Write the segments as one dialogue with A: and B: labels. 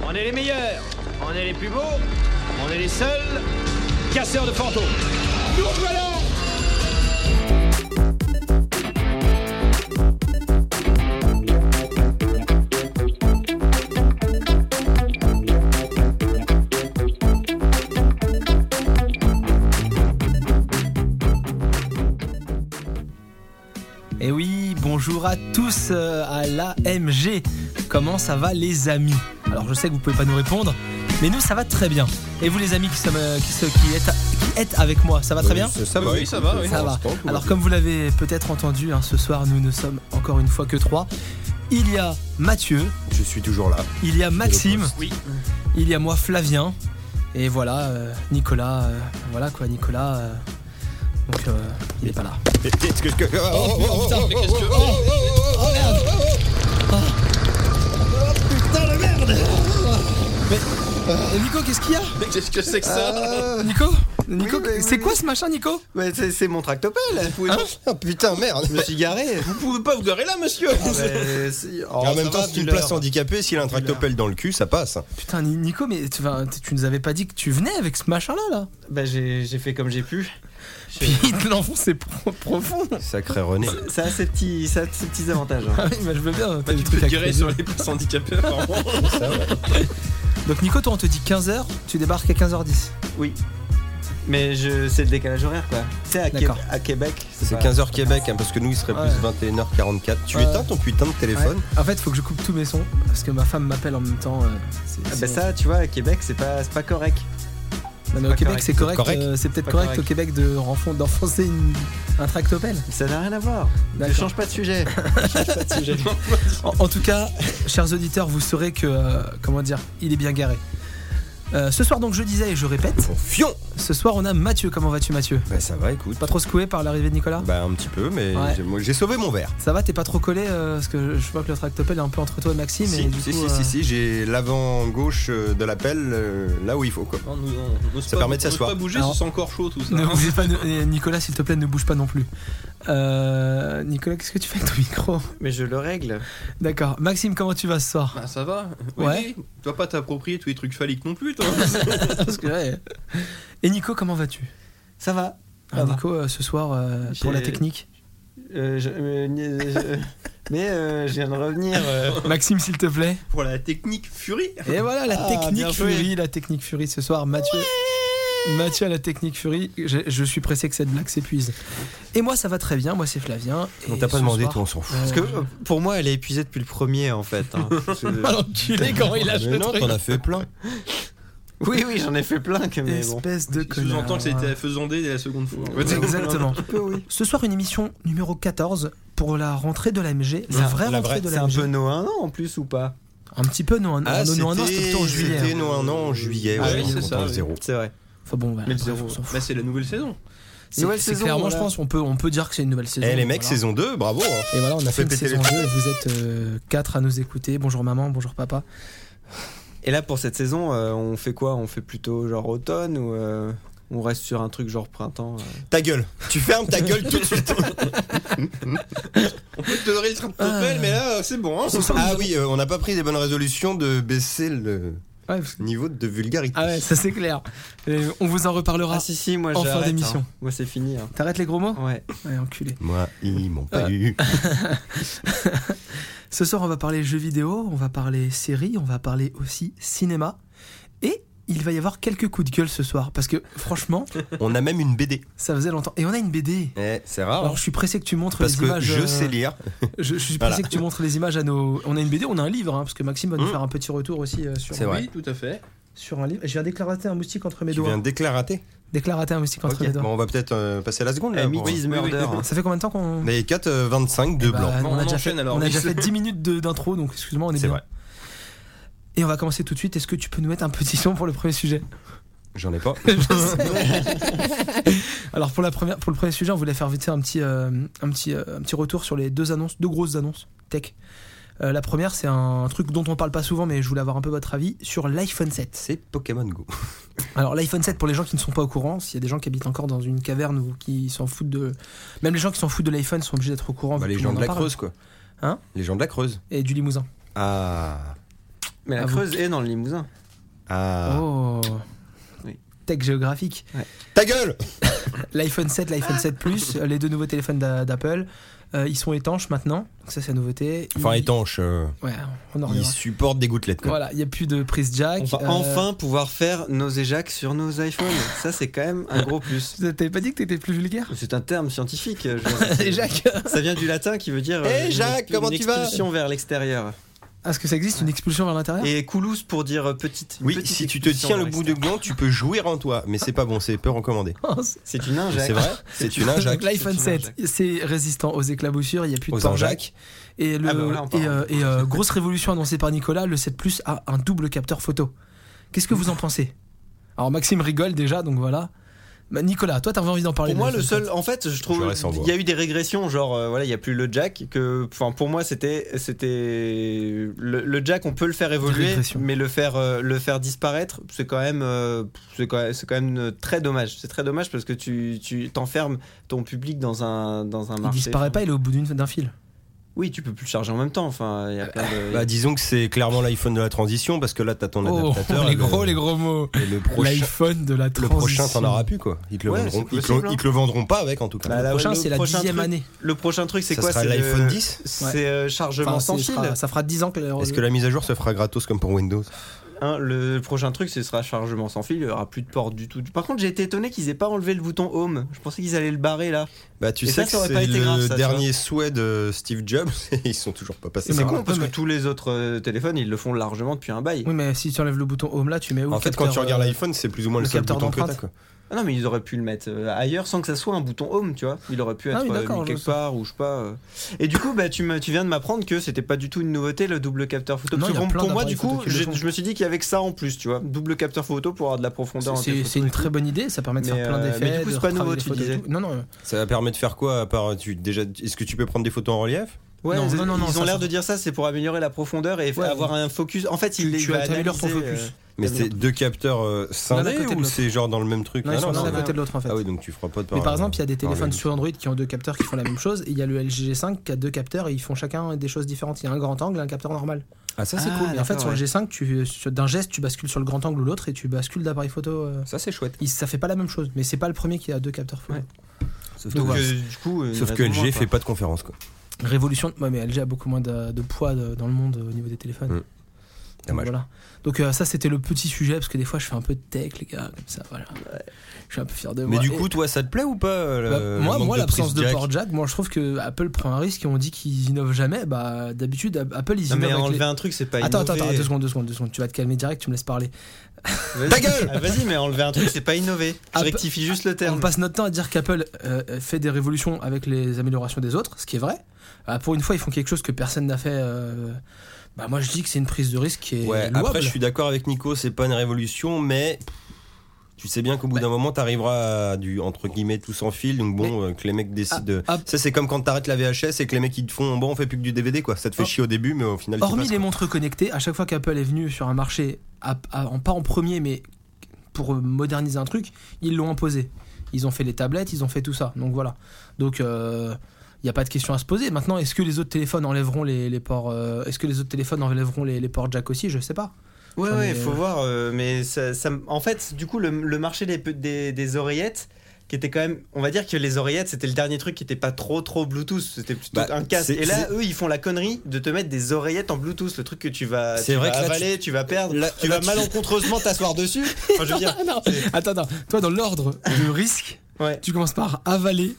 A: On est les meilleurs, on est les plus beaux, on est les seuls casseurs de fantômes. Nous voilà
B: Et Eh oui, bonjour à tous euh, à l'AMG. Comment ça va les amis Alors je sais que vous pouvez pas nous répondre, mais nous ça va très bien. Et vous les amis qui, sommes, euh, qui, se- qui êtes, qui êtes avec moi, ça va Ah, très bien
C: Ça va,
A: Oui,
C: écoute,
A: ça va, oui.
B: Ça va.
C: c'est pas cool.
B: Alors comme vous l'avez peut-être entendu, hein, ce soir nous ne sommes encore une fois que trois. Il y a Mathieu,
C: je suis toujours là.
B: il y a Maxime,
A: Oui.
B: il y a moi Flavien, et voilà euh, Nicolas, euh, voilà quoi Nicolas. euh, donc euh, il est pas là.
C: Qu'est-ce que- que-
B: Oh, putain, mais qu'est-ce que- Oh merde putain la merde Mais Nico, qu'est-ce qu'il y a
D: Qu'est-ce que c'est que ça
C: Euh,
B: Nico Nico,
C: Oui, mais
B: c'est
C: oui.
B: quoi ce machin, Nico
C: mais c'est c'est mon tractopelle.
B: Hein
C: Ah, putain, merde. Je me suis garé.
D: Vous pouvez pas vous garer là, monsieur
B: Ah, oh,
C: Ah, en même temps, c'est une place handicapée. S'il a un tractopelle dans le cul, ça passe.
B: Putain, Ni- Nico, mais tu, vas- tu- tu nous avais pas dit que tu venais avec ce machin-là, là
E: Bah j'ai j'ai fait comme j'ai pu.
B: Puis il te l'enfonce, c'est pro- profond
C: Sacré René.
E: Ça a ses petits, ça a ses petits avantages. hein.
B: Ah oui, bah, je veux bien, t'as
D: bah,
B: des
D: Tu
B: trucs
D: peux te
B: à
D: garer
B: creuser.
D: sur les places handicapées, apparemment.
B: Donc Nico, toi, on te dit 15h, tu débarques à 15h10.
E: Mais je, c'est le décalage horaire quoi. Tu sais à, Qué-
B: D'accord.
E: à Québec.
C: C'est
E: pas-
C: 15h Québec, hein, parce que nous, il serait
B: Ouais.
C: plus 21h44. Tu
B: Ouais.
C: éteins ton putain de téléphone
B: Ouais. En fait, faut que je coupe tous mes sons, parce que ma femme m'appelle en même temps. euh, c'est-
E: Ah
B: c'est-
E: bah ça, tu vois, à Québec, c'est pas, c'est pas correct.
B: Non, mais
E: c'est
B: au
E: pas
B: Québec,
E: correct.
B: c'est correct.
C: Correct.
B: euh, C'est peut-être
E: Pas
B: correct, au
E: correct.
B: Québec de renfon- d'enfoncer une- un tractopelle.
E: Ça n'a rien à voir. Je
B: D'accord.
E: change pas de sujet.
B: En, en tout cas, chers auditeurs, vous saurez que euh, comment dire, il est bien garé. Euh, ce soir donc je disais et je répète,
C: Bon, fion
B: ce soir on a Mathieu, comment vas-tu Mathieu
C: Bah, ça va, écoute.
B: Pas trop secoué par l'arrivée de Nicolas
C: Bah, un petit peu, mais
B: Ouais.
C: j'ai- moi, j'ai sauvé mon verre.
B: Ça va, t'es pas trop collé euh, parce que je- je vois que le tractopelle est un peu entre toi et Maxime et
C: Si,
B: du
C: si,
B: coup,
C: si,
B: euh,
C: si, si, j'ai l'avant gauche euh, de l'appel euh, là où il faut, quoi.
D: Non, nous- on- on n'ose
C: Ça
D: pas-
C: permet de
D: on n'ose
C: s'asseoir.
D: pas bouger,
B: Alors-
D: c'est encore chaud tout ça.
B: Ne
D: hein.
B: bougez pas, ne- et Nicolas s'il te plaît ne bouge pas non plus. Euh, Nicolas, qu'est-ce que tu fais avec ton micro
E: Mais je le règle.
B: D'accord. Maxime, comment tu vas ce soir
D: Bah, ça va Oui,
B: Ouais.
D: oui. Tu vas pas t'approprier tous les trucs phalliques non plus, toi.
B: Parce que, ouais. Et Nico, comment vas-tu
E: Ça va.
B: Ah,
E: Ça va.
B: Nico, euh, ce soir euh, pour la
E: J'ai-
B: technique.
E: Euh, je- euh, je- mais euh, je viens de revenir. euh.
B: Maxime, s'il te plaît.
D: Pour la technique furie.
B: Et voilà la
E: Ah,
B: technique
E: bien joué.
B: Fury, la technique Fury ce soir, Mathieu. Mathieu à la technique Fury, je, je suis pressé que cette blague s'épuise. Et moi ça va très bien, moi c'est Flavien.
C: On
B: et
C: t'a pas
B: ce
C: demandé,
B: soir-
C: toi, on s'en fout.
B: Euh,
E: Parce que euh, pour moi, elle est épuisée depuis le premier en fait. hein.
B: Ah, l'enculé, comment il lâche
C: Mais
B: le
C: non,
B: truc.
C: t'en as fait plein.
E: oui, oui, j'en ai fait plein, que- mais bon.
B: Espèce de
D: Je vous
B: connard.
D: entends que c'était faisandé la seconde fois. en fait.
B: Exactement.
E: Un peu, oui.
B: Ce soir une émission numéro 14 pour la rentrée de l'AMG, la
E: Ça,
B: vraie
C: la
B: rentrée
C: vraie,
B: de
E: C'est un peu
B: l'AMG.
E: nos un an en plus ou pas
B: Un petit peu non, un,
C: Ah,
B: non, non, un an, c'était
C: c'était
B: plutôt en juillet.
C: c'était
B: hein.
C: non, un an en juillet.
D: Ah
C: ouais,
D: oui,
C: on
D: c'est
C: compte
D: ça,
C: en
D: oui.
C: zéro.
E: C'est vrai.
B: Enfin bon, voilà,
E: Mais le
B: bref,
E: zéro.
B: on s'en fout.
D: Bah, c'est la nouvelle saison.
B: C'est
E: Nouvelle
B: c'est
E: saison,
B: clairement
E: voilà.
B: je pense on peut on peut dire que c'est une nouvelle saison.
C: Eh, les mecs,
B: voilà.
C: saison 2, bravo. hein.
B: Et voilà, on a fait
C: Fais
B: une
C: péter
B: saison
C: les
B: 2. Vous êtes 4 à nous écouter. Bonjour maman, bonjour papa.
E: Et là, pour cette saison, euh, on fait quoi On fait plutôt genre automne ou euh, on reste sur un truc genre printemps euh
C: Ta gueule. Tu fermes ta gueule tout de suite.
D: On peut te donner le train de
B: Ah.
D: mais là, euh, c'est bon. hein.
C: Ah oui, euh, on n'a pas pris des bonnes résolutions de baisser le
B: Ouais, parce que-
C: niveau de vulgarité.
B: Ah ouais, ça c'est clair. Et on vous en reparlera.
E: Ah si si, moi
B: en fin
E: j'arrête,
B: d'émission.
E: hein. Moi c'est fini. hein.
B: T'arrêtes les gros mots
E: Ouais.
B: Ouais, enculé.
C: Moi, ils m'ont pas
B: Ah.
C: eu.
B: Ce soir, on va parler jeux vidéo, on va parler séries, on va parler aussi cinéma. Et il va y avoir quelques coups de gueule ce soir. Parce que franchement,
C: On a même une BD.
B: ça faisait longtemps. Et on a une BD.
C: Eh, c'est rare.
B: Alors je suis pressé que tu montres
C: parce
B: les
C: que
B: images.
C: je
B: euh,
C: sais lire.
B: je, je suis pressé
C: Voilà.
B: que tu montres les images à nos. On a une BD, on a un livre, hein, parce que Maxime va nous
C: Mmh.
B: faire un petit retour aussi euh, sur,
C: C'est vrai.
D: Oui, tout à fait.
B: sur un livre. J'ai un déclaraté un moustique entre mes
C: Tu
B: doigts.
C: viens déclarater.
B: Déclaraté un moustique entre
C: Ok.
B: mes doigts.
C: Bon, on va peut-être euh, passer à la seconde. Là,
E: Eh,
C: pour-
E: Meat is Murder. hein.
B: Ça fait combien de temps qu'on.
C: Les 4, euh, 25, 2
B: Eh ben,
C: blancs.
B: on,
D: On
B: a déjà fait,
D: enchaîne alors.
B: on a
D: Oui,
B: déjà
D: c'est-
B: fait 10 minutes de- d'intro, donc excuse-moi, on est,
C: C'est
B: bien.
C: vrai.
B: Et on va commencer tout de suite. Est-ce que tu peux nous mettre un petit son pour le premier sujet
C: J'en ai pas.
B: Je sais. Alors pour, la première, pour le premier sujet, on voulait faire vite fait un petit, euh, un, petit, euh, un petit retour sur les deux annonces, deux grosses annonces tech. Euh, la première, c'est un truc dont on parle pas souvent, mais je voulais avoir un peu votre avis sur l'iPhone 7.
C: C'est Pokémon Go.
B: Oh, Alors l'iPhone 7, pour les gens qui ne sont pas au courant, s'il y a des gens qui habitent encore dans une caverne ou qui s'en foutent de, même les gens qui s'en foutent de l'iPhone sont obligés d'être au courant.
C: Bah,
B: vu
C: les
B: que tout
C: gens
B: le
C: de
B: monde
C: la
B: en parle.
C: Creuse, quoi.
B: Hein
C: Les gens de la Creuse.
B: et du Limousin.
C: Ah.
E: Mais la
B: Ah,
E: Creuse est dans le Limousin.
C: Ah.
B: Oh.
E: Oui.
B: Tech géographique.
C: Ta gueule
B: L'iPhone 7, l'iPhone 7 Plus, euh, les deux nouveaux téléphones d'a- d'Apple, euh, ils sont étanches maintenant. Donc ça, c'est la nouveauté.
C: Enfin,
B: Ils-
C: étanche, euh,
B: Ouais, on en
C: il
B: reviendra.
C: supporte des gouttelettes. Quoi.
B: Voilà, il n'y a plus de prise
C: Ah,
B: jack.
E: On va
B: euh,
E: enfin pouvoir faire nos éjacs sur nos iPhones. Ça, c'est quand même un gros plus.
B: T'avais pas dit que t'étais plus vulgaire
E: C'est un terme scientifique. je veux dire, c'est-
B: Jacques
E: Ça vient du latin qui veut dire.
C: Hey,
E: euh,
C: Jacques,
E: une-
C: comment
E: une
C: tu vas
E: Expulsion vers l'extérieur.
B: Ah, Est-ce que ça existe une expulsion vers l'intérieur
E: Et coulous pour dire euh, petite. une
C: Oui,
E: petite
C: si tu te
E: expulsion
C: tiens
E: vers
C: le bout de gland, tu peux jouir en toi. Mais c'est pas bon, c'est peu recommandé.
E: l'extérieur. C'est une injecte.
C: C'est vrai C'est une injecte.
B: Donc l'iPhone
E: C'est une
B: 7, c'est résistant aux éclaboussures, il n'y a plus de
C: Aux
B: port
C: injects.
B: jack. Et, le,
E: Ah bah voilà, on parle.
B: et, euh, et, euh, grosse révolution annoncée par Nicolas, le 7 Plus a un double capteur photo. Qu'est-ce que vous en pensez Alors Maxime rigole déjà, donc voilà. Bah, Nicolas, toi t'avais envie d'en parler.
E: Pour
B: de
E: moi, le
B: l'iPhone
E: seul, en fait, je trouve,
C: Je reste sans
E: il
C: voix.
E: y a eu des régressions. Genre, euh, voilà, il y a plus le jack. Que, enfin, pour moi, c'était, c'était le, le jack, on peut le faire évoluer,
B: régressions.
E: mais le faire, euh, le faire disparaître, c'est quand même, euh, c'est quand même, c'est quand même euh, très dommage. C'est très dommage parce que tu, tu t'enfermes ton public dans un, dans un
B: Il
E: marché.
B: disparaît pas, il est au bout d'une- d'un fil.
E: Oui, tu peux plus le charger en même temps. Enfin, il y a plein
B: Euh,
E: de-
C: Bah, disons que c'est clairement l'iPhone de la transition parce que là, t'as ton
B: Oh,
C: adaptateur.
B: les
C: et le-
B: gros, les gros mots.
C: et le prochain,
B: L'iPhone de la
C: le
B: transition.
C: prochain, t'en auras plus quoi. Ils te le,
E: Ouais,
C: vendront, ils
E: c'est
C: te
E: possible,
C: le-
E: hein.
C: ils te le vendront pas avec en tout cas.
E: Bah,
B: Le
E: là,
B: prochain,
E: le
B: c'est la
E: prochain
B: dixième
E: truc-
B: année.
E: le prochain truc, c'est
C: ça
E: quoi
C: sera
E: c'est le-
C: l'iPhone 10
E: C'est euh, chargement
B: Enfin,
E: sans
B: c'est-
E: fil.
B: ça fera- Ça fera 10 ans que.
C: Est-ce que la mise à jour se fera gratos comme pour Windows
E: Hein, le prochain truc, ce sera chargement sans fil, il n'y aura plus de port du tout. Par contre, j'ai été étonné qu'ils aient pas enlevé le bouton home. Je pensais qu'ils allaient le barrer là.
C: Bah tu
E: Et
C: sais
E: ça, ça aurait
C: que
E: pas
C: c'est
E: été
C: le
E: grave, ça, tu
C: dernier souhait de Steve Jobs et ils sont toujours pas passés.
B: Et
E: C'est
B: mais-
E: con parce
B: mais-
E: que tous les autres euh, téléphones, ils le font largement depuis un bail.
B: Oui, mais si tu enlèves le bouton Home là, tu mets où
C: en
B: le
C: fait,
B: capteur,
C: quand tu regardes
B: euh,
C: l'iPhone, c'est plus ou moins
B: le
C: le, seul
B: capteur
C: bouton que
B: d'empreinte.
C: t'as, quoi.
E: Ah non, mais ils auraient pu le mettre euh, ailleurs sans que ça soit un bouton home, tu vois. Il aurait pu
B: Ah
E: être
B: oui,
E: euh,
B: d'accord,
E: mis
B: je
E: quelque
B: vois
E: part ou je sais pas. euh. Et du coup, bah, tu, me, tu viens de m'apprendre que c'était pas du tout une nouveauté le double capteur photo.
B: Non,
E: Parce
B: il y
E: que
B: a
E: pour,
B: plein
E: pour moi,
B: d'appareils
E: du coup,
B: photo qui le
E: j'ai-
B: font.
E: je me suis dit qu'il y avait que ça en plus, tu vois. Double capteur photo pour avoir de la profondeur. en
B: euh, C'est c'est
E: tes photos et
B: une
E: tout.
B: très bonne idée, ça permet de
E: Mais,
B: faire plein
E: euh,
B: d'effets.
E: mais du coup,
B: de
E: c'est pas nouveau,
B: retravailler les
E: tu
B: photos et
E: disais.
B: tout. Non, non,
C: Ça va permettre de faire quoi à part tu déjà est-ce que tu peux prendre des photos en relief
E: Ouais,
B: Non,
E: ils-
B: non, non, non,
E: ils ont
B: ça,
E: l'air
B: ça-
E: de dire ça, c'est pour améliorer la profondeur et f-
B: Ouais,
E: avoir un focus. En fait,
B: tu-
E: il
B: tu
E: il va
B: as améliores ton
E: analyser, euh,
B: focus.
C: Mais
E: T'as
C: c'est
E: bien.
C: deux capteurs euh,
B: L'un à
C: scindés
B: côté de
C: ou
B: l'autre.
C: c'est genre dans le même truc
B: non,
C: Ah
B: ils sont l'un
C: c'est
B: à
E: non,
B: côté
E: non.
B: de l'autre en fait.
C: Ah oui, donc tu feras pas de
B: Mais par exemple, il y a des
C: par-
B: téléphones sur Android qui ont deux capteurs qui font la même chose, et il y a le LG G5 qui a deux capteurs et ils font chacun des choses différentes. Il y a un grand angle et un capteur normal.
C: Ah ça c'est
E: Ah,
C: cool.
B: Et en fait,
E: d'accord,
B: sur le
E: ouais.
B: G5, tu- sur- d'un geste, tu bascules sur le grand angle ou l'autre et tu bascules d'appareil photo. euh,
C: Ça c'est chouette.
B: il- Ça fait pas la même chose, mais c'est pas le premier qui a deux capteurs photo.
E: Ouais.
C: Sauf
E: Donc,
B: Voilà.
E: euh, du coup, euh,
C: Sauf
E: une
C: que
E: raison moins,
C: LG
E: quoi.
C: fait pas de conférence quoi.
B: Révolution. Ouais, mais LG a beaucoup moins de, de poids de- dans le monde euh, au niveau des téléphones.
C: Mm.
B: Donc,
C: Dommage.
B: voilà. Donc euh, ça, c'était le petit sujet parce que des fois, je fais un peu de tech, les gars, comme ça. Voilà. Je suis un peu fier de moi.
C: Mais du
B: Et-
C: coup, toi ça te plaît ou pas euh,
B: Bah,
C: le-
B: moi,
C: le manque
B: moi,
C: de
B: l'absence
C: prise
B: de
C: jack
B: port jack, moi, je trouve que Apple prend un risque et on dit qu'ils innovent jamais. Bah, d'habitude, Ab- Apple, ils
E: Non, mais
B: innovent. avec
E: enlever
B: les-
E: un truc, c'est pas
B: Attends, attends,
E: innover. euh.
B: attends, deux secondes, deux secondes, deux secondes. Tu vas te calmer direct, tu me laisses parler.
E: Vas-y.
C: Ta gueule
E: Ah, Vas-y, mais enlever un truc, c'est pas innover. Je
B: Ah,
E: rectifie juste le
B: On
E: terme.
B: passe notre temps à dire qu'Apple euh, fait des révolutions avec les améliorations des autres, ce qui est vrai. Ah, pour une fois, ils font quelque chose que personne n'a fait. euh, Bah, moi, je dis que c'est une prise de risque qui est
C: Ouais,
B: louable.
C: après je suis d'accord avec Nico, c'est pas une révolution mais tu sais bien qu'au
B: Bah.
C: bout d'un moment t'arriveras à du entre guillemets tout sans fil donc bon euh, que les mecs décident de
B: Ah, ah,
C: ça c'est comme quand t'arrêtes la VHS et que les mecs ils te font bon on fait plus que du DVD quoi ça te fait
B: Oh.
C: chier au début mais au final tu
B: Hormis
C: passes,
B: les
C: quoi.
B: montres connectées, à chaque fois qu'Apple est venu sur un marché, à- à- en- pas en premier, mais pour euh, moderniser un truc, ils l'ont imposé. Ils ont fait les tablettes, ils ont fait tout ça. Donc voilà. Donc il n'y a pas de question à se poser. Maintenant, est-ce que les autres téléphones enlèveront les, les ports euh, Est-ce que les autres téléphones enlèveront les, les ports jack aussi Je sais pas.
E: Ouais,
B: J'en
E: ouais,
B: ai-
E: faut voir. euh, mais ça, ça m- en fait, du coup, le, le marché des, pe- des, des oreillettes, qui était quand même. On va dire que les oreillettes, c'était le dernier truc qui était pas trop, trop Bluetooth. C'était plutôt
C: Bah,
E: un casque.
C: c'est-
E: Et là,
C: c'est-
E: eux, ils font la connerie de te mettre des oreillettes en Bluetooth, le truc que tu vas,
C: C'est
E: tu
C: vrai
E: vas
C: que là,
E: avaler, tu... vas perdre.
C: là-
E: tu
C: là,
E: vas
C: tu-
E: malencontreusement t'asseoir dessus. Enfin, je veux dire. c'est-
B: Attends, attends. Toi, dans l'ordre de risque,
E: Ouais.
B: tu commences par avaler,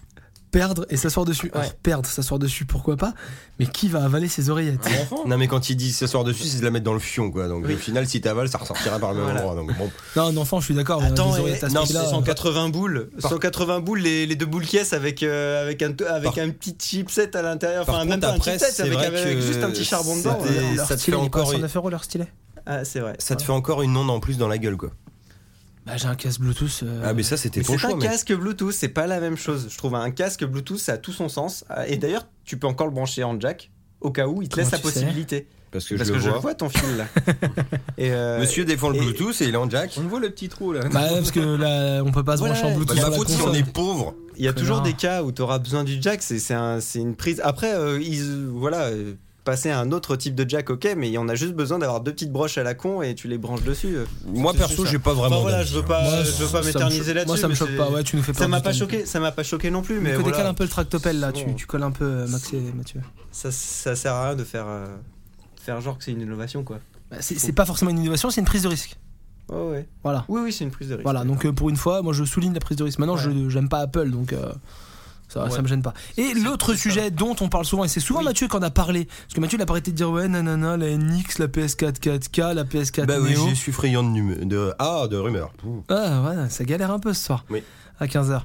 B: perdre et s'asseoir dessus. Alors,
E: Ouais.
B: perdre, s'asseoir dessus, pourquoi pas Mais qui va avaler ses oreillettes
C: Non mais quand ils disent s'asseoir dessus, c'est de la mettre dans le fion quoi. Donc au final si t'avales, ça ressortira par le même
E: Voilà.
C: endroit. Donc bon,
B: Non, un enfant, je suis
C: Oh,
B: d'accord.
E: Attends,
B: les
E: et-
B: oreillettes à ce
E: non,
B: prix-là,
E: c'est
B: euh,
E: 180 boules.
C: Par-
E: 180 boules, les, les deux boules caisses avec, euh, avec, un, avec
C: Par-
E: un petit chipset à l'intérieur.
C: Par
E: Enfin, même
C: contre,
E: pas un
C: après,
E: chipset,
C: c'est
E: avec,
C: vrai
E: avec
C: que
E: juste un petit charbon dedans.
C: c'était-
E: ouais.
B: leur
C: ça te
B: stylet,
C: fait
B: il est quoi,
C: encore une-
B: 109 euros leur stylet
E: Ah, c'est vrai.
C: ça te fait encore une onde en plus dans la gueule quoi.
B: Bah, j'ai un casque Bluetooth. euh,
C: Ah mais ça c'était
E: Mais
C: ton
E: c'est
C: choix
E: un
C: mec.
E: casque Bluetooth, c'est pas la même chose. Je trouve un casque Bluetooth, ça a tout son sens. Euh, Et d'ailleurs, tu peux encore le brancher en jack, au cas où, il te
B: Comment
E: laisse la
B: tu sais
E: possibilité.
C: Parce que,
E: Parce
C: je,
E: que
C: le
E: je le
C: vois.
E: vois ton fil là. Et, euh,
C: Monsieur défend le
E: et-
C: Bluetooth et il est en jack.
D: On voit le petit trou là.
B: Bah, ouais, parce que là, on peut pas se
E: Voilà,
B: brancher en
C: Bah,
B: Bluetooth.
C: c'est
B: sur
C: ma
B: la
C: faute si on
B: console.
C: est pauvre.
E: Il y a toujours
B: Connard.
E: des cas où tu auras besoin du jack, c'est c'est un- c'est une prise. Après, euh, ils, euh, voilà, euh, passer à un autre type de jack, ok, mais on a juste besoin d'avoir deux petites broches à la con et tu les branches dessus.
C: Moi,
E: C'est
C: perso,
E: ça.
C: j'ai pas vraiment.
E: Enfin, voilà,
C: d'avis,
E: je veux
C: hein.
E: pas,
B: Moi,
E: je veux
B: ça
E: pas
B: me
E: m'éterniser
B: choque-
E: là-dessus.
B: Moi, ça me
E: mais
B: choque
E: c'est-
B: pas. Ouais, tu nous fais
E: Ça
B: perdre
E: m'a
B: du
E: pas
B: temps.
E: choqué, ça m'a pas choqué non plus,
B: Mais que
E: mais
B: décale
E: voilà,
B: un peu le tractopelle là, tu,
E: Bon.
B: tu colles un peu euh, Max et Mathieu.
E: ça, ça sert à rien de faire, euh, faire genre que c'est une innovation quoi.
B: Bah, c'est c'est pas forcément une innovation, c'est une prise de risque.
E: Oh, ouais.
B: Voilà.
E: Oui, oui, c'est une prise de risque.
B: Voilà, donc euh, pour une fois, moi je souligne la prise de risque. Maintenant, je j'aime pas Apple, donc euh, ça, ça me gêne pas. Et l'autre sujet dont on parle souvent, et c'est souvent Mathieu qu'on a parlé, parce que Mathieu il a arrêté de dire ouais, nanana, la NX, la PS4 4K, la PS4
C: Bah oui,
B: Neo.
C: je suis friand de, numé- de... Ah, de rumeurs. Ouh.
B: Ah, voilà, ça galère un peu ce soir.
C: Oui.
B: À 15h.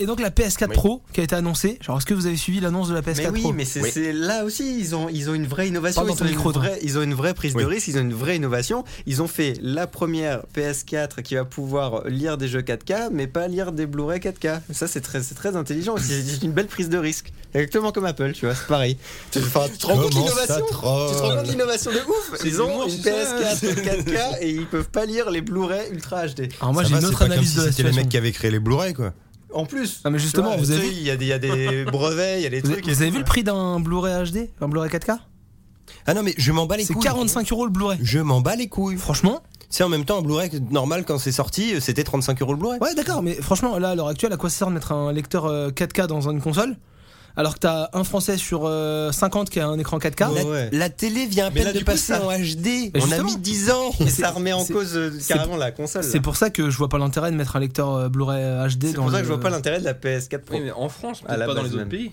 B: et donc la PS4
C: Oui.
B: Pro qui a été annoncée. Genre, est-ce que vous avez suivi l'annonce de la PS4
E: Mais oui,
B: Pro
E: mais c'est
C: Oui.
E: c'est là aussi, ils ont, ils ont une vraie innovation,
B: Parle dans
E: ils
B: ton
E: ont, une
B: micro, toi.
E: vraie, ils ont une vraie prise de
C: Oui.
E: risque, ils ont une vraie innovation. Ils ont fait la première PS4 qui va pouvoir lire des jeux 4K, mais pas lire des Blu-ray 4K. Ça, c'est très, c'est très intelligent aussi. C'est une belle prise de risque. Exactement comme Apple, tu vois, c'est pareil. Tu, enfin, tu te rends compte de
C: Comment
E: l'innovation
C: ça
E: Tu te
C: troll
E: rends compte de l'innovation de ouf
D: C'est
E: Ils ont
D: l'humour,
E: une
D: c'est ça.
E: PS4 4K et ils peuvent pas lire les Blu-ray Ultra HD.
B: Alors moi
C: Ça
B: j'ai
C: va,
B: une
C: c'est
B: autre
C: pas comme
B: analyse
C: si
B: de la
C: C'était les
B: situation.
C: mecs qui avaient créé les Blu-ray, quoi.
E: En plus.
B: Ah, mais
E: tu
B: justement,
E: vois,
B: vous avez
E: tu sais, Il y, a des- il y a des brevets, il y a des
B: Vous avez,
E: trucs. et
B: vous avez
E: tout.
B: vu le prix d'un Blu-ray HD Un Blu-ray 4K
C: Ah non, mais je m'en bats les
B: C'est
C: couilles.
B: 45 euros le Blu-ray.
C: Je m'en bats les couilles.
B: Franchement,
C: C'est en même temps, un Blu-ray normal, quand c'est sorti, c'était 35 euros le Blu-ray.
B: ouais, d'accord, mais franchement, là à l'heure actuelle, à quoi ça sert de mettre un lecteur euh, 4K dans une console alors que t'as un français sur euh, 50 qui a un écran 4K
E: Ah Ouais, ouais.
C: La télé vient à
E: Mais
C: peine
E: là,
C: de
E: du coup,
C: passer
E: ça-
C: en HD.
B: Mais
C: On a
B: justement.
C: mis 10 ans.
E: Et ça remet en
B: c'est-
E: cause euh,
B: c'est-
E: carrément la console. là.
B: C'est pour ça que je vois pas l'intérêt de mettre un lecteur euh, Blu-ray HD
E: C'est
B: dans
E: pour ça
B: le-
E: que je vois pas l'intérêt de la PS4 Pro.
D: Oui, mais en France,
E: À
D: peut-être
E: la
D: pas dans
E: base
D: les autres
E: même.
D: pays.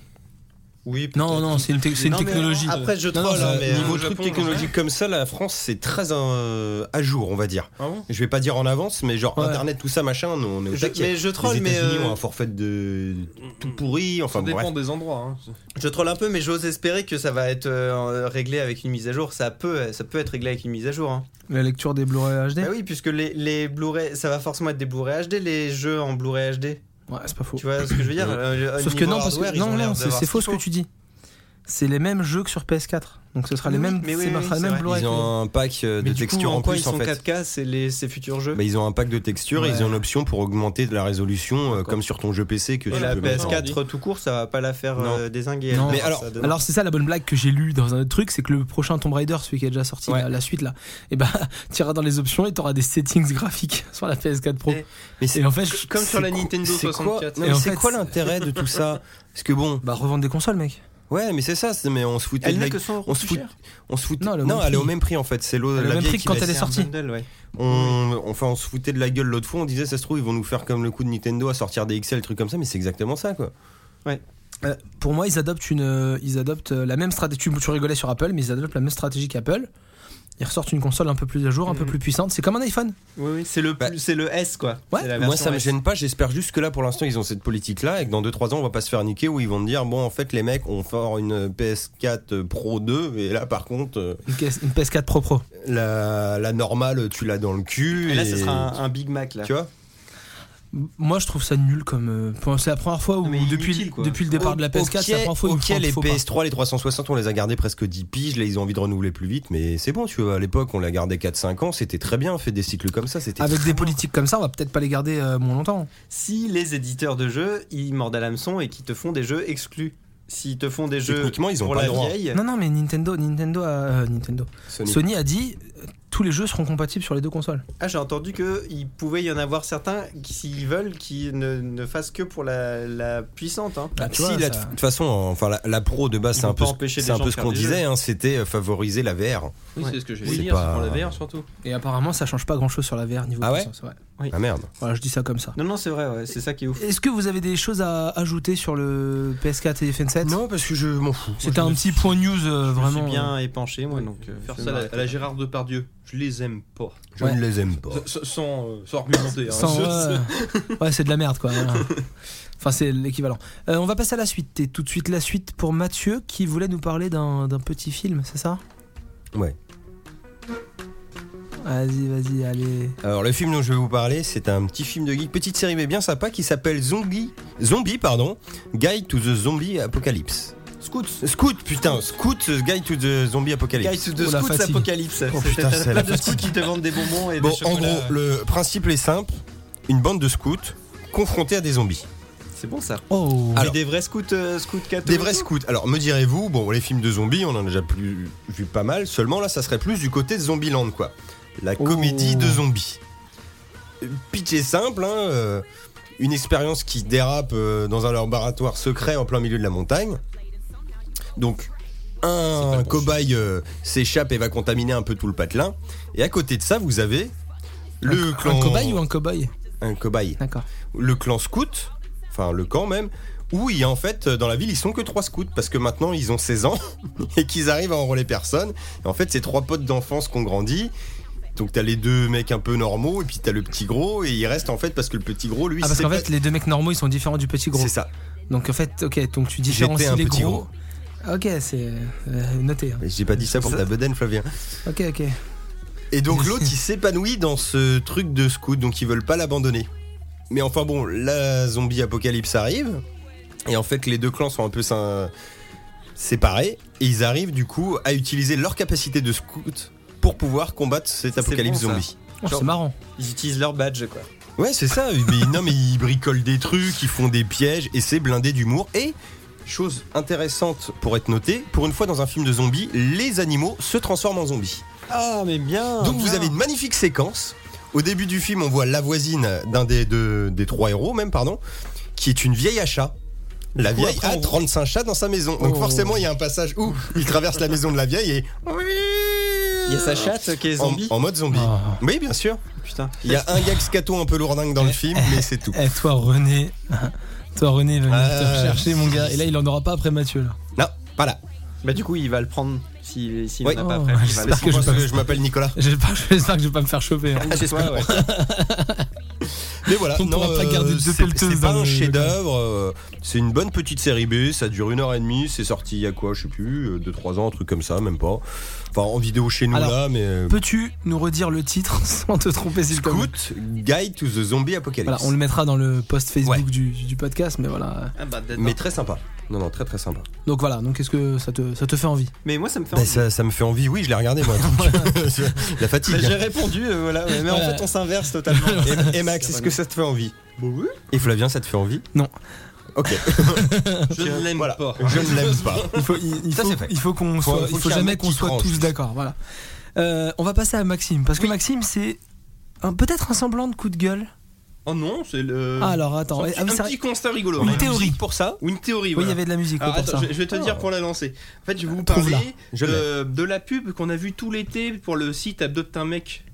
E: Oui,
B: Non, non, c'est une, te- c'est une
E: Non, mais
B: technologie.
E: Après, je
B: Non,
E: troll,
B: non,
E: hein,
B: ça-
E: mais.
C: Niveau
D: au
C: truc
D: Japon,
C: technologique comme ça, la France, c'est très euh, à jour, on va dire.
D: Ah bon
C: Je vais pas dire en avance, mais genre
B: Ouais.
C: Internet, tout ça, machin, nous, on est au
E: Je,
C: taquet.
E: mais je troll,
C: les
E: mais
C: États-Unis
E: euh,
C: ont un forfait de tout pourri,
D: Ça
C: enfin bon,
D: dépend
C: bref.
D: des endroits. hein.
E: je troll un peu, mais j'ose espérer que ça va être euh, réglé avec une mise à jour. Ça peut, ça peut être réglé avec une mise à jour. Hein.
B: La lecture des Blu-ray HD
E: Bah oui, puisque les, les Blu-ray, ça va forcément être des Blu-ray HD, les jeux en Blu-ray HD.
B: Ouais, c'est pas faux.
E: Tu vois ce que je veux dire
C: Ouais.
E: Euh,
B: Sauf
E: au
B: que
E: niveau
B: non, parce
E: hardware,
B: que
E: ils ont
B: non,
E: l'air
B: non, c'est
E: d'avoir
B: c'est
E: ce
B: faux
E: qu'il
B: ce que
E: faut.
B: tu dis. C'est les mêmes jeux que sur PS4. Donc ce sera les
E: Oui,
B: mêmes,
E: mais oui,
B: c'est-
E: oui,
B: ça sera les
E: c'est
B: mêmes
E: vrai.
B: Blu-ray.
C: Ils
B: que-
C: ont un pack euh,
E: Mais
C: de
E: du coup,
C: textures en
E: quoi,
C: plus,
E: ils
C: en
E: sont
C: fait.
E: 4K, c'est les- ces futurs jeux.
C: Bah, ils ont un pack de textures et
E: Ouais.
C: ils ont l'option pour augmenter de la résolution euh, comme sur ton jeu PC que
E: Et
C: tu
E: la
C: peux mettre en-
E: PS4 tout court, ça va pas la faire
C: Non.
E: euh, dézinguer.
B: Non.
C: Mais alors-
B: Alors c'est ça la bonne blague que j'ai lue dans un autre truc, c'est que le prochain Tomb Raider, celui qui est déjà sorti,
C: Ouais.
B: là, la suite là, et bah t'iras dans les options et t'auras des settings graphiques sur la PS4 Pro.
E: Eh,
C: mais c'est-
B: et en fait,
D: Comme sur
B: c'est
D: la
B: quoi-
D: Nintendo
C: C'est quoi,
D: 64.
C: non,
B: Et
C: mais
B: en
C: c'est
B: fait,
C: quoi
B: c'est-
C: l'intérêt de tout ça Parce que bon,
B: Bah revendre des consoles, mec.
C: ouais, mais c'est ça, c'est- mais on se foutait
E: Elle
C: de
E: n'est
C: la
E: que 100
C: on se fout, on se fout.
B: Non, elle est au même
C: elle est au
B: prix.
C: même prix en fait. C'est
B: Elle
C: l'eau-
B: est au
C: la
B: même
C: vieille
B: prix que
C: qui
B: quand
C: baisse.
B: elle est sortie.
C: On, enfin, on se foutait de la gueule l'autre fois. On disait, ça se trouve, ils vont nous faire comme le coup de Nintendo à sortir des XL, trucs comme ça. Mais c'est exactement ça, quoi.
B: Euh, pour moi, ils adoptent une, euh, ils adoptent euh, la même stratégie. Tu, tu rigolais sur Apple, mais ils adoptent la même stratégie qu'Apple. Ils ressortent une console un peu plus à jour, un peu
E: Mhm.
B: plus puissante. C'est comme un iPhone.
E: Oui, oui, c'est le,
C: Bah,
E: plus- c'est le S quoi.
B: Ouais,
E: C'est la
C: Moi,
E: version
C: ça me
E: S.
C: gêne pas. J'espère juste que là, pour l'instant, ils ont cette politique-là et que dans 2-3 ans, on va pas se faire niquer où ils vont te dire, bon, en fait, les mecs, on fort une PS4 Pro 2 et là, par contre, euh,
B: Une, caisse- une PS4 Pro Pro.
C: la, la normale, tu l'as dans le cul.
E: Et là,
C: et-
E: ce sera un, un Big Mac là.
C: Tu vois
B: M- Moi, je trouve ça nul comme. euh, pour- c'est la première fois où,
E: Non, mais
B: depuis,
E: inutile, quoi.
B: depuis le départ de la PS4, c'est la première fois où ils
C: ok,
B: font-
C: les
B: font pas.
C: PS3, les 360, on les a gardés presque 10 piges. Là, ils ont envie de renouveler plus vite, mais c'est bon, tu vois. À l'époque, on les a gardés 4-5 ans. C'était très bien. On fait des cycles comme ça. C'était
B: Avec des politiques comme ça, on va peut-être pas les garder euh, moins longtemps.
E: Si les éditeurs de jeux ils mordent à l'hameçon et qu'ils te font des jeux exclus, s'ils te font des jeux
C: Techniquement, ils ont
E: pour
C: pas
E: la
C: le droit.
E: vieille,
B: Non, non, mais Nintendo, Nintendo, a, euh, Nintendo.
C: Sony.
B: Sony a dit euh, tous les jeux seront compatibles sur les deux consoles.
E: ah, j'ai entendu qu'il pouvait y en avoir certains qui, s'ils veulent, qui ne, ne fassent que pour la, la puissante. hein.
B: Bah, tu
C: Si,
B: vois,
C: là,
B: ça-
C: de toute façon, enfin, la, la pro de base,
E: Ils
C: c'est
E: vont
C: un peu,
E: pas
C: ce-
E: empêcher
C: c'est
E: les
C: un
E: gens
C: peu
E: de
C: ce
E: faire
C: qu'on
E: des
C: disait, hein, c'était euh, favoriser la VR.
D: Oui,
E: Ouais.
D: c'est ce que j'allais
C: C'est
D: dire,
C: pas-
D: c'est pour la VR surtout.
B: Et apparemment, ça change pas grand chose sur la VR niveau
C: Ah ouais
B: puissance,
C: Ah merde.
B: Voilà, je dis ça comme ça.
E: Non, non, c'est vrai, ouais, c'est ça qui est ouf.
B: Est-ce que vous avez des choses à ajouter sur le PS4 et FN7
C: parce que je m'en fous.
B: C'était un petit point news euh,
E: Je
B: vraiment.
E: suis bien épanché, moi, donc. euh,
D: Faire
E: je
D: ça à
E: vais
D: la, à la Gérard Depardieu, je les aime pas.
C: Je
B: Ouais.
C: ne les aime pas.
D: Sans, sans, euh, sans argumenter. hein.
B: Sans, euh,
D: Je-
B: ouais, ouais, c'est de la merde quoi. voilà. Enfin, c'est l'équivalent. Euh, on va passer à la suite. Et tout de suite, la suite pour Mathieu qui voulait nous parler d'un d'un petit film, c'est ça
C: Ouais.
B: Vas-y, vas-y, allez.
C: Alors le film dont je vais vous parler, c'est un petit film de geek, petite série mais bien sympa qui s'appelle Zombie, Zombie pardon, Guide to the Zombie Apocalypse. Scoot, Scoot, putain, Scoot, euh, Guide to the Zombie Apocalypse.
E: Guys de
B: Oh, la
E: Scouts
B: fatigue.
E: Apocalypse.
C: Oh,
E: C'est
C: putain,
E: à
C: c'est
E: la
C: la
E: place de Scouts qui te vendent des bonbons et
C: Bon,
E: des
C: en
E: chocolats.
C: gros, le principe est simple, une bande de scouts confrontée à des zombies.
E: C'est bon ça.
B: Oh
C: Alors-
E: Mais des vrais scouts, euh, scouts cathos
C: Des
E: et
C: vrais
E: tout
C: scouts. Alors, me direz-vous, bon, les films de zombies, on en a déjà plus, vu pas mal. Seulement, là, ça serait plus du côté de Zombieland, quoi. La comédie
B: Oh.
C: de zombies. Euh, Pitch est simple, hein, euh, une expérience qui dérape euh, dans un laboratoire secret en plein milieu de la montagne. Donc, un cobaye euh, s'échappe et va contaminer un peu tout le patelin. Et à côté de ça, vous avez le
B: Un
C: clan.
B: cobaye ou un cobaye
C: un cobaye
B: D'accord.
C: le clan scout, enfin le camp même, où il y a en fait dans la ville ils sont que trois scouts parce que maintenant ils ont 16 ans et qu'ils arrivent à enrôler personne. Et en fait c'est trois potes d'enfance qu'on grandit. Donc t'as les deux mecs un peu normaux et puis t'as le petit gros et il reste en fait parce que le petit gros lui
B: Ah, parce
C: c'est
B: qu'en
C: pas-
B: fait, les deux mecs normaux, ils sont différents du petit gros.
C: c'est ça.
B: Donc en fait, ok, donc tu
C: J'étais un
B: différencies les
C: petit
B: gros. Ah, Ok, c'est euh, noté. hein.
C: Mais J'ai pas dit ça pour
B: Ça-
C: ta bedaine Flavien.
B: Ok, ok.
C: Et donc l'autre il s'épanouit dans ce truc de scout donc ils veulent pas l'abandonner. Mais enfin bon, la zombie apocalypse arrive et en fait les deux clans sont un peu sin- séparés et ils arrivent du coup à utiliser leur capacité de scout pour pouvoir combattre cet
E: Ça, c'est
C: apocalypse
E: bon, ça.
C: zombie.
B: Oh,
E: Genre-
B: c'est marrant.
E: Ils utilisent leur badge quoi.
C: Ouais, c'est ça. mais non mais ils bricolent des trucs, ils font des pièges et c'est blindé d'humour et chose intéressante pour être notée, pour une fois dans un film de zombies, les animaux se transforment en zombies.
E: Ah mais bien.
C: Donc vous avez une magnifique séquence. Au début du film, on voit la voisine d'un des, deux- des trois héros, même, pardon, qui est une vieille à chat. La
E: coup,
C: vieille
E: après,
C: a
E: on-
C: 35 chats dans sa maison. Donc
B: Oh.
C: forcément, il y a un passage où il traverse la maison de la vieille et.
E: Il y a sa chatte Ah. qui est
C: En,
E: zombie.
C: en mode zombie.
B: Oh.
C: Oui, bien sûr.
E: Putain.
C: Il y a un gars scato un peu lourdingue dans le film, mais c'est tout.
B: Eh, toi, René. toi, René, il va venir
C: Ah.
B: te rechercher, mon gars. Et là, il en aura pas après Mathieu, là.
C: Non, voilà.
E: Bah du coup il va le prendre s'il s'il
C: Oui.
E: n'en a pas
B: Oh,
E: après. Il va
B: j'espère
E: le
B: que je
C: Parce
B: passe.
C: que je m'appelle Nicolas.
B: J'ai pas- J'espère que je vais pas me faire choper. hein.
C: j'espère.
E: Ouais, ouais.
C: Mais voilà, Euh,
B: On pourra pas garder deux
C: c'est-
B: pelleteuses
C: C'est pas
B: dans
C: un
B: le-
C: chef-d'œuvre, euh, c'est une bonne petite série B, ça dure une heure et demie, c'est sorti il y a quoi, je sais plus, 2-3 ans, un truc comme ça, même pas. Enfin, en vidéo chez nous
B: Alors,
C: là, mais. euh,
B: Peux-tu nous redire le titre sans te tromper, s'il te plaît
C: Scout Guide to the Zombie Apocalypse.
B: Voilà, on le mettra dans le post Facebook
C: Ouais.
B: du, du podcast, mais voilà.
D: Ah bah, d'accord.
C: Mais très sympa. Non, non, très très sympa.
B: Donc voilà, donc est-ce que ça te, ça te fait envie
E: Mais moi ça me fait.
C: Bah,
E: envie.
C: ça, ça me fait envie, oui, je l'ai regardé moi. La
E: Bah, J'ai
C: fatigue.
E: répondu euh, voilà ouais, mais en
B: Voilà.
E: fait on s'inverse totalement.
C: Et, et Max, est-ce que ça te fait envie
E: Bon, oui.
C: Et Flavien, ça te fait envie
B: Non.
C: Ok,
D: Je ne l'aime
C: voilà.
D: pas.
C: Je ne l'aime pas.
B: Il faut, il, il
C: Ça,
B: faut,
C: c'est fait.
B: il faut qu'on
C: Faut-
B: soit,
C: faut
B: il faut
C: qu'il y ait un
B: jamais
C: mec
B: qu'on
C: qui
B: soit
C: tranche,
B: tous
C: juste.
B: d'accord. Voilà. Euh, on va passer à Maxime parce que Maxime c'est un- peut-être un semblant de coup de gueule.
D: Oh non, c'est
C: Euh,
D: le.
B: Ah, alors attends, ah,
D: un
B: oui,
D: petit,
B: c'est
D: un
B: vrai.
D: petit constat rigolo.
B: Une
D: hein.
B: théorie.
C: pour ça
D: Ou une
B: Oui,
D: théorie.
B: il
D: voilà.
B: y avait de la musique
D: Alors,
B: pour
D: attends,
B: ça.
D: je, je vais te dire pour la lancer. En fait, je vais vous
B: Trouve-la.
D: parler
C: Je
D: de, de la pub qu'on a vue tout l'été pour le site Adopte un mec.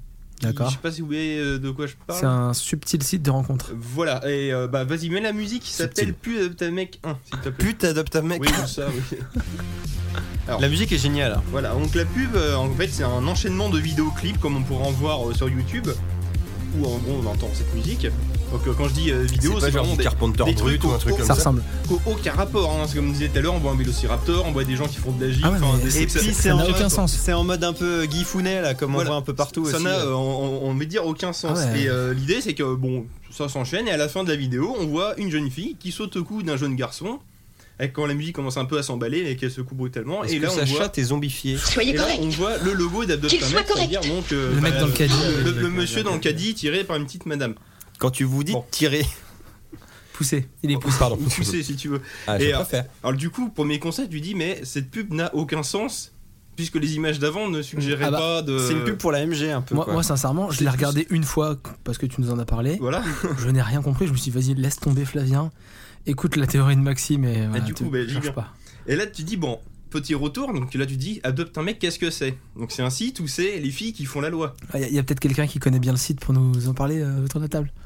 B: D'accord.
D: Je sais pas si vous voyez euh, de quoi je parle.
B: C'est un subtil site de
C: Ah,
B: rencontre.
D: Voilà, et euh, bah vas-y, mets la musique qui s'appelle Pub Adopte un mec 1, s'il te plaît.
C: Pute, adopte un mec.
D: Oui, ça, oui.
E: La musique est géniale.
D: Voilà, donc la pub, euh, en fait, c'est un enchaînement de vidéoclips comme on pourrait en voir euh, sur YouTube, où en gros on entend cette musique. Donc euh, quand je dis euh, vidéo,
C: C'est pas
D: c'est
C: genre
D: vraiment
C: du
D: des.
C: Carpenter
D: des
C: Brut
D: trucs
C: ou un
D: au-
C: truc
D: au-
C: comme
B: Ça
C: ça.
B: ressemble.
D: au- Aucun rapport, hein, parce que comme je disais tout à l'heure, on voit un vélociraptor, on voit des gens qui font de la gym,
B: Ah ouais,
D: enfin,
B: mais-
D: des
E: Et
D: sexes-
E: puis c'est
B: ça
E: en
B: n'a aucun
E: mode-
B: sens.
E: C'est en mode un peu Guy Founet là comme on
D: Voilà.
E: voit un peu partout
D: ça
E: aussi.
D: n'a, euh, on, on veut dire, aucun sens.
B: hein. Ah ouais.
D: Et euh, l'idée, c'est que bon, ça s'enchaîne, et à la fin de la vidéo, on voit une jeune fille qui saute au cou d'un jeune garçon, et quand la musique commence un peu à s'emballer et qu'elle se coupe brutalement,
C: Est-ce
D: et
C: que
D: là,
C: sa
D: on voit,
C: chatte est zombifiée
D: et
F: Soyez
D: là,
F: correct.
D: on voit le logo d'Adopt
F: Qu'il
D: un
F: soit
D: mec, c'est-à-dire donc euh,
B: Le mec
D: bah,
B: dans le caddie.
D: le- le monsieur dans le caddie tiré par une petite madame.
C: Quand tu vous dis
D: Bon.
C: tirer.
B: Poussé. Il est poussé.
C: Pardon.
D: Ou tu sais si tu veux.
C: Ah,
D: Et
C: je
D: alors-
C: préfère.
D: Alors du coup, premier concept, tu dis mais cette pub n'a aucun sens puisque les images d'avant ne suggéraient
B: Ah bah,
D: pas de.
E: C'est une pub pour la MG un peu
B: Moi,
E: quoi.
B: moi, sincèrement, je
D: C'est
B: l'ai
D: plus-
B: regardé une fois parce que tu nous en as parlé.
D: Voilà.
B: Je n'ai rien compris. Je me suis dit, vas-y, laisse tomber Flavien. Écoute la théorie de Maxime et. voilà,
D: du
B: te
D: coup, bah, j'y
B: cherche
D: viens.
B: pas.
D: Et là, tu dis bon, petit retour. Donc là, tu dis adopte un mec. Qu'est-ce que c'est Donc c'est un site où c'est les filles qui font la loi.
B: Il Ah, y a, y a peut-être quelqu'un qui connaît bien le site pour nous en parler euh, autour de la table.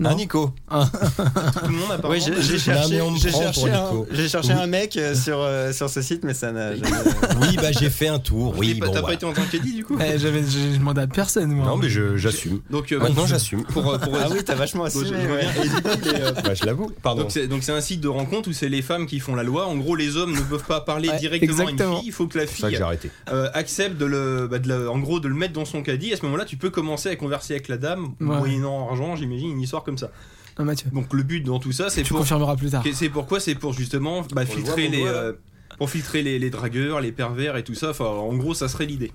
B: Non.
C: Ah, Nico.
D: Tout le monde apparemment.
E: Ouais, j'ai j'ai
C: Non, mais
E: cherché,
C: on me
E: j'ai
C: prend
E: cherché
C: pour
E: un,
C: Nico.
E: j'ai cherché
C: Oui.
E: un mec euh, sur, euh, sur ce site, mais ça n'a jamais.
C: Oui, bah j'ai fait un tour.
D: T'es
C: Oui,
D: pas-
C: bon.
D: bah, T'as pas
C: voilà.
D: été en tant qu'édit du coup.
B: Eh, j'avais, j'ai demandé à personne, moi.
C: Non, mais je- j'assume.
D: Donc euh,
C: Maintenant,
D: bon,
C: j'assume.
D: pour, euh, pour-
E: Ah oui, t'as vachement
D: je- je
E: assumé. ouais.
D: reviens. Et du coup, les, euh,
C: Bah, je l'avoue. Pardon.
D: Donc c'est donc c'est un site de rencontre où c'est les femmes qui font la loi. En gros, les hommes ne peuvent pas parler
B: Ouais,
D: directement à
B: exactement.
D: une fille. Il faut que la
C: C'est pour ça que
D: fille
C: j'ai arrêté.
D: euh, accepte de le, bah, de le- en gros, de le mettre dans son caddie. À ce moment-là, tu peux commencer à converser avec la dame,
B: Ouais.
D: moyennant argent, j'imagine, une histoire comme ça.
B: Non, Mathieu,
D: Donc le but dans tout ça, c'est
B: tu
D: pour,
B: confirmeras plus tard.
D: que- c'est pourquoi c'est pour justement bah,
C: On le voit,
D: filtrer
C: on le
D: les,
C: voit, là.
D: euh, pour filtrer les, les dragueurs, les pervers et tout ça. Enfin, en gros, ça serait l'idée.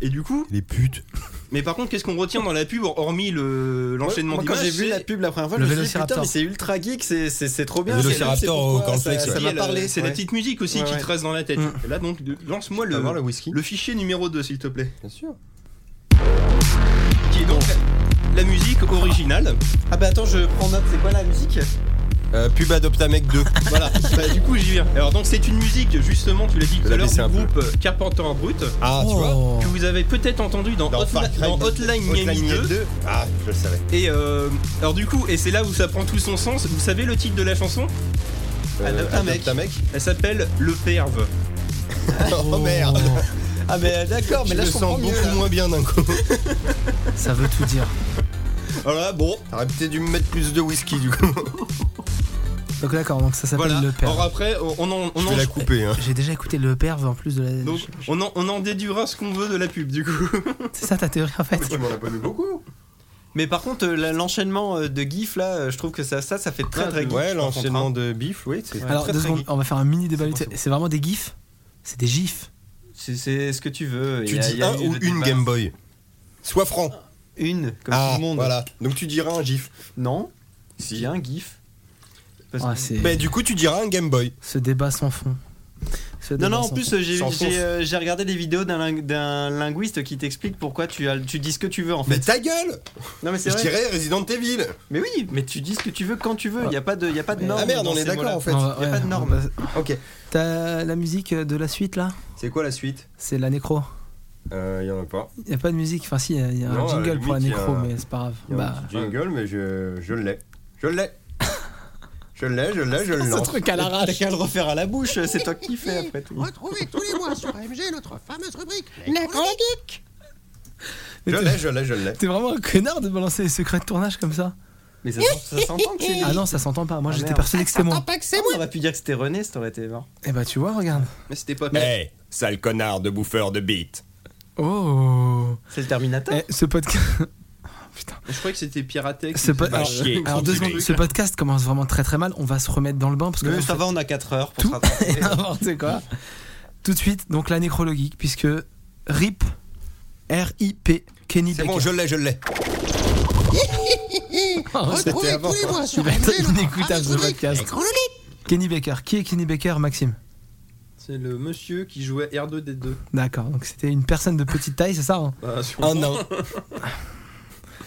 D: Et du coup,
C: Les putes.
D: Mais par contre, qu'est-ce qu'on retient dans la pub, hormis le- l'enchaînement
E: Moi,
D: d'images
E: quand j'ai vu
D: c'est-
E: la pub la première fois,
B: Le
E: je me suis dit,
B: Vélociraptor.
E: putain, mais c'est ultra geek, c'est- c'est c'est trop bien.
C: Le
E: c'est-
C: Vélociraptor
E: c'est pourquoi,
C: au cornflakes,
E: Ça
C: ouais.
E: ça m'a
D: c'est la-
E: parlé.
D: euh, C'est la
E: ouais.
D: petite musique aussi
E: Ouais,
D: qui
E: ouais.
D: te reste dans la tête. Et Là donc, de- lance-moi
C: Tu vas
D: le,
C: voir le whisky
D: le fichier numéro 2, s'il te plaît.
C: Bien sûr.
D: Qui est donc la musique originale.
E: Ah bah attends, je prends note, c'est quoi la musique
C: Euh, pub Adoptamec 2.
D: Voilà, Bah, du coup j'y viens. Alors donc c'est une musique, justement, tu l'as dit tout
C: la
D: à l'heure,
C: baisser
D: du
C: un peu.
D: groupe euh, Carpenter Brut,
C: Ah, tu vois
B: Oh.
D: que vous avez peut-être entendu dans,
C: Dans
D: Hotla-
C: Far Cry,
D: dans Hotline Miami 2.
C: Ah, je le savais.
D: Et euh, alors du coup, et c'est là où ça prend tout son sens, vous savez le titre de la chanson
C: Euh,
E: Adoptamec.
C: Adoptamec.
D: Elle s'appelle Le Perve.
C: Oh merde
E: Ah mais d'accord, mais
C: Je
E: là
C: le
E: je comprends
C: sens
E: mieux.
C: beaucoup
E: là.
C: moins bien d'un coup.
B: Ça veut tout dire.
C: Voilà, bon, t'aurais peut-être dû me mettre plus de whisky du coup.
B: Donc d'accord, donc ça s'appelle
D: Voilà.
B: le perve.
D: Or après, on- on en, on
C: Je
D: en-
C: vais la couper. Hein.
B: J'ai déjà écouté le perve en plus de la.
D: donc, on en, on en déduira ce qu'on veut de la pub du coup.
B: C'est ça ta théorie en fait.
C: m'en as pas mis beaucoup.
E: Mais par contre, euh, la- l'enchaînement euh, de gif là, euh, je trouve que ça, ça, ça fait très très geek.
C: Ouais,
E: par contre, hein.
C: l'enchaînement de bif, oui. c'est
B: Alors
C: très,
B: deux
C: très
B: secondes,
C: geek.
B: on va faire un mini débat.
C: C'est bon, c'est
B: C'est vraiment des gifs. C'est des gifs.
E: C'est c'est ce que tu veux.
C: Tu
E: il y a- il
C: dis
E: y a
C: un
E: eu
C: ou
E: le
C: une
E: débat.
C: Game Boy Sois franc.
E: Une, comme
C: ah,
E: tout le monde.
C: voilà. Donc tu diras un GIF.
E: Non,
C: Si.
E: il y a un gif. Parce
B: Ouais,
E: que-
B: Ah, c'est-
C: Bah, du coup, tu diras un Game Boy.
B: Ce débat sans fond. Ce
E: Non,
B: débat
E: non, en
B: sans
E: plus, euh, j'ai
C: Sans fond.
E: j'ai, euh, j'ai regardé des vidéos d'un ling- d'un linguiste qui t'explique pourquoi tu, as, tu dis ce que tu veux en
C: Mais
E: fait.
C: ta gueule
E: non, mais
C: Je
E: c'est vrai.
C: dirais Resident Evil.
E: Mais oui, mais tu dis ce que tu veux quand tu veux. Il
B: Voilà.
E: n'y a pas de, il y a pas de
B: Mais-
E: normes.
C: ah merde,
E: dans
C: on est
E: ces
C: d'accord
E: mots-là.
C: en fait.
B: Non,
E: y a
B: ouais,
E: pas de
B: non,
E: norme.
B: bah,
C: Ok.
B: T'as la musique de la suite là
C: C'est quoi la suite
B: C'est la nécro.
C: Euh, y en a pas.
B: Y a pas de musique, enfin si, y a, y a un
C: Non, à la
B: jingle pour la
C: limite, y a
B: nécro,
C: un-
B: mais c'est pas grave.
C: Y a
B: Bah,
C: un petit jingle, mais je, je l'ai. Je l'ai. Je l'ai, je l'ai, je le lance.
B: truc à
E: T'as qu'à le refaire à la bouche, c'est toi qui fais après tout.
F: Retrouvez tous les mois sur AMG notre fameuse rubrique Les
C: Je l'ai, je l'ai, je l'ai.
B: T'es vraiment un connard de balancer les secrets de tournage comme ça
E: Mais ça, s'en- ça s'entend que c'est lui.
B: Ah non, ça s'entend pas. Moi
E: Ah,
B: j'étais
E: merde.
B: persuadé que c'était moi.
F: pas que c'est
E: On aurait pu dire que c'était René, ça aurait été marrant.
B: Eh bah tu vois, regarde.
D: Mais c'était pas
C: Eh, sale connard de bouffeur de beat.
B: Oh
E: C'est le Terminator.
B: Eh, Ce podcast.
D: Je croyais que c'était Piratex.
B: Ce pod-
D: Bah,
B: alors,
D: chier,
B: alors, deux secondes,
D: tranquille.
B: ce podcast commence vraiment très très mal. On va se remettre dans le bain parce que.
E: Mais
B: là,
E: ça
B: on
E: va, on a 4 heures pour
B: Tout.
E: se rattraper.
B: fait n'importe quoi. Tout de suite, donc la nécrologique, puisque RIP, R-I-P, Kenny
C: C'est
B: Baker.
C: bon, je l'ai, je l'ai.
F: Retrouvez
C: avant.
F: tous les mois sur
B: Il va
F: AMG
C: Ah,
B: être
F: notre
B: inécoutable,
F: fameuse
B: ce
F: rubrique
B: podcast.
F: Les Chroniques.
B: Kenny Baker. Qui est Kenny Baker, Maxime
D: C'est le monsieur qui jouait R2D2.
B: D'accord, donc c'était une personne de petite taille, c'est ça hein
D: Bah, sur-
C: Un an.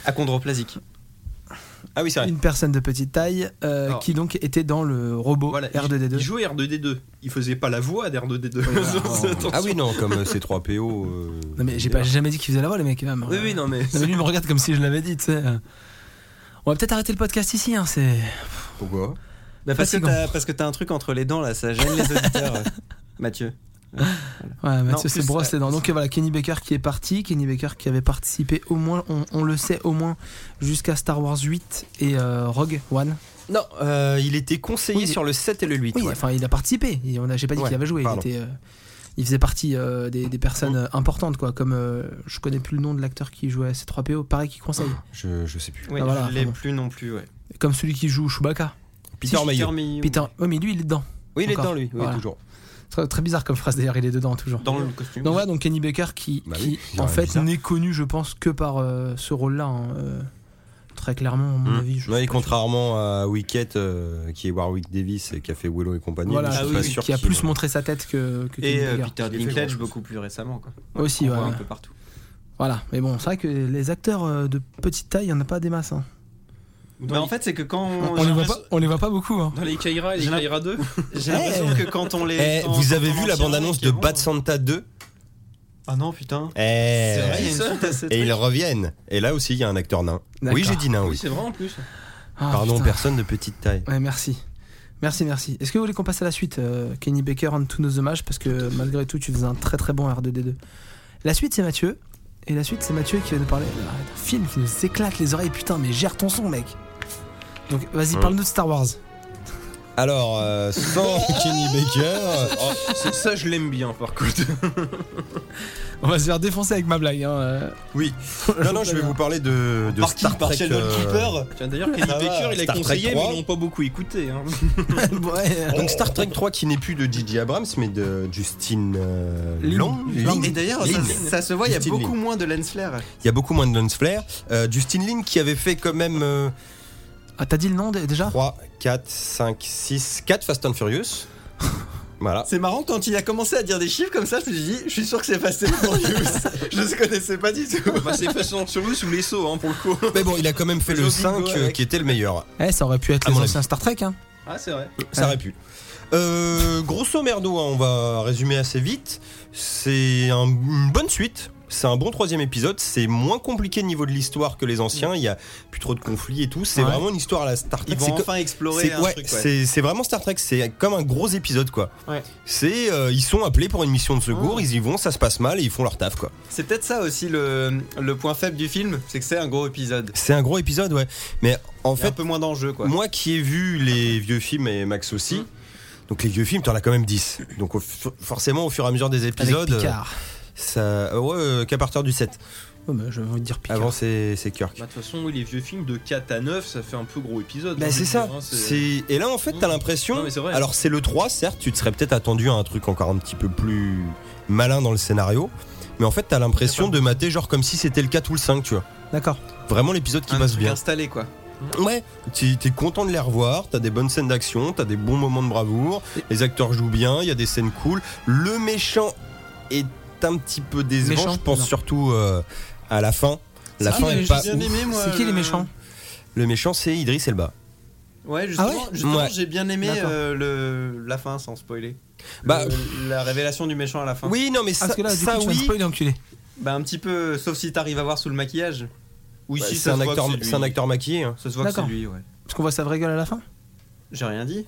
E: Achondroplasique.
C: Ah oui, c'est vrai.
B: Une personne de petite taille euh,
D: Alors.
B: qui donc était dans le robot
D: Voilà, il-
B: R2D2.
D: Il jouait R2D2. Il faisait pas la voix d'R2D2.
C: Ah oui, non, comme euh, ces 3 PO. euh,
B: Non mais j'ai pas j'ai jamais dit qu'il faisait la voix les mecs. quand même. hein.
D: Oui, oui, non, mais.
B: Non, mais lui il me regarde comme si je l'avais dit, tu sais. euh. On va peut-être arrêter le podcast ici, hein, c'est...
C: Pourquoi
E: Bah parce que
B: Fatigant.
E: t'as- parce que t'as un truc entre les dents là, ça gêne les auditeurs, euh, Mathieu.
B: Ouais, Mathieu
E: plus,
B: se brosse
E: ouais.
B: les dents. Donc voilà, Kenny Baker qui est parti, Kenny Baker qui avait participé au moins, on, on le sait au moins, jusqu'à Star Wars 8 et euh, Rogue One.
E: Non, euh, il était conseillé
B: Oui, mais-
E: sur le 7 et le 8.
B: Oui, enfin il a participé, Il- on a- j'ai pas dit
C: Ouais,
B: qu'il avait joué, il,
C: pardon. Mm.
B: était, euh, il faisait partie euh, des, des personnes euh, importantes, quoi, comme euh, je connais plus le nom de l'acteur qui jouait à C3PO, pareil qui conseille.
C: je, je sais plus.
E: Oui,
B: Ah, voilà,
E: je l'ai
B: pardon.
E: plus non plus, ouais.
B: Comme celui qui joue Chewbacca.
C: Peter
E: Si,
C: Maillot.
E: Maillot.
B: Putain, ouais, mais lui il est dedans.
C: Oui, il est
B: Encore.
C: dedans, lui. Oui,
B: Voilà.
C: toujours.
B: Très, très bizarre comme phrase d'ailleurs, il est dedans toujours.
E: Dans le costume.
B: Donc voilà, donc Kenny Baker qui,
C: Bah
B: qui,
C: oui, il
B: en
C: aurait
B: fait
C: bizarre.
B: n'est connu, je pense, que par euh, ce rôle-là. hein, euh, très clairement, à mon
C: Hmm.
B: avis. je-
C: Oui, contrairement à Wicket, euh, qui est Warwick Davis et qui a fait Willow et compagnie,
B: Voilà,
C: je suis
E: Ah
C: pas
E: oui,
C: sûr
B: qui a
C: qu'il-
B: plus montré sa tête que, que Kenny
E: Et euh,
B: Baker.
E: Peter
C: Il est
E: Dinklage
C: grand.
E: beaucoup plus récemment quoi.
B: Aussi,
E: On
B: ouais,
E: voit un
B: ouais.
E: peu partout.
B: Voilà, mais bon, c'est vrai que les acteurs euh, de petite taille, il n'y en a pas des masses. hein.
E: Mais Bah, en fait, c'est que quand
B: On,
E: j'ai
B: les voit
E: l'impression-
B: pas, on les voit pas beaucoup. hein.
D: Dans les Kaira et les
E: J'ai l'im-
D: Kaira 2.
E: J'ai l'impression que quand on les.
C: Eh,
E: quand-
C: vous
E: quand
C: avez
E: on
C: vu
E: en
C: la
E: tient un
C: bande-annonce
E: qui est
C: de
E: bon,
C: Bad
E: euh,
C: Santa 2
E: Ah non, putain.
C: Eh,
E: C'est vrai, il y a une suite à ce
C: Et
E: truc.
C: ils reviennent. Et là aussi, il y a un acteur nain.
B: D'accord.
C: Oui, j'ai dit nain,
D: Oui,
C: oui.
D: c'est vrai en plus.
B: Ah,
C: Pardon,
B: putain.
C: personne de petite taille.
B: Ouais, merci. Merci, merci. Est-ce que vous voulez qu'on passe à la suite, euh, Kenny Baker, en tous nos hommages Parce que euh, malgré tout, tu faisais un très très bon R2D2. La suite, c'est Mathieu. Et la suite, c'est Mathieu qui va nous parler d'un film qui nous éclate les oreilles. Putain, mais gère ton son, mec. Donc, vas-y,
C: Ouais.
B: parle-nous de Star Wars.
C: Alors, euh, sans Kenny Baker, euh,
D: Oh, ça, ça, je l'aime bien par contre.
B: On va se faire défoncer avec ma blague. hein, euh.
C: oui. Non, non, je vais vous parler de, de
G: Par qui
C: Star
G: Par
C: Trek.
G: quel
C: euh,
G: Keeper
D: Tiens, D'ailleurs, Kenny
C: Ça va,
D: Baker, il a
C: Star Trek
D: conseillé, mais
C: 3.
D: ils n'ont pas beaucoup écouté. hein.
B: Ouais.
C: Donc Star Trek 3 qui n'est plus de J.J. Abrams mais de Justin euh,
B: Lin.
C: Long. Lin.
E: Et d'ailleurs, ça,
C: Lin.
E: ça se voit, il y a
C: Justine
E: beaucoup moins de lens flare.
C: Il y a beaucoup moins de Lance Flair. Euh, Justin Lin qui avait fait quand même euh,
B: Ah, t'as dit le nom dé- déjà
C: 3, 4, 5, 6, 4 Fast and Furious. Voilà.
E: C'est marrant, quand il a commencé à dire des chiffres comme ça, je me suis dit, je suis sûr que c'est passé pour News. je ne connaissais pas du tout.
D: Bah, c'est façon sur vous sous les sauts hein, pour le coup.
C: Mais bon, il a quand même fait le
E: Joe Bigo
C: 5 euh,
E: avec.
C: qui était le meilleur.
B: Eh, ça aurait pu être
C: À
B: les
C: Ah, mon
B: anciens Star Trek. Hein.
D: Ah, c'est vrai.
C: Ça aurait pu. Euh, grosso merdo, hein, on va résumer assez vite. C'est un- une bonne suite. C'est un bon troisième épisode. C'est moins compliqué au niveau de l'histoire que les anciens. Il y a plus trop de conflits et tout. C'est
B: Ouais.
C: vraiment une histoire à la Star Trek.
E: Ils
C: C'est
E: vont
C: co-
E: enfin explorer
C: C'est
E: un
C: ouais,
E: truc. ouais.
C: c'est- c'est vraiment Star Trek, c'est comme un gros épisode quoi.
E: Ouais. Ah.
C: C'est euh, ils sont appelés pour une mission de secours, ils y vont, ça se passe mal et ils font leur taf quoi.
E: C'est peut-être ça aussi le, le point faible du film, c'est que c'est un gros épisode.
C: C'est un gros épisode ouais. Mais en
E: En fait, un
C: fait,
E: peu moins d'enjeux quoi.
C: moi qui ai vu les vieux films et Max aussi,
D: Hum.
C: donc les vieux films, t'en as quand même 10. Donc au f- forcément au fur et à mesure des
B: Avec
C: épisodes,
B: Picard.
C: euh, ça euh, ouais, euh, qu'à partir du 7.
B: Ouais, mais J'avais envie de dire Picard.
C: Avant c'est c'est Kirk.
D: Bah, De toute façon, oui, les vieux films de 4 à 9, ça fait un peu gros épisode.
C: Bah
D: hein,
C: c'est
D: je veux
C: ça.
D: dire, hein,
C: C'est et là en fait t'as
D: Mm. Non,
C: l'impression.
D: mais c'est vrai.
C: Alors c'est le 3 certes, tu te serais peut-être attendu à un truc encore un petit peu plus malin dans le scénario, mais en fait t'as l'impression de mater genre comme si c'était le 4 ou le 5, tu vois.
B: D'accord.
C: Vraiment l'épisode qui
E: un
C: passe
E: truc
C: bien.
E: installé quoi.
C: Ouais. Tu t'es content de les revoir, t'as des bonnes scènes d'action, t'as des bons moments de bravoure, les acteurs jouent bien, il y a des scènes cool. Le méchant est un petit peu décevant,
B: Méchant
C: je pense
B: Non.
C: surtout euh, à la fin. La
B: Ah,
C: fin
B: mais
C: est
B: je
C: pas.
B: sais-
C: ouf.
E: aimé moi.
B: C'est qui les
E: le-
B: méchants
C: Le méchant c'est Idris Elba.
E: Ouais, justement,
B: Ah ouais
E: justement,
C: Ouais.
E: j'ai bien aimé
B: D'accord.
E: euh, le, la fin sans spoiler.
C: Bah,
E: Le- la révélation du méchant à la fin.
C: Oui, non, mais
B: Ah,
C: ça,
B: Euh, parce que là, du
C: ça
B: coup, tu vas me
C: oui.
B: spoiler, enculé.
E: Bah un petit peu, sauf si t'arrives à voir sous le maquillage.
D: Oui,
C: Bah,
D: si,
C: c'est
D: ça
C: un,
D: se voit
C: acteur-
D: que c'est
C: c'est un
D: lui.
C: acteur maquillé. hein.
E: Ça se voit que c'est
B: D'accord.
E: lui, ouais.
B: Parce qu'on voit sa vraie gueule à la fin
E: J'ai rien dit.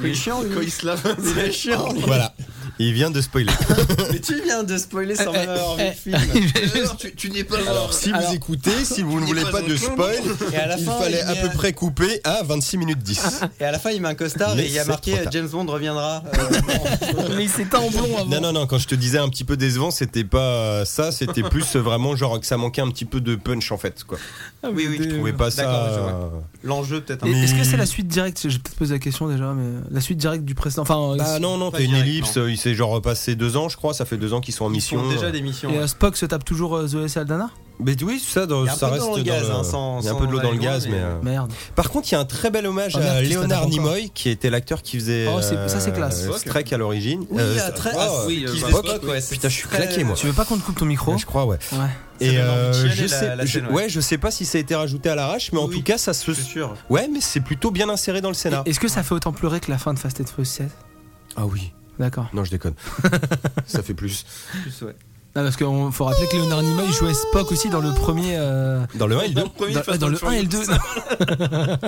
D: Il est chiant, Quand il se lave.
E: Il est chiant.
C: Voilà. Il vient de spoiler.
E: Mais tu viens de spoiler sans
B: Eh,
E: même avoir vu
B: eh,
E: le film.
D: Alors, tu tu n'es pas
C: Alors, si vous
B: Alors-
C: écoutez, si vous ne
D: Il
C: voulez
D: est
C: pas
D: pas
C: de
D: un con,
C: spoil,
E: Et à la
C: eh. il
E: fin,
C: fallait
E: il
C: à
E: met
C: peu
E: un-
C: près couper à 26 minutes 10.
E: Et à la fin, il met un costard
C: Mais
E: et il y a
C: c'est
E: marqué
C: trop tard.
E: James Bond reviendra. Euh,
B: Mais il s'est teint en blond avant.
C: Non, non, non, quand je te disais un petit peu décevant, c'était pas euh, ça, c'était plus euh, vraiment genre que ça manquait un petit peu de punch en fait. Quoi.
B: Ah,
E: Oui, oui,
B: des-
C: Je trouvais pas ça.
E: D'accord, je vois.
C: euh,
E: L'enjeu peut-être.
B: Et
E: un peu.
B: Est-ce que c'est la suite directe J'ai peut-être posé la question déjà, mais euh, la suite directe du précédent. Enfin,
C: Bah
B: euh,
C: non, non,
E: pas
C: t'as une
E: direct,
C: ellipse, il s'est genre passé deux ans, je crois, ça fait deux ans qu'ils sont en
E: Ils font
C: mission.
E: déjà des missions.
B: et, euh, Spock se tape toujours euh, Zoé Saldana
C: Mais oui, ça, dans-
E: Il y a un
C: ça
E: peu
C: reste
E: dans le gaz, hein, sans-
C: Il y a un
E: sans
C: peu de l'eau dans le
E: aller loin,
C: gaz, mais.
E: mais- Ah,
C: euh,
B: Merde.
C: Par contre, il y a un très bel hommage
B: Oh merde,
C: à
B: Christophe
C: Léonard
B: encore.
C: Nimoy, qui était l'acteur qui faisait
B: Oh, c'est- ça, c'est classe.
C: euh, Trek à l'origine.
E: Oui,
C: Euh,
E: à très-
C: oh,
E: ah, oui,
D: euh,
C: qui
D: bah,
C: faisait
E: Spock,
C: Spock,
E: ouais,
C: ouais. euh,
E: c'est
C: Putain, je suis
E: très-
C: claqué moi.
B: Tu veux pas qu'on te coupe ton micro
C: Ouais, je crois ouais.
B: Ouais.
E: Ça
C: Et
E: donne envie de
C: euh,
E: chialer,
C: je
E: la-
C: sais,
E: la
C: je-
E: scène,
C: ouais.
E: ouais.
C: je sais pas si ça a été rajouté à l'arrache, mais en
E: Oui.
C: tout cas ça se.
E: C'est sûr.
C: Ouais, mais c'est plutôt bien inséré dans le scénar.
B: Est-ce que ça fait autant pleurer que la fin de Fast and Furious 7
C: Ah oui.
B: D'accord.
C: Non, je déconne. ça fait plus.
E: Plus, ouais.
B: Non, parce qu'il faut rappeler que Leonard Nimoy jouait Spock aussi dans le premier. euh,
C: Dans le 1 et le 2.
D: Dans le premier
B: dans,
D: Fast
B: dans
D: and
B: le 1 et le 2. non.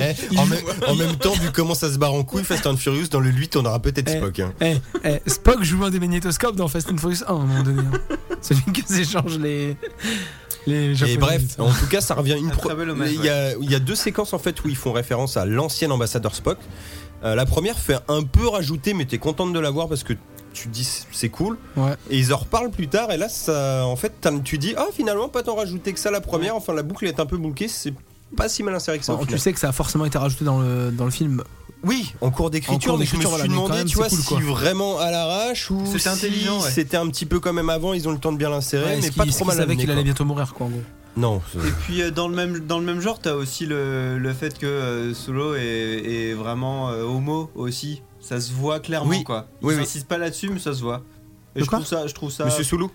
C: Eh, en, même, en même temps, vu comment ça se barre en couille, Fast and Furious, dans le 8, on aura peut-être
B: Eh.
C: Spock. hein.
B: Eh, eh, Spock joue un des magnétoscopes dans Fast and Furious 1 à un moment donné. hein. Celui que s'échangent les. Les japonais.
C: Et bref, en tout cas, ça revient une
E: Un
C: pro-
E: très bel hommage,
C: Il y, a, il y a deux séquences en fait où ils font référence à l'ancien ambassadeur Spock. Euh, la première fait un peu rajouter, mais t'es contente de la voir parce que tu dis c'est cool.
B: Ouais.
C: Et ils en reparlent plus tard. Et là, ça, en fait, t'as- tu dis ah finalement pas tant rajouté que ça la première. Enfin, la boucle est un peu bouclée. C'est pas si mal inséré que ça. au
B: Bon, tu
C: final.
B: sais que ça a forcément été rajouté dans le, dans le film.
C: Oui,
B: En
C: en cours
B: cours
C: d'écriture, mais je me
B: d'écriture,
C: suis
B: voilà, mais quand
C: demandé,
B: même,
C: tu
B: c'est
C: vois,
B: cool,
C: si
B: quoi.
C: vraiment à l'arrache ou
E: C'était
C: si
E: intelligent, ouais.
C: c'était un petit peu quand même avant, ils ont le temps de bien l'insérer,
B: Ouais,
C: mais
B: est-ce
C: pas
B: qu'il- est-ce
C: trop
B: qu'il
C: mal
B: savait
C: amené,
B: qu'il
C: quoi.
B: allait bientôt mourir, quoi, en gros.
C: Non, c'est-
E: Et puis euh, dans le même dans le même genre, t'as aussi le, le fait que euh, Solo est, est vraiment euh, homo aussi. Ça se voit clairement
C: Oui.
E: quoi. Ils
C: Oui, oui.
E: insistent pas là-dessus, mais ça se voit. Et
B: De
E: je
B: quoi
E: trouve ça, je trouve ça.
C: Monsieur Soulou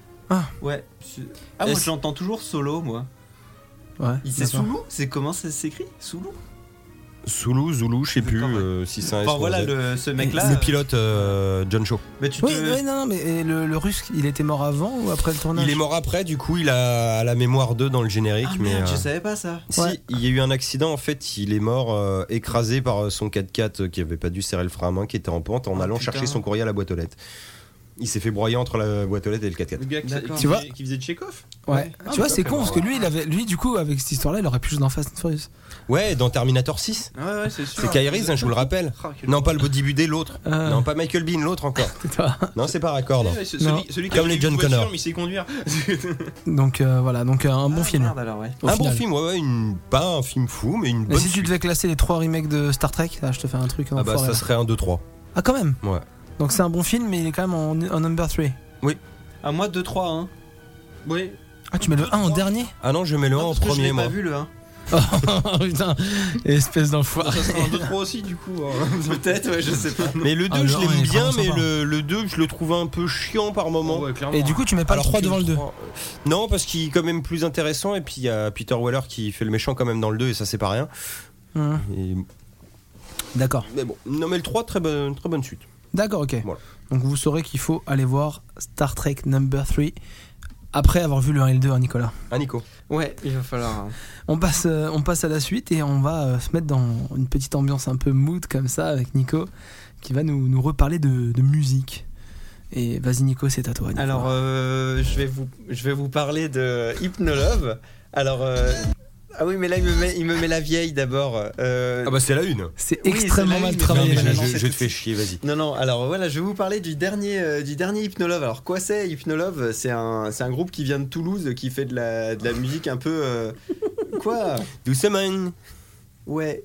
E: Ouais. su- Ah moi
C: Est-ce-
E: je l'entends toujours Solo moi.
B: Ouais.
E: Il c'est
B: d'accord.
E: Soulou C'est comment ça s'écrit Soulou
C: Soulou, Zoulou, je sais plus
E: D'accord, ouais.
C: euh, si c'est un S
E: Enfin
C: ou un
E: voilà
C: Z.
E: le, ce mec là.
C: Le pilote Ah, euh, John Shaw.
E: Mais tu
B: Oui,
E: te.
B: oui, non, non, mais et le, le russe, il était mort avant ou après le tournage
C: Il est mort après, du coup, il a à la mémoire 2 dans le générique.
E: Ah
C: mais
E: merde, je
C: euh,
E: savais pas ça.
C: si,
B: Ouais.
C: il y a eu un accident, en fait, il est mort euh, écrasé par euh, son 4x4 euh, qui avait pas dû serrer le frein à main, qui était en pente en
E: Ah,
C: allant
E: putain.
C: chercher son courrier à la boîte aux lettres. Il s'est fait broyer entre la boîte aux lettres et le 4x4.
D: Le gars qui,
E: D'accord.
D: qui
B: Tu vois
D: faisait- qui faisait Tchekhov
B: Ouais.
D: Ah,
B: tu vois,
D: bah,
B: c'est
D: bah,
B: con parce
D: bah,
B: que lui, il avait, lui, du coup, avec cette histoire-là, il aurait pu jouer dans Fast and Furious.
C: Ouais, dans Terminator 6.
D: Ouais, ouais, c'est sûr.
E: Ah.
C: C'est Kairis, hein, je vous le rappelle.
B: Oh,
D: Ah, quel-
C: Non, pas le bodybuildé, l'autre.
B: Euh.
C: Non, pas Michael Bean, l'autre encore. Non, c'est pas raccord.
D: Ouais, ouais, Eh, ce-
B: Non.
D: Celui, celui qui
C: Comme
D: a
C: les
D: une
C: John
D: voiture,
C: Connor.
D: Mais il sait conduire.
B: Donc euh, voilà, donc euh, un bon
E: Ah,
B: film.
E: merde, alors, ouais.
B: au
C: un bon
B: final.
C: film, ouais, ouais, une... pas un film fou, mais une
B: Mais
C: bonne.
B: si tu
C: suite.
B: devais classer les trois remakes de Star Trek, là, je te fais un truc.
C: Ah bah,
B: enfoiré,
C: ça
B: là.
C: serait un 2-3.
B: Ah, quand même
C: Ouais.
B: Donc c'est un bon film, mais il est quand même en, en number 3.
E: Ah, moi 2-3 hein.
D: Ouais.
B: Ah, tu mets le 1 en dernier
C: Ah non, je mets le 1
E: Ah,
C: en
E: parce que je l'ai
C: premier, moi.
E: pas vu le 1.
B: Putain, espèce d'enfoiré.
D: Ça sera un 2-3 aussi, du coup. hein.
E: Peut-être, ouais, je sais pas.
C: Mais le 2,
B: Ah, le
C: je
B: un, il
C: l'aime
B: est
C: bien,
B: vraiment
C: mais
B: sympa.
C: le, le 2, je le trouve un peu chiant par moment.
D: Ouais, clairement.
B: Et du coup, tu mets pas
C: Alors
B: le 3
C: que
B: devant le 2.
C: trois- Non, parce qu'il est quand même plus intéressant. Et puis il y a Peter Weller qui fait le méchant quand même dans le 2, et ça c'est pas rien.
B: Hum,
C: Et-
B: D'accord.
C: Mais bon, non, mais le 3, très bonne, très bonne suite.
B: D'accord, ok.
C: Voilà.
B: Donc vous saurez qu'il faut aller voir Star Trek Number 3 après avoir vu le 1 et le 2, hein, Nicolas.
C: Ah, Nico
E: Ouais, il va falloir. hein.
B: On passe, euh, on passe à la suite et on va euh, se mettre dans une petite ambiance un peu mood comme ça avec Nico qui va nous, nous reparler de, de musique. Et vas-y Nico, c'est à toi. Nico.
E: Alors, euh, je, vais vous, je vais vous parler de Hypnolove. Alors. euh, Ah oui, mais là, il me met, il me met la vieille d'abord. Euh,
C: Ah, bah c'est la une.
B: c'est
E: oui,
B: extrêmement
E: c'est la
B: mal
E: ligne,
B: travaillé.
E: mais
C: je,
E: non,
B: Valentin.
E: non,
C: je-
E: c'est
C: je te
E: tout de
C: fais chier, vas-y.
E: Non, non, alors voilà, je vais vous parler du dernier, euh, du dernier Hypnolove. Alors, quoi c'est Hypnolove C'est un, c'est un groupe qui vient de Toulouse euh, qui fait de la, de la musique un peu. euh, Quoi
C: Doucement
E: Ouais.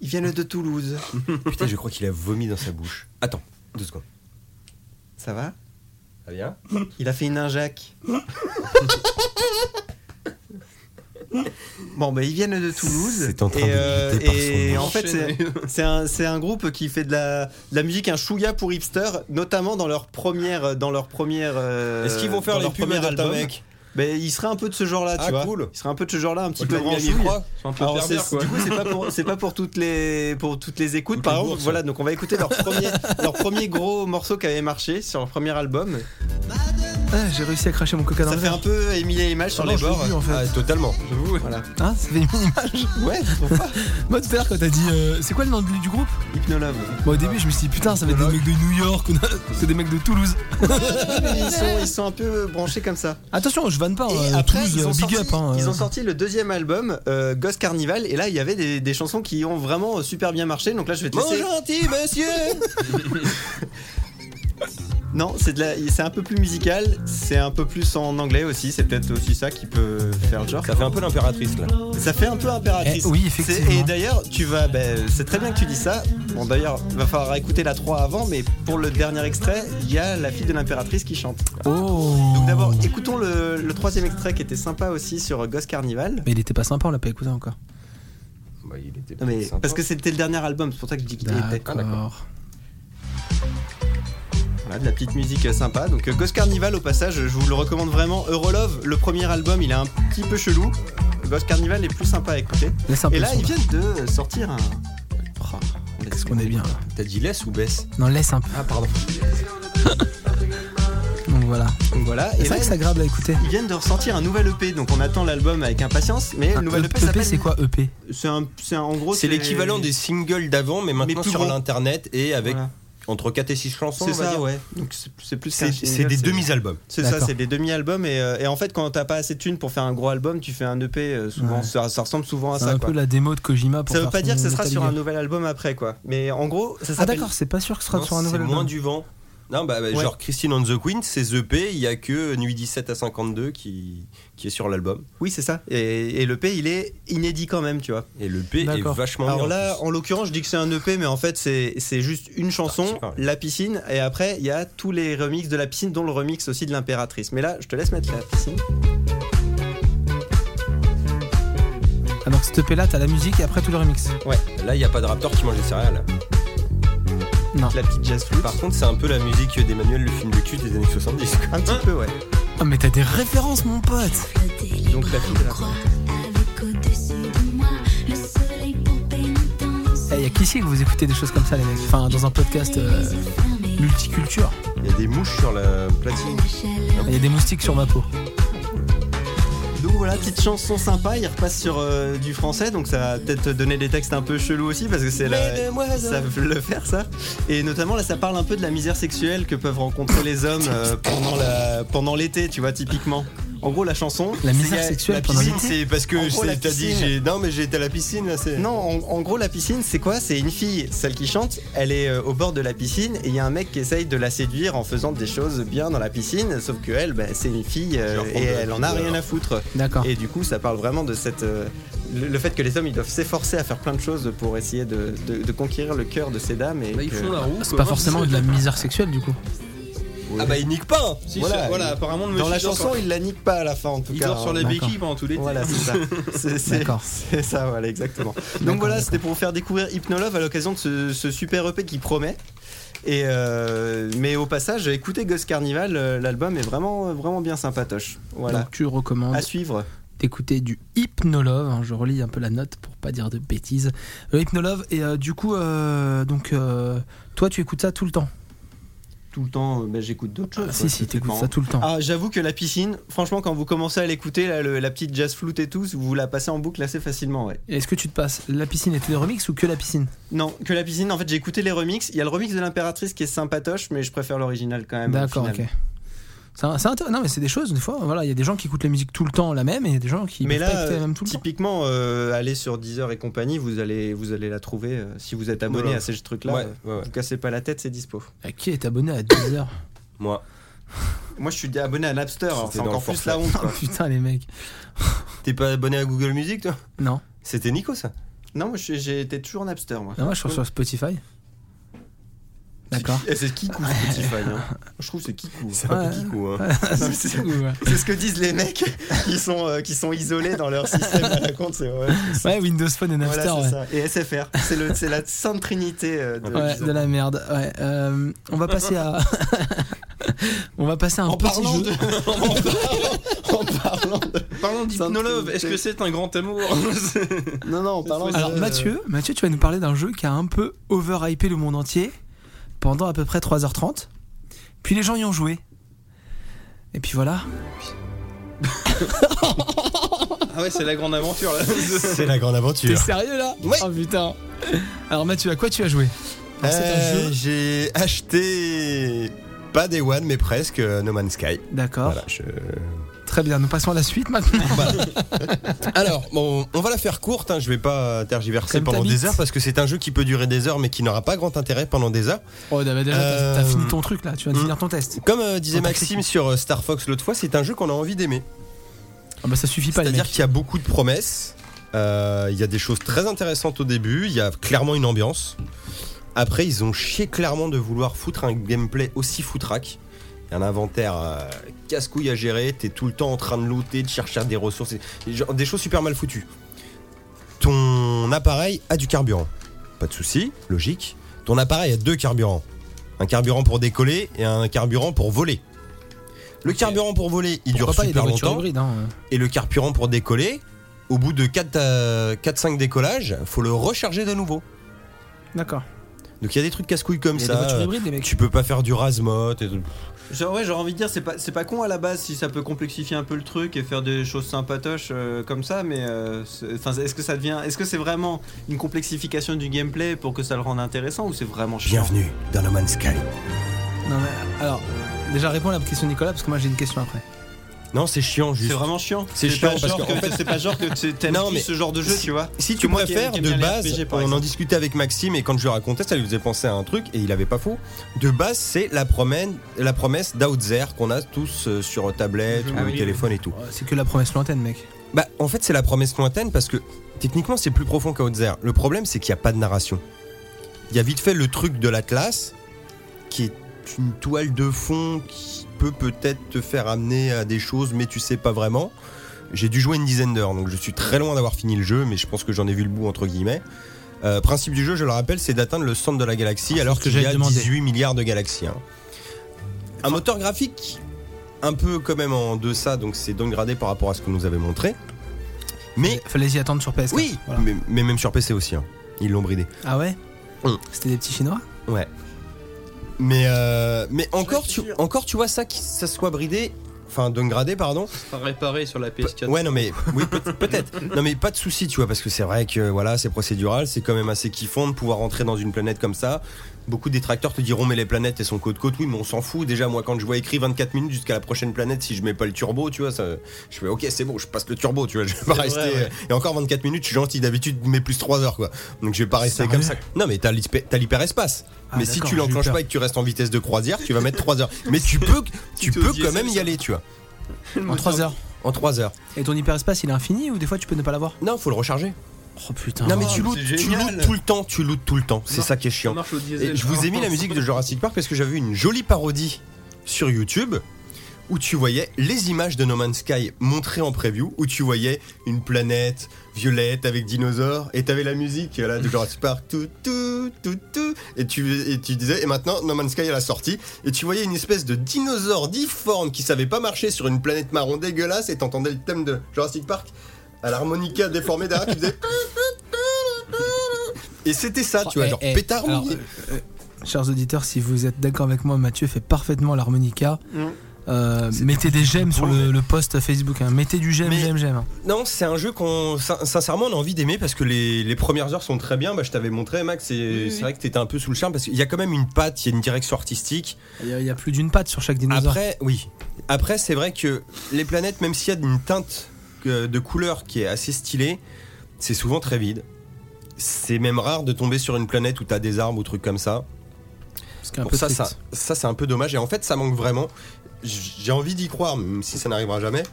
E: Ils viennent de Toulouse.
C: Putain, je crois qu'il a vomi dans sa bouche. Attends, deux secondes.
E: Ça va
C: Ça vient
E: Il a fait une injac. bon, bah, ils viennent de Toulouse.
C: C'est en train
E: et, euh,
C: de m'irriter par son
E: et
C: nom.
E: en fait, c'est- c'est un, c'est un groupe qui fait de la, de la musique un chouïa pour hipster, notamment dans leur première. Dans leur première euh,
C: Est-ce qu'ils vont faire
E: dans
C: les
E: leur
C: pubs
E: premier
C: Delta
E: album.
C: Mec
E: Ben, il serait un peu de ce genre-là, tu
C: Ah,
E: vois.
C: cool.
E: Il serait un peu de ce genre-là, un petit peu
C: Miami
E: branchouille.
C: Croix
D: c'est un peu
E: Alors,
D: pervers,
E: c'est-
D: quoi.
E: du coup, c'est pas pour c'est pas pour toutes les pour toutes les écoutes.
C: Toutes
E: par
C: les
E: exemple,
C: bourses.
E: voilà, donc on va écouter leur premier leur premier gros morceau qui avait marché sur leur premier album.
B: Ah, J'ai réussi à cracher mon coca dans
E: Ça
B: le
E: fait un
B: verre.
E: peu Émilie et Image sur
B: Ah
E: les
B: non, je l'ai
E: bords.
B: vu, en fait.
C: Ah, totalement.
D: J'avoue.
E: Voilà.
B: Hein, ça fait une image.
E: Ouais, pourquoi
B: Moi tout à l'heure quand t'as dit euh, c'est quoi le nom du du groupe
E: Hypnolove.
B: Moi au début je me suis dit putain ça va être des mecs de New York, ou c'est des mecs de Toulouse.
E: ils, sont, ils sont un peu branchés comme ça.
B: Attention je vanne pas,
E: Et
B: euh,
E: après,
B: Toulouse,
E: ils, ont
B: euh, big
E: sorti,
B: up. hein,
E: ils
B: euh.
E: ont sorti le deuxième album, euh, Ghost Carnival, et là il y avait des, des chansons qui ont vraiment euh, super bien marché. Donc là je vais te
C: Mon
E: laisser.
C: gentil monsieur
E: Non, c'est de la- c'est un peu plus musical, c'est un peu plus en anglais aussi, c'est peut-être aussi ça qui peut faire le genre.
C: Ça fait un peu l'impératrice là.
E: Ça fait un peu impératrice.
B: Eh oui,
E: C'est-
B: effectivement.
E: Et d'ailleurs, tu vas, ben, c'est très bien que tu dis ça. Bon, d'ailleurs, va falloir écouter la 3 avant, mais pour le dernier extrait, il y a la fille de l'impératrice qui chante.
B: Oh.
E: Donc d'abord, écoutons le, le troisième extrait qui était sympa aussi sur Ghost Carnival.
B: Mais il était pas sympa, on l'a pas écouté encore.
C: Bah, il était
E: Non, mais
C: sympa.
E: parce que c'était le dernier album, c'est pour ça que je dis que était. ah,
B: D'accord.
E: Voilà, de la petite musique euh, sympa. Donc euh, Ghost Carnival au passage, je vous le recommande vraiment. Eurolove, le premier album, il est un petit peu chelou. Ghost Carnival est plus sympa à écouter.
B: Laisse un peu
E: Et
B: le
E: là,
B: son,
E: ils viennent de sortir un. Oh,
B: Qu'est-ce qu'on est bien là.
C: T'as dit laisse ou baisse
B: Non, laisse un peu.
C: Ah, pardon.
B: Donc voilà.
E: Donc voilà.
B: C'est
E: Et là,
B: vrai que c'est agréable à écouter.
E: ils viennent de ressortir un nouvel EP. Donc on attend l'album avec impatience. Mais le
B: Un
E: nouvel EP,
B: EP,
E: s'appelle-
B: Euh, E c'est quoi EP
E: E C'est un, Oh, c'est un- en gros.
C: C'est l'équivalent des singles d'avant, mais maintenant
E: plus
C: sur
E: gros.
C: l'internet et avec
E: Voilà.
C: entre 4 et 6 chansons.
E: C'est
C: on va
E: ça,
C: dire.
E: ouais. Donc c'est- c'est plus. qu'un
C: C'est c'est
E: single,
C: des
E: c'est-
C: demi-albums.
E: C'est ça,
B: D'accord.
E: c'est des demi-albums. Et, euh, et en fait, quand t'as pas assez de thunes pour faire un gros album, tu fais un EP. euh, souvent,
B: Ouais.
E: ça, ça ressemble souvent à
B: C'est
E: ça.
B: un
E: quoi.
B: peu la démo de Kojima pour
E: Ça veut
B: faire
E: pas
B: son
E: dire que ce sera
B: Metal
E: sur un
B: Gear.
E: nouvel album après, quoi. Mais en gros, ça
B: Ah
E: s'appelle.
B: d'accord, c'est pas sûr que ce sera
C: Non,
B: sur un
C: C'est
B: nouvel
C: moins
B: album.
C: du vent. Non, bah, bah,
E: Ouais.
C: genre Christine on the Queen, c'est The P, il y a que Nuit 17 à 52 qui, qui est sur l'album.
E: Oui, c'est ça. Et, et l'EP, il est inédit quand même, tu vois.
C: Et le P est
B: D'accord.
C: vachement bien,
E: Alors
C: en
E: là,
C: plus.
E: en l'occurrence, je dis que c'est un EP, mais en fait, c'est c'est juste une
C: Ah,
E: chanson,
C: c'est pareil.
E: La piscine, et après, il y a tous les remixes de La piscine, dont le remix aussi de l'Impératrice. Mais là, je te laisse mettre La piscine.
B: Ah donc cet EP là, t'as la musique et après tout le remix.
C: Là, il n'y a pas de Raptor qui mange des céréales.
E: La petite jazz flute.
C: Par contre, c'est un peu la musique d'Emmanuel, le film de cul des années 70.
E: Un petit peu, ouais.
B: Ah mais t'as des références mon pote
E: Donc, la fille de la
G: Avec au-dessus de moi le soleil pour pénitence.
B: Eh, y a qu'ici que vous écoutez des choses comme ça les mecs. Enfin dans un podcast euh,
G: Les yeux fermés,
B: multiculture.
C: Il y a des mouches sur la platine.
G: la chaleur
B: Il y a des moustiques sur ma peau.
E: Nous, voilà, petite chanson sympa. Il repasse sur euh, du français, donc ça va peut-être donner des textes un peu chelous aussi, parce que c'est la. Ça veut le faire, ça. Et notamment, là, ça parle un peu de la misère sexuelle que peuvent rencontrer les hommes euh, pendant la pendant l'été, tu vois, typiquement. En gros, la chanson.
B: La
E: c'est-
B: misère sexuelle
E: la
B: pendant
E: piscine,
C: Piscine,
E: c'est-
C: c'est parce
E: En
C: que
E: gros, la
C: c'est- t'as dit,
E: piscine.
C: j'ai- non, mais j'étais à la piscine, là, c'est.
E: Non, en, en gros, la piscine, c'est quoi C'est une fille, celle qui chante, elle est euh, au bord de la piscine et il y a un mec qui essaye de la séduire en faisant des choses bien dans la piscine, sauf que elle, bah, c'est une fille euh,
C: Genre,
E: et
C: on
E: elle
C: doit-
E: en a rien à foutre.
B: D'accord.
E: Et du coup, ça parle vraiment de cette. euh, le, le fait que les hommes, ils doivent s'efforcer à faire plein de choses pour essayer de, de- de conquérir le cœur de ces dames. Et
H: Bah, ils
E: que-
H: font la roue.
B: C'est
H: quoi.
B: pas forcément de la misère sexuelle du coup.
C: Ah bah, il nique pas
D: Si,
E: Voilà,
D: voilà, voilà,
E: il-
D: apparemment, le
E: Dans la
D: monsieur dort
E: chanson,
D: sur-
E: il la nique pas à la fin, en tout
D: il
E: cas. hein.
D: dort sur la hein,
B: D'accord.
D: béquille pendant tout l'été.
E: Voilà, c'est ça. C'est- c'est-
B: D'accord.
E: C'est ça, voilà, exactement.
B: D'accord,
E: Donc voilà, c'était pour vous faire découvrir Hypnolove à l'occasion de ce, ce super EP qui promet. Et euh, mais au passage, écoutez Ghost Carnival, euh, l'album est vraiment, euh, vraiment bien sympatoche. Voilà.
B: Donc tu recommandes
E: à suivre.
B: d'écouter du Hypnolove. hein, je relis un peu la note pour pas dire de bêtises. Le Hypnolove et euh, du coup euh, donc euh, toi tu écoutes ça tout le temps.
E: Tout le temps, euh, ben, j'écoute d'autres choses.
B: Ah, si
E: quoi,
B: si t'écoutes
E: complètement.
B: ça tout le temps.
E: Ah, j'avoue que la piscine, franchement, quand vous commencez à l'écouter, là, le- la petite jazz flute et tout, vous la passez en boucle assez facilement, ouais.
B: Est-ce que tu te passes la piscine et tous les remixes ou que la piscine
E: Non, que la piscine, en fait, j'ai écouté les remixes. Il y a le remix de l'impératrice qui est sympatoche, mais je préfère l'original quand même. Ah, au
B: D'accord,
E: final.
B: ok. C'est un- c'est intér- Non mais c'est des choses des fois. Voilà, il y a des gens qui écoutent la musique tout le temps la même et il y a des gens qui
E: Mais
B: peuvent
E: là,
B: pas écouter la même tout le temps.
E: Typiquement, euh, aller sur Deezer et compagnie, vous allez, vous allez la trouver euh, si vous êtes abonné
C: Voilà.
E: à ces trucs-là.
C: Ouais,
E: euh,
C: ouais, ouais.
E: Vous cassez pas la tête, c'est dispo.
B: Ah, Qui est abonné à 10 heures
C: Moi,
E: Moi, je suis abonné à Napster, alors
C: C'était
E: c'est
C: dans
E: encore
C: le
E: plus
C: forfait.
E: la honte. quoi.
B: Oh, Putain les mecs.
C: t'es pas abonné à Google Music, toi
B: Non.
C: C'était Nico, ça
E: non, moi, je- j'ai été toujours Napster, moi.
B: Non, moi je suis sur Spotify. D'accord.
E: Eh, C'est qui couvre Spotify hein. Je trouve que c'est qui couvre.
C: C'est un peu
B: Ouais.
C: Kiko, hein.
E: c'est- C'est ce que disent les mecs qui sont, euh, qui sont isolés dans leur système à la compte. C'est ouais, c'est-
B: Ouais, Windows Phone et Napster,
E: voilà, c'est
B: ouais.
E: ça. Et SFR, c'est le- c'est la sainte trinité euh, de,
B: Ouais, de la merde. Ouais, euh, on va passer à. on va passer à un
E: En
B: petit
E: parlant
B: jeu.
E: de. en parlant de.
D: Parlons d'hypnolove, est-ce que c'est un grand amour
E: Non, non, en parlant de.
B: Alors Mathieu,
C: euh
B: Mathieu, tu vas nous parler d'un jeu qui a un peu overhypé le monde entier pendant à peu près 3h30. Puis les gens y ont joué. Et puis voilà.
D: Ah ouais, c'est la grande aventure là.
C: C'est la grande
B: T'es
C: aventure.
B: sérieux là
C: Ouais.
B: Oh putain. Alors Mathieu, à quoi tu as joué Alors, C'est un
C: Euh,
B: jeu.
C: J'ai acheté pas Day One, mais presque euh, No Man's Sky.
B: D'accord.
C: Voilà, je-
B: Très bien. Nous passons à la suite maintenant.
C: Alors, bon, on va la faire courte. Hein, je vais pas tergiverser
B: Comme
C: pendant
B: ta
C: des
B: bite.
C: heures parce que c'est un jeu qui peut durer des heures, mais qui n'aura pas grand intérêt pendant des heures.
B: Oh, bah, déjà, t'as- t'as
C: Euh,
B: fini ton truc là. Tu vas
C: hmm.
B: finir ton test.
C: Comme euh, disait
B: Quand t'as
C: Maxime sur euh, Star Fox l'autre fois, c'est un jeu qu'on a envie d'aimer.
B: Ah bah ça suffit pas. les
C: C'est-à-dire
B: mecs.
C: qu'il y a beaucoup de promesses. euh, Il y a des choses très intéressantes au début. Il y a clairement une ambiance. Après, ils ont chié clairement de vouloir foutre un gameplay aussi foutraque. Il y a Un inventaire euh, casse-couille à gérer. T'es tout le temps en train de looter, de chercher des ressources. et- genre des choses super mal foutues. Ton appareil a du carburant. Pas de souci, logique. Ton appareil a deux carburants. Un carburant pour décoller et un carburant pour voler. Le carburant pour voler, il
B: Pourquoi
C: dure
B: pas, il y a des
C: super
B: voitures
C: longtemps
B: hybrides. hein.
C: et le carburant pour décoller, au bout de 4-5 décollages, faut le recharger de nouveau.
B: D'accord.
C: Donc il y a des trucs casse-couilles comme
B: Il y a des
C: ça.
B: voitures hybrides, les mecs.
C: Tu peux pas faire du rasmot. et tout.
E: Genre, ouais, j'aurais envie de dire, c'est pas, c'est pas con à la base si ça peut complexifier un peu le truc et faire des choses sympatoches euh, comme ça, mais euh, c'est- enfin, est-ce que ça devient. Est-ce que c'est vraiment une complexification du gameplay pour que ça le rende intéressant ou c'est vraiment chiant
C: Bienvenue dans No Man's Sky.
B: Non mais alors, déjà réponds à la question de Nicolas parce que moi j'ai une question après.
C: Non, c'est chiant juste.
E: C'est vraiment chiant.
C: C'est
E: pas
C: chiant parce
E: genre
C: qu'en
E: que-
C: fait-
E: c'est pas genre que tu- t'aimes
C: Non,
E: plus
C: mais
E: ce genre de jeu, tu vois.
C: Si
E: Que
C: tu
E: moi qui
C: préfères,
E: aime- qui
C: de
E: aime bien les
C: base,
E: RPG, par
C: on en
E: exemple.
C: discutait avec Maxime et quand je le racontais, ça lui faisait penser à un truc et il avait pas faux. De base, c'est la, promène- la promesse d'Outzer qu'on a tous euh, sur tablette
D: Je
C: ou
D: me lis.
C: téléphone et tout.
B: C'est que la promesse lointaine, mec.
C: Bah, en fait, c'est la promesse lointaine parce que techniquement, c'est plus profond qu'Outzer. Le problème, c'est qu'il n'y a pas de narration. Il y a vite fait le truc de l'Atlas, qui est une toile de fond qui peut peut-être te faire amener à des choses, mais tu sais pas vraiment. J'ai dû jouer une dizaine d'heures, donc je suis très loin d'avoir fini le jeu, mais je pense que j'en ai vu le bout, entre guillemets. Euh, principe du jeu, je le rappelle, c'est d'atteindre le centre de la galaxie, alors
B: Ah, ce que
C: qu'il y
B: j'allais
C: a
B: demander.
C: 18 milliards de galaxies. hein. Un moteur graphique un peu quand même en deçà, donc c'est downgradé par rapport à ce qu'on nous avait montré. Mais
B: Fallait y attendre sur PS4.
C: oui,
B: Voilà.
C: mais, mais même sur PC aussi, hein. ils l'ont bridé.
B: Ah ouais
C: Hum.
B: C'était des petits chinois
C: Ouais. Mais, euh, mais encore, tu, encore, tu vois ça, que ça soit bridé, enfin downgradé, pardon.
D: sera réparé sur la PS4.
C: Ouais, non, mais oui, peut- peut-être. non, mais pas de souci, tu vois, parce que c'est vrai que voilà, c'est procédural, c'est quand même assez kiffant de pouvoir rentrer dans une planète comme ça. Beaucoup de détracteurs te diront, mais les planètes, elles sont côte-côte. Oui, mais on s'en fout. Déjà, moi, quand je vois écrit 24 minutes jusqu'à la prochaine planète, si je mets pas le turbo, tu vois, ça, je fais, ok, c'est bon, je passe le turbo, tu vois, je vais pas
D: vrai,
C: rester. euh,
D: ouais.
C: Et encore 24 minutes, je suis gentil. D'habitude, mais plus 3 heures, quoi. Donc, je vais pas rester comme ça. Non, mais t'as l'hyper- t'as l'hyperespace.
B: Ah,
C: mais si
B: d'accord, j'ai
C: tu
B: eu
C: l'enclenches
B: peur.
C: pas et que tu restes en vitesse de croisière, tu vas mettre 3 heures. Mais tu peux, tu
D: Petit
C: peux
D: Audi
C: quand même y
D: SM5.
C: aller, tu vois,
B: En 3 heures.
C: en 3 heures.
B: Et ton hyperespace, il est infini ou des fois tu peux ne pas l'avoir
C: Non, faut le recharger.
B: Oh putain.
C: Non mais
D: Oh,
C: tu
D: mais
C: lootes,
D: c'est
C: tu
D: génial.
C: lootes tout le temps, tu lootes tout le temps. C'est
D: Non,
C: ça qui est chiant.
D: marche au diesel.
C: Et je vous ai mis la musique de Jurassic Park parce que j'avais vu une jolie parodie sur YouTube où tu voyais les images de No Man's Sky montrées en preview, où tu voyais une planète violette avec dinosaures, et t'avais la musique là, de Jurassic Park, tout, tout, tout, tout, et tu, et tu disais, et maintenant No Man's Sky à la sortie, et tu voyais une espèce de dinosaure difforme qui savait pas marcher sur une planète marron dégueulasse, et t'entendais le thème de Jurassic Park à l'harmonica déformée derrière qui faisait... Et c'était ça, tu vois,
B: Eh,
C: genre
B: eh,
C: pétard
B: alors,
C: mouillé.
B: euh, euh, Chers auditeurs, si vous êtes d'accord avec moi, Mathieu fait parfaitement l'harmonica.
E: Mm.
B: Euh, mettez des j'aime sur le, le post Facebook. hein. Mettez du j'aime,
C: Mais-
B: j'aime, j'aime. hein.
C: Non, c'est un jeu qu'on sin- sincèrement on a envie d'aimer parce que les, les premières heures sont très bien. Bah, je t'avais montré Max, et c'est vrai que t'étais un peu sous le charme parce qu'il y a quand même une patte, il y a une direction artistique.
B: Il y, a- il y a plus d'une patte sur chaque dinosaure.
C: Après, oui. Après, c'est vrai que les planètes, même s'il y a une teinte euh, de couleur qui est assez stylée, c'est souvent très vide. C'est même rare de tomber sur une planète où t'as des arbres ou trucs comme ça.
B: parce qu'un
C: Pour
B: peu
C: ça,
B: triste.
C: ça, ça c'est un peu dommage. Et en fait, ça manque vraiment. J- J'ai envie d'y croire, même si ça n'arrivera jamais.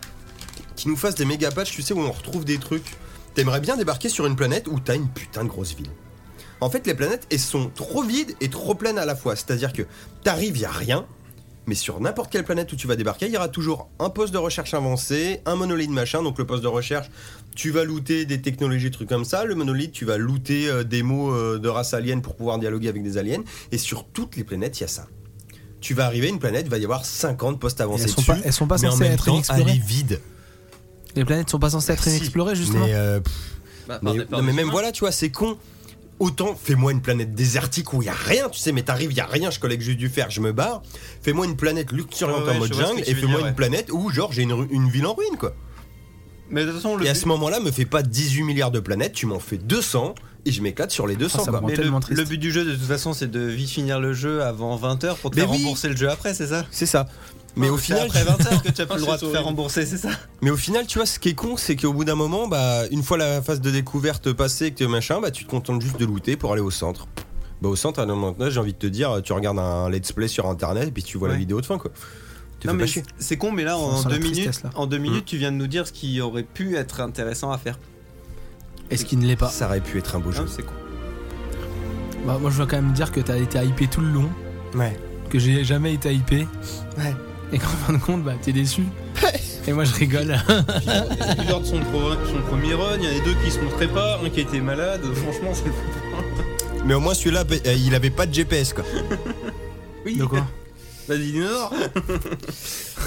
C: Qu'ils nous fassent des méga patchs, tu sais, où on retrouve des trucs. T'aimerais bien débarquer sur une planète où t'as une putain de grosse ville. En fait, les planètes, elles sont trop vides et trop pleines à la fois. C'est-à-dire que t'arrives, y a rien. Mais sur n'importe quelle planète où tu vas débarquer, il y aura toujours un poste de recherche avancé, un monolithe machin. Donc le poste de recherche, tu vas looter des technologies, trucs comme ça. Le monolithe, tu vas looter euh, des mots euh, de race alien pour pouvoir dialoguer avec des aliens. Et sur toutes les planètes, il y a ça. Tu vas arriver à une planète, il va y avoir 50 postes
B: Et
C: avancés
B: Elles sont,
C: dessus.
B: pas, elles sont pas
C: mais en
B: censées
C: même
B: être
C: temps, elle est
B: inexplorées.
C: vide.
B: Les planètes sont pas censées être
C: Si.
B: inexplorées, justement.
C: Mais, euh, pff,
D: Bah, par
C: mais-
D: des- par
C: non, mais
D: des
C: même
D: humains.
C: voilà, tu vois, c'est con. Autant fais-moi une planète désertique où il y a rien, tu sais, mais t'arrives, il y a rien, je collecte juste du fer, je me barre. Fais-moi une planète luxuriante
D: Ouais, ouais,
C: en
D: je
C: mode
D: vois ce
C: jungle
D: que tu
C: et
D: veux
C: fais-moi
D: dire,
C: une
D: ouais.
C: planète où genre j'ai une, ru- une ville en ruine quoi.
D: Mais de toute façon, le.
C: Et à ce moment-là, me fais pas 18 milliards de planètes, tu m'en fais 200 et je m'éclate sur les 200
B: Ah, ça
C: quoi.
B: me rend
E: Mais le,
B: tellement triste.
E: le but du jeu, de toute façon, c'est de vite finir le jeu avant 20h pour te
C: Mais
E: faire
C: oui.
E: rembourser le jeu après, c'est ça
C: C'est ça. Mais au
E: C'est
C: final,
E: après 20h que tu as
D: Ah,
E: plus le droit de
D: c'est
E: te faire
D: horrible.
E: rembourser, c'est ça
C: Mais au final, tu vois, ce qui est con, c'est qu'au bout d'un moment, bah, une fois la phase de découverte passée, que machin, bah, tu te contentes juste de looter pour aller au centre. Bah, au centre, à un moment donné, j'ai envie de te dire, tu regardes un let's play sur internet et puis tu vois la
E: Ouais.
C: vidéo de fin, quoi. Tu
E: Non,
C: fais
E: mais
C: pas chier.
E: c'est con, mais là,
B: On
E: en
B: sent la
E: deux, minutes,
B: tristesse, là.
E: en deux minutes,
C: Mm.
E: tu viens de nous dire ce qui aurait pu être intéressant à faire.
B: Est-ce qu'il ne l'est pas
C: Ça aurait pu être un beau jeu.
E: Hein, c'est con.
B: Bah, Moi, je veux quand même dire que t'as été hypé tout le long.
C: Ouais.
B: Que j'ai jamais été hypé.
E: Ouais.
B: Et qu'en fin de compte, bah, t'es déçu. Et moi, je rigole.
D: Puis, il y en a plusieurs de son, pro- son premier run, il y en a deux qui se montraient pas, un qui était malade, franchement, c'est le
C: Mais au moins, celui-là, bah, euh, il avait pas de GPS, quoi.
D: Oui,
B: De quoi
D: la dinosaure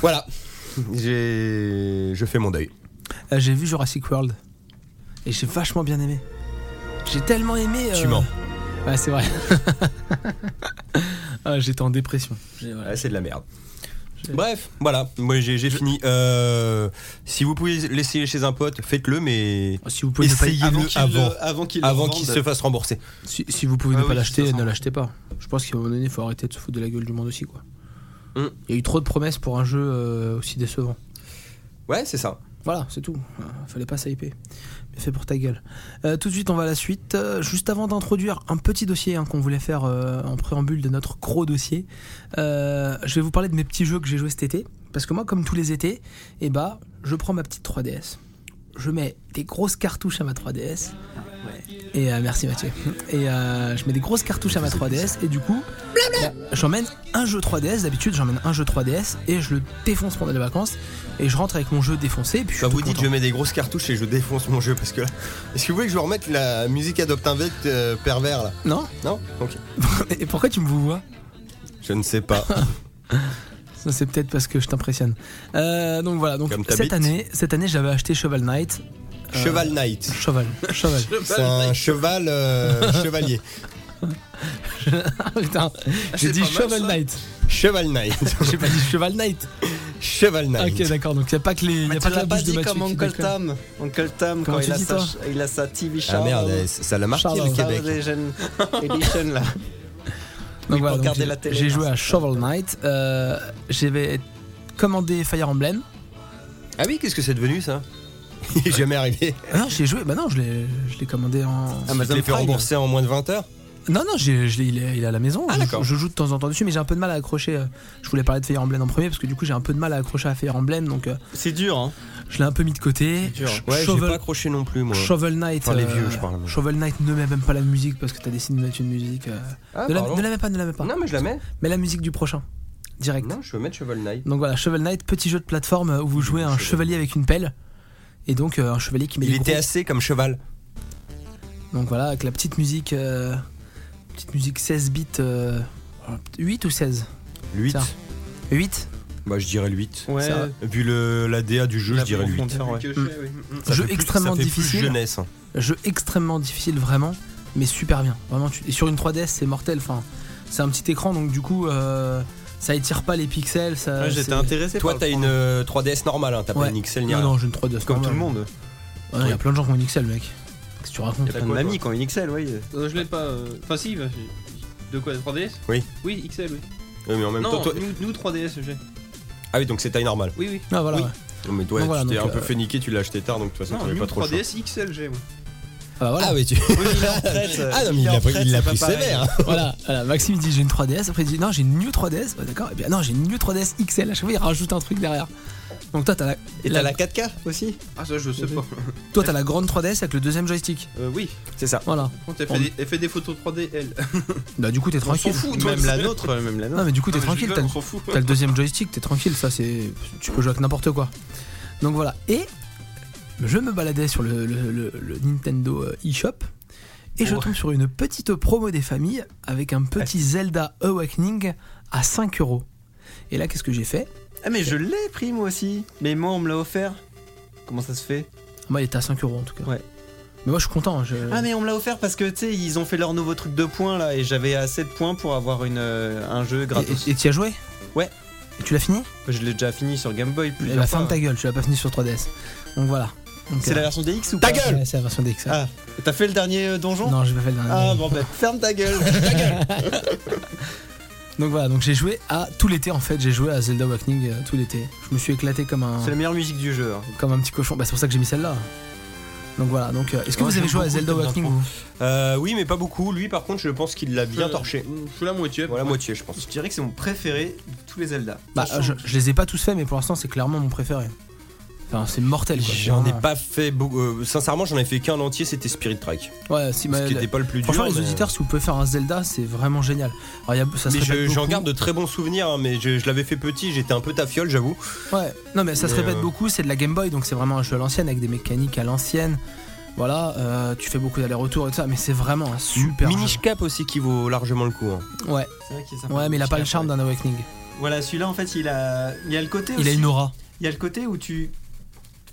C: voilà. J'ai. Je fais mon deuil.
B: Euh, J'ai vu Jurassic World. Et j'ai vachement bien aimé. J'ai tellement aimé. euh,
C: Tu mens.
B: Ouais, c'est vrai. Ah, J'étais en dépression. J'ai- voilà.
C: Ouais, c'est de la merde.
B: J'ai-
C: Bref, voilà, moi j'ai j'ai fini. Euh, si vous pouvez l'essayer chez un pote, faites-le, mais
B: Si vous pouvez ne pas,
C: Essayez. Dis-le
E: qu'il
C: avant.
E: le- avant qu'il le
C: avant qu'il
E: revende.
C: se fasse rembourser.
B: si, si vous pouvez
E: Ah
B: ne pas
E: oui, ça
B: l'acheter,
E: sent
B: ne
E: bon.
B: l'achetez pas. Je pense qu'à un moment donné, il faut arrêter de se foutre de la gueule du monde aussi. quoi.
C: Mm.
B: Il y a eu trop de promesses pour un jeu euh, aussi décevant.
C: Ouais, c'est ça.
B: Voilà, c'est tout. Euh, Fallait pas s'hyper. Mais fait pour ta gueule. Euh, tout de suite, on va à la suite. Euh, juste avant d'introduire un petit dossier hein, qu'on voulait faire euh, en préambule de notre gros dossier, euh, je vais vous parler de mes petits jeux que j'ai joués cet été. Parce que moi, comme tous les étés, eh bah, je prends ma petite 3DS. Je mets des grosses cartouches à ma 3DS. Et euh, merci Mathieu. Et euh, je mets des grosses cartouches à ma 3DS. Et du coup, bah, j'emmène un jeu 3DS. D'habitude, j'emmène un jeu 3DS et je le défonce pendant les vacances. Et je rentre avec mon jeu défoncé. Et puis je suis
C: Bah,
B: tout
C: vous dites,
B: content.
C: je mets des grosses cartouches et je défonce mon jeu parce que là. Est-ce que vous voulez que je vous remette la musique Adopte un vecte euh, pervers là
B: Non
C: Non Ok.
B: Et pourquoi tu me vois
C: Je ne sais pas.
B: Euh, Ça, c'est peut-être parce que je t'impressionne. Euh, donc voilà, donc
C: Comme ta
B: cette
C: bite.
B: année, cette année j'avais acheté Cheval Knight. Euh,
C: Cheval Knight.
B: Cheval, cheval.
C: C'est un cheval euh, chevalier.
B: Putain, j'ai
D: c'est
B: dit
D: pas mal,
B: Cheval
D: ça.
B: Knight.
C: Cheval Knight.
B: J'ai pas dit Cheval Knight.
C: Cheval Knight.
B: Ok, d'accord. Donc il y a pas que les, y a
E: Mais
B: pas
E: tu
B: que la
E: l'as pas
B: bouche de
E: dit
B: Mathieu.
E: comme
B: qui
E: Uncle
B: déconne.
E: Tam. Uncle Tam,
B: Comment
E: quand
B: tu
E: il a,
B: dis,
E: sa,
B: toi
E: il a sa TV
C: Ah
E: Charles.
C: merde, eh, ça l'a marqué
B: Charles
C: le Québec.
E: Edition là.
B: Donc
E: Oui,
B: voilà,
E: pour
B: donc
E: garder
B: j'ai-
E: la télé,
B: J'ai
E: hein,
B: joué à
E: c'est
B: Shovel Knight. Euh, J'avais commandé Fire Emblem.
C: Ah oui, qu'est-ce que c'est devenu ça Il est jamais arrivé.
B: Ah non, j'ai joué. Bah non, je l'ai je l'ai commandé en.
C: Tu te l'es fait
E: Prime.
C: rembourser en moins de 20 heures
B: Non, non, j'ai- je l'ai- il, est, il est à la maison.
C: Ah,
B: Je-
C: d'accord.
B: je, joue de temps en temps dessus, mais j'ai un peu de mal à accrocher. euh, Je voulais parler de Fire Emblem en premier parce que du coup, j'ai un peu de mal à accrocher à Fire Emblem. Donc, euh,
E: C'est dur, hein.
B: je l'ai un peu mis de côté.
E: dur.
B: Sh-
C: Ouais, j'ai
B: Shovel-
C: pas accroché non plus moi.
B: Shovel Knight. euh,
C: Enfin, les vieux, je parle.
B: Shovel Knight ne met même pas la musique parce que t'as décidé de mettre une musique. euh,
C: Ah,
B: ne, la,
C: pardon.
B: ne la mets pas, ne la mets pas.
C: Non, mais je la mets.
B: Mais la musique du prochain. Direct.
C: Non, je veux mettre Cheval Knight.
B: Donc voilà, Shovel Knight, petit jeu de plateforme euh, où vous jouez un
C: Cheval.
B: chevalier avec une pelle. Et donc euh, un chevalier qui met
C: Il
B: des
C: était
B: gros-
C: assez comme cheval.
B: Donc voilà, avec la petite musique. euh, petite musique 16 bits. euh, 8 ou 16
C: 8.
B: Tiens. 8
C: Bah, je dirais le 8.
E: Ouais.
B: Ça va.
C: Vu le, la DA du jeu, je dirais le 8.
E: profondeur, ouais.
D: Ricochet, oui. Mm, mm.
C: Ça
B: Jeu
C: fait plus-
B: extrêmement
C: ça fait plus
B: difficile.
C: jeunesse. hein.
B: Jeu extrêmement difficile, vraiment, mais super bien. Vraiment, tu- et sur une 3DS, c'est mortel. Enfin, c'est un petit écran, donc du coup, euh, ça étire pas les pixels. Ça,
E: Ouais, J'étais
B: c'est-
E: intéressé.
C: Toi,
E: par
C: t'as
E: le
C: une
E: prendre.
C: euh, 3DS normale, hein, t'as
B: Ouais.
C: pas une XL ni
B: Non,
C: rien.
B: non, j'ai une 3DS.
E: Comme tout
B: normale.
E: le monde.
B: Ouais, Il y a plein de gens qui ont une XL, mec. Qu'est-ce que tu racontes
E: Il y a plein de
C: quoi,
E: mamies qui ont une XL, oui.
D: Euh, je l'ai pas. euh, Enfin, si, bah, j'ai- de quoi 3DS
C: Oui.
D: Oui, XL, oui.
C: Ouais, Euh, mais en même
D: non,
C: temps, toi-
D: nous, nous, 3DS, j'ai.
C: Ah oui, donc c'est taille normale.
D: Oui, oui.
B: Ah, voilà.
D: Oui.
B: ouais.
C: Non, mais toi,
B: Donc voilà,
C: tu t'es
B: donc,
C: un peu
B: euh,
C: fait niquer, tu l'as acheté tard, donc de toute façon,
D: Non,
C: t'avais
D: nous,
C: pas trop le choix.
D: 3DS, XL, j'ai. oui.
B: Ah, bah, voilà.
C: Ah oui, tu.
E: Euh,
C: Ah non, mais il l'a pris, il l'a pris sévère.
B: voilà, voilà. Maxime il dit j'ai une 3DS. Après, il dit non, j'ai une New 3DS. Bah, D'accord. Et bien, non, j'ai une New 3DS XL. À chaque fois, il rajoute un truc derrière. Donc, toi, t'as la,
E: Et
B: la-
E: t'as la 4K aussi
D: Ah, ça, je sais pas.
B: toi, t'as la grande 3DS avec le deuxième joystick.
D: Euh, oui.
E: C'est ça.
B: Voilà.
D: Par contre, elle fait, des, elle fait des photos 3D, elle.
B: Bah, du coup, t'es tranquille.
E: Même la nôtre, même la
B: Non,
E: nôtre.
B: mais du coup, t'es
D: Non, mais je
B: tranquille.
D: rigole,
B: T'as
D: on s'en fout.
B: T'as le deuxième joystick, t'es tranquille, ça c'est. Tu peux jouer avec n'importe quoi. Donc voilà. Et je me baladais sur le, le- le- le Nintendo euh, eShop et je tombe sur une petite promo des familles avec un petit Zelda Awakening à 5 euros. Et là, qu'est-ce que j'ai fait
E: Ah, mais je l'ai pris moi aussi. Mais moi, on me l'a offert. Comment ça se fait
B: Moi, Bah, il était à 5 euros en tout cas.
E: Ouais.
B: Mais moi, je suis content. hein, Je...
E: Ah, mais on me l'a offert parce que tu sais, ils ont fait leur nouveau truc de points là. Et j'avais assez de points pour avoir une, euh, un jeu gratos.
B: Et- Et tu as joué
E: Ouais.
B: Et tu l'as fini
E: Je l'ai déjà fini sur Game Boy.
B: Eh
E: plusieurs
B: bah,
E: fois.
B: ferme ta gueule, tu l'as pas fini sur 3DS. Donc voilà. Donc,
E: C'est
B: euh,
E: la version DX ou
C: Ta
E: pas
C: gueule
B: ouais, C'est la version DX. ouais.
E: Ah, t'as fait le dernier euh, donjon
B: non, j'ai pas fait le dernier.
E: Ah, bon, bah, ferme ta gueule
B: Donc voilà, donc j'ai joué à tout l'été en fait, j'ai joué à Zelda Awakening euh, tout l'été. Je me suis éclaté comme un
E: C'est la meilleure musique du jeu. hein.
B: comme un petit cochon. Bah c'est pour ça que j'ai mis celle-là. Donc voilà, donc euh, est-ce que
E: Moi,
B: vous avez
E: j'aime
B: joué à
E: beaucoup
B: Zelda
E: le thème
B: Awakening
E: d'impro.
B: vous
C: Euh, oui, mais pas beaucoup. Lui, par contre, je pense qu'il l'a
B: Euh,
C: bien
D: Je-
C: torché.
D: Je suis la moitié.
C: Voilà, moitié, je pense.
E: Je dirais que c'est mon préféré de tous les Zelda.
B: Bah euh, je, je les ai pas tous faits mais pour l'instant c'est clairement mon préféré. Enfin c'est mortel quoi.
C: J'en ai
B: Vraiment.
C: pas fait beaucoup. euh, sincèrement, j'en ai fait qu'un entier, c'était Spirit Track.
B: Ouais, si
C: ce
B: bah,
C: qui n'était pas le plus dur.
B: Franchement les
C: mais- euh,
B: auditeurs si vous pouvez faire un Zelda c'est vraiment génial. Alors il y a, ça se
C: Mais je-
B: répète
C: j'en
B: beaucoup.
C: garde de très bons souvenirs, hein, mais je, je l'avais fait petit, j'étais un peu tafiole, j'avoue.
B: Ouais. Non mais ça se
C: Mais,
B: répète
C: euh,
B: beaucoup, c'est de la Game Boy donc c'est vraiment un jeu à l'ancienne avec des mécaniques à l'ancienne. Voilà, euh, tu fais beaucoup d'allers-retours et tout ça, mais c'est vraiment un super.
C: Minish Cap aussi qui vaut largement le coup. hein.
B: jeu. Ouais,
E: C'est vrai qu'il est sympa.
B: ouais, mais il a pas le charme d'un Awakening.
E: Voilà, celui-là, en fait, il a, il y a le côté
B: Il a
E: aussi-
B: une aura.
E: Il y a le côté où tu.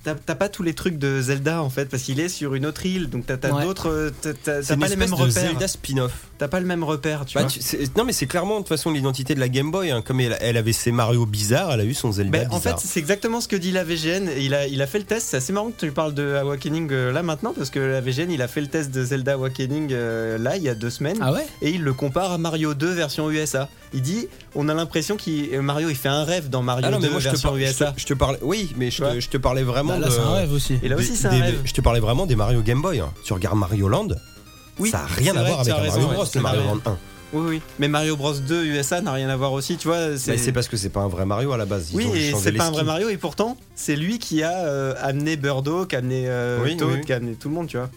E: T'as t'as pas tous les trucs de Zelda en fait parce qu'il est sur une autre île donc t'as t'as
B: Ouais.
E: d'autres euh, t'as- t'as
C: C'est
E: t'as
C: une
E: pas les
C: espèce
E: mêmes
C: de
E: repères
C: Zelda spin-off.
E: t'as pas le même repère tu
C: Bah,
E: vois
C: tu- c'est- non, mais c'est clairement de toute façon l'identité de la Game Boy. hein. Comme elle, elle avait ses Mario bizarres, elle a eu son Zelda
E: Ben, en fait
C: Eh bizarre.
E: c'est exactement ce que dit la VGN et il a, il a fait le test c'est assez marrant que tu parles de Awakening euh, là maintenant parce que la VGN il a fait le test de Zelda Awakening euh, là il y a deux semaines
B: Ah ouais
E: et il le compare à Mario 2 version USA. Il dit on a l'impression que Mario il fait un rêve dans Mario
C: ah non, mais
E: 2
C: moi je te,
E: version
C: par- je
E: USA.
C: te- je te parlais. Oui, mais je,
E: Tu vois
C: te, je te parlais vraiment.
B: Bah, Là,
C: de-
B: c'est un rêve aussi.
E: Et là
C: des-
E: aussi c'est un
C: des-
E: rêve.
C: Je te parlais vraiment des Mario Game Boy. hein. Tu regardes Mario Land,
E: Oui,
C: ça a rien
E: c'est
C: à
E: vrai
C: voir
E: que
C: avec
E: t'as
C: un
E: raison,
C: Mario
E: ouais,
C: Bros.
E: c'est
C: le Mario
E: vrai.
C: Land 1.
E: Oui oui, mais Mario Bros 2 USA n'a rien à voir aussi, tu vois,
C: Bah, C'est parce que c'est pas un vrai Mario à la base. Ils
E: Oui,
C: ont
E: et
C: changé
E: c'est
C: les
E: pas un vrai
C: skins.
E: Mario et pourtant, c'est lui qui a euh, amené Birdo, qui a amené euh,
C: Oui,
E: Toad,
C: oui.
E: qui a amené tout le monde, tu vois.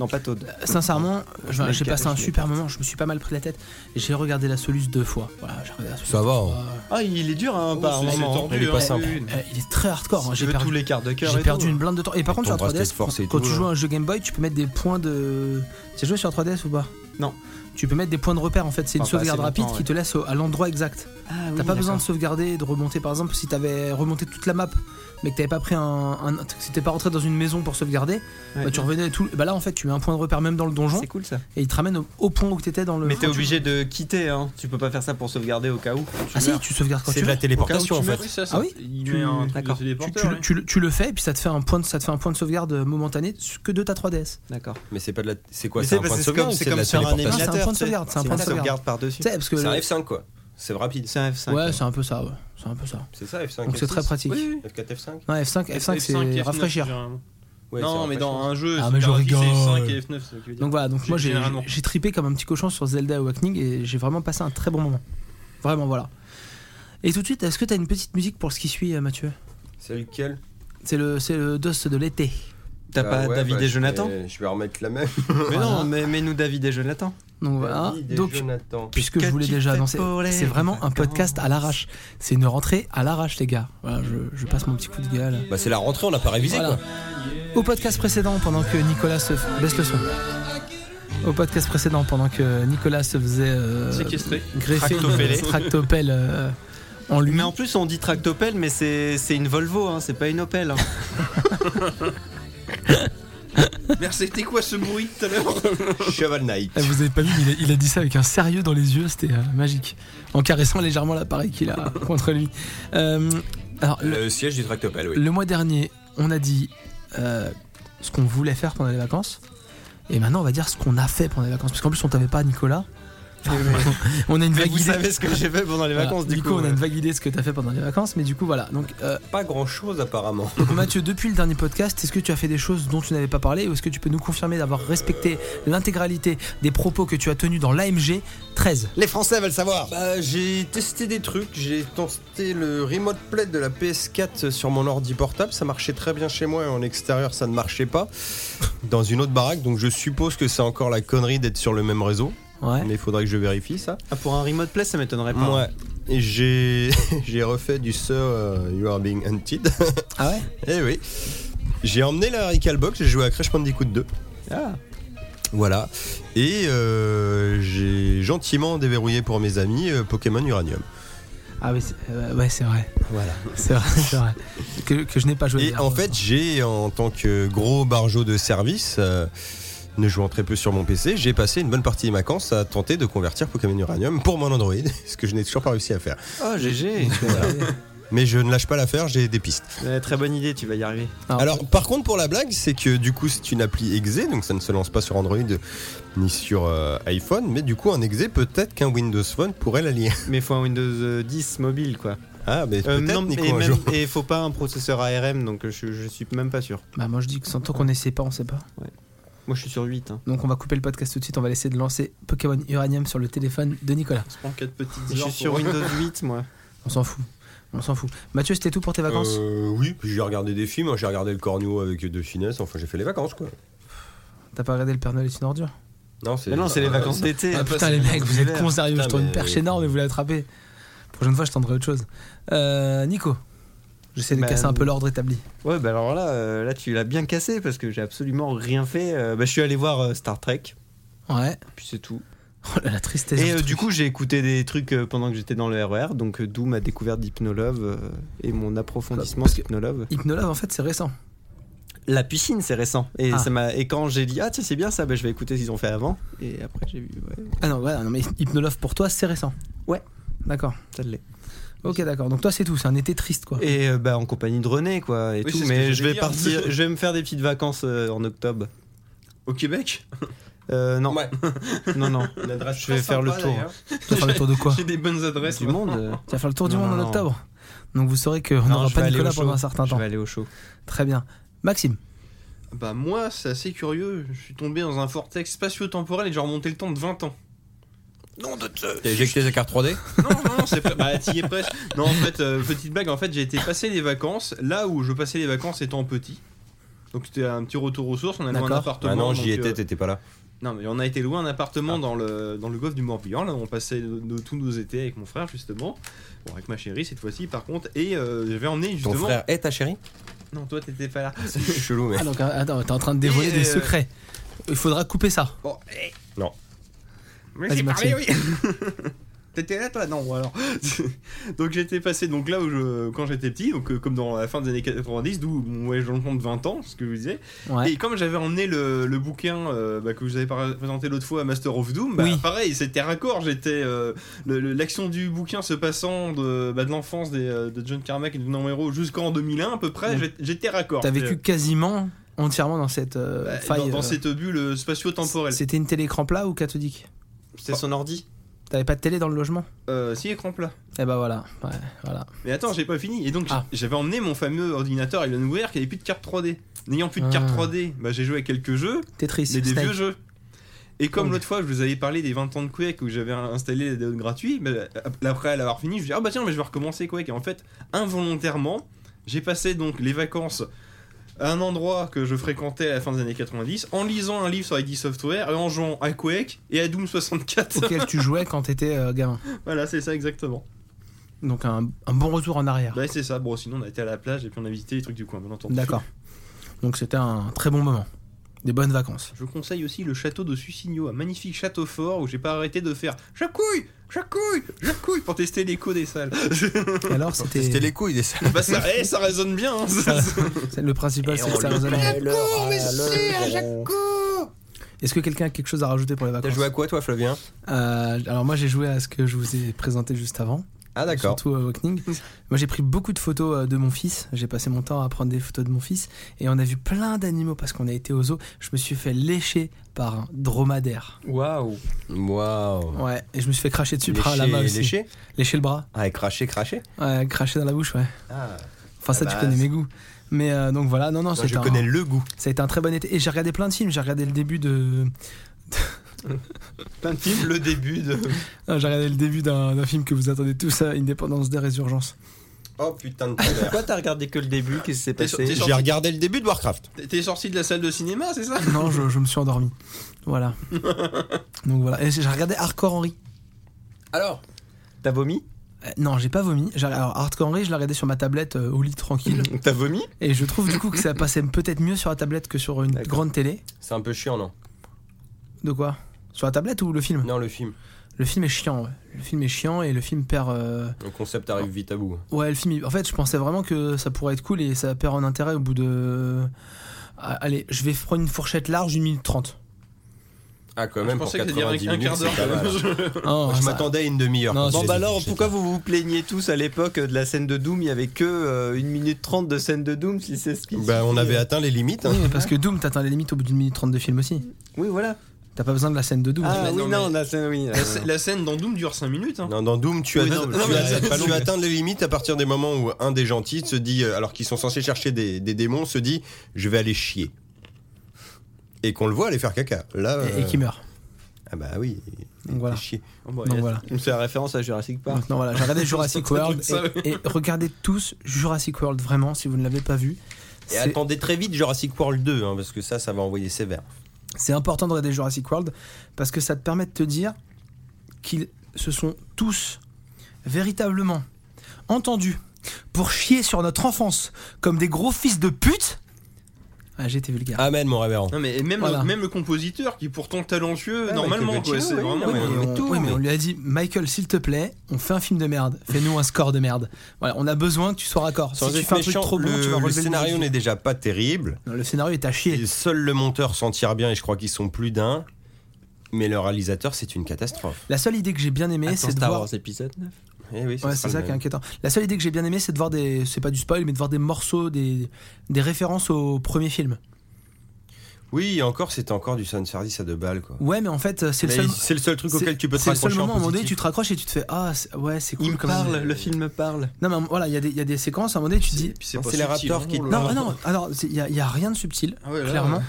E: Non, pas Toad.
B: Sincèrement, je-
E: mets
B: j'ai
E: le
B: passé un
E: capuche,
B: super moment, je me suis pas mal pris la tête. J'ai regardé la Solus deux fois. Voilà, j'ai regardé la Solus
C: Ça
B: deux
C: va, hein.
B: fois.
E: Ah, il est dur hein,
D: Oh,
E: par
D: c'est- c'est
E: moment.
D: tordu,
C: il est pas
D: hein,
C: simple.
D: oui, oui.
B: Euh, il est très hardcore, hein,
E: Si tu
B: j'ai
E: veux tous
B: perdu,
E: les quarts de cœur
B: j'ai
E: et
B: perdu
E: tout, hein.
B: une blinde de temps. Et par
C: Avec
B: contre, sur
C: ton
B: la
C: bracelet
B: 3DS,
C: force et
B: quand
C: tout,
B: tu
C: là.
B: joues à un jeu Game Boy, tu peux mettre des points de. Tu as joué sur 3DS ou pas
E: Non.
B: tu peux mettre des points de repère en fait. C'est une
E: Enfin, pas
B: sauvegarde
E: assez
B: rapide
E: longtemps,
B: qui te laisse au- à l'endroit exact.
E: Ah
B: T'as pas besoin de sauvegarder, de remonter. Par exemple, si t'avais remonté toute la map, mais que t'avais pas pris un, un- si t'es pas rentré dans une maison pour sauvegarder, bah, tu revenais et tout. Bah là, en fait, tu mets un point de repère même dans le donjon
E: C'est cool ça.
B: et il te ramène au, au point où t'étais dans le.
E: Mais t'es obligé de quitter, hein. Tu peux pas faire ça pour sauvegarder au cas où.
B: Ah si, tu sauvegardes quand
C: C'est
B: tu
C: de la
B: veux.
C: téléportation en
D: tu meurs,
C: fait.
D: oui, ça, ça.
B: Ah oui
D: Il
B: Tu-
D: met un truc de
E: d'accord.
B: Tu,
D: téléporteur.
B: tu le-
D: ouais.
B: tu le- tu le fais et puis ça te fait un point de, ça te fait un point de sauvegarde momentané que de ta 3DS.
E: D'accord.
C: Mais c'est pas de la. C'est quoi
E: Mais
C: C'est
E: c'est
C: un
E: parce
C: point de
E: que c'est
C: sauvegarde
E: comme-
C: ou
E: c'est
C: c'est de
E: comme
C: la
E: sur un
B: Non,
C: téléportation
B: Ah, c'est un point
E: Émulateur,
B: de
E: tu sais.
B: sauvegarde, c'est un
E: C'est
B: point
E: une
B: de sauvegarde.
E: sauvegarde par-dessus.
B: Tu sais, parce que
C: C'est un F5 quoi. C'est rapide.
E: C'est un F5.
B: ouais, c'est un peu ça, ouais. c'est un peu ça.
C: C'est ça F5.
B: Donc c'est très pratique.
D: Oui, oui.
C: F4 F5
B: Non, F5, F5
D: F9,
B: c'est rafraîchir.
D: généralement.
C: Ouais,
D: non,
C: c'est
D: mais
C: un
D: dans
C: peu
D: un jeu,
B: Ah,
D: c'est
B: mais je rigole.
D: F5 et F9. ça veut dire.
B: Donc voilà, donc moi j'ai
D: Généralement.
B: j'ai trippé comme un petit cochon sur Zelda Awakening et j'ai vraiment passé un très bon moment. Vraiment voilà. Et tout de suite, est-ce que t'as une petite musique pour ce qui suit, euh, Mathieu
C: ça. C'est lequel
B: C'est le, c'est le DOS de l'été.
E: T'as
C: Ah
E: pas
C: ouais,
E: David
C: bah,
E: et
C: je
E: Jonathan
C: vais- Je vais remettre la même.
E: Mais
B: Voilà.
E: non, mais mets-nous David et Jonathan.
B: Donc voilà.
C: David et
B: Bah, Donc
C: Jonathan.
B: puisque je
E: Que
B: vous l'ai
E: tu
B: déjà
E: fais
B: annoncé,
E: pour les
B: c'est vraiment un
E: vacances
B: podcast à l'arrache. C'est une rentrée à l'arrache, les gars. Voilà, je, je passe mon petit coup de gueule.
C: Bah c'est la rentrée, on n'a pas révisé
B: Voilà.
C: quoi.
B: Au podcast précédent, pendant que Nicolas se f- baisse le son. Au podcast précédent, pendant que Nicolas se faisait euh,
D: Séquestré.
B: greffer
E: Tractopellé.
B: une tractopelle euh, en lui.
E: Mais en plus, on dit tractopelle, mais c'est c'est une Volvo, hein, c'est pas une Opel. hein.
B: Bah,
D: Merde, c'était quoi ce bruit tout à l'heure
C: Cheval Knight.
B: Eh, Vous avez pas vu, mais il a, il a dit ça avec un sérieux dans les yeux, c'était euh, magique. En caressant légèrement l'appareil qu'il a contre lui. Euh, alors, le,
C: Le siège du tractopelle, oui.
B: le mois dernier, on a dit euh, ce qu'on voulait faire pendant les vacances. Et maintenant, on va dire ce qu'on a fait pendant les vacances. Parce qu'en plus, on t'avait pas, Nicolas. Enfin, on a une
E: Mais
B: vague
E: vous
B: idée.
E: savez ce que j'ai fait pendant les
B: Voilà.
E: vacances, euh.
B: du coup, on a une vague idée de ce que t'as fait pendant les vacances, mais du coup, voilà. Donc, euh,
C: Pas grand chose apparemment.
B: Mathieu, depuis le dernier podcast, est-ce que tu as fait des choses dont tu n'avais pas parlé ou est-ce que tu peux nous confirmer d'avoir respecté l'intégralité des propos que tu as tenus dans l'AMG 13
E: Les Français veulent savoir.
C: Bah, j'ai testé des trucs, j'ai testé le remote play de la PS4 sur mon ordi portable, ça marchait très bien chez moi et en extérieur ça ne marchait pas dans une autre baraque, donc je suppose que c'est encore la connerie d'être sur le même réseau,
B: Ouais.
C: mais il faudrait que je vérifie ça.
E: Ah, pour un remote play, ça m'étonnerait pas.
C: Ouais. Et j'ai j'ai refait du Sir euh, You Are Being Hunted.
B: Ah ouais
C: Eh oui. J'ai emmené la Recalbox, j'ai joué à Crash Bandicoot 2.
E: Ah.
C: Voilà. Et euh, j'ai gentiment déverrouillé pour mes amis euh, Pokémon Uranium.
B: Ah oui, c'est euh, ouais, c'est vrai.
C: Voilà.
B: C'est vrai, c'est vrai. Que, que je n'ai pas joué.
C: Et
B: d'ailleurs.
C: en fait, j'ai, en tant que gros bargeau de service, euh, ne jouant très peu sur mon PC, j'ai passé une bonne partie des vacances à tenter de convertir Pokémon Uranium pour mon Android, ce que je n'ai toujours pas réussi à faire.
E: Oh, GG.
C: Mais je ne lâche pas l'affaire, j'ai des pistes.
E: Ouais, Très bonne idée, tu vas y arriver.
B: Hein.
C: Alors, par contre, pour la blague, c'est que du coup, c'est une appli exe, donc ça ne se lance pas sur Android ni sur euh, iPhone, mais du coup, en exe, peut-être qu'un Windows Phone pourrait la lier.
E: Mais faut un Windows euh, 10 mobile, quoi.
C: Ah, mais
E: Euh,
C: peut-être,
E: non,
C: Nico,
E: et,
C: un
E: même-
C: jour.
E: et faut pas un processeur ARM, donc euh, je, je suis même pas sûr.
B: Bah, moi je dis que sans- tant qu'on n'essaie pas, on sait pas.
E: Moi, je suis sur 8. hein.
B: Donc on va couper le podcast tout de suite, on va laisser de lancer Pokémon Uranium sur le téléphone de Nicolas.
D: On se prend 4 petites
E: Je
D: heures.
E: suis sur
D: pour-
E: Windows 8, moi.
B: On s'en fout. On s'en fout. Mathieu, c'était tout pour tes vacances
C: Euh, oui, puis j'ai regardé des films, hein, j'ai regardé le corneau avec deux finesses, enfin j'ai fait les vacances quoi.
B: T'as pas regardé le Père Noël est une ordure
E: Ah,
C: Non, c'est
E: Mais non, c'est les vacances d'été.
B: Ah putain les mecs, vous êtes cons sérieux,
C: Putain,
B: je tourne une
C: mais-
B: perche énorme et vous l'attrapez. Prochaine fois, je tendrai autre chose. Euh, Nico, j'essaie de
E: Bah,
B: casser un peu
E: euh,
B: l'ordre établi.
E: Ouais, bah alors là, euh, là tu l'as bien cassé parce que j'ai absolument rien fait. Euh, bah, je suis allé voir euh, Star Trek,
B: Ouais.
E: puis c'est tout.
B: Oh là, la tristesse.
E: Et
B: du
E: euh,
B: truc.
E: du coup, j'ai écouté des trucs euh, pendant que j'étais dans le RER, donc euh, d'où ma découverte d'Hypnolove euh, et mon approfondissement
B: Parce que-
E: d'Hypnolove.
B: Hypnolove, en fait, c'est récent.
E: La piscine, c'est récent. Et,
B: Ah.
E: ça m'a... et quand j'ai dit, ah tiens, c'est bien ça, bah, je vais écouter ce qu'ils ont fait avant. Et après, j'ai vu, ouais,
B: Ah non, voilà, non, mais Hypnolove pour toi, c'est récent.
E: Ouais.
B: D'accord.
E: ça l'est.
B: Ok, d'accord. Donc toi, c'est tout. C'est un été triste, quoi.
E: Et euh, bah, en compagnie de René, quoi. Et
D: Oui,
E: tout.
D: c'est ce que
E: Mais je
D: j'allais
E: vais
D: dire.
E: partir, je vais me faire des petites vacances euh, en octobre.
D: Au Québec
E: Euh, non,
C: Ouais.
E: non, non. Je vais faire le tour.
B: Tu vas faire le tour de quoi
D: J'ai des bonnes adresses.
E: Du
D: moi.
E: monde. euh,
B: Tu vas faire le tour du
E: Non,
B: monde
E: non,
B: en
E: non.
B: octobre. Donc vous saurez qu'on
E: non,
B: n'aura
E: je vais
B: pas
E: aller au
B: Nicolas
E: chaud.
B: pendant un certain
E: Je
B: temps.
E: vais aller au show.
B: Très bien. Maxime,
D: Bah moi, c'est assez curieux. Je suis tombé dans un vortex spatio-temporel et j'ai remonté le temps de 20 ans.
C: T'as éjecté ta carte 3D
D: Non, non, non, c'est pas... Bah, t'y es presque. Non, en fait, euh, petite blague, en fait, j'ai été passer les vacances là où je passais les vacances étant petit. Donc c'était un petit retour aux sources, on a loué un
B: D'accord.
D: appartement.
C: Ah non, j'y
D: donc, euh,
C: étais, Ah. t'étais pas là.
D: Non, mais on a été loué un appartement dans, le, dans le golfe du Morbihan. Là, on passait nos- nos- tous nos étés avec mon frère, justement. Bon, avec ma chérie cette fois-ci, par contre. Et euh, j'avais emmené
C: Ton
D: justement.
C: frère est ta chérie
D: Non, toi, t'étais pas là.
C: C'est chelou, mais.
B: ah, donc, euh, attends, t'es en train de dévoiler
D: Et,
B: des
D: euh,
B: secrets. Il faudra couper ça.
D: Bon, eh.
C: Non.
D: Oui,
B: Vas-y,
D: j'ai
B: Maxime.
D: parlé, oui. T'étais là, toi Non, bon, alors. donc, j'étais passé, donc là où je, quand j'étais petit, donc euh, comme dans la fin des années 90, d'où mon voyage dans le monde 20 ans, ce que je vous disais.
B: Ouais.
D: Et comme j'avais emmené le, le bouquin euh, bah, que je vous avais par- présenté l'autre fois, Master of Doom, bah,
B: Oui.
D: pareil, c'était raccord. J'étais euh, le- le- l'action du bouquin se passant de, bah, de l'enfance des, euh, de John Carmack et de Nomero jusqu'en 2001 à peu près.
B: Donc,
D: j'ai- J'étais raccord.
B: Mm.
D: Euh,
B: T'as vécu quasiment entièrement dans cette euh,
D: Bah,
B: faille.
D: dans, dans
B: euh,
D: cette bulle spatio-temporelle.
B: C'était une télé écran plat ou cathodique
E: C'était son ordi.
B: T'avais pas de télé dans le logement
D: Euh, si écran plat.
B: Eh bah voilà. Ouais, voilà.
D: Mais attends, j'ai pas fini. Et donc,
B: Ah.
D: j'avais emmené mon fameux ordinateur Alienware qui avait plus de carte 3D. N'ayant plus de
B: Ah.
D: carte 3D, bah, j'ai joué à quelques jeux,
B: Tetris.
D: mais des
B: Snake.
D: vieux jeux. Et comme
B: Oh.
D: l'autre fois, je vous avais parlé des 20 ans de Quake où j'avais installé les downloads gratuits, mais ap- après l'avoir fini, je me dis, ah bah tiens, mais je vais recommencer Quake. Et en fait, involontairement, j'ai passé donc les vacances à un endroit que je fréquentais à la fin des années 90 en lisant un livre sur ID Software et en jouant à Quake et à Doom 64.
B: auquel tu jouais quand t'étais euh, gamin.
D: voilà, c'est ça exactement.
B: Donc un, un bon retour en arrière.
D: Bah c'est ça, bon sinon on a été à la plage et puis on a visité les trucs du coin, bien entendu.
B: D'accord. Donc c'était un très bon moment. Des bonnes vacances.
D: Je vous conseille aussi le château de Sucigno, un magnifique château fort où j'ai pas arrêté de faire je couille, je couille, je couille pour tester l'écho des salles.
B: Et alors
C: C'était
B: c'était
C: les couilles des salles.
D: bah ça, eh, ça résonne bien. hein.
B: Oh, le principal, c'est que ça résonnait.
F: Oh, mais c'est à Jaco
B: Est-ce que quelqu'un a quelque chose à rajouter pour les
C: T'as
B: vacances
C: joué à quoi, toi, Flavien
B: Euh, Alors moi j'ai joué à ce que je vous ai présenté juste avant.
C: Ah, d'accord.
B: Surtout euh, Awakening. Moi, j'ai pris beaucoup de photos euh, de mon fils. J'ai passé mon temps à prendre des photos de mon fils. Et on a vu plein d'animaux parce qu'on a été au zoo. Je me suis fait lécher par un dromadaire.
E: Waouh.
C: Waouh.
B: Ouais. Et je me suis fait cracher dessus par un lama
C: Léché,
B: aussi.
C: léché
B: Lécher le bras.
C: Ah, et craché, craché
B: Ouais, cracher dans la bouche, ouais.
C: Ah,
B: Enfin, ça,
C: Ah
B: tu
C: bah,
B: connais
C: c'est-
B: mes goûts. Mais euh, donc voilà, non, non,
C: Moi,
B: c'est
C: je
B: un,
C: connais le goût.
B: ça a été un très bon été. Et j'ai regardé plein de films. J'ai regardé le début de.
D: Plein de films, le début de.
B: Ah, J'ai regardé le début d'un d'un film que vous attendez tous, à Indépendance des Résurgences.
C: Oh putain de tonnerre.
E: Pourquoi t'as regardé que le début Qu'est-ce qui s'est
D: T'es sur-
E: passé
D: t'es sur-
C: J'ai regardé le début de Warcraft.
D: T'es- T'es sorti de la salle de cinéma, c'est ça
B: Non, je, je me suis endormi. Voilà. Donc voilà. Et j'ai regardé Hardcore Henry.
E: T'as vomi
B: Euh, Non, j'ai pas vomi. J'ai- Alors, Hardcore Henry, je l'ai regardé sur ma tablette euh, au lit tranquille.
E: T'as vomi
B: Et je trouve du coup que ça passait peut-être mieux sur la tablette que sur une
E: D'accord.
B: grande télé.
C: C'est un peu chiant, non
B: De quoi Sur la tablette ou le film
C: Non, le film.
B: Le film est chiant. ouais. Le film est chiant et le film perd. euh,
C: Le concept arrive vite à bout.
B: Ouais, le film. il- En fait, je pensais vraiment que ça pourrait être cool et ça perd en intérêt au bout de. Ah, Allez, je vais prendre une fourchette large, une minute trente.
C: Ah, quand
D: Je
C: même, pour
D: pensais que t'allais
C: 90
D: dire un, un
C: minutes,
D: quart
C: c'est pas mal.
D: d'heure.
B: Ah,
C: Moi, je
B: ça-
C: m'attendais à une demi-heure.
B: Non,
C: quand
E: Bon
C: j'ai
E: bah
C: vu
E: alors
C: cette
E: pourquoi vous vous plaignez tous à l'époque de la scène de Doom Il y avait que euh, une minute trente de scène de Doom si c'est ce qui.
C: Bah, on avait atteint les limites. hein.
B: Oui, mais parce que Doom, t'atteins les limites au bout d'une minute trente de film aussi.
E: Oui voilà.
B: T'as pas besoin de la scène de Doom.
E: Ah
D: mais
E: oui
D: non,
E: non,
D: mais-
E: la scène oui.
D: La, sc- la scène dans Doom dure 5 minutes. hein.
C: Non, dans Doom, tu as,
D: Oui, non, mais- non, mais c'est pas
C: tu
D: long.
C: as atteint les limites à partir des moments où un des gentils se dit, euh, alors qu'ils sont censés chercher des, des démons, se dit Je vais aller chier. Et qu'on le voit aller faire caca. Là,
B: Et, et
C: euh,
B: qui meurt.
C: Ah bah oui, il
B: Donc voilà.
C: fait chier.
D: Oh, bah,
B: Donc
D: y a-
B: voilà.
E: C'est la référence à Jurassic Park.
B: Maintenant voilà, j'ai regardé Jurassic World
D: Ça,
B: et, et regardez tous Jurassic World vraiment si vous ne l'avez pas vu.
C: Et
B: C'est-
C: attendez très vite Jurassic World 2, hein, parce que ça, ça va envoyer sévère.
B: C'est important de regarder Jurassic World parce que ça te permet de te dire qu'ils se sont tous véritablement entendus pour chier sur notre enfance comme des gros fils de pute. Ah, j'ai été vulgaire.
C: Amen, mon révérend.
D: Non mais même,
B: Voilà.
D: même le compositeur qui est pourtant talentueux
E: Ah,
D: normalement
E: Michael
D: quoi, c'est
E: Giacchino, oui,
D: vraiment
E: oui,
B: Et
E: oui.
D: euh,
B: on,
E: tout,
B: oui, mais
E: mais-
B: on lui a dit Michael, s'il te plaît, on fait un film de merde. Fais-nous un score de merde. Voilà, on a besoin que tu sois raccord.
C: Sans
B: si tu
C: être
B: fais un
C: méchant,
B: truc trop bon,
C: le,
B: tu vas
C: le
B: relever le
C: scénario
B: niveau.
C: n'est déjà pas terrible.
B: Non, le scénario est à chier.
C: Et seul le monteur s'en tire bien, et je crois qu'ils sont plus d'un. Mais le réalisateur, c'est une catastrophe.
B: La seule idée que j'ai bien aimée, c'est de
E: Star
B: voir
E: Wars épisode 9.
C: Eh oui,
B: Ouais,
C: sera
B: c'est
C: le
B: ça qui est
C: même.
B: inquiétant. La seule idée que j'ai bien aimée, c'est de voir des. C'est pas du spoil, mais de voir des morceaux, des, des références au premier film.
C: Oui, et encore, c'était encore du fan service à deux balles, quoi.
B: Ouais, mais en fait, euh, c'est le
C: Mais
B: seul.
C: C'est le seul truc auquel tu peux te
B: C'est le seul
C: raccrocher. en
B: moment où à un moment donné, tu
C: positif.
B: te raccroches et tu te fais Ah, c'est- ouais, c'est cool.
E: Il me
B: quand même.
E: parle, le film me parle.
B: Non, mais voilà, il y, a des- il y a des séquences, à un moment donné, tu te dis.
D: et puis c'est
C: Non,
D: pas
C: c'est les
D: subtil,
C: raptors qui-
D: hein.
B: Non, ah non, alors, c'est- il y a, il y a rien de subtil,
D: Ah ouais, là,
B: clairement.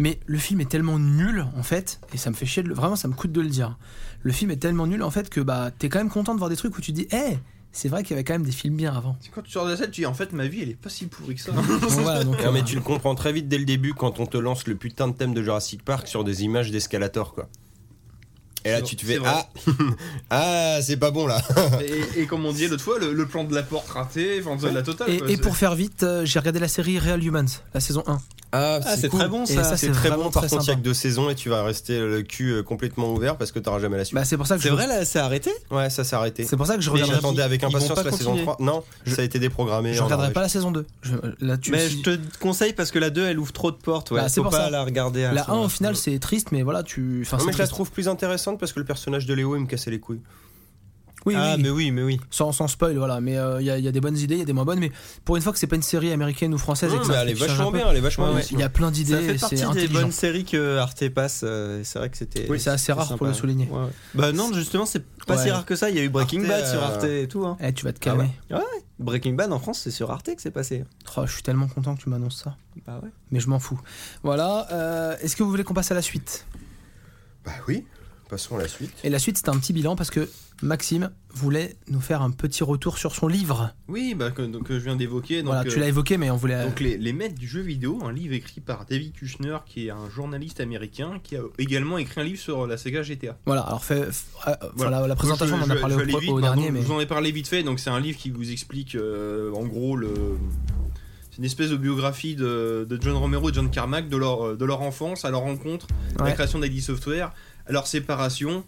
B: Mais le film est tellement nul, en fait, et ça me fait chier, de le- vraiment, ça me coûte de le dire. Le film est tellement nul, en fait, que bah, t'es quand même content de voir des trucs où tu dis Eh, c'est vrai qu'il y avait quand même des films bien avant.
D: C'est Quand tu sors de la salle, tu dis en fait ma vie elle est pas si pourrie que ça.
B: Donc voilà, donc,
C: Non, mais
B: euh,
C: tu le comprends très vite dès le début quand on te lance le putain de thème de Jurassic Park sur des images d'escalator, quoi. Et là,
D: C'est
C: tu te
D: vrai,
C: fais
D: c'est vrai.
C: Ah, ah c'est pas bon là.
D: et, et comme on disait l'autre fois, le, le plan de la porte raté, enfin de la totale.
B: Et,
D: quoi,
B: et
D: c'est-
B: pour faire vite, euh, j'ai regardé la série Real Humans, la saison 1.
C: Ah,
E: Ah, c'est
C: cool.
E: très bon
B: Et
E: ça.
B: ça,
C: C'est
B: C'est
C: très
B: vraiment
C: bon, par
B: très
C: contre, il y a
B: sympa.
C: que deux saisons et tu vas rester le cul euh, complètement ouvert parce que t'auras jamais la suite.
B: Bah, c'est pour ça que
E: C'est
B: je-
E: vrai là, c'est arrêté
C: ouais, ça s'est arrêté.
B: C'est pour ça que je
C: Mais
B: regarderai,
C: J'attendais avec
E: ils vont
C: impatience
E: pas
C: la saison
E: continuer.
C: 3. Non, ça a été déprogrammé.
B: je
C: en
B: regarderai
C: Norvège.
B: pas la saison 2. Je- Là, tu
E: Mais
B: si-
E: je te conseille parce que la 2 elle ouvre trop de portes. Ouais.
B: Bah, c'est
E: Faut
B: pour
E: pas
B: ça.
E: la regarder. à
B: La
E: ce
B: 1 au
E: moment-là.
B: final c'est triste mais voilà tu enfin
C: Non,
B: c'est
C: mais je la
B: triste.
C: trouve plus intéressante parce que le personnage de Léo il me cassait les couilles.
B: Oui,
E: Ah,
B: oui.
E: mais oui, mais oui.
B: Sans, sans spoil voilà mais euh, il y, a- y a des bonnes idées, il y a des moins bonnes mais pour une fois que c'est pas une série américaine ou française et
C: Mmh,
B: que
C: mais
B: ça
C: elle est
B: change un
C: vachement
B: peu,
C: bien, elle est vachement
E: Ouais,
C: bien.
E: ouais.
B: Il y a plein
E: Ça
B: d'idées,
E: fait
B: c'est
E: partie des
B: intelligent.
E: bonnes séries que Arte passe. euh, c'est vrai que c'était.
B: Oui, c'est assez
E: c'était
B: rare pour le
E: sympa.
B: souligner.
E: Ouais. Bah non, justement, c'est pas
B: Ouais.
E: si rare que ça. Il y a eu Breaking
C: Arte,
E: Bad sur
C: euh,
E: Arte et tout. hein.
B: Eh, tu vas te calmer.
E: Breaking Bad en France, c'est sur Arte que c'est passé.
B: Oh, je suis tellement content que tu m'annonces ça.
E: Bah ouais.
B: Mais je m'en fous. Voilà. euh, Est-ce que vous voulez qu'on passe à la suite
C: Bah oui, passons à la suite.
B: Et la suite, c'est un petit bilan parce que Maxime voulait nous faire un petit retour sur son livre.
D: Oui, bah, que, donc, que je viens d'évoquer. Donc,
B: voilà, tu
D: euh,
B: l'as évoqué, mais on voulait.
D: donc les, les Maîtres du jeu vidéo, un livre écrit par David Kushner, qui est un journaliste américain, qui a également écrit un livre sur la Sega GTA.
B: voilà, alors fais. f- euh, voilà, la présentation,
D: Je-
B: on en
D: je-
B: a
D: je
B: parlé
D: vais
B: au,
D: aller
B: pro-
D: vite,
B: au
D: pardon,
B: dernier, mais.
D: Je vous en ai parlé vite fait, donc c'est un livre qui vous explique euh, en gros le. C'est une espèce de biographie de, de John Romero et John Carmack, de leur, euh, de leur enfance à leur rencontre,
B: Ouais.
D: la création d'ID Software, à leur séparation,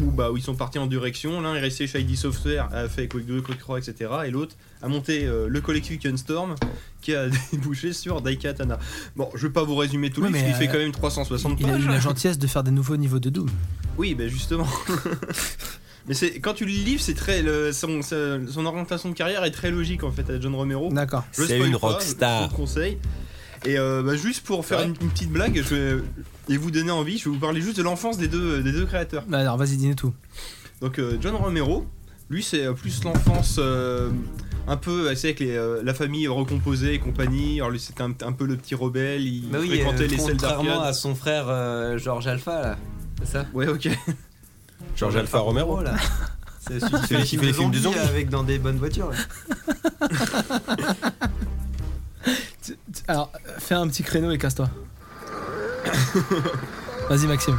D: où, bah, où ils sont partis en direction. L'un est resté chez ID Software, a fait Quake 2, Quake 3, etc. Et l'autre a monté euh, le collectif Gunstorm, qui a débouché sur Daikatana. Bon, je vais pas vous résumer tout le
B: Oui,
D: livre,
B: mais,
D: parce qu'il
B: euh,
D: fait quand même 360
B: Il a eu
D: pages.
B: la gentillesse de faire des nouveaux niveaux de Doom.
D: Oui, ben justement. Mais c'est quand tu le livres, c'est très le- son, sa- son orientation de carrière est très logique en fait à John Romero.
B: D'accord.
D: Je
C: C'est
D: spoil
C: une
D: pas,
C: rockstar.
D: Je vous le conseille. Et euh, bah, juste pour faire une, une petite blague, je vais- et vous donner envie, je vais vous parler juste de l'enfance des deux des deux créateurs.
B: Bah, Alors, vas-y, dîner tout.
D: Donc euh, John Romero, lui c'est euh, plus l'enfance euh, un peu, euh, c'est avec les, euh, la famille recomposée et compagnie. Alors lui c'était un, un peu le petit rebelle, il
E: Bah oui,
D: fréquentait
E: euh,
D: les salles
E: contrairement à
D: d'arcade.
E: son frère euh, George Alpha là. C'est ça
D: Ouais ok.
C: George Alpha Romero.
E: Oh là. C'est celui qui
C: fait les films de zombies,
E: avec dans des bonnes voitures. là.
B: Alors, euh, fais un petit créneau et casse-toi. vas-y, Maxime.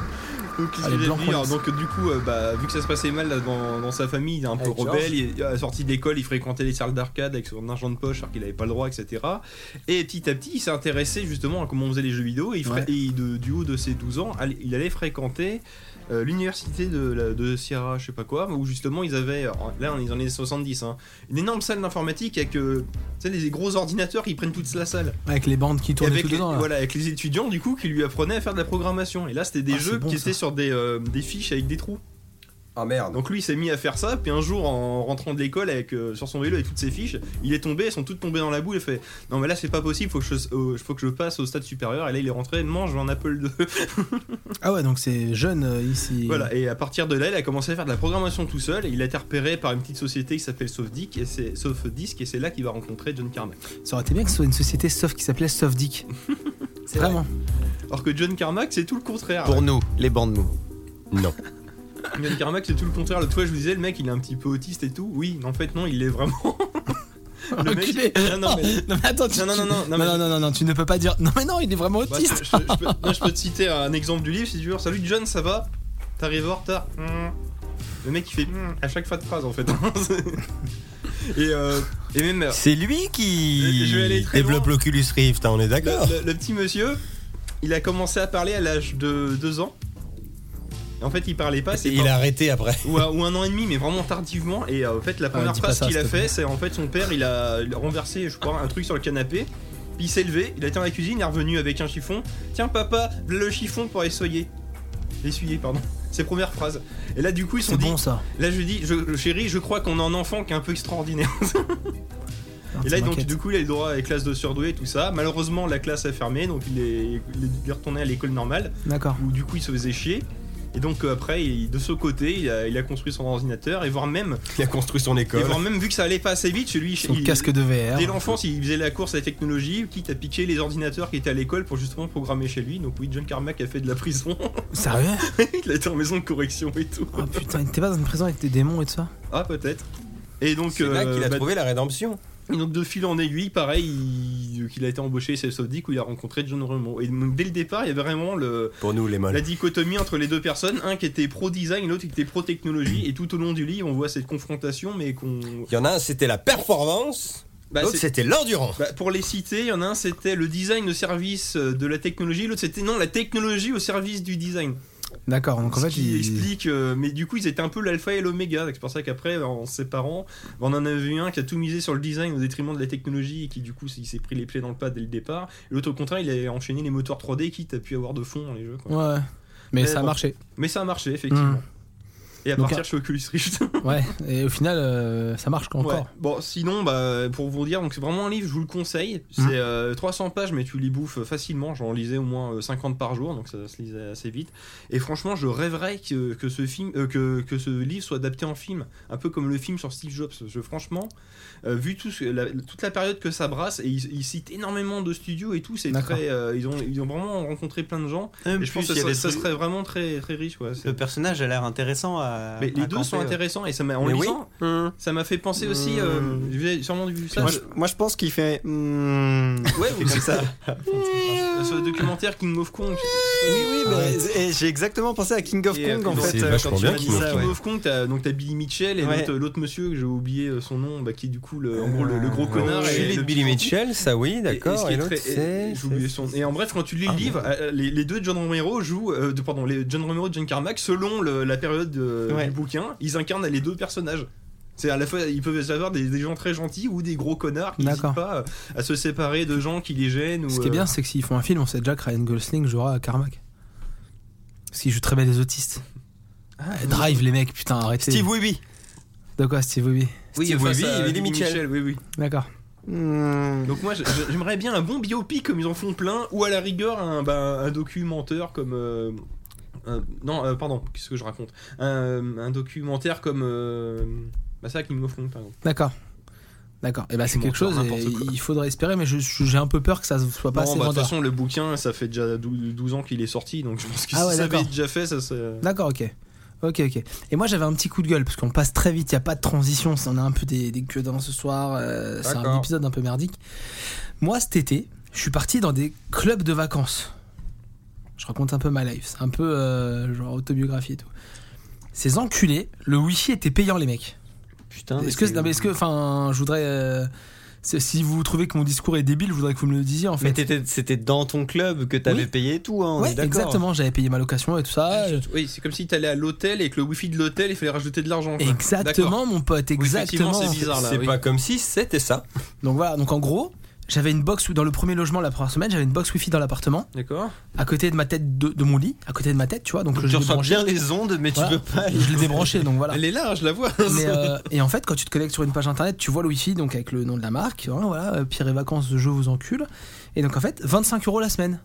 D: Donc, qu'est-ce
B: Allez,
D: que j'ai
B: blanc
D: dit Alors,
B: qu'on
D: donc du coup, euh, bah, vu que ça se passait mal là, dans, dans sa famille, il est un peu
E: Avec Georges.
D: rebelle. Il, à la sortie de l'école, il fréquentait les salles d'arcade avec son argent de poche alors qu'il n'avait pas le droit, etc. Et petit à petit, il s'est intéressé justement à comment on faisait les jeux vidéo. Et, il fra-
B: Ouais.
D: et il- de- du haut de ses 12 ans, allait- il allait fréquenter euh, l'université de, la- de Sierra, je sais pas quoi, où justement ils avaient, en- là on est dans les années 70, hein, une énorme salle d'informatique avec euh, tu sais, les gros ordinateurs qui prennent toute la salle.
B: Avec les bandes qui
D: Et
B: tournent
D: avec
B: tout
D: les,
B: dedans. là.
D: voilà, avec les étudiants du coup qui lui apprenaient à faire de la programmation. Et là, c'était des
B: Ah, c'est
D: jeux
B: bon,
D: qui
B: ça.
D: étaient sur des, euh, des fiches avec des trous.
C: Ah merde.
D: Donc lui, il s'est mis à faire ça. Puis un jour, en rentrant de l'école avec euh, sur son vélo et toutes ses fiches, il est tombé, elles sont toutes tombées dans la boue. Il fait non mais là c'est pas possible, faut que je, euh, faut que je passe au stade supérieur. Et là, il est rentré, mange un Apple 2.
B: Ah ouais, donc c'est jeune euh, ici.
D: Voilà, et à partir de là, il a commencé à faire de la programmation tout seul. Et il a été repéré par une petite société qui s'appelle Softdisk, et c'est Softdisk, et c'est là qu'il va rencontrer John Carmack.
B: Ça aurait été bien que ce soit une société sauf qui s'appelait Softdick.
E: C'est
B: Vraiment.
D: Alors que John Carmack, c'est tout le contraire.
E: Pour nous, les bandes mou.
C: Non.
D: John Carmack, c'est tout le contraire. L'autre fois, je vous disais, le mec, il est un petit peu autiste et tout. Oui, en fait, non, il l'est vraiment. Le mec,
B: Enculé.
D: non, non, mais-
B: Non mais attends, tu,
D: Non, non,
B: tu-
D: non, non, non, mais-
B: non, non, non, non, tu ne peux pas dire. Non mais non, il est vraiment
D: Bah,
B: autiste.
D: je, je- je peux, non, je peux te citer un exemple du livre si tu veux. Salut John, ça va T'arrives en retard Hmm. Le mec il fait hmm à chaque fois de phrase en fait. et, euh, et même euh,
C: C'est lui qui
D: Je vais aller très
C: développe
D: loin.
C: l'Oculus Rift, hein, on est
D: le,
C: d'accord.
D: le- le petit monsieur, il a commencé à parler à l'âge de 2 ans. Et en fait il parlait pas, c'est
C: Il
D: pas-
C: a arrêté après.
D: ou, à- ou un an et demi mais vraiment tardivement. Et euh, en fait la première
B: Ah, dis pas
D: phrase
B: ça,
D: qu'il a
B: s'il te plaît.
D: fait c'est en fait son père il a, il a renversé je crois un truc sur le canapé. Puis il s'est levé, il a été dans la cuisine, il est revenu avec un chiffon. Tiens papa, le chiffon pour essoyer. Essuyer, pardon. Ses premières phrases. Et là du coup ils se sont
B: C'est
D: dit,
B: bon ça.
D: là je dis, je, chérie, je crois qu'on a un enfant qui est un peu extraordinaire.
B: Non,
D: et
B: ça
D: là donc
B: m'inquiète.
D: du coup il a eu le droit à la classe de surdoué et tout ça. Malheureusement la classe a fermé donc il est, il est- il est retourné à l'école normale
B: D'accord.
D: où du coup il se faisait chier. Et donc euh, après il- de ce côté il a, il a construit son ordinateur et voire même,
C: Il a construit son
D: et
C: école.
D: voire même vu que ça allait pas assez vite chez lui,
B: Son
D: il-
B: casque de VR.
D: Dès l'enfance, il faisait la course à la technologie, quitte à piquer les ordinateurs qui étaient à l'école pour justement programmer chez lui. Donc oui, John Carmack a fait de la prison.
B: Sérieux
D: il a été en maison de correction et tout.
B: Oh putain, t'es pas dans une prison avec des démons et tout ça
D: Ah, peut-être. Et donc,
C: C'est là
D: euh,
C: qu'il a
D: bah,
C: trouvé la rédemption.
D: et donc de fil en aiguille, pareil, il, qu'il a été embauché chez Sofdic où il a rencontré John Romero. Et donc, dès le départ, il y avait vraiment le,
C: Pour nous, les
D: la
C: molles.
D: dichotomie entre les deux personnes, un qui était pro-design, l'autre qui était pro-technologie. Et tout au long du livre, on voit cette confrontation, mais qu'on...
C: Il y en a un, c'était la performance.
D: Bah,
C: L'autre,
D: c'est-
C: c'était l'endurant.
D: bah, pour les citer, il y en a un, c'était le design au service euh, de la technologie. L'autre, c'était non, la technologie au service du design.
B: D'accord, donc en
D: Ce
B: fait,
D: qui
B: il-
D: explique, euh, mais du coup, ils étaient un peu l'alpha et l'oméga. C'est pour ça qu'après, en se séparant, on en a vu un qui a tout misé sur le design au détriment de la technologie et qui, du coup, il s'est pris les pieds dans le pas dès le départ. Et L'autre, au contraire, il a enchaîné les moteurs 3D, quitte à pu avoir de fond dans les jeux. quoi.
B: Ouais. Mais,
D: Mais
B: ça a
D: bon.
B: marché.
D: Mais ça a marché, effectivement.
B: Mm.
D: Et à
B: Donc,
D: partir, je suis Oculus Rift.
B: Ouais. Et au final, euh, ça marche encore.
D: Ouais. Bon, sinon, bah, pour vous dire, donc c'est vraiment un livre, je vous le conseille. C'est
E: Mmh.
B: Mhm.
D: euh, 300 pages, mais tu les bouffes euh, facilement. J'en lisais au moins euh, 50 par jour, donc ça se lisait assez vite. Et franchement, je rêverais que, que ce film, euh, que, que ce livre soit adapté en film, un peu comme le film sur Steve Jobs. Je, franchement, euh, vu tout ce- la- toute la période que ça brasse, et ils, ils citent énormément de studios et tout, c'est
B: D'accord.
D: très, euh, ils ont, ils ont vraiment rencontré plein de gens. Et je pense que
E: il y a
D: ça,
E: des
D: ça
E: trucs-
D: serait vraiment très, très riche. ouais, c'est-
E: Le personnage a l'air intéressant à.
D: Mais les
E: Euh, à
D: deux sont
E: camper, ouais.
D: intéressants Mmh. et ça m'a en
E: Mais oui.
D: lisant,
E: Hum.
D: ça m'a fait penser aussi. euh,
E: Mhm.
D: vous avez sûrement vu ça.
E: Moi, je, moi, je pense qu'il fait. hum,
D: Ouais,
E: comme
D: vous
E: ça.
D: ce documentaire King of Kong.
E: Oui, oui, mais et j'ai exactement pensé à King of
D: Et,
E: Kong
D: euh,
E: en
D: c'est
E: fait.
C: vachement
E: quand tu
C: bien,
E: m'as dit
C: King of
E: ça,
D: King
E: ouais.
D: of Kong, t'as donc t'as Billy Mitchell et
E: Ouais.
D: l'autre- l'autre monsieur que j'ai oublié euh, son nom, bah, qui est du coup le, en gros le, le gros
E: Ah,
D: connard.
C: Celui
D: et
C: de
D: le
C: Billy
D: petit-
C: Mitchell, ça oui,
D: ce
C: d'accord.
D: qui
C: Et,
D: est
C: l'autre,
D: très-
C: c'est.
D: et- j'ai oublié son- Et en bref, quand tu
E: Ah.
D: lis le livre, euh, les, les deux John Romero jouent, euh, de- pardon, les John Romero et John Carmack, selon le- la période euh,
E: Ouais.
D: du bouquin, ils incarnent les deux personnages. C'est à la fois, ils peuvent avoir des, des gens très gentils ou des gros connards qui n'hésitent
B: D'accord.
D: pas euh, à se séparer de gens qui les gênent. Ou,
B: Ce qui est
D: euh,
B: bien, c'est que s'ils font un film, on sait déjà que Ryan Gosling jouera à Carmack. Parce qu'il joue très bien les autistes.
E: Ah,
B: Euh, Drive les mecs, putain, arrêtez.
C: Steve Wiebe.
B: De quoi, Steve Webby
C: Steve
D: face
C: Wiebe
D: à
C: et Billy
D: Billy
C: Mitchell.
D: Mitchell, oui, oui.
B: D'accord.
E: Hum.
D: Donc moi je- je- j'aimerais bien un bon biopic comme ils en font plein ou à la rigueur un, bah, un documentaire comme euh, un- non euh, pardon qu'est-ce que je raconte un, un documentaire comme euh, bah ça King of Kong par exemple.
B: D'accord. D'accord. Et bah c'est
D: Je
B: quelque
D: m'en
B: chose,
D: sors
B: et
D: n'importe quoi.
B: il faudrait espérer, mais je- je- j'ai un peu peur que ça soit pas
D: Non,
B: assez
D: bah, de toute
B: vendeur.
D: façon le bouquin ça fait déjà 12, 12 ans qu'il est sorti donc je pense que
B: Ah
D: si
B: ouais,
D: ça avait
B: d'accord.
D: déjà fait ça c'est
B: D'accord, ok. Ok, ok. Et moi j'avais un petit coup de gueule, parce qu'on passe très vite, il a pas de transition, on a un peu des, des queues dans ce soir, euh, c'est un
C: D'accord.
B: épisode un peu merdique. Moi cet été, je suis parti dans des clubs de vacances. Je raconte un peu ma life, c'est un peu euh, genre autobiographie et tout. Ces enculés, le wifi était payant les mecs.
E: Putain.
B: Est-ce que, non, mais est-ce que, enfin, je voudrais... euh, si- si vous trouvez que mon discours est débile, je voudrais que vous me le disiez en fait.
E: Mais t'étais- c'était dans ton club que t'avais
B: Oui.
E: payé et tout, hein, on
B: Ouais,
E: est d'accord.
B: exactement, j'avais payé ma location et tout ça.
D: Ah, oui c'est comme si t'allais à l'hôtel et que le wifi de l'hôtel il fallait rajouter de l'argent quoi. D'accord.
B: Exactement, mon pote,
D: Oui, effectivement,
B: exactement.
D: c'est bizarre là
C: C'est
D: oui.
C: pas comme si c'était ça.
B: donc voilà, donc en gros, j'avais une box dans le premier logement la première semaine, j'avais une box wifi dans l'appartement,
D: d'accord
B: à côté de ma tête, de, de mon lit, à côté de ma tête, tu vois. Donc
E: Tu
B: je l'ai
E: reçois
B: débranché.
E: bien les ondes, mais
B: Voilà.
E: tu peux pas.
B: Je l'ai débranché, donc voilà.
D: elle est là je la vois
B: Mais, euh, et en fait, quand tu te connectes sur une page internet, tu vois le wifi donc avec le nom de la marque, hein, voilà, euh, Pierre et Vacances, je vous encule. Et donc en fait, 25 euros la semaine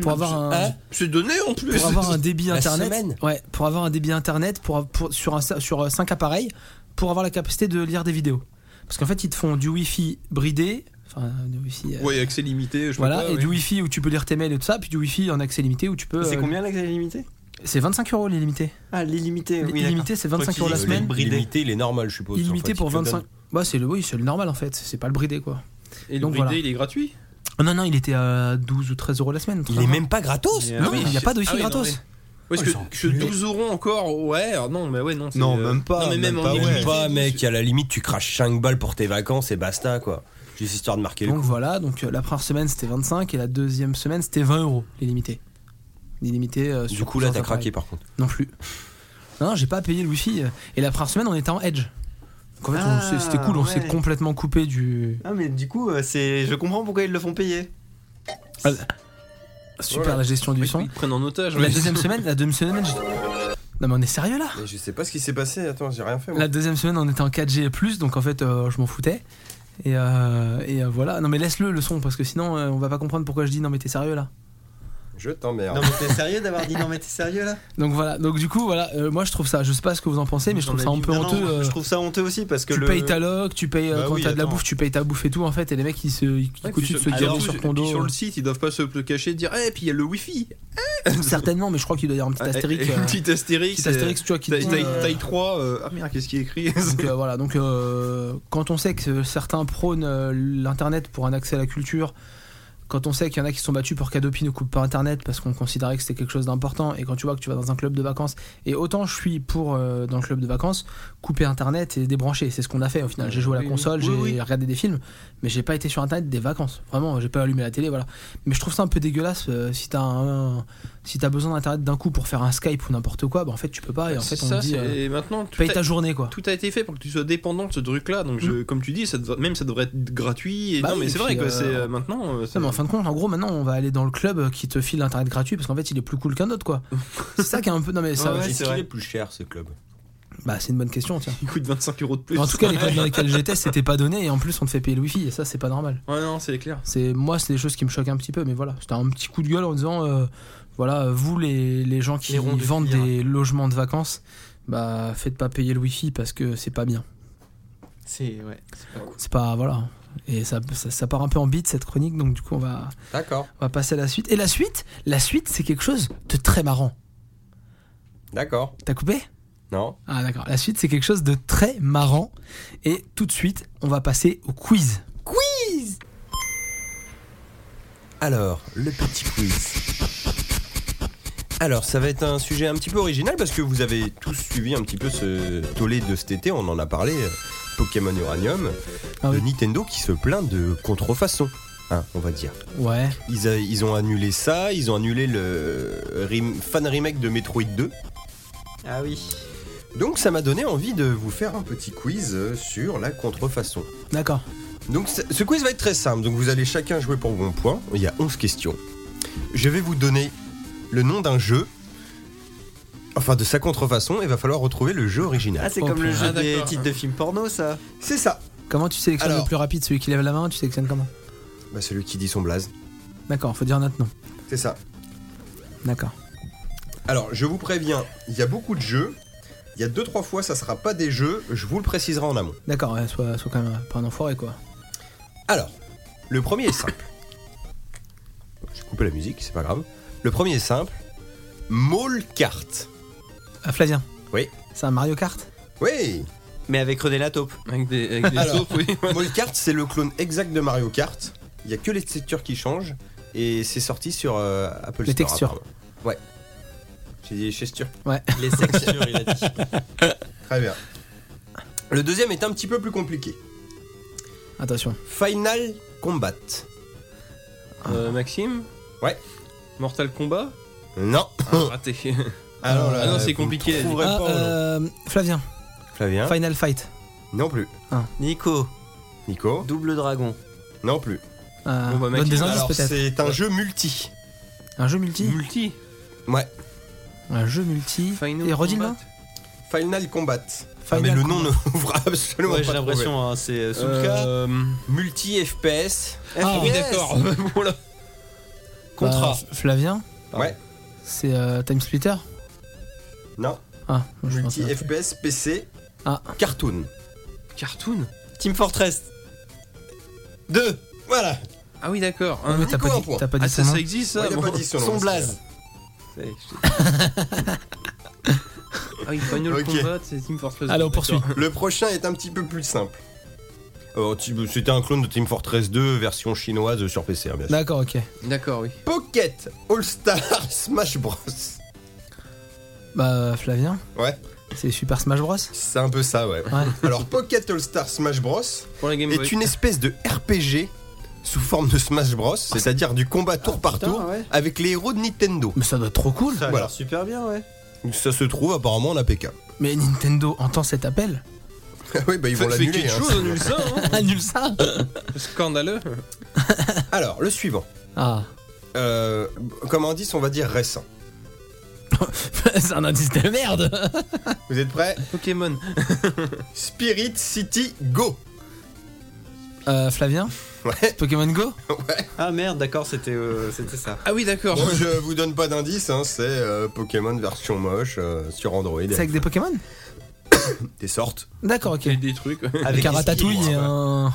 B: pour avoir un.
C: Ah,
D: c'est donné en plus
B: pour avoir un débit
C: La
B: internet
C: semaine.
B: ouais pour avoir un débit internet pour, pour- sur un sur 5 appareils pour avoir la capacité de lire des vidéos parce qu'en fait ils te font du wifi bridé enfin du wifi euh,
D: ouais accès limité je sais
B: voilà
D: pas,
B: et
D: oui.
B: du wifi où tu peux lire tes mails et tout ça puis du wifi en accès limité où tu peux
E: C'est
B: euh,
E: combien l'accès illimité
B: c'est 25 euros l'illimité
E: Ah, l'illimité. Oui, d'accord.
B: l'illimité c'est 25 euros
E: Pour
B: la
E: tu dis,
B: semaine
E: euh, bridé.
C: Illimité, il est normal, je suppose. en fait,
B: illimité
C: il
B: pour
C: te
B: 25
C: donne.
B: bah c'est le oui c'est le normal en fait c'est pas le bridé quoi
D: Et
B: Donc
D: le bridé,
B: voilà.
D: il est gratuit
B: Ah non non il était à 12 ou 13 euros la semaine
C: Il est même pas gratos.
D: Il est-
B: non
D: Ah oui,
B: il n'y a pas de
D: ah
B: wifi
D: oui, non,
B: gratos
D: mais- Parce
C: Oh,
D: que,
C: ils sont
D: que 12 euros encore, ouais, alors non, mais ouais, non. c'est,
C: Non,
D: euh,
C: même pas.
D: non, mais même, en
C: pas,
D: illimité,
C: même pas, mec. À la limite, tu craches 5 balles pour tes vacances et basta, quoi. Juste histoire de marquer le
B: Donc
C: coup.
B: voilà, donc euh, la première semaine c'était 25 et la deuxième semaine c'était 20 euros, l'illimité. L'illimité euh,
C: Du
B: sur
C: coup, là, t'as
B: plusieurs
C: craqué, par contre.
B: appareils. Non plus. Non, non, j'ai pas payé le wifi. euh, Et la première semaine on était en Edge. Donc en fait on
E: Ah,
B: s'est- c'était cool, on s'est
E: ouais.
B: complètement coupé du.
E: Ah, mais du coup, euh, c'est. Je comprends pourquoi ils le font payer.
B: Super
D: Voilà.
B: la gestion du
D: Oui,
B: son.
D: Ils te prennent en otage.
B: La
D: ouais.
B: deuxième semaine, la deuxième semaine. j'ai- Non mais on est sérieux là
C: Mais je sais pas ce qui s'est passé. Attends, j'ai rien fait.
B: La deuxième semaine on était en 4G et plus, donc en fait euh, je m'en foutais. Et, euh, et, euh, voilà, non mais laisse-le le son parce que sinon euh, on va pas comprendre pourquoi je dis non mais t'es sérieux là.
C: Je
E: Non,
C: t'emmerde.
E: mais t'es sérieux d'avoir dit non, mais t'es sérieux là
B: Donc voilà, donc du coup voilà, euh, moi je trouve ça, je sais pas ce que vous en pensez, mais je
D: J'en
B: trouve
D: ai
B: ça un
D: dit-
B: peu
E: Non, non,
B: honteux. euh,
E: Je trouve ça honteux aussi parce que
B: tu
E: le.
B: payes ta loc, tu payes euh,
D: Bah
B: quand
D: oui,
B: t'as de la
D: attends.
B: bouffe, tu payes ta bouffe et tout en fait, et les mecs ils se, ils
D: Ouais,
B: continuent de se
D: puis
B: tirer
D: alors,
B: sur euh.
D: puis-
B: ton
D: puis
B: dos.
D: sur le site, ils doivent pas se le cacher et dire, eh, puis il y a le wifi.
B: Certainement, mais je crois qu'il doit y avoir un petit
D: Ah,
B: astérix,
D: eh, eh,
B: euh,
D: Petit astérix.
B: petit astérix, tu vois, qui te
D: Taille,
B: dit,
D: taille-
B: euh,
D: taille 3. euh, Ah merde, qu'est-ce qui est écrit
B: donc euh, voilà, donc euh, quand on sait que certains prônent euh, l'internet pour un accès à la culture, quand on sait qu'il y en a qui se sont battus pour qu'Adopi ne coupe pas Internet parce qu'on considérait que c'était quelque chose d'important, et quand tu vois que tu vas dans un club de vacances, et autant je suis pour, euh, dans le club de vacances, couper Internet et débrancher, c'est ce qu'on a fait au final. J'ai joué à la
D: Euh, Oui,
B: console,
D: oui.
B: j'ai
D: Oui, oui.
B: regardé des films, mais j'ai pas été sur Internet des vacances, vraiment, j'ai pas allumé la télé, voilà. Mais je trouve ça un peu dégueulasse, euh, si t'as un- si t'as besoin d'Internet d'un coup pour faire un Skype ou n'importe quoi, bah en fait tu peux pas, et en fait
D: C'est
B: on
D: ça,
B: te dit...
D: c'est-
B: euh,
D: et maintenant, tout
B: Paye
D: a-
B: ta journée quoi.
D: tout a été fait pour que tu sois dépendant de ce truc-là. Donc, je- comme tu dis, ça devra- même ça devrait être gratuit. Et
B: Bah
D: non,
B: oui,
D: mais
B: et
D: c'est
B: puis,
D: vrai
B: euh,
D: que c'est euh, maintenant. euh,
B: Non,
D: c'est-
B: mais en fin de compte, en gros, maintenant, on va aller dans le club qui te file l'internet gratuit parce qu'en fait, il est plus cool qu'un autre, quoi. C'est ça qui est un peu. Non, mais ça,
D: Ouais,
C: Est-ce
D: c'est
C: qu'il
D: vrai.
C: est plus cher ce club
B: bah, c'est une bonne question, tiens.
D: Il coûte 25 euros de plus.
B: Mais en tout cas, les clubs dans lesquels j'étais, c'était pas donné et en plus, on te fait payer le wifi et ça, c'est pas normal.
D: Ouais, non, c'est clair.
B: C'est moi, c'est des choses qui me choquent un petit peu, mais voilà, c'était un petit coup de gueule en disant, euh, voilà, vous les, les gens qui
E: Les ronds de
B: vendent
E: cuir.
B: des logements de vacances, bah, faites pas payer le wifi parce que c'est pas bien.
E: C'est ouais, c'est pas cool.
B: C'est pas voilà. Et ça, ça, ça part un peu en bite cette chronique, donc du coup, on va
C: D'accord,
B: on va passer à la suite. Et la suite, la suite, c'est quelque chose de très marrant.
C: d'accord.
B: T'as coupé
C: Non
B: Ah d'accord, la suite c'est quelque chose de très marrant. Et tout de suite, on va passer au quiz.
C: Alors, le petit quiz. Alors, ça va être un sujet un petit peu original parce que vous avez tous suivi un petit peu ce tollé de cet été, on en a parlé, euh, Pokémon Uranium,
B: Ah
C: de
B: oui.
C: Nintendo qui se plaint de contrefaçon, hein, on va dire.
B: Ouais,
C: Ils, a- ils ont annulé ça, ils ont annulé le rem- fan remake de Metroid 2.
E: Ah oui.
C: Donc ça m'a donné envie de vous faire un petit quiz euh, sur la contrefaçon.
B: d'accord.
C: Donc ce ce quiz va être très simple, donc vous allez chacun jouer pour vos points, il y a 11 questions. Je vais vous donner le nom d'un jeu, enfin de sa contrefaçon, et va falloir retrouver le jeu
E: Ah,
C: original.
E: c'est
B: Oh,
E: comme le
B: putain.
E: jeu
D: Ah,
E: des
D: d'accord.
E: titres de films porno, ça.
C: C'est ça
B: Comment tu sélectionnes
C: Alors.
B: le plus rapide, celui qui lève la main, tu sélectionnes comment
C: bah, Celui qui dit son blaze.
B: D'accord, faut dire notre nom.
C: C'est ça.
B: D'accord.
C: Alors je vous préviens, il y a beaucoup de jeux, il y a 2-3 fois ça sera pas des jeux, je vous le préciserai en amont.
B: D'accord, ouais, sois, sois quand même pas un enfoiré quoi.
C: Alors, le premier est simple. J'ai coupé la musique, c'est pas grave. Le premier est simple. Mall Kart.
B: Ah, Flavien
C: Oui.
B: C'est un Mario Kart
C: Oui
E: Mais avec René Latope.
D: Avec des, avec des
C: Alors.
D: taupes, oui.
C: Mall Kart, c'est le clone exact de Mario Kart. Il y a que les textures qui changent. Et c'est sorti sur euh, Apple
B: Les
C: Store,
B: textures.
C: apparemment. Ouais. J'ai dit textures.
E: Les sextures, il a dit.
C: Très bien.
B: Euh,
C: Le deuxième est un petit peu plus compliqué.
B: Attention.
C: Final Combat.
D: Euh, Maxime
C: Ouais. Oh.
D: Mortal Kombat
C: Non.
D: Ah, Raté.
C: Alors
D: Ah non, c'est
C: vous
D: compliqué.
C: ne trouverez
B: Ah,
C: pas, Hein non.
B: euh, Flavien,
C: Flavien
B: Final Fight.
C: Non plus.
E: Nico,
C: Nico
E: double dragon.
C: Non plus.
B: Euh,
D: Bon,
B: donne
D: bah, Maxime,
B: des indices
C: Alors,
B: peut-être.
C: c'est un jeu multi.
B: Un jeu multi
D: Multi.
C: Ouais.
B: Un jeu multi.
D: Final
B: Et redis-le
D: Combat.
C: Final Combat. Ah,
B: Final
C: mais le
B: Combat.
C: nom ne ouvre absolument
E: Ouais,
C: pas.
E: j'ai
C: trouvé.
E: l'impression, hein, c'est sous le cas.
D: Euh,
C: Multi FPS.
B: Ah,
D: oui,
B: yes.
D: d'accord. Voilà.
B: Bah, Flavien
C: Ouais.
B: C'est euh, Time Splitter
C: Non.
B: Ah, je pense
C: Multi
B: à-
C: FPS PC.
B: Ah.
C: Cartoon.
D: Cartoon
E: Team Fortress.
C: 2 Voilà.
D: Ah oui, d'accord.
B: Ouais,
D: Hein.
B: mais t'as
C: Nico,
B: pas
C: un
B: dit,
C: point.
B: t'as pas dit
D: Ah,
B: son
D: ça,
B: nom.
D: ça existe ça
C: Ouais, il a
D: bon.
C: pas dit son nom.
E: Son blaze. C'est-
D: Ah oui, Final
C: Ok.
D: Combat, c'est Team Fortress.
B: Allez, on
D: D'accord.
B: poursuit.
C: Le prochain est un petit peu plus simple. Alors, tu- C'était un clone de Team Fortress 2 version chinoise sur PC, hein, bien sûr.
B: D'accord, ok.
D: D'accord, oui.
C: Pocket All Star Smash Bros.
B: Bah, Flavien
C: Ouais.
B: C'est Super Smash Bros
C: C'est un peu ça, ouais.
B: Ouais.
C: Alors, Pocket All Star Smash Bros.
D: Pour la Game Boy.
C: est une espèce de RPG sous forme de Smash Bros, c'est-à-dire du combat tour
D: Ah,
C: par
E: putain,
C: tour
E: ouais.
C: avec les héros de Nintendo.
B: Mais ça doit être trop cool
E: Ça a
C: Voilà.
E: l'air super bien, ouais.
C: Donc ça se trouve apparemment en APK.
B: Mais Nintendo entend cet appel
C: oui, bah ils vont
D: Faites- faites
C: l'annuler.
D: quelque
C: hein.
D: chose, hein annule ça, hein.
B: Annule ça
D: Scandaleux.
C: Alors, le suivant.
B: Ah.
C: Euh, comme indice, on va dire récent.
B: C'est un indice de merde
C: Vous êtes prêts
D: Pokémon.
C: Spirit City Go.
B: euh, Flavien
C: Ouais,
B: Pokémon Go
C: ouais.
E: Ah merde, d'accord, c'était euh, c'était ça.
D: Ah oui, d'accord.
C: Bon, je vous donne pas d'indice, hein, c'est euh, Pokémon version moche euh, sur Android.
B: C'est avec des Pokémon
C: Des sortes.
B: D'accord, ok.
D: Il y a des trucs.
B: Avec
E: des
B: un ratatouille
E: skis,
B: et
E: ouais.
B: un...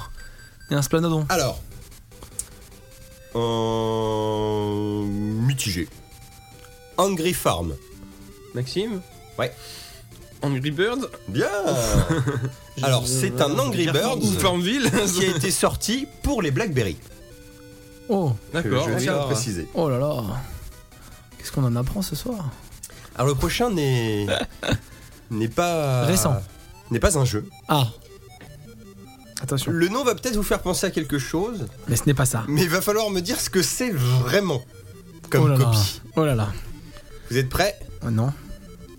B: Et un Splanodon.
C: Alors. Euh, mitigé. Angry Farm.
D: Maxime
C: Ouais.
D: Angry Birds
C: Bien Alors, c'est un Angry
E: Ou
D: Ou
C: Birds
D: Farmville
C: qui a été sorti pour les Blackberry.
B: Oh,
D: D'accord.
C: que je tiens à
E: d'accord.
C: préciser.
B: oh là là. Qu'est-ce qu'on en apprend ce soir
C: Alors le prochain n'est n'est pas
B: Récent.
C: n'est pas un jeu.
B: Ah. Attention.
C: Le nom va peut-être vous faire penser à quelque chose,
B: Mais ce n'est pas ça.
C: mais il va falloir me dire ce que c'est vraiment comme
B: oh là là.
C: copie.
B: Oh là là.
C: Vous êtes prêts
B: Oh non.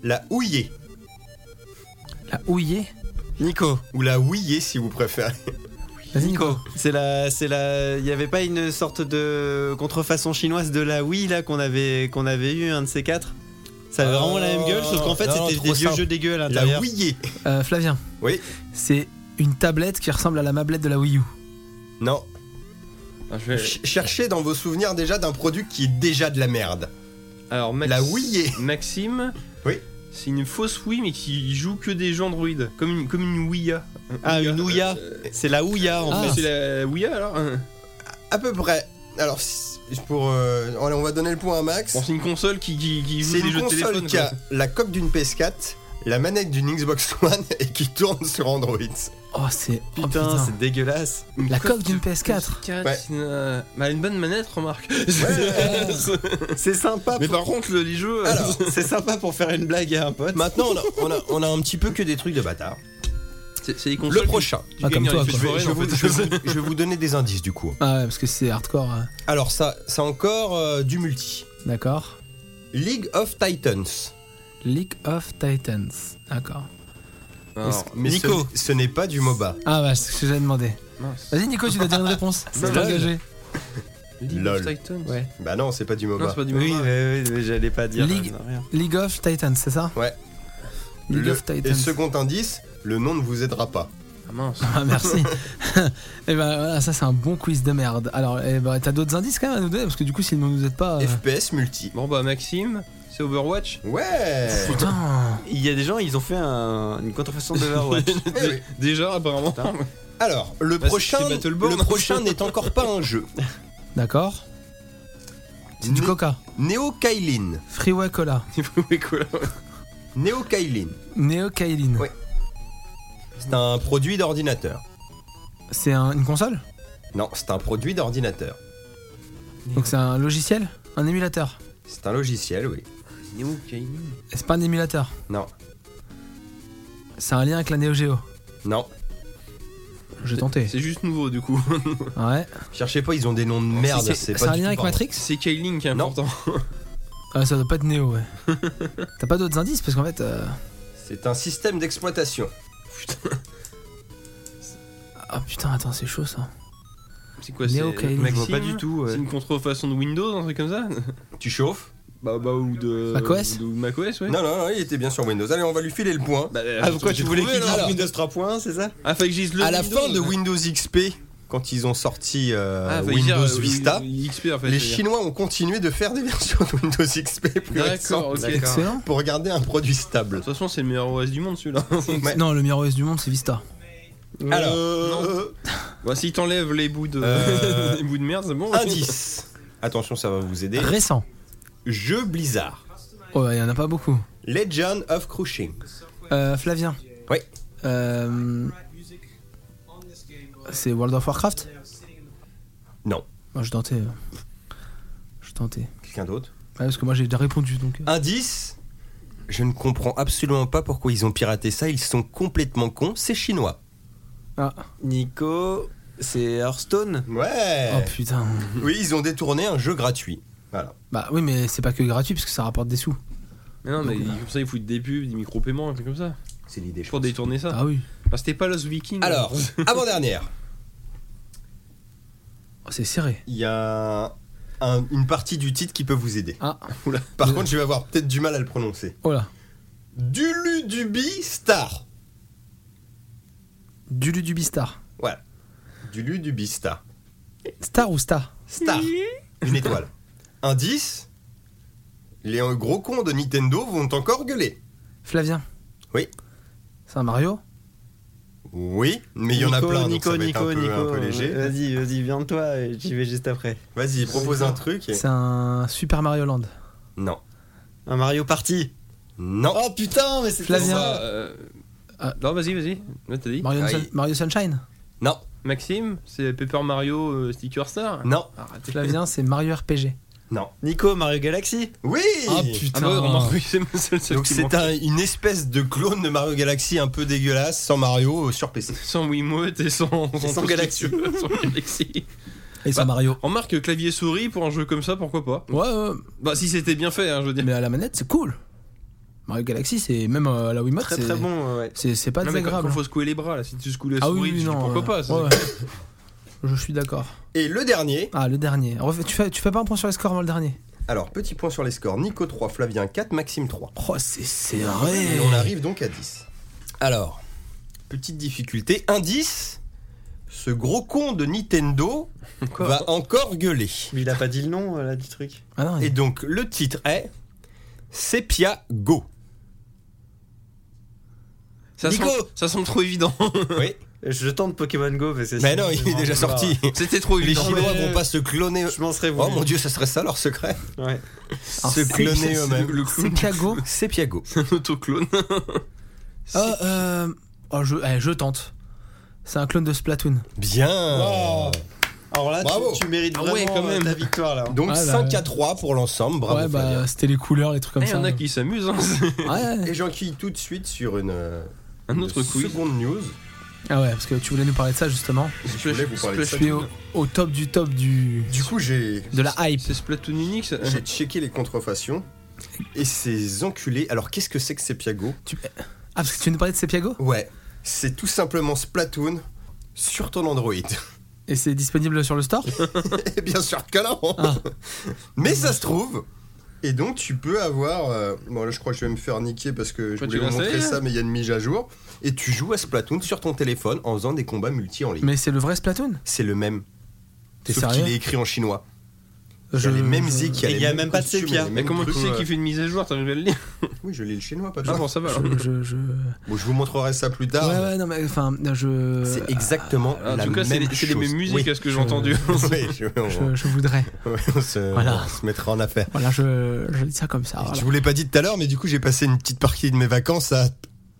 C: La houillée
B: La houillée.
E: Nico,
C: ou la houillée si vous préférez.
B: Vas-y, Nico.
E: Nico, c'est la, c'est la, il y avait pas une sorte de contrefaçon chinoise de la Wii là qu'on avait, qu'on avait eu un de ces quatre. Ça avait
C: Euh,
E: vraiment la même gueule, sauf qu'en fait
C: non,
E: c'était
C: trop
E: des vieux
C: simple.
E: jeux dégueux à
C: La
E: l'intérieur.
C: houillée.
B: Euh, Flavien.
C: Oui.
B: C'est une tablette qui ressemble à la mablette de la Wii U.
C: Non,
D: Ah, je vais-
C: Ch- cherchez dans vos souvenirs déjà d'un produit qui est déjà de la merde.
D: Alors, Max-
C: La houillée.
D: Maxime.
C: Oui.
D: C'est une fausse Wii, mais qui joue que des jeux Android. Comme une, comme une Ouya.
E: Ah, une Ouya. C'est la Ouya en
B: Ah.
E: fait.
D: Mais c'est la Ouya alors hein
C: À peu près. Alors si- pour euh, allez, on va donner le point à Max.
D: Bon, c'est une console qui, qui, qui joue
C: C'est
D: des
C: une
D: jeux de
C: console
D: téléphone.
C: qui
D: quoi.
C: a la coque d'une PS4, la manette d'une Xbox One et qui tourne sur Android.
B: Oh, c'est. oh,
E: Putain, c'est dégueulasse.
D: Une
B: La
D: coque
B: coque d'une
D: de
B: PS4.
D: PS4,
C: Ouais.
D: c'est une- Bah, une bonne manette, remarque.
C: euh,
E: C'est sympa.
D: mais
E: pour-
D: par contre, le- les jeux.
C: Alors,
E: C'est sympa pour faire une blague à un pote.
C: maintenant on a, on a- on a un petit peu que des trucs de bâtard.
D: c'est c'est les consoles.
C: Le prochain.
D: qui- qui
B: Ah, comme
D: gagnent
B: toi,
D: dans les
B: quoi.
C: Je
D: fêtes
C: vais, je
D: foraines, en
C: vais vous,
D: fait.
C: je vais vous- je vais vous donner des indices du coup.
B: Ah ouais, parce que c'est hardcore. euh.
C: Alors ça, c'est encore euh, du multi.
B: D'accord.
C: League of Titans.
B: League of Titans. D'accord.
D: Alors,
C: Mais ce-
E: Nico.
C: ce, n'est pas du MOBA.
B: Ah bah, c'est ce que j'avais demandé.
D: mince.
B: Vas-y, Nico, tu dois dire une réponse.
D: C'est
B: C'est engagé.
D: League of Titans.
E: Ouais.
C: Bah non, c'est pas du
D: Non,
C: MOBA.
D: c'est pas du
E: Oui,
D: moment.
E: mais, oui, mais j'allais pas dire.
B: Ligue-
E: euh, rien.
B: League of Titans, c'est ça
C: Ouais.
B: League
C: Le-
B: of
C: Et
B: Titans.
C: second indice, le nom ne vous aidera pas.
D: Ah, mince.
B: Ah, merci. et ben voilà, ça c'est un bon quiz de merde. Alors, eh ben, t'as d'autres indices quand même à nous donner parce que du coup, s'ils ne nous aident pas. euh,
C: FPS multi.
D: Bon, bah, Maxime, c'est Overwatch.
C: Ouais
B: Putain
E: Il y a des gens, ils ont fait un- une contrefaçon d'Overwatch.
C: Eh oui.
D: Déjà, apparemment.
C: Alors, le
D: Bah, c'est-
C: prochain,
D: c'est Battleborn.
C: le prochain n'est encore pas un jeu.
B: D'accord. C'est du
C: Né-
B: coca.
C: Neo Kailin.
B: Freeway Cola.
D: Mais quoi, là
C: Neo Kailin.
B: Neo Kailin.
C: Ouais. C'est un produit d'ordinateur.
B: C'est un- une console
C: Non, c'est un produit d'ordinateur.
B: Donc c'est un logiciel Un émulateur
C: C'est un logiciel, oui.
D: Neo Gaming.
B: Et C'est pas un émulateur
C: Non,
B: C'est un lien avec la Neo Geo.
C: non.
B: J'ai tenté.
D: C'est juste nouveau du coup.
B: Ouais.
C: Cherchez pas, ils ont des noms de merde.
B: C'est-
C: C'est
B: C'est
C: pas
B: c'est un
C: du
B: lien
C: tout
B: avec
C: pareil.
B: Matrix
D: C'est K-Link qui est
C: Non.
D: important.
B: Ah, ça doit pas être Neo, ouais. T'as pas d'autres indices parce qu'en fait. euh,
C: C'est un système d'exploitation.
B: Ah putain, attends, c'est chaud ça.
D: C'est quoi
B: Neo
D: c'est-
B: Kailin.
E: Je vois pas du tout. ouais.
D: C'est une contrefaçon de Windows, un truc comme ça
C: Tu chauffes
D: Bah, bah ou de.
B: macOS
D: ou de macOS, ouais.
C: Non, non, non, il était bien sur Windows. Allez, on va lui filer le point.
D: Bah, euh,
E: Ah, pourquoi
D: j'ai
E: tu voulais
D: trouvé,
E: qu'il dise
D: alors.
E: Windows 3.1, c'est ça
D: Ah, fallait que je dise le.
C: à la
D: Windows.
C: fin de Windows XP, quand ils ont sorti euh,
D: Ah, fallait dire,
C: Windows
D: euh,
C: Vista,
D: Win- XP en fait.
C: les
D: c'est-à-dire.
C: Chinois ont continué de faire des versions de Windows XP plus
D: D'accord,
C: récentes
D: ok.
B: C'est
D: De
B: excellent.
C: pour garder un produit stable.
D: toute façon, c'est le meilleur OS du monde celui-là.
C: Ouais.
B: Non, le meilleur OS du monde, c'est Vista.
D: Euh,
C: Alors,
D: bah, si t'enlèves les bouts de.
C: Euh,
D: les bouts de merde, c'est bon.
B: Ah,
C: indice. Attention, ça va vous aider.
B: Récent.
C: Jeu Blizzard.
B: Oh, il y en a pas beaucoup.
C: Legend of Crushing.
B: Euh, Flavien.
C: Oui.
B: Euh, C'est World of Warcraft
C: Non.
B: Moi, je tentais. euh. Je tentais.
C: Quelqu'un d'autre
B: Ouais, parce que moi, j'ai déjà répondu donc. euh.
C: Indice. Je ne comprends absolument pas pourquoi ils ont piraté ça. Ils sont complètement cons. C'est chinois.
B: Ah.
E: Nico, c'est Hearthstone
C: Ouais.
B: Oh putain.
C: oui, ils ont détourné un jeu gratuit. Voilà.
B: Bah oui, mais c'est pas que gratuit parce que ça rapporte des sous.
D: Mais non, mais
B: Donc,
D: comme ça, ils foutent des pubs, des micro-paiements, un truc comme ça.
C: C'est l'idée. je
D: Pour
C: pense.
D: détourner ça.
B: Ah oui.
D: Bah, c'était pas Lost Viking.
C: Alors,
D: hein.
C: avant-dernière.
B: Oh, c'est serré.
C: Il y a un- une partie du titre qui peut vous aider.
B: Ah.
C: Oula. Par contre, je vais avoir peut-être du mal à le prononcer.
B: Oh là.
C: Dulu Dubi Star.
B: Dulu du Bistar.
C: Voilà. Dulu Dubi Star.
B: Star ou Star
C: Star. Une étoile. Indice. Les euh, gros cons de Nintendo vont encore gueuler.
B: Flavien.
C: Oui.
B: C'est un Mario
C: Oui, mais il y en a
E: Nico,
C: plein, donc
E: Nico,
C: ça va être
E: Nico,
C: un peu,
E: Nico.
C: un peu léger.
E: Vas-y, vas-y, viens de toi, et j'y vais juste après.
C: Vas-y, propose un truc. et-
B: C'est un Super Mario Land.
C: Non.
E: Un Mario Party
C: Non.
E: Oh putain, mais c'est
B: Flavien.
D: Ah, euh,
B: Ah.
D: Non, vas-y, vas-y. Ouais, t'as dit.
B: Mario,
C: Ah,
B: Sun-
C: il-
B: Mario Sunshine
C: Non.
D: Maxime, c'est Paper Mario euh, Sticker Star Ah,
C: Non.
D: Arrêtez.
B: Flavien, c'est Mario RPG.
E: Nico, Mario Galaxy
C: Oui
B: Ah
D: Ah
B: putain.
D: bah, remarque, oui, c'est c'est- c'est-
C: Donc c'est
E: Ah,
C: un- une espèce de clone de Mario Galaxy un peu dégueulasse sans Mario euh, sur PC.
D: sans Wiimote et sans,
E: sans
D: tout ce que
E: Galaxy.
D: tu veux, sans Galaxy.
B: Et c'est un Mario.
D: En marque clavier souris pour un jeu comme ça, pourquoi pas
B: Ouais, ouais,
D: Bah si c'était bien fait, hein, je veux dire.
B: mais à la manette, c'est cool. Mario Galaxy, c'est même euh, à la Wiimote,
E: Très
B: c'est
E: très bon, ouais.
B: c'est- c'est pas
D: Non, mais quand,
B: désagréable.
D: quand faut secouer les bras là, si tu secoues la
B: Ah
D: souris,
B: oui, oui,
D: tu-
B: non.
D: pourquoi
B: euh,
D: pas ça-
B: ouais, ouais. Je suis d'accord.
C: Et le dernier,
B: Ah, le dernier. Refais- tu, fais, tu fais pas un point sur les scores avant le dernier
C: alors petit point sur les scores, Nico 3, Flavien 4, Maxime 3.
B: Oh, c'est
C: Et
B: serré.
C: on arrive donc à 10. Alors, petite difficulté, indice, ce gros con de Nintendo va encore gueuler.
E: Mais il a pas dit le nom euh, là, du truc.
B: Ah non,
C: Et
B: il-
C: donc le titre est Sepia Go.
D: Ça,
C: Nico
D: semble, ça semble trop évident.
C: Oui.
E: Je tente Pokémon Go, mais c'est
C: Mais non, il est déjà sorti.
D: C'était trop
C: Les
D: évident.
C: Chinois
E: ouais.
C: vont pas se cloner.
E: Je m'en serais
C: Oh
E: voulu.
C: mon dieu, ça serait ça leur secret
E: Ouais.
B: Alors,
C: Se
B: c'est-
C: cloner
B: c'est-
C: eux-mêmes.
D: Le clone,
B: c'est Piago.
C: Sepia Go.
D: c'est un autoclone.
B: Ah, euh, oh, je, eh, je tente. C'est un clone de Splatoon.
C: Bien.
E: Wow. Alors là, tu-
C: Bravo.
E: tu, mérites
D: Ah
E: vraiment
D: ouais, quand
E: euh,
D: même.
E: ta victoire là.
C: Donc
B: Ah, bah,
C: 5 à 3 pour l'ensemble, bravo
B: ouais,
C: Flavien.
B: bah, c'était les couleurs, les trucs comme
D: Il Eh, y
B: ça.
D: en a qui s'amusent. hein.
B: Ouais.
C: Et j'enquille tout de suite sur une, euh,
D: Un autre
C: une
D: quiz.
C: seconde news.
B: Ah ouais, parce que tu voulais nous parler de ça justement.
C: Je voulais vous parler de
B: Je
C: ça.
B: suis au, au top du top du.
C: Du coup, j'ai
B: de la hype.
D: C'est Splatoon Unix.
C: j'ai checké les contrefaçons et ces enculés. Alors, qu'est-ce que c'est que Sepiago
B: Ah, parce que tu veux nous parler de Sepiago
C: Ouais, c'est tout simplement Splatoon sur ton Android.
B: Et c'est disponible sur le store
C: Et bien sûr que non
B: Ah.
C: Mais ça se trouve Et donc tu peux avoir... euh, bon là je crois que je vais me faire niquer parce que je
D: Toi,
C: voulais
D: tu hein.
C: vous
D: l'as
C: montrer
D: essayé
C: ça mais il y a une mise à jour. Et tu joues à Splatoon sur ton téléphone en faisant des combats multi en ligne.
B: Mais c'est le vrai Splatoon
C: C'est le même.
B: T'es
C: Sauf
B: sérieux
C: qu'il est écrit en chinois. Il y
B: Je-
C: a les mêmes
B: je-
C: zik,
E: Et
C: les
E: il y a
C: mêmes
E: même pas de
C: costumes,
E: sépia.
C: il y a les
D: Mais
C: mêmes
D: comment tu
C: trucs,
D: sais
C: euh,
D: qui fait une mise à jour T'arrives à le lire
C: Oui je lis le chinois, pas
D: Ah
C: toi.
D: bon, ça va alors.
B: je, je, je-
C: Bon je vous montrerai ça plus tard.
B: Ouais, ouais, non, mais enfin, je.
C: C'est exactement
D: Ah, En
C: la
D: tout cas, c'est
C: même
D: les, c'est les mêmes
C: chose.
D: musiques
C: Oui.
D: à ce que j'ai
B: Je-
D: entendu.
C: Oui, je- on,
B: Je, je voudrais.
C: on se,
B: Voilà.
C: on se mettra en affaire.
B: Voilà, je, je dis ça comme ça. voilà.
C: Je vous l'ai pas dit tout à l'heure, mais du coup, j'ai passé une petite partie de mes vacances à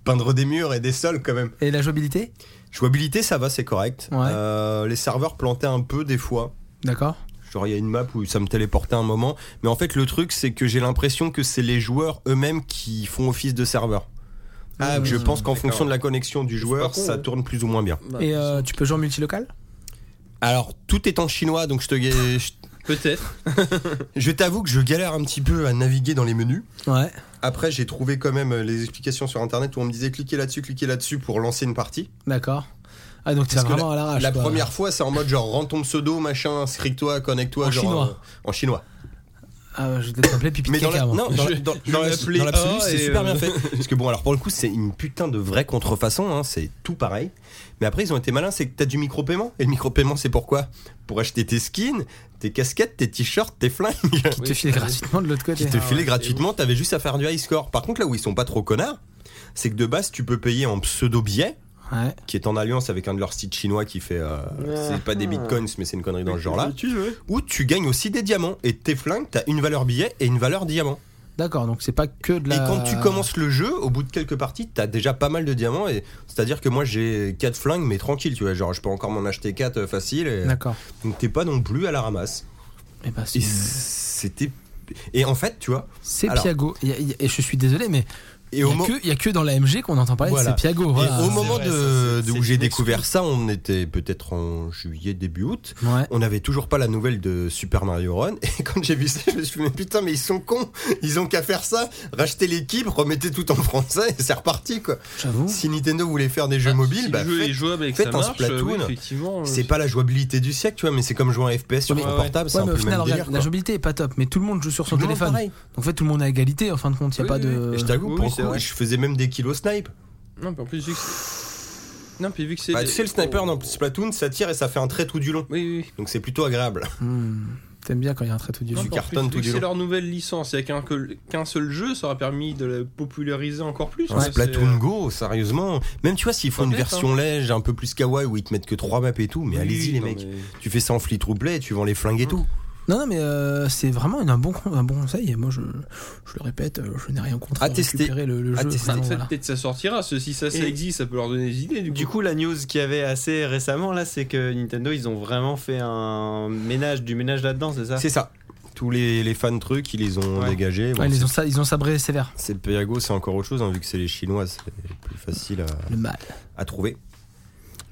C: peindre des murs et des sols quand même.
B: Et la jouabilité
C: Jouabilité, ça va, c'est correct.
B: Ouais.
C: Euh, les serveurs plantaient un peu des fois.
B: D'accord.
C: Genre, il y a une map où ça me téléportait un moment. Mais en fait, le truc, c'est que j'ai l'impression que c'est les joueurs eux-mêmes qui font office de serveur.
B: Ah,
C: je
B: oui.
C: pense qu'en
D: D'accord.
C: fonction de la connexion du joueur,
D: pas con,
B: hein.
C: ça
D: ouais.
C: tourne plus ou moins bien.
B: Et euh, tu peux jouer en multilocal
C: Alors, tout est en chinois, donc je te. je-
D: Peut-être.
C: Je t'avoue que je galère un petit peu à naviguer dans les menus.
B: Ouais.
C: Après, j'ai trouvé quand même euh, les explications sur internet où on me disait cliquez là-dessus, cliquez là-dessus pour lancer une partie.
B: D'accord. Ah, donc c'est
C: Parce que
B: vraiment à l'arrache.
C: La
B: quoi.
C: première fois, c'est en mode genre rentre ton pseudo, machin, inscris-toi, connecte-toi.
B: En
C: genre,
B: chinois.
C: euh, en chinois.
B: Ah, je vais t'appeler Pipi
C: Mais dans
B: Caca,
C: la,
B: moi.
C: non, dans, la-
D: Je-
C: dans-
D: je
C: dans
D: vais
C: la-
D: l'appeler
C: dans l'absolu,
D: A
C: c'est
D: et,
C: super
D: euh,
C: bien fait. Parce que bon, alors pour le coup, c'est une putain de vraie contrefaçon, hein, c'est tout pareil. Mais après, ils ont été malins, c'est que t'as du micro-paiement. Et le micro-paiement, c'est pourquoi Pour acheter tes skins, tes casquettes, tes t-shirts, tes flingues.
B: Qui te
D: Oui,
B: file
D: c'est-
B: gratuitement de l'autre côté.
C: qui te
D: Ah
C: filaient
D: ouais,
C: gratuitement, t'avais juste à faire du high score. Par contre, là où ils sont pas trop connards, c'est que de base, tu peux payer en
B: hein.
C: pseudo-billet
B: Ouais.
C: qui est en alliance avec un de leurs sites chinois qui fait euh,
D: Ah.
C: c'est pas des bitcoins mais c'est une connerie dans le genre là où tu gagnes aussi des diamants et tes flingues t'as une valeur billet et une valeur diamant
B: D'accord, donc c'est pas que de la.
C: et quand tu commences le jeu au bout de quelques parties t'as déjà pas mal de diamants et c'est à dire que moi j'ai 4 flingues mais tranquille tu vois genre je peux encore m'en acheter 4 facile et...
B: D'accord.
C: donc t'es pas non plus à la ramasse
B: Et bah,
C: et c'était et en fait tu vois
B: c'est
C: alors-
B: Piago. Il y a- il y a- Et je suis désolé, mais
C: et
B: il
C: au
B: n'y a,
C: mo-
B: que- il y a que dans la MG qu'on entend parler
C: Voilà.
B: de Sepiago. Voilà.
C: et au moment
E: vrai,
C: de-
E: ça, c'est-
C: de
E: c'est
C: où j'ai
E: une
C: découvert ça on était peut-être en juillet début août
B: Ouais.
C: On n'avait toujours pas la nouvelle de Super Mario Run. Et quand j'ai vu ça, je me suis dit, mais putain, mais ils sont cons. Ils ont qu'à faire ça. Racheter l'équipe, remettez tout en français et c'est reparti, quoi.
B: J'avoue.
C: Si Nintendo voulait faire des jeux
D: Ah, si
C: mobiles,
D: le
C: bah,
D: jeu
C: faites-
D: est jouable et que
C: faites
D: ça
C: un
D: marche, euh, oui,
C: Splatoon.
D: effectivement. euh,
C: c'est pas la jouabilité du siècle, tu vois, mais c'est comme jouer à FPS sur
B: Oh, Ouais,
C: ton
D: ouais.
C: portable, c'est
B: Ouais,
C: un
B: mais
C: peu
B: au
C: le
B: final,
C: même
B: regarde,
C: délire.
B: la
C: quoi.
B: jouabilité est pas top, mais tout le monde joue sur son
C: Non,
B: téléphone.
C: pareil.
B: Donc en fait, tout le monde est à égalité. En fin de compte, il n'y a
D: Oui,
B: pas de.
C: Et je t'avoue,
D: Oui,
C: pour
D: oui,
C: le
D: c'est
C: coup,
D: vrai.
C: je faisais même des kilos snipe.
D: Non, mais en plus, vu que c'est- Non, puis vu que c'est.
C: Bah, tu sais, le
D: Oh.
C: sniper dans Splatoon, ça tire et ça fait un trait tout du long.
D: Oui, oui.
C: Donc c'est plutôt agréable.
B: Hmm, T'aimes bien quand il y a un trait tout dur.
D: Non, puis en
C: cartonnes tout
D: plus, vu que
C: du
D: C'est
C: long.
D: leur nouvelle licence. Il n'y a qu'un que- qu'un seul jeu, ça aurait permis de la populariser encore plus.
C: Un
D: quoi,
B: euh,
C: Splatoon
D: c'est- euh,
C: Go, sérieusement. Même tu vois, s'ils font une
D: Pas bête,
B: hein.
C: version lège, un peu plus kawaii, où ils te mettent que 3 maps et tout, mais
D: Oui,
C: allez-y, les
D: non,
C: mecs.
D: mais-
B: Mmh.
C: Tu fais ça en free to play, tu vends les flingues et tout.
B: Non, non, mais euh, c'est vraiment un bon, con- un bon conseil. Et moi, je, je le répète, euh, je n'ai rien contre
C: À tester.
B: récupérer le, le
C: À
B: jeu.
C: tester.
B: Vraiment,
D: Ça,
B: voilà.
D: Peut-être ça sortira. ce- Si ça, ça
E: Et-
D: existe, ça peut leur donner des idées. Du coup,
E: Du coup, la news qu'il y avait assez récemment, là, c'est que Nintendo, ils ont vraiment fait un ménage, du ménage là-dedans, c'est ça
C: C'est ça. Tous les, les fans trucs, ils les ont
E: Ouais.
C: dégagés. Bon,
B: Ouais, ils,
C: c'est-
B: ont, sa- ils ont sabré sévère.
C: C'est le Periago, c'est encore autre chose, hein, vu que c'est les Chinois, c'est plus facile à,
B: Le mal.
C: à trouver.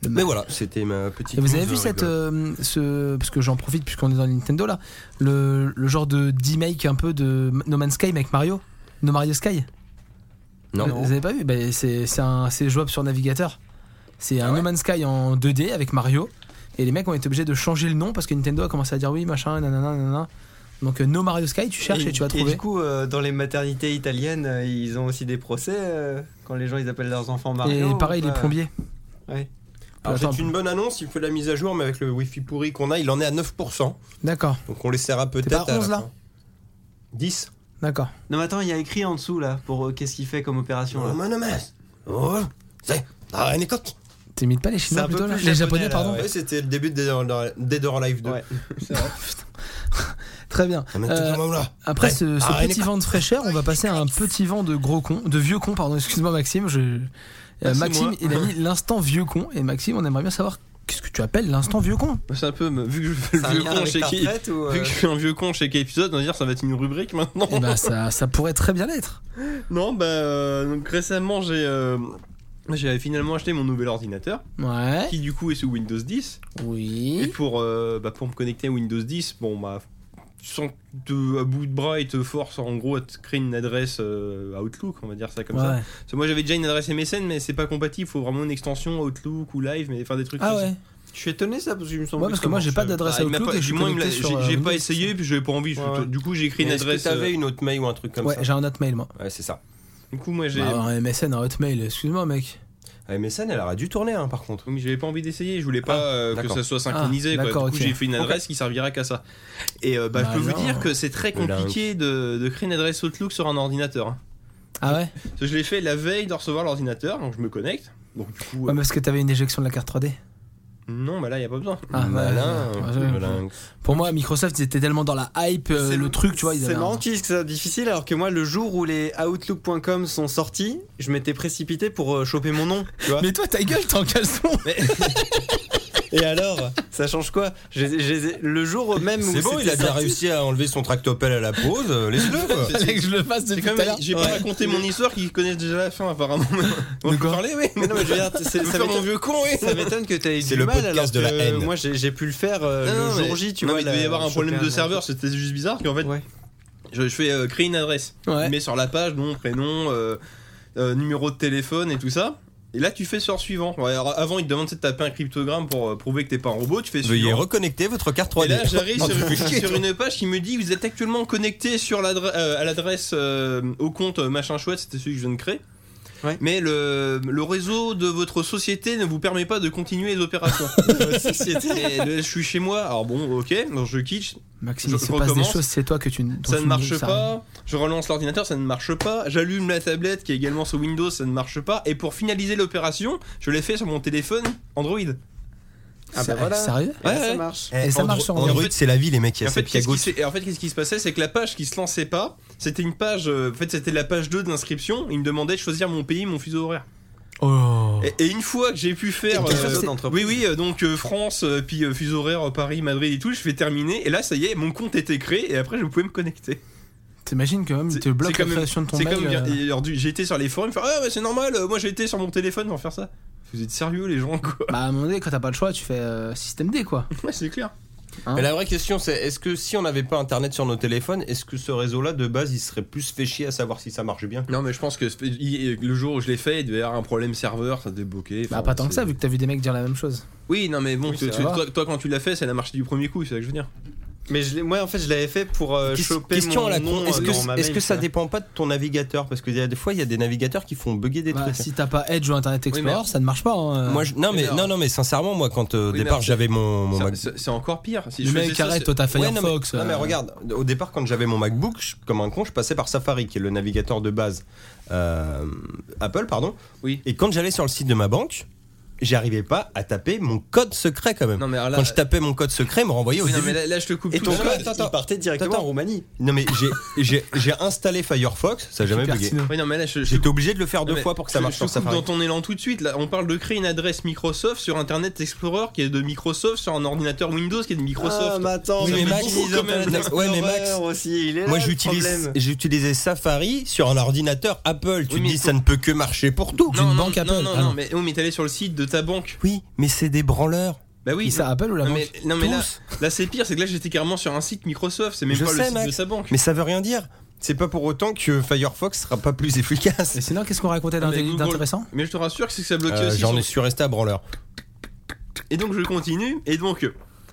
B: Le
C: Mais
B: mal.
C: voilà, c'était ma petite.
B: Et vous
C: news
B: avez vu
C: rigolote.
B: cette, euh, ce, parce que j'en profite puisqu'on est dans Nintendo là, le, le genre de remake un peu de No Man's Sky mais avec Mario, No Mario Sky.
C: Non.
B: Vous-
C: Euh,
B: Vous avez pas vu Ben, c'est c'est un- c'est jouable sur navigateur. C'est
E: Ah
B: un No Man's Sky en 2D avec Mario et les mecs ont été obligés de changer le nom parce que Nintendo a commencé à dire oui machin nanana nanana. Donc euh, No Mario Sky, tu cherches et, tu vas
E: Et
B: trouver.
E: du coup, euh, dans les maternités italiennes, euh, ils ont aussi des procès euh, quand les gens ils appellent leurs enfants
B: Et
E: Mario.
B: pareil
E: ou
B: les
E: pas
B: plombiers.
E: Ouais.
C: Alors,
B: Attends,
C: c'est une bonne annonce, il faut la mise à jour, mais avec le Wi-Fi pourri qu'on a, il en est à 9%.
B: D'accord,
C: Donc on les serra
B: pas à
C: peut-être. à la
B: 11, là
C: fin. 10
B: d'accord.
E: Non, mais attends, il y a écrit en dessous là pour euh, qu'est-ce qu'il fait comme opération là.
C: Monomas. Oh, c'est. Ah, une coque.
B: T'imites pas les
E: C'est
B: Chinois
E: un peu
B: plutôt là
E: plus
B: Les
E: japonais,
B: Japonais
C: Euh,
E: là,
B: pardon.
E: ouais.
C: Ouais, c'était le début de Dead or- Dead or Alive 2.
E: Ouais.
B: Très bien.
C: Ah, mais
B: Euh,
C: tout le monde là.
B: Après
C: Ouais.
B: ce, ce
C: Ah,
B: petit
C: allez,
B: vent de fraîcheur, on va passer à un petit vent de gros con, de vieux con, pardon, excuse-moi Maxime, je... euh,
D: Ah, c'est
B: Maxime,
D: moi.
B: il a mis l'instant vieux con, et Maxime, on aimerait bien savoir qu'est-ce que tu appelles l'instant vieux con
D: c'est un peu. Vu que je fais
E: C'est
D: le
E: un
D: vieux
E: lien
D: con
E: avec
D: chez
E: ta
D: qui.
E: retraite ou, euh,
D: Vu que je suis un vieux con chez quel épisode, on va dire ça va être une rubrique maintenant.
B: Eh ben ça, ça pourrait très bien l'être.
D: Non, bah euh, donc récemment j'ai euh, j'avais finalement acheté mon nouvel ordinateur
B: Ouais,
D: qui du coup est sous Windows 10 et
B: oui.
D: pour euh, bah, pour me connecter à Windows 10, bon bah sans te, à bout de bras et te force en gros à te créer une adresse euh, Outlook, on va dire ça comme ça.
B: Ouais.
D: Parce que moi j'avais déjà une adresse MSN mais c'est pas compatible, faut vraiment une extension Outlook ou Live mais enfin des trucs
B: Ah
D: comme
B: ouais,
E: Je suis étonné ça parce que je me sens.
B: ouais parce que moi j'ai pas d'adresse
D: ça. Ah, il m'a
B: Outlook
D: pas-
B: et je
D: du
B: suis
D: moins, il me l'a-
B: connecté sur,
D: j'ai
B: euh,
D: j'ai
B: Windows.
D: pas essayé puis j'avais pas envie. je-
E: Ouais.
D: Du coup, j'ai écrit
C: Mais
D: une
C: Est-ce que
D: adresse.
C: t'avais
D: euh,
C: une autre mail ou un truc comme
B: Ouais,
C: ça
B: j'ai un hotmail moi.
C: Ouais, c'est ça.
D: Du coup, moi j'ai.
B: Bah, un MSN, un hotmail, excuse-moi mec.
C: Ah, MSN, elle aurait dû tourner, hein, par contre.
D: Donc j'avais pas envie d'essayer, je voulais pas euh, que
C: d'accord.
D: ça soit synchronisé.
B: Ah,
D: quoi. Du coup,
B: d'accord, ok.
D: j'ai fait une adresse qui servira qu'à ça. Et euh, bah,
B: Bah
D: je peux
B: alors.
D: vous dire que c'est très
C: Le lynx.
D: compliqué de, de créer une adresse Outlook sur un ordinateur. hein.
B: Ah ouais,
D: Parce que je l'ai fait la veille de recevoir l'ordinateur, donc je me connecte. Donc du coup,
B: ouais
D: euh,
B: parce que t'avais une éjection de la carte 3D.
D: non, bah là, y a pas besoin.
B: Ah, ouais,
C: malin.
B: ouais, ouais, ouais.
C: malin.
B: Pour moi Microsoft ils étaient tellement dans la hype, euh, le truc tu vois, ils
E: C'est
B: avaient un-
E: marrant que tu dises que c'est difficile alors que moi le jour où les Outlook.com sont sortis, je m'étais précipité pour euh, choper mon nom. Tu vois
B: Mais toi ta gueule t'es en caleçon
E: Et alors Ça change quoi J'ai- j'ai- Le jour même où
C: C'est bon,
E: c'était
C: il a bien
E: sorti,
C: réussi à enlever son tractopelle à la pause. euh, Laisse-le, quoi.
B: Fallait que je le fasse
D: C'est
B: depuis
D: quand
B: tout à
D: même,
B: l'heure.
D: j'ai pas raconté mon histoire qu'ils connaissent déjà la fin apparemment.
B: De
D: On peut
B: quoi
D: parler, oui.
E: Mais non, mais je veux dire, c'est-
D: Je vais
E: ça
D: faire mon
E: m'étonne-
D: vieux con, oui.
E: ça m'étonne que t'aies
C: C'est
E: du
C: le
E: mal
C: podcast
E: alors
C: de la
E: que
C: haine.
E: Moi, j'ai j'ai pu le faire euh,
D: Non, non,
E: le
D: mais-
E: jour J, tu
D: non,
E: vois.
D: mais il devait y
E: la-
D: avoir un
E: choper
D: problème de
E: nom.
D: serveur, c'était juste bizarre qu'en fait,
E: Ouais.
D: je, je fais euh, créer une adresse.
B: Ouais.
D: mais sur la page nom, prénom, euh, euh, numéro de téléphone et tout ça. Et là, tu fais sur suivant. Ouais, alors, avant, ils te demandent de taper un cryptogramme pour euh, prouver que t'es pas un robot. Tu fais
C: Veuillez
D: suivant.
C: reconnecter votre carte
D: Et
C: 3D.
D: là, j'arrive
C: Oh, putain.
D: sur, sur une page qui me dit Vous êtes actuellement connecté sur l'adre- euh, à l'adresse euh, au compte euh, machin chouette, c'était celui que je viens de créer.
E: Ouais.
D: Mais le, le réseau de votre société ne vous permet pas de continuer les opérations. Et, euh, je suis chez moi, alors bon, ok, donc je quitte,
B: Maxime,
D: Je
B: il se passe des
D: recommence.
B: choses, c'est toi que tu dont
D: ça
B: tu
D: ne
B: me-
D: marche
B: ça-
D: pas. Je relance l'ordinateur, ça ne marche pas. J'allume la tablette qui est également sur Windows, ça ne marche pas. Et pour finaliser l'opération, je l'ai fait sur mon téléphone Android.
E: Ah
B: C'est-
E: bah voilà.
B: Sérieux
E: Et là,
D: Ouais,
E: ça
D: ouais.
E: marche.
C: Eh,
B: Et ça
C: Andro-
B: marche sur
C: Android,
B: Android.
C: c'est la vie, les mecs. Il y
D: Et
C: a
D: en, fait,
C: cette
D: qu'est-ce qui
C: cagotte.
D: s'est- et en fait, qu'est-ce qui se passait C'est que la page qui se lançait pas, c'était une page. euh, en fait, c'était la page 2 d'inscription. Il me demandait de choisir mon pays, mon fuseau horaire.
B: Oh.
D: Et, et une fois que j'ai pu faire.
E: Et
D: euh,
E: quelque chose d'entreprise.
D: oui, oui, euh, donc euh, France, euh, puis euh, fuseau horaire, euh, Paris, Madrid et tout, je fais terminer. Et là, ça y est, mon compte était créé. Et après, je pouvais me connecter.
B: T'imagines quand même,
D: C'est-
B: tu bloques
D: c'est
B: la
D: quand même-
B: création de ton
D: C'est
B: mail.
D: comme bien-
B: euh,
D: et alors, du- j'ai été sur les forums, faire, ah ouais, c'est normal, euh, moi j'ai été sur mon téléphone pour faire ça. Vous êtes sérieux les gens quoi
B: Bah, à un moment donné, quand t'as pas le choix, tu fais euh, système D quoi.
D: Ouais, c'est clair.
C: Mais la vraie question, c'est est-ce que si on n'avait pas internet sur nos téléphones, est-ce que ce réseau-là, de base, il serait plus fait chier à savoir si ça marche bien
D: Non mais je pense que le jour où je l'ai fait, il devait y avoir un problème serveur, ça devait bloquer.
B: Bah, pas tant que ça, vu que t'as vu des mecs dire la même chose.
D: Oui, non mais bon,
B: Oui,
D: tu-
B: ça
D: tu-
B: va.
D: toi, toi, quand tu l'as fait, ça a marché du premier coup, c'est ça que je veux dire.
E: Mais je l'ai- moi, en fait, je l'avais fait pour euh,
C: Ques-
E: choper
C: Question
E: mon
C: à la
E: nom,
C: con, est-ce
E: euh,
C: que,
E: dans ma
C: est-ce
E: mail,
C: que ça
E: tu
C: dépend pas de ton navigateur Parce que il y a des fois, il y a des navigateurs qui font bugger des
B: Bah,
C: trucs.
B: si t'as pas Edge ou Internet Explorer,
D: mais-
B: ça ne marche pas. hein.
C: Moi, je- non, mais,
D: mais
C: non,
D: alors-
C: non, mais sincèrement, moi, quand euh, au
D: Oui, mais
C: départ
D: alors,
C: j'avais mon, mon
D: Ça-
C: Mac-
D: C'est c'est encore pire. Si
B: le
D: je
B: mec,
D: faisais ça,
B: arrête,
D: c'est-
B: toi t'as
C: Ouais, non, mais-
B: Firefox.
C: non, mais
B: euh,
C: regarde, au départ, quand j'avais mon MacBook, je- comme un con, je passais par Safari, qui est le navigateur de base euh, Apple, pardon.
D: Oui.
C: Et quand j'allais sur le site de ma banque, j'arrivais pas à taper mon code secret quand même.
D: Non, mais alors là-
C: Quand je tapais mon code secret, il me renvoyait au
D: Oui, non,
C: début.
D: mais là, là, je te coupe
E: Et
D: tout
E: ton
D: seul.
E: code,
C: attends,
E: il
C: attends.
E: partait directement
C: Attends.
E: en Roumanie.
C: Non mais j'ai- j'ai j'ai installé Firefox, ça a jamais bugué.
B: pertinent.
D: Oui, non, mais là, je, je te
C: J'étais obligé de le faire
D: Non,
C: deux
D: mais
C: fois pour que ça
D: je-
C: marche
D: je
C: sur
D: te coupe
C: Safari.
D: dans ton élan tout de suite. Là, on parle de créer une adresse Microsoft sur Internet Explorer qui est de Microsoft sur un ordinateur Windows qui est de
E: Ah,
D: Microsoft.
E: mais attends,
C: Oui,
E: ça
C: mais
E: fait
C: Max,
E: beaucoup
C: ils
E: quand
C: ont
E: même
C: pas le texte. Ouais, mais Max,
E: d'explorer aussi, il est
C: Moi
E: là, le
C: j'utilise
E: problème.
C: j'ai utilisé Safari sur un ordinateur Apple. Tu
D: Oui,
C: te
D: mais
C: dis
D: faut-
C: ça ne peut que marcher pour tout.
B: d'une banque Apple.
D: Non, non,
B: Ah,
D: non,
B: non.
D: mais, oui, mais t'es allé sur le site de ta banque.
C: Oui, mais c'est des branleurs.
D: Bah oui.
B: Et ça Ah Apple ou la
D: non,
B: banque
D: mais, non, mais là,
C: Tous.
D: là, c'est pire, c'est que là j'étais carrément sur un site Microsoft, c'est même
C: Je
D: pas le
C: sais,
D: site de
C: Max.
D: sa banque.
C: Mais ça veut rien dire. C'est pas pour autant que Firefox sera pas plus efficace.
B: Et sinon, qu'est-ce qu'on racontait
D: Non, mais
B: d'inté-
D: Google-
B: d'intéressant
D: Mais je te rassure que c'est que ça bloquait
C: Euh,
D: aussi.
C: J'en
D: sur-
C: ai suis resté à branleur.
D: Et donc je continue, et donc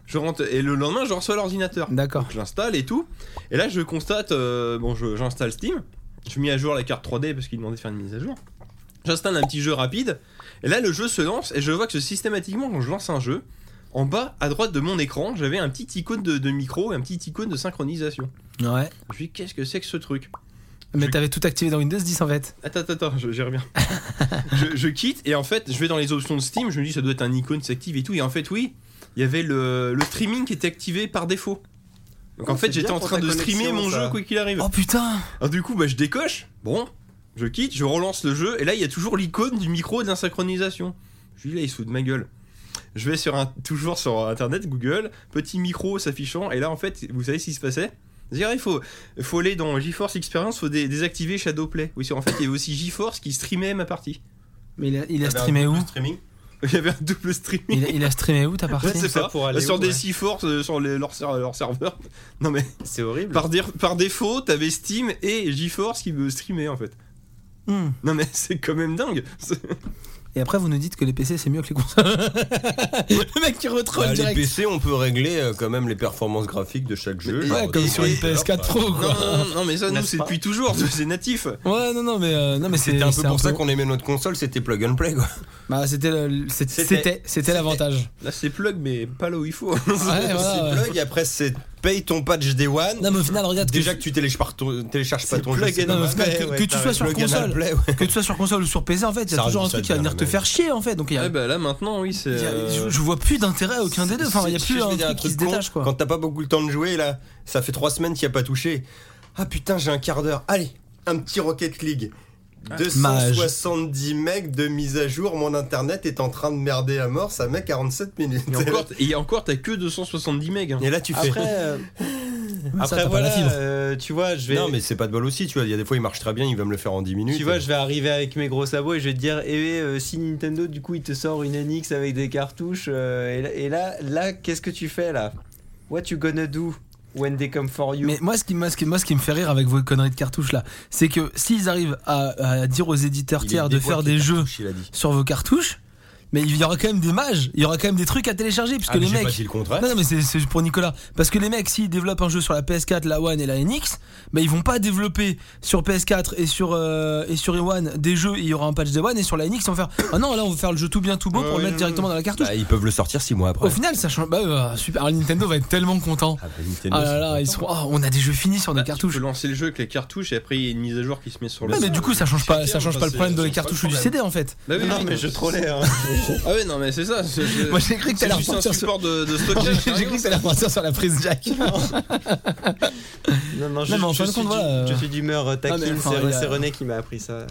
D: je rentre, et le lendemain je reçois l'ordinateur.
B: D'accord.
D: Donc, Je l'installe et tout. Et là, je constate, euh, bon, je- j'installe Steam. Je mets à jour la carte 3D parce qu'il demandait de faire une mise à jour. J'installe un petit jeu rapide. Et là, le jeu se lance et je vois que systématiquement, quand je lance un jeu, en bas à droite de mon écran, j'avais un petit icône de, de micro et un petit icône de synchronisation.
B: Ouais.
D: Je me suis dit, qu'est-ce que c'est que ce truc
B: Mais
D: Je-
B: t'avais tout activé dans Windows 10 en fait.
D: Attends, attends, attends, je- j'y reviens. je, je quitte et en fait, je vais dans les options de Steam. Je me dis, ça doit être un icône qui s'active et tout. Et en fait, oui, il y avait le, le streaming qui était activé par défaut. Donc en
E: Oh,
D: fait,
E: c'est
D: j'étais
E: bien
D: en
E: pour
D: train
E: ta
D: de streamer
E: connexion,
D: mon
E: ça.
D: jeu quoi qu'il
C: Euh.
D: arrive.
B: Oh putain
D: Alors du coup, bah, je décoche, bon, je quitte, je relance le jeu, et là, il y a toujours l'icône du micro et de la synchronisation. Je lui dis, là, il se fout de ma gueule. Je vais sur un, toujours sur Internet, Google, petit micro s'affichant, et là, en fait, vous savez ce qui se passait C'est-à-dire, il faut, faut aller dans GeForce Experience, faut dé- désactiver Shadowplay. Oui, en fait, il y avait aussi GeForce qui streamait ma partie.
B: Mais il a,
C: Ah,
B: il a
C: bah,
B: streamé où
D: Il y avait un double streaming.
B: il a, il a streamé où ta
D: Je
B: partie
D: sais
E: ça
D: pas,
E: pour aller
D: sur
E: où,
D: des
E: ouais.
D: GeForce, euh, sur les- leur, ser- leur serveur. Non mais,
E: C'est horrible.
D: par, dire- par défaut, t'avais Steam et GeForce qui me streamaient en fait.
B: Hmm.
D: Non mais c'est quand même dingue.
B: Et après, vous nous dites que les PC c'est mieux que les consoles. le mec qui retroll
C: Bah, les
B: direct.
C: PC, on peut régler euh, quand même les performances graphiques de chaque jeu.
B: Ouais,
C: Genre,
B: comme
C: et-
B: sur une
C: et-
B: PS4 Pro
D: Non,
B: quoi.
D: non, non, non, mais ça nous
E: N'est-ce
D: c'est
E: pas
D: depuis toujours, c'est natif.
B: Ouais, non, non, mais, euh, non, mais c'est
C: C'était un peu
B: c'est
C: pour ça qu'on aimait notre console, c'était plug and play quoi.
B: Bah, c'était le- c'est-
E: C'était-
B: c'était c'était l'avantage.
D: Là c'est plug mais pas là où il faut.
B: Ouais, voilà, ouais.
C: C'est plug, après c'est paye ton patch Day One.
B: Non, mais au final, regarde que-
C: Déjà que tu télécharges, ton- télécharges pas
E: C'est
C: ton jeu.
E: plug
C: c'est
E: and-
B: Non, mais au
C: normal.
B: final,
E: Ouais,
B: que,
E: ouais,
B: que tu
E: t'as
B: sois sur
C: Plug and
B: console,
C: play, ouais.
B: que tu sois sur console ou sur PC, en fait, il y a
C: Ça
B: toujours un
C: rajoute ça
B: truc qui va
C: bien,
B: venir te
C: ouais.
B: faire chier, en fait. Donc, il y a-
D: Ouais, bah là maintenant oui c'est.
B: il y a-
D: euh,
B: je, je vois plus d'intérêt à aucun des deux. Enfin, il y a
C: Si
B: plus
C: je
B: un
C: vais dire
B: truc qui se
C: con,
B: détache, quoi.
C: Quand t'as pas beaucoup le temps de jouer, là, ça fait trois semaines qu'il n'y a pas touché. Ah putain, j'ai un quart d'heure. Allez, un petit Rocket League. 270 mecs de mise à jour, mon internet est en train de merder à mort, ça met 47 minutes.
D: Et encore, et encore t'as que 270 megs. hein.
C: Et là, tu fais.
E: Après, euh,
B: Ça,
E: après
B: t'as pas la
E: voilà,
B: fibre.
E: euh, tu vois, je vais.
C: Non, mais c'est pas de bol aussi, tu vois. Il y a des fois, il marche très bien, il va me le faire en 10 minutes.
E: Tu vois, je vais arriver avec mes gros sabots et je vais te dire, eh, euh, si Nintendo, du coup, il te sort une NX avec des cartouches, euh, et, là- et là, là, qu'est-ce que tu fais là What you gonna do when they come for you
B: Mais moi, ce qui, moi, ce qui, moi, ce qui me fait rire avec vos conneries de cartouches là, c'est que s'ils arrivent à, à dire aux éditeurs
C: Il est
B: tiers de
C: déboîté,
B: faire des
C: la
B: jeux
C: touche, il a dit.
B: sur vos cartouches, mais il y aura quand même des mages, il y aura quand même des trucs à télécharger, puisque
C: Ah, mais
B: les
C: j'ai pas
B: mecs.
C: dit le contraire.
B: Non, non, mais c'est c'est pour Nicolas. Parce que les mecs, s'ils développent un jeu sur la PS4, la One et la NX, bah, ils vont pas développer sur PS4 et sur, euh, et sur One des jeux, il y aura un patch de One, et sur la NX, ils vont faire Ah non, là, on va faire le jeu tout bien, tout beau pour
D: Ouais,
B: le mettre
D: non,
B: directement dans la cartouche.
C: Bah, ils peuvent le sortir 6
B: Au
C: mois après.
B: final, ça change. Bah, euh, super. Alors, Nintendo va être tellement content.
C: Ah, bah, Nintendo,
B: Ah là
C: c'est
B: là, ils
C: content.
B: seront. Ah, on a des jeux finis sur
D: Bah,
B: des cartouches.
D: Tu peux lancer le jeu avec les cartouches et après il y a une mise à jour qui se met sur le.
B: Ouais, Bah, mais
D: site.
B: du coup, ça change pas, ça change pas le problème de
D: C'est-
B: les
D: c'est pas le
B: cartouches ou du
D: problème.
B: CD en fait.
D: Bah oui,
E: Non,
D: oui,
E: mais je trollais. hein.
D: Ah ouais non mais c'est ça. c'est- c'est-
B: Moi, j'ai cru que
D: c'est
B: t'allais
D: juste un
B: repartir sur.
D: support de, de stockage. Ah c'est
B: J'ai
D: rien.
B: cru que ça allait repartir sur la prise jack.
E: Non, non, je,
B: mais en
E: je
B: fin de
E: suis
B: compte,
E: du-
B: voilà, euh,
E: je suis d'humeur euh,
B: Ah, mais
E: taquine,
B: enfin,
E: c'est-
B: il y a-
E: c'est René qui m'a appris ça.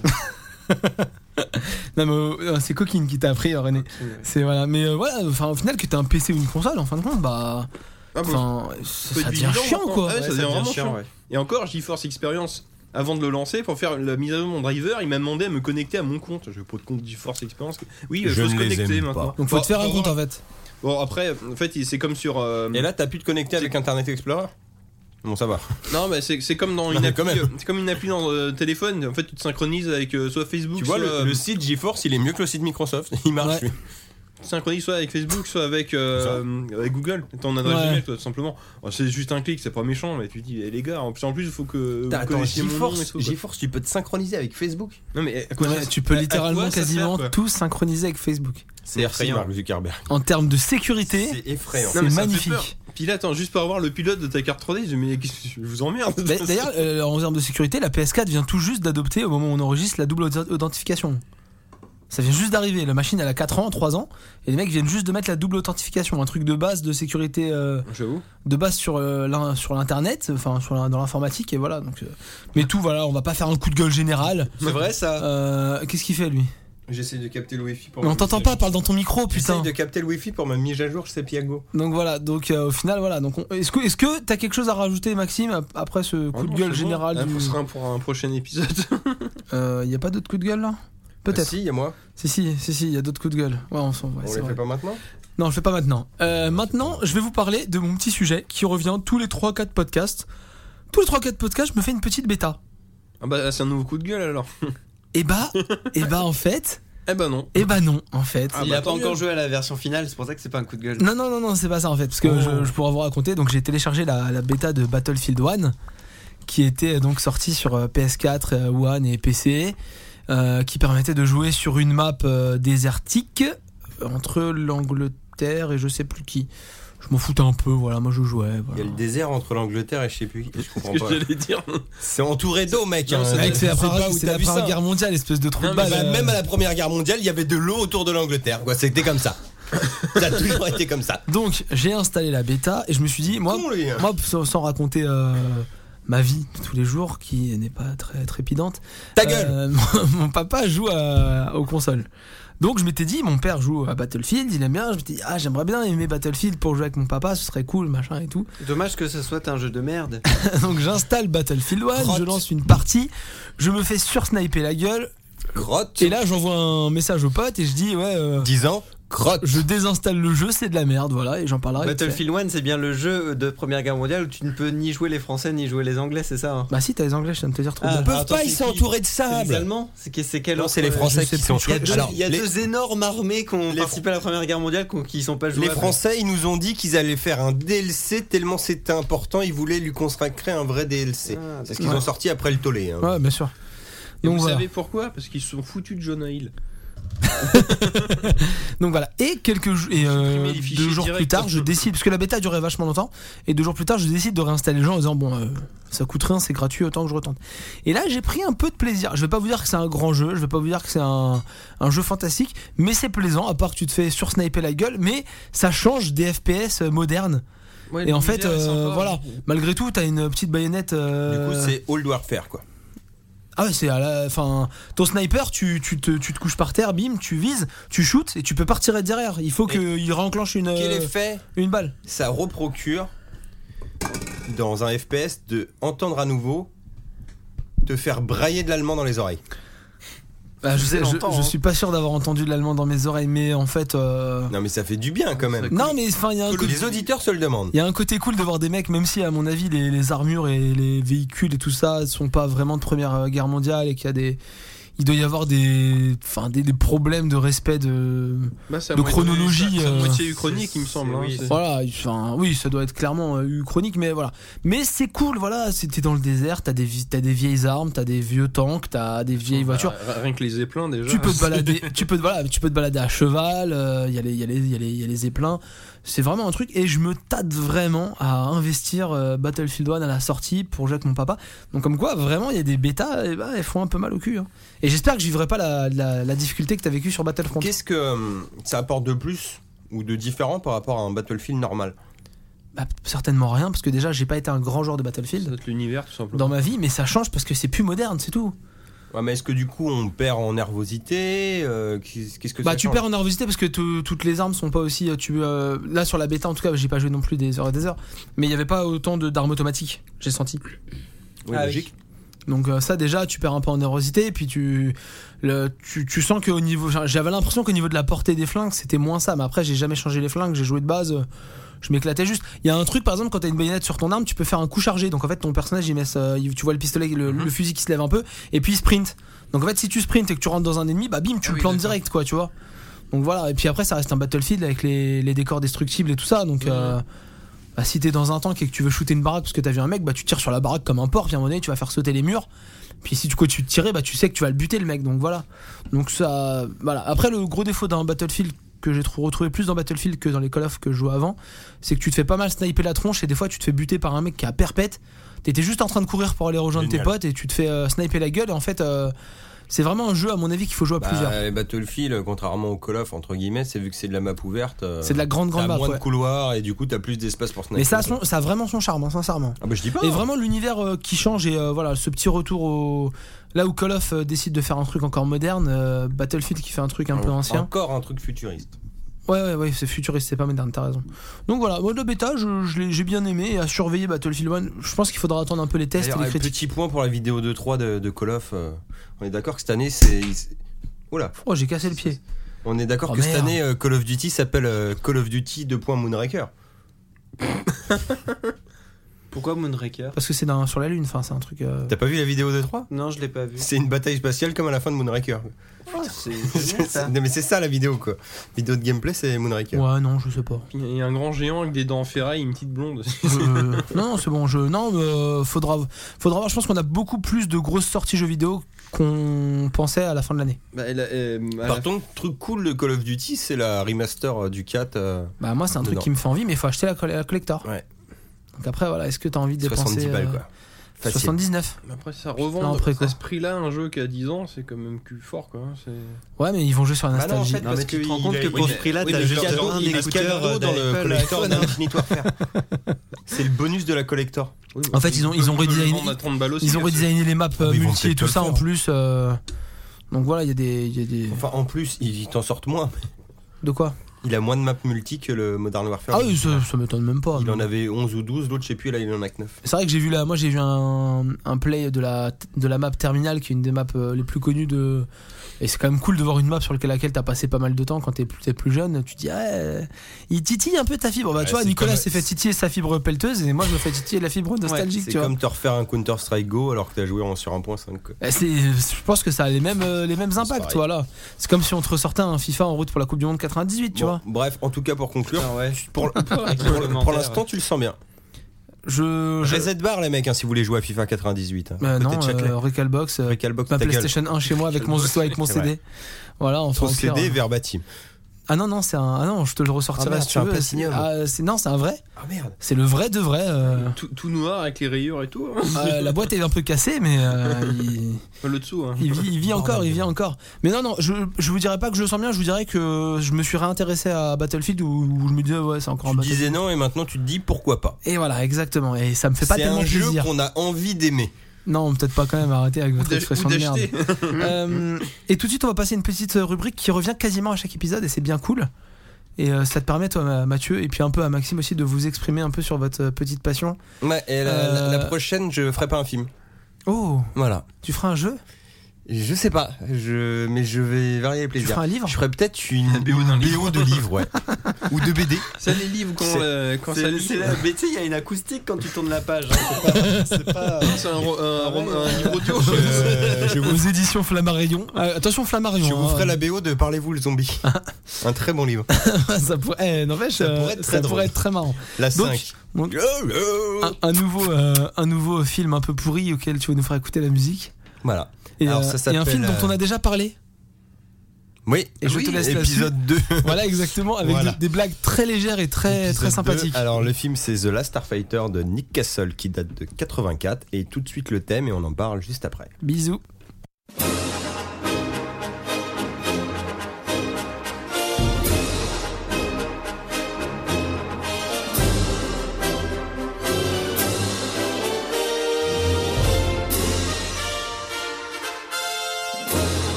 B: Non mais euh, c'est Coquine qui t'a appris, euh, René. C'est voilà, mais euh, voilà, enfin au final que t'as un PC ou une console, en fin de compte, bah,
D: Ah bon.
B: enfin,
D: peut
B: ça,
D: être
B: ça devient
D: évident,
B: chiant
D: maintenant.
B: quoi.
D: Ah ouais, ça devient vraiment chiant.
E: ouais.
D: Et encore GeForce Experience. Avant de le lancer, pour faire la mise à jour de mon driver, il m'a demandé à me connecter à mon compte. Je pas de compte GeForce Experience. Oui, euh,
C: Je
D: je peux se
C: ne les
D: connecter
C: aime
D: maintenant. Bah,
C: pas.
B: Donc faut te faire un
D: Bon,
B: compte en fait.
D: Bon après, en fait, il- c'est comme sur. euh,
C: Et là, t'as pu te connecter avec Internet Explorer Bon, ça va.
D: Non, mais c'est c'est comme dans
C: Non,
D: une
C: mais
D: appli.
C: quand même.
D: euh, C'est comme une appli dans le téléphone. En fait, tu te synchronises avec euh, soit Facebook,
C: Tu vois,
D: soit,
C: le,
D: euh,
C: le site GeForce, il est mieux que le site Microsoft. Il marche,
B: Ouais.
C: lui.
D: tu te euh, synchronises soit avec Facebook, soit avec, euh, euh, avec Google. Ton adresse
B: Ouais.
D: email, toi, tout simplement. Bon, c'est juste un clic, c'est pas méchant, mais tu te dis, eh, les gars, en plus, en plus, il faut que. vous connaissiez mon nom et tout, quoi.
C: tu peux te synchroniser avec Facebook
D: Non, mais eh, à quoi
B: Ouais,
D: ça-
B: tu peux
D: à- à
B: littéralement
D: quoi ça
B: quasiment
D: sert, quoi
B: tout synchroniser avec Facebook.
C: C'est effrayant, Mark Zuckerberg.
B: En termes de sécurité,
C: effrayant.
B: c'est
D: Non, mais ça fait peur.
B: magnifique.
D: Puis là, attends, juste pour avoir le pilote de ta carte 3D, je, mais, je vous emmerde.
B: Mais D'ailleurs, euh, en termes de sécurité, la PS4 vient tout juste d'adopter au moment où on enregistre la double audi- authentification. Ça vient juste d'arriver. La machine, elle a 4 ans, 3 ans. Et les mecs viennent juste de mettre la double authentification, un truc de base de sécurité, euh,
D: J'avoue.
B: de base sur euh, l'in- sur l'internet, enfin sur la- dans l'informatique et voilà. Donc, euh, mais tout, voilà, on va pas faire un coup de gueule général.
D: C'est vrai ça
B: Euh, Qu'est-ce qu'il fait lui
C: J'essaie de capter le wifi pour
B: Mais on t'entend pas, parle dans ton micro,
C: J'essaie
B: putain.
C: de capter le wifi pour ma mise à jour chez Piago.
B: Donc voilà, donc euh, au final voilà, donc on- est-ce que est-ce que t'as quelque chose à rajouter Maxime ap- après ce coup
D: Oh
B: de
D: non,
B: gueule
D: c'est bon.
B: général
D: Ah,
B: du-
D: Ce sera un pour un prochain épisode.
B: Euh, y a pas d'autres coups de gueule là Peut-être.
C: Bah, Si, il y a moi.
B: Si si si si, y a d'autres coups de gueule. Ouais, on s'en ouais,
C: on
B: c'est
C: les
B: vrai.
C: fait pas maintenant
B: Non, je fais pas maintenant. Euh, maintenant, je vais vous parler de mon petit sujet qui revient tous les 3 4 podcasts. Tous les 3 4 podcasts, je me fais une petite bêta.
D: Ah bah c'est un nouveau coup de gueule alors.
B: Et bah et bah en fait,
D: Eh bah non.
B: et bah non en fait.
C: Ah.
E: Il
D: bah,
E: a pas
D: tant
E: encore
D: mieux.
E: joué à la version finale, c'est pour ça que c'est pas un coup de gueule.
B: Non, non, non, non, c'est pas ça en fait, parce que
C: Oh.
B: je, je pourrais vous raconter. Donc j'ai téléchargé la, la bêta de Battlefield 1, qui était donc sortie sur euh, PS4, euh, One et PC, euh, qui permettait de jouer sur une map euh, désertique euh, entre l'Angleterre et je sais plus qui. Je m'en foutais un peu, voilà, moi je jouais.
C: Il y a
B: Voilà.
C: le désert entre l'Angleterre et je sais plus. Je comprends
D: Ce que
C: pas.
D: j'allais dire.
C: C'est entouré d'eau, mec.
D: Non,
C: hein.
D: c'est-
B: Mec, c'est la
C: Je sais
B: première,
C: pas où
B: c'est
C: t'as
B: la
C: vu
B: première
C: ça.
B: guerre mondiale, espèce de trou de
D: Non, mais
B: balle.
C: Bah,
B: euh.
C: Même à la Première Guerre mondiale, il y avait de l'eau autour de l'Angleterre. quoi. C'était comme ça. Ça a toujours été comme ça.
B: Donc j'ai installé la bêta et je me suis dit, moi,
C: Con, lui. hein
B: moi sans, sans raconter euh, ma vie de tous les jours, qui n'est pas très trépidante.
C: Ta gueule.
B: Euh, mon, mon papa joue à- aux consoles. Donc je m'étais dit, mon père joue à Battlefield, il aime bien. Je m'étais dit, ah, j'aimerais bien aimer Battlefield pour jouer avec mon papa, ce serait cool, machin et tout.
E: Dommage que ce soit un jeu de merde.
B: Donc j'installe Battlefield 1,
C: Crotte.
B: je lance une partie, je me fais sursniper la gueule,
C: Crotte.
B: et là j'envoie un message au pote et je dis, ouais, euh,
C: 10 ans. Crotte.
B: je désinstalle le jeu, c'est de la merde, voilà, et j'en parlerai. vite fait.
E: Battlefield 1, c'est bien le jeu de Première Guerre mondiale où tu ne peux ni jouer les Français ni jouer les Anglais, c'est ça hein
B: Bah si, t'as les anglais, je viens de te dire trop
E: Ah,
B: bien.
C: Ils peuvent
E: attends,
C: pas,
E: c'est
C: ils sont
E: qui
C: entourés de
E: C'est les
C: sable.
E: Allemands C'est que- c'est quel
C: Ah, bah. Non,
E: autre,
C: c'est les
E: euh,
C: Français
B: je sais
C: qui sont.
E: Il y a, deux,
C: Alors,
E: il y a
C: les-
E: deux énormes armées qui ont
C: les
E: participé à la Première Guerre mondiale qu'on- qui sont pas joués.
C: Les Français, ils nous ont dit qu'ils allaient faire un DLC tellement c'était important, ils voulaient lui consacrer un vrai DLC.
E: Ah,
C: C'est ce qu'ils ont sorti après le tollé. hein.
B: Ouais, bien sûr.
D: Et
B: Donc
D: vous
B: voilà.
D: savez pourquoi Parce qu'ils se sont foutus de Jonah Hill.
B: Donc voilà. Et quelques jours, et euh,
D: Supprimer les fichiers
B: deux jours
D: directs,
B: plus tard,
D: comme
B: je
D: ça.
B: décide, parce que la bêta durait vachement longtemps, et deux jours plus tard, je décide de réinstaller les gens en disant bon, euh, ça coûte rien, c'est gratuit, autant que je retente. Et là, j'ai pris un peu de plaisir. Je vais pas vous dire que c'est un grand jeu, je vais pas vous dire que c'est un, un jeu fantastique, mais c'est plaisant. À part que tu te fais sursniper la gueule, mais ça change des FPS euh, modernes.
D: Ouais,
B: Et en
D: l'univers
B: fait,
D: est
B: euh,
D: sympa.
B: voilà. Malgré tout, t'as une petite baïonnette.
C: Du
B: euh,
C: coup, c'est Old Warfare quoi.
B: Ah ouais, c'est à la fin. Ton sniper, tu, tu, te, tu te couches par terre, bim, tu vises, tu shootes et tu peux pas retirer de derrière. Il faut qu'il réenclenche une,
C: Quel
B: euh,
C: effet
B: une balle.
C: ça reprocure dans un FPS de entendre à nouveau te faire brailler de l'allemand dans les oreilles.
B: Bah, je, sais, je,
E: longtemps,
B: je
E: hein.
B: suis pas sûr d'avoir entendu de l'allemand dans mes oreilles, mais en fait. euh,
C: Non mais ça fait du bien quand même.
B: Non, mais enfin, il y a un
C: Que
B: côté.
C: les auditeurs se le demandent.
B: Il y a un côté cool de voir des mecs, même si à mon avis les, les armures et les véhicules et tout ça sont pas vraiment de première euh, guerre mondiale et qu'il y a des, il doit y avoir des, enfin des, des problèmes de respect de,
D: Bah, c'est à
B: de
D: moitié-
B: chronologie,
D: C'est à
B: euh,
D: moitié uchronique, il me semble.
E: oui,
D: hein, c'est-
B: Voilà, enfin, oui, ça doit être clairement euh, eu chronique, mais voilà. Mais c'est cool, voilà, c'est- t'es dans le désert, t'as des, vi- t'as des vieilles armes, t'as des vieux tanks, t'as des vieilles voitures.
D: Bah, Rien que les éplins déjà.
B: Tu peux te
D: C'est-
B: balader, tu peux te, voilà, tu peux te balader à cheval, il y, a les- y a les- y a les- y a les éplins. C'est vraiment un truc et je me tâte vraiment à investir euh, Battlefield 1 à la sortie pour jouer avec mon papa. Donc comme quoi, vraiment, il y a des bêtas, et bah, elles font un peu mal au cul. hein. Et j'espère que je vivrai pas la, la- la difficulté que t'as vécue sur Battlefront.
C: Qu'est-ce que hum, ça apporte de plus ou de différent par rapport à un Battlefield normal
B: Bah, certainement rien, parce que déjà, j'ai pas été un grand joueur de
D: Ça
B: Battlefield.
D: doit être l'univers tout simplement.
B: dans ma vie, mais ça change parce que c'est plus moderne, c'est tout.
C: Ouais, mais est-ce que du coup on perd en nervosité Euh, Qu'est-ce qu'est-ce que
B: bah,
C: ça
B: tu
C: change
B: perds en nervosité parce que tout- toutes les armes sont pas aussi. euh, Tu, euh, là, sur la bêta, en tout cas, j'ai pas joué non plus des heures et des heures, mais il y avait pas autant de- d'armes automatiques, j'ai senti.
C: Oui,
E: Ah,
C: logique.
B: Donc, euh, ça, déjà, tu perds un peu en nervosité, et puis tu, le, tu, tu sens qu'au niveau. J'avais l'impression qu'au niveau de la portée des flingues, c'était moins ça, mais après, j'ai jamais changé les flingues, j'ai joué de base. euh, je m'éclatais juste. Il y a un truc, par exemple, quand t'as une baïonnette sur ton arme, tu peux faire un coup chargé. Donc en fait, ton personnage, il met, sa- il- tu vois le pistolet, le, le fusil qui se lève un peu, et puis il sprint. Donc en fait, si tu sprints et que tu rentres dans un ennemi, bah bim, tu le plantes direct, quoi, tu vois. Donc voilà. Et puis après, ça reste un battlefield avec les, les décors destructibles et tout ça. Donc euh, bah, si t'es dans un tank et que tu veux shooter une baraque parce que t'as vu un mec, bah tu tires sur la baraque comme un porc. Puis à un moment donné, tu vas faire sauter les murs. Puis si tu continues de tirer, bah tu sais que tu vas le buter le mec. Donc voilà. Donc ça, voilà. Après, le gros défaut d'un battlefield que j'ai trou- retrouvé plus dans Battlefield que dans les Call of que je jouais avant, c'est que tu te fais pas mal sniper la tronche et des fois tu te fais buter par un mec qui est à perpète. T'étais juste en train de courir pour aller rejoindre
C: Génial.
B: tes potes et tu te fais euh, sniper la gueule et en fait euh, C'est vraiment un jeu, à mon avis, qu'il faut jouer à
C: Bah,
B: plusieurs.
C: les Battlefield, contrairement au Call of, entre guillemets, c'est vu que c'est de la map ouverte. euh,
B: C'est de la grande, grande
C: t'as
B: map.
C: moins
B: ouais.
C: de couloirs et du coup, t'as plus d'espace pour sniper.
B: Mais ça a, son- ça a vraiment son charme, hein, sincèrement.
C: Ah bah je dis pas.
B: Et
C: hein.
B: vraiment l'univers euh, qui change et euh, voilà ce petit retour au là où Call of euh, décide de faire un truc encore moderne, euh, Battlefield qui fait un truc un
C: Ah,
B: peu ancien.
C: Encore un truc futuriste.
B: Ouais ouais ouais c'est futuriste, c'est pas moderne, t'as raison. Donc voilà, moi le bêta je, je l'ai- j'ai bien aimé et à surveiller Battlefield 1, je pense qu'il faudra attendre un peu les tests et
C: D'ailleurs,
B: les
C: un
B: critiques.
C: petit point pour la vidéo 2-3 de, de Call of. euh, on est d'accord que cette année, c'est. il- Oula.
B: Oh j'ai cassé le pied.
C: On est d'accord
B: Oh,
C: que cette
B: merde.
C: année, euh, Call of Duty s'appelle euh, Call of Duty 2. Moonraker.
E: Pourquoi Moonraker
B: Parce que c'est dans- sur la lune, enfin c'est un truc... euh,
C: T'as pas vu la vidéo 2-3
E: Non, je l'ai pas vu.
C: C'est une bataille spatiale comme à la fin de Moonraker.
E: C'est bien ça.
C: non, mais Ah, c'est ça la vidéo quoi. Vidéo de gameplay, c'est Moonraker.
B: Ouais non je sais pas.
D: Il y a un grand géant avec des dents en ferraille et une petite blonde.
B: Euh, non, non, c'est bon. Je, non, euh, faudra, faudra voir. Je pense qu'on a beaucoup plus de grosses sorties jeux vidéo qu'on pensait à la fin de l'année.
D: Bah, elle a- euh, à la
C: Par contre, truc cool de Call of Duty, c'est la remaster euh, du 4 euh,
B: Bah moi, c'est un truc
C: Non.
B: qui me fait envie, mais il faut acheter la, coll- la collector.
C: Ouais.
B: Donc après, voilà, est-ce que t'as envie de dépenser
C: 70 balles quoi.
B: euh,
C: Facile.
B: 79.
D: Après, ça
B: Non,
D: revend
B: après, quoi.
D: à ce prix-là un jeu qui a 10 ans, c'est quand même plus fort quoi. hein, c'est-
B: Ouais, mais ils vont jouer sur la
C: Bah non, en
B: nostalgie.
C: fait,
E: Non,
C: parce
E: mais tu te
C: que
E: rends
C: il
E: compte
C: a-
E: que
C: oui,
E: pour
C: mais-
E: ce prix-là,
C: oui,
E: t'as
C: mais le
E: juste
C: cadeau,
E: un
C: il y a ce
E: écouteur
C: cadeau dans le
E: d'Apple
C: collector
E: iPhone.
C: d'Infinite Warfare. C'est le bonus de la collector.
B: En fait, ils ont- ils ont
D: Ils peuvent le
B: redesigné-
D: vendre à 30 balles aussi, hein,
B: Ils ont
D: parce que-
B: redesigné les maps euh,
C: Ah, mais ils vont
B: multi et
C: peut-être
B: tout
C: pas
B: ça
C: le
B: en
C: faire.
B: plus. euh, Donc voilà, il y a des, il y a des.
C: Mmh. Enfin, en plus, ils t'en sortent moins.
B: De quoi
C: Il a moins de maps multi que le Modern Warfare.
B: Ah oui, ça, ça m'étonne même pas.
C: Il en avait 11 ou 12, l'autre, je sais plus, là, il en a que 9.
B: C'est vrai que j'ai vu là, moi j'ai vu un, un play de la, de la map Terminal qui est une des maps euh, les plus connues de. Et c'est quand même cool de voir une map sur laquelle- laquelle t'as passé pas mal de temps quand t'es plus, t'es plus jeune. Tu te dis, ah, euh, il titille un peu ta fibre. Bah,
C: Ouais,
B: tu vois,
C: c'est
B: Nicolas
C: comme-
B: s'est fait titiller sa fibre pelleteuse et moi je me fais titiller la fibre nostalgique,
C: C'est
B: tu vois.
C: comme te refaire un Counter-Strike Go alors que t'as joué en sur 1.5. quoi.
B: Eh, c'est- Je pense que ça a les mêmes, euh, les mêmes impacts,
C: pareil.
B: voilà. C'est comme si on te ressortait un FIFA en route pour la Coupe du Monde 98, tu
C: Bon,
B: vois.
C: Bref, en tout cas, pour conclure,
E: Putain, Ah ouais.
C: pour, pour- pour l'instant, tu le sens bien.
B: Je. je-
C: Reset bar, les mecs, hein, si vous voulez jouer à FIFA 98. hein.
B: Euh, non,
C: Côté check,
B: euh,
C: là.
B: Recalbox, euh,
C: Recalbox,
B: ma
C: ta gueule.
B: PlayStation 1 chez moi avec mon, avec mon
C: C'est vrai.
B: CD. Voilà, on
C: Ton
B: fait un clair,
C: CD
B: hein.
C: verbatim.
B: Ah non, non, c'est un. Ah non, je te le ressortirai
C: Ah merde,
B: si tu
C: c'est un
B: veux.
C: Platinum.
B: Ah, c'est- non, c'est un vrai.
C: Ah merde.
B: C'est le vrai de vrai. euh.
D: Tout, tout noir avec les rayures et tout. hein.
B: Euh, la boîte est un peu cassée, mais euh, il,
D: Le dessous. hein.
B: il vit, il vit encore, il vit encore. Mais non, non, je, je vous dirais pas que je le sens bien, je vous dirais que je me suis réintéressé à Battlefield où, où je me disais, ouais, c'est encore un
C: Tu
B: Battlefield.
C: disais non et maintenant tu te dis pourquoi pas.
B: Et voilà, exactement. Et ça me fait pas
C: C'est
B: tellement
C: un jeu
B: plaisir.
C: qu'on a envie d'aimer.
B: Non, peut-être pas quand même arrêter avec
D: Ou
B: votre
D: d'ach-
B: expression
D: ou
B: de merde.
D: d'acheter.
B: Euh, et tout de suite, on va passer à une petite rubrique qui revient quasiment à chaque épisode et c'est bien cool. Et euh, ça te permet, toi, à Mathieu, et puis un peu à Maxime aussi, de vous exprimer un peu sur votre euh, petite passion.
C: Ouais, et la,
B: Euh,
C: la- la prochaine, je ferai pas un film.
B: Oh,
C: Voilà.
B: tu feras un jeu
C: Je sais pas, je... mais je vais varier les
B: Tu
C: plaisirs.
B: feras un livre
C: Je ferai peut-être une
D: BO d'un livre.
C: de livre, ouais. Ou de BD.
D: Ça, les livres, quand,
C: C'est-
D: la- quand ça
E: C'est-
D: lit.
E: c'est la- Mais tu sais, il y a une acoustique quand tu tournes la page. hein. C'est pas. c'est pas-
D: C'est un, ro- un rom- un livre audio.
C: Euh, je, vous...
B: Aux éditions Flammarion. Euh, attention Flammarion.
C: je vous
B: hein.
C: ferai la BO de Parlez-vous le zombie. un très bon livre.
B: ça pourrait, eh, n'empêche,
C: Ça
B: euh,
C: pourrait être très
B: ça
C: drôle.
B: pourrait être très marrant.
C: La
B: Donc,
C: 5.
B: donc, Un, un nouveau, euh, un nouveau film un peu pourri auquel tu vas nous faire écouter la musique.
C: Voilà.
B: Et,
C: Alors,
B: euh,
C: ça
B: et un
C: s'appelle,
B: film dont
C: euh,
B: on a déjà parlé.
C: Oui,
B: Et je
C: Oui,
B: te laisse là-dessus.
C: épisode 2.
B: Voilà exactement, avec
C: Voilà.
B: Des, des blagues très légères et très
C: Épisode
B: très sympathiques.
C: deux. Alors le film c'est The Last Starfighter de Nick Castle qui date de 84 et tout de suite le thème et on en parle juste après.
B: Bisous.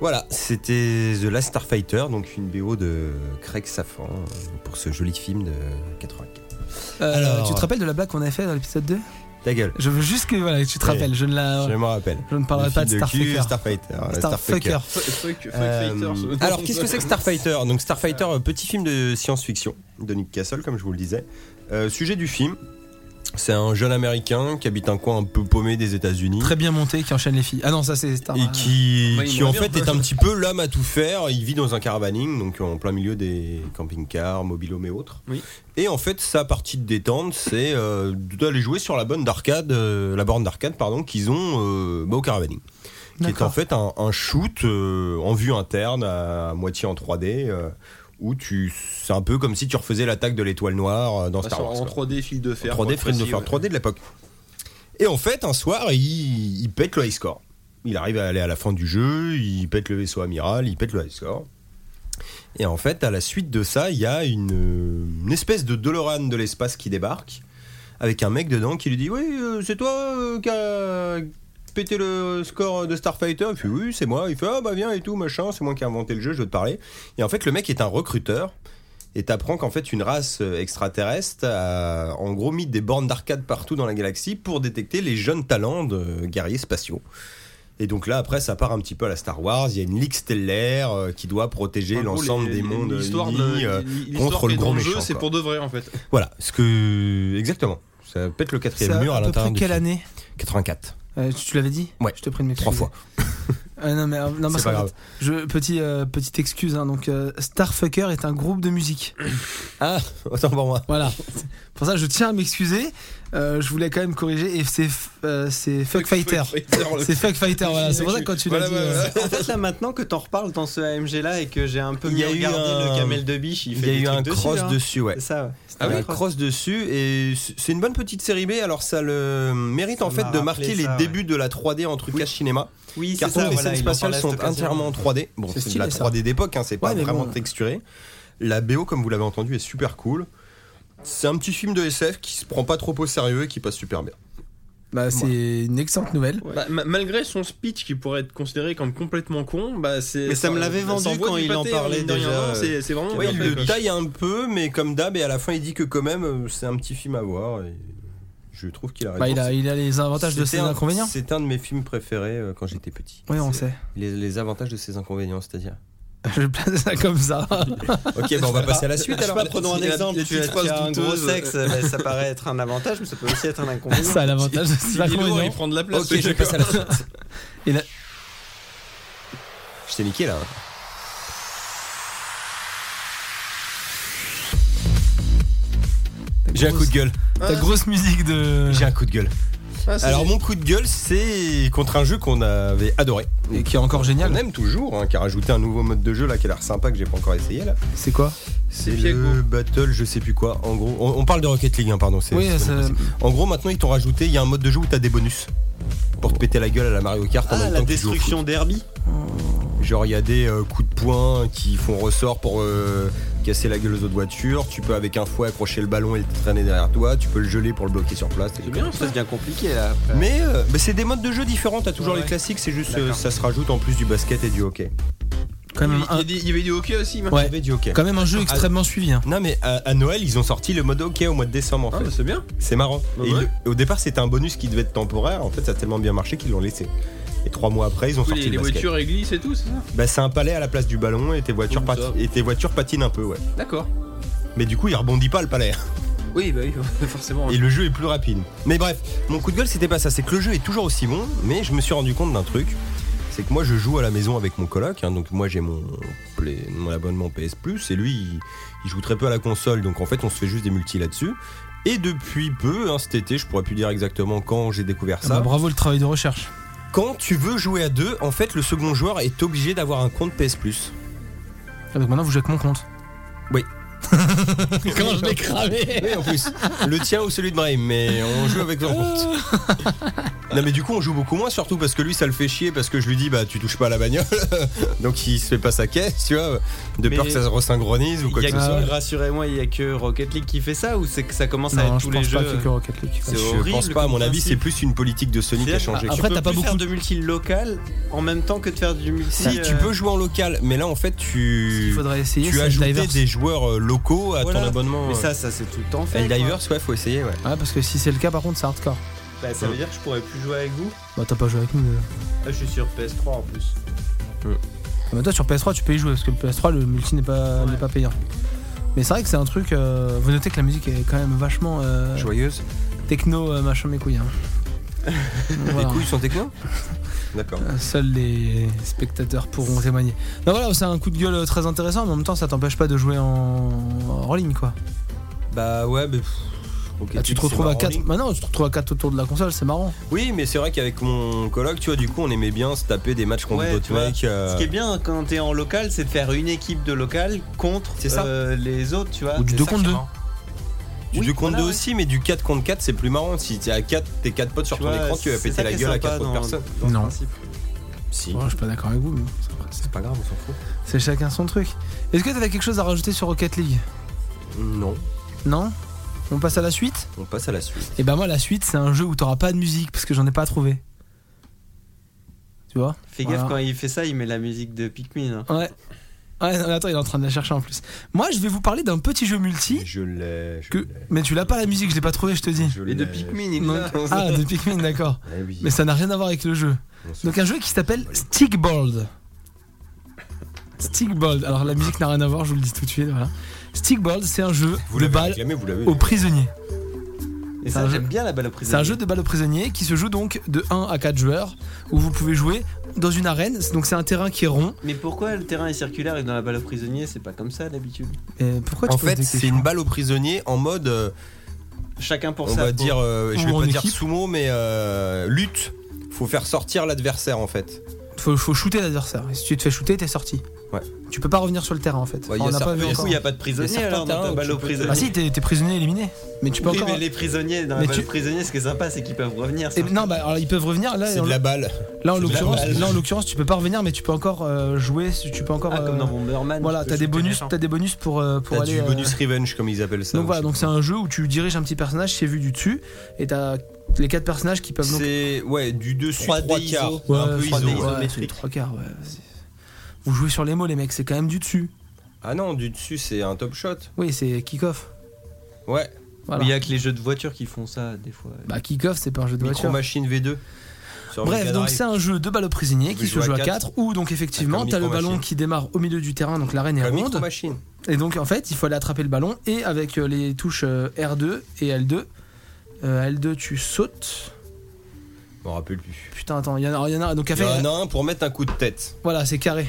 C: Voilà, c'était The Last Starfighter, donc une BO de Craig Safran euh, pour ce joli film de 84.
B: Euh,
C: Alors-
B: tu te rappelles de la blague qu'on avait fait dans l'épisode 2
C: Ta gueule,
B: Je veux juste que voilà, tu te
C: Oui.
B: rappelles. Je ne la,
C: je me rappelle.
B: je ne parlerai
C: Le
B: pas de
C: film cul,
B: Starfucker.
C: Starfighter. euh,
B: Starfucker.
D: Fuck, fuck, fuck
C: Euh,
D: Fighters.
C: alors, qu'est-ce que c'est que Starfighter Donc, Starfighter, euh, petit film de science-fiction de Nick Castle, comme je vous le disais. Euh, sujet du film c'est un jeune américain qui habite un coin un peu paumé des États-Unis.
B: Très bien monté, qui enchaîne les filles. Ah non, ça c'est Star.
C: Et qui,
D: Bah, il
C: qui
D: me
C: en
D: revient
C: fait
D: un
C: est
D: peu.
C: un petit peu l'homme à tout faire. Il vit dans un caravaning, donc en plein milieu des camping-cars, mobilhomes et autres.
D: Oui.
C: Et en fait, sa partie de détente, c'est euh, d'aller jouer sur la bonne d'arcade, euh, la borne d'arcade, pardon, qu'ils ont euh, bah, au caravaning. Qui est
B: D'accord.
C: en fait un, un shoot euh, en vue interne, à, à moitié en 3D, euh, où tu, c'est un peu comme si tu refaisais l'attaque de l'étoile noire euh, dans Star Wars.
D: En
C: quoi.
D: 3D, fil de fer.
C: 3D,
D: pour être
C: Fred de
D: précis,
C: Fer,
D: ouais.
C: 3D de l'époque. Et en fait, un soir, il, il pète le high score. Il arrive à aller à la fin du jeu, il pète le vaisseau amiral, il pète le high score. Et en fait, à la suite de ça, il y a une, euh, une espèce de DeLorean de l'espace qui débarque, avec un mec dedans qui lui dit Oui, euh, c'est toi euh, qui a pété le score de Starfighter Il fait Oui, c'est moi. Il fait Ah bah viens et tout, machin, c'est moi qui ai inventé le jeu, je veux te parler. Et en fait, le mec est un recruteur et t'apprends qu'en fait une race euh, extraterrestre a en gros mis des bornes d'arcade partout dans la galaxie pour détecter les jeunes talents de euh, guerriers spatiaux. Et donc là après ça part un petit peu à la Star Wars, il y a une ligue stellaire euh, qui doit protéger
D: En gros,
C: l'ensemble
D: les-
C: des
D: les-
C: mondes
D: l'histoire de-
C: unis. euh,
D: l'histoire
C: contre le
D: qui est
C: grand
D: dans
C: méchant,
D: jeu, c'est
C: quoi.
D: pour de vrai en fait.
C: Voilà, ce que exactement. Ça pète le
B: C'est
C: quatrième
B: à,
C: mur à
B: à peu près
C: l'intérieur du
B: quelle
C: film.
B: année
C: 84.
B: Euh, Tu, tu l'avais dit
C: Ouais.
B: Je te prie de m'excuser.
C: Trois fois.
B: Ah non mais, euh, non, parce
C: C'est pas
B: qu'en
C: grave.
B: fait, je, petit, euh, petite excuse, hein, donc euh, Starfucker est un groupe de musique.
C: Ah, autant pour moi.
B: Voilà. Pour ça, je tiens à m'excuser. Euh, je voulais quand même corriger. Et c'est f- euh, c'est Fuck Fighter. C'est Fuck Fighter, voilà. C'est pour ça que quand tu l'as
D: Voilà,
B: dit.
D: voilà,
B: euh,
D: voilà.
E: En fait, là maintenant que t'en reparles dans ce AMG là et que j'ai un peu
C: Il
E: mieux
C: y a eu
E: regardé
C: un-
E: le camel de biche, il fait
C: Il y a
E: des
C: eu un
E: trucs dessus,
C: cross
E: là.
C: dessus, ouais.
E: C'est ça. ouais.
C: Ah
E: C'était un
C: oui,
E: cross.
C: cross dessus et c- c'est une bonne petite série B. Alors ça le mérite
E: Ça
C: en fait
E: m'a
C: de
E: rappelé
C: marquer les
E: ça, ouais.
C: débuts de la 3D en trucage cinéma.
E: Oui, c'est
C: Car
E: ça.
C: toutes les
E: voilà,
C: scènes
E: il en
C: spatiales
E: parlait à
C: sont
E: cette occasion.
C: entièrement en 3D. Bon,
B: C'est
C: c'est de
B: stylé,
C: la
B: ça.
C: 3D d'époque, hein, c'est pas
B: Ouais, mais
C: vraiment
B: bon.
C: texturé. La BO, comme vous l'avez entendu, est super cool. C'est un petit film de SF qui se prend pas trop au sérieux et qui passe super bien.
B: Bah, c'est une excellente nouvelle.
D: Bah, ma- malgré son speech qui pourrait être considéré comme complètement con, bah c'est.
E: Mais ça me l'avait vendu
D: s'envoie
E: quand
D: du
E: il en
D: pâté, hein,
E: parlait
D: mine de rien.
E: déjà.
D: Non, C'est c'est vraiment.
C: Ouais,
D: bien
C: il
D: fait,
C: le
D: quoi.
C: taille un peu, mais comme d'hab, et à la fin il dit que quand même euh, c'est un petit film à voir. Et je trouve qu'il a raison.
B: Bah, il, a, il a les avantages de
C: C'était
B: ses
C: un-
B: inconvénients.
C: C'est un de mes films préférés euh, quand j'étais petit.
B: Oui, on sait.
C: Les, les avantages de ses inconvénients, c'est-à-dire.
B: Je place ça comme ça.
C: Ok, bah on va passer à la
E: Je
C: suite
E: sais
C: alors.
E: pas, prenons un
D: la-
E: exemple.
D: la
E: Tu as,
D: petite phrase
E: tu as un gros
D: douteuse.
C: euh.
E: sexe, bah, ça paraît être un avantage, mais ça peut aussi être un inconvénient.
B: ça a l'avantage de ses
D: Il est lourd, il
B: inconvénients.
D: prend de la place.
C: Ok, je passe à la suite.
B: Et la-
C: Je t'ai niqué là. hein. J'ai un coup de gueule.
B: Ta grosse musique de.
C: J'ai un coup de gueule.
D: Ah, c'est-
C: Alors mon coup de gueule, c'est contre un jeu qu'on avait adoré.
B: Et qui est encore
C: On
B: génial.
C: aime toujours, hein, qui a rajouté un nouveau mode de jeu là qui a l'air sympa que j'ai pas encore essayé là.
B: C'est quoi
C: C'est
D: Piago.
C: le battle, je sais plus quoi. En gros, on, on parle de Rocket League, hein, pardon. c'est-
B: Oui,
C: c'est-
B: ça-
C: En gros, maintenant ils t'ont rajouté, il y a un mode de jeu où t'as des bonus pour te péter la gueule à la Mario Kart. en
E: Ah,
C: même
E: la
C: temps que tu joues au foot.
E: destruction d'Herbie
C: Genre il y a des euh, coups de poing qui font ressort pour euh, casser la gueule aux autres voitures. Tu peux avec un fouet accrocher le ballon et le traîner derrière toi. Tu peux le geler pour le bloquer sur place.
D: C'est bien
E: Ça
D: ça.
E: devient compliqué là.
C: Mais euh, bah, c'est des modes de jeu différents. T'as toujours
E: Ouais,
C: les
E: ouais.
C: classiques. C'est juste euh,
E: D'accord.
C: ça se rajoute en plus du basket et du hockey.
B: Quand
D: Il
B: même
D: y
B: un,
D: a des- il y avait du hockey aussi. mais-
B: Ouais.
C: Il y avait du hockey.
B: quand même un jeu extrêmement suivi. hein.
C: Non mais à, à Noël ils ont sorti le mode hockey au mois de décembre en
D: Ah,
C: fait.
D: bah, c'est bien.
C: C'est marrant.
D: Bah
C: Et
D: ouais.
C: le- au départ, c'était un bonus qui devait être temporaire. En fait, ça a tellement bien marché qu'ils l'ont laissé. Et trois mois après, ils ont
D: Oui,
C: sorti
D: les, les
C: le basket.
D: voitures elles glissent et tout, c'est ça
C: Bah, c'est un palais à la place du ballon et tes voitures,
D: Cool,
C: pati-
D: ça.
C: et tes voitures patinent un peu, ouais.
D: D'accord.
C: Mais du coup, il rebondit pas le palais.
D: Oui, bah oui, forcément.
C: Et le jeu est plus rapide. Mais bref, mon coup de gueule, c'était pas ça. C'est que le jeu est toujours aussi bon, mais je me suis rendu compte d'un truc. C'est que moi, je joue à la maison avec mon coloc. hein. donc, moi, j'ai mon, Play- mon abonnement PS Plus. Et lui, il, il joue très peu à la console. Donc, en fait, on se fait juste des multis là-dessus. Et depuis peu, hein, cet été, je pourrais plus dire exactement quand j'ai découvert
B: Ah
C: ça.
B: bah, bravo le travail de recherche.
C: Quand tu veux jouer à deux, en fait, le second joueur est obligé d'avoir un compte PS Plus.
B: Ah, donc maintenant vous jouez avec mon compte.
C: Oui.
B: Comment je l'ai cramé
C: Oui, en plus. le tien ou celui de Brahim, mais on joue avec leur compte. Non mais du coup on joue beaucoup moins surtout parce que lui ça le fait chier parce que je lui dis bah tu touches pas à la bagnole donc il se fait pas sa caisse tu vois de
E: Mais-
C: peur que ça se resynchronise ou quoi
E: Il y
C: que
E: a
C: ce
E: que,
C: soit.
B: Ah ouais.
E: rassurez-moi, il y a que Rocket League qui fait ça ou c'est que ça commence à
B: Non,
E: être
B: je
E: tous les
B: pense pas
E: jeux euh,
B: que euh, c'est que Rocket League.
E: C'est
C: Je
E: horrible
C: pense pas à mon
E: comme
C: avis c'est
E: principe.
C: plus une politique de Sony qui a
E: C'est-à-dire, ah,
C: changé.
E: tu
B: Après,
E: peux
B: t'as pas
E: plus faire
B: beaucoup
E: de multi local en même temps que de faire du multi.
C: Si tu
E: euh,
C: peux jouer en local mais là en fait
B: Il
C: tu
B: faudrait essayer.
C: tu
B: c'est
C: ajoutes
B: Divers.
C: des joueurs euh, locaux à
E: Voilà.
C: ton abonnement.
E: Mais
C: euh.
E: ça, ça c'est tout le temps fait.
C: Helldivers,
E: quoi.
C: ouais, faut essayer, ouais.
B: Ouais, parce que si c'est le cas, par contre, c'est hardcore.
E: Bah, ça veut dire que je pourrais plus jouer avec vous.
B: Bah, t'as pas joué avec nous déjà.
E: Ah, je suis sur PS3 en plus.
B: Mais Ah bah toi, sur PS3, tu peux y jouer parce que le PS3, le multi n'est pas,
E: Ouais.
B: n'est pas payant. Mais c'est vrai que c'est un truc. euh, vous notez que la musique est quand même vachement euh,
C: Joyeuse.
B: techno, euh, machin, mes couilles. hein.
C: Les
B: Voilà.
C: couilles sont techno D'accord.
B: Euh, Seuls les spectateurs pourront témoigner. Non, voilà, c'est un coup de gueule euh, très intéressant, mais en même temps, ça t'empêche pas de jouer en, en ligne, quoi.
C: Bah ouais, mais. pff, ok,
B: Ah, tu te
C: c'est
B: retrouves à
C: marrant,
B: 4
C: Link.
B: Maintenant, tu te retrouves à 4 autour de la console, c'est marrant.
C: Oui, mais c'est vrai qu'avec mon coloc, tu vois, du coup, on aimait bien se taper des matchs contre
E: Ouais,
C: d'autres
E: tu vois.
C: mecs. euh,
E: Ce qui est bien quand t'es en local, c'est de faire une équipe de local contre
C: C'est ça.
E: euh, les autres, tu vois.
B: Ou du
E: C'est
B: deux
E: ça
B: contre
E: qui est
B: deux.
E: marrant.
C: Du
E: Oui,
C: 2 contre
E: voilà,
C: 2
E: ouais.
C: aussi, mais du 4 contre 4, c'est plus marrant. Si t'es à 4, tes 4 potes sur
E: Tu
C: ton
E: vois,
C: écran, tu vas
E: c'est
C: péter
E: ça
C: la
E: qui est
C: gueule à
E: sympa
C: 4 autres
E: dans-
C: personnes.
E: dans ce
B: Non.
E: principe.
C: Si.
B: Ouais, je suis pas d'accord avec vous, mais c'est vrai, c'est-
C: C'est pas grave, on s'en fout.
B: c'est chacun son truc. Est-ce que t'avais quelque chose à rajouter sur Rocket League
C: Non,
B: Non On passe à la suite
C: on passe à la suite.
B: Et bah moi la suite c'est un jeu où t'auras pas de musique parce que j'en ai pas trouvé. Tu vois
E: Fais gaffe
B: Voilà.
E: quand il fait ça, il met la musique de Pikmin. hein.
B: Ouais. Ouais non, mais attends il est en train de la chercher en plus. Moi je vais vous parler d'un petit jeu multi
C: Je l'ai. je
B: que...
C: l'ai,
B: Mais tu l'as pas la musique, je l'ai pas trouvé je te dis.
C: je
D: Et de
C: l'ai.
D: Pikmin, il
B: Donc-
D: l'a.
B: Ah de Pikmin d'accord.
C: Eh oui.
B: Mais ça n'a rien à voir avec le jeu.
C: On s'en
B: Donc un jeu qui s'appelle Stickball. Stickball. Alors la musique n'a rien à voir, je vous le dis tout de suite. Voilà. Stickball c'est un jeu
C: Vous
B: de
C: l'avez
B: balle
C: réclamé, vous l'avez.
B: aux prisonniers.
E: Et
B: C'est un
E: ça,
B: jeu-
E: j'aime bien la balle au prisonnier.
B: C'est un jeu de balle aux prisonniers qui se joue donc de 1 à 4 joueurs où vous pouvez jouer dans une arène. Donc c'est un terrain qui est rond.
E: Mais pourquoi le terrain est circulaire et dans la balle au prisonnier, c'est pas comme ça d'habitude
B: Et pourquoi tu
C: En
B: poses
C: fait,
B: des
C: c'est
B: questions
C: une balle aux prisonniers en mode. euh,
E: Chacun pour
C: on
E: sa
C: va
E: peau.
C: dire, euh, je
B: Ou
C: vais
B: en
C: pas dire
B: équipe.
C: sumo, mais euh, lutte. Faut faire sortir l'adversaire en fait.
B: faut, faut shooter l'adversaire. Et si tu te fais shooter, t'es sorti.
C: Ouais.
B: Tu peux pas revenir sur le terrain en fait. Enfin,
C: Ouais, y a
B: on n'a pas
C: certains-
B: vu
C: y a
E: Du coup,
B: encore.
E: il n'y a pas de prisonnier
C: certains
E: alors dans
C: terrains
E: la
C: où
E: balle
C: tu
E: au
C: peux-
E: prisonnier.
B: Bah si, t'es t'es prisonnier éliminé. Mais tu peux
E: Oui,
B: encore.
E: mais les prisonniers dans la
B: Mais
E: balle
B: tu-
E: aux prisonnier, ce qui est sympa, c'est qu'ils peuvent revenir.
B: Et
E: ça.
B: non, bah alors ils peuvent revenir. Là,
C: C'est
B: en,
C: de la balle.
B: là, en
C: c'est de la
B: l'occurrence,
C: balle.
B: là en l'occurrence, tu peux pas revenir, mais tu peux encore euh, jouer. Tu peux encore.
E: Ah, comme
B: euh,
E: dans Bomberman.
B: voilà,
E: tu peux
B: t'as des
E: shooter les
B: bonus,
E: gens.
B: t'as des bonus pour euh, pour
C: T'as
B: aller.
C: du
B: euh,
C: bonus revenge comme ils appellent ça.
B: Donc voilà,
C: je
B: donc
C: sais
B: c'est un jeu où tu diriges un petit personnage, c'est vu du dessus, et t'as les quatre personnages qui
C: pas.
B: peuvent donc
C: C'est ouais du dessus
E: 3D
C: trois
E: iso.
C: quarts,
B: Ouais,
C: un
B: 3D,
C: peu iso.
B: ouais,
C: ouais.
E: isométrique.
B: c'est les trois quarts, ouais. C'est- Vous jouez sur les mots, les mecs, c'est quand même du dessus.
C: Ah non, du dessus c'est un top shot.
B: Oui, c'est kick-off.
C: Ouais.
B: Voilà.
E: Mais Il y a que les jeux de voiture qui font ça des fois.
B: Bah, kick-off, c'est pas un jeu de
C: Micro
B: voiture.
C: Machine V2. sur
B: Bref,
C: Mega
B: donc
C: Drive.
B: c'est un jeu de balle aux prisonniers
C: Vous
B: qui se
C: jouez à
B: joue à
C: quatre.
B: 4, où donc effectivement,
C: Comme
B: t'as le
C: Micro
B: ballon
C: Machine.
B: qui démarre au milieu du terrain, donc l'arène est
C: Comme Micro
B: ronde.
C: Machine.
B: Et donc en fait, il faut aller attraper le ballon, et avec euh, les touches euh, R2 et L2, euh, L2 tu sautes.
C: Je m'en rappelle plus.
B: Putain, attends, il y en a, alors, il y en a donc à
C: Il y
B: faire.
C: en a un pour mettre un coup de tête.
B: Voilà, c'est carré.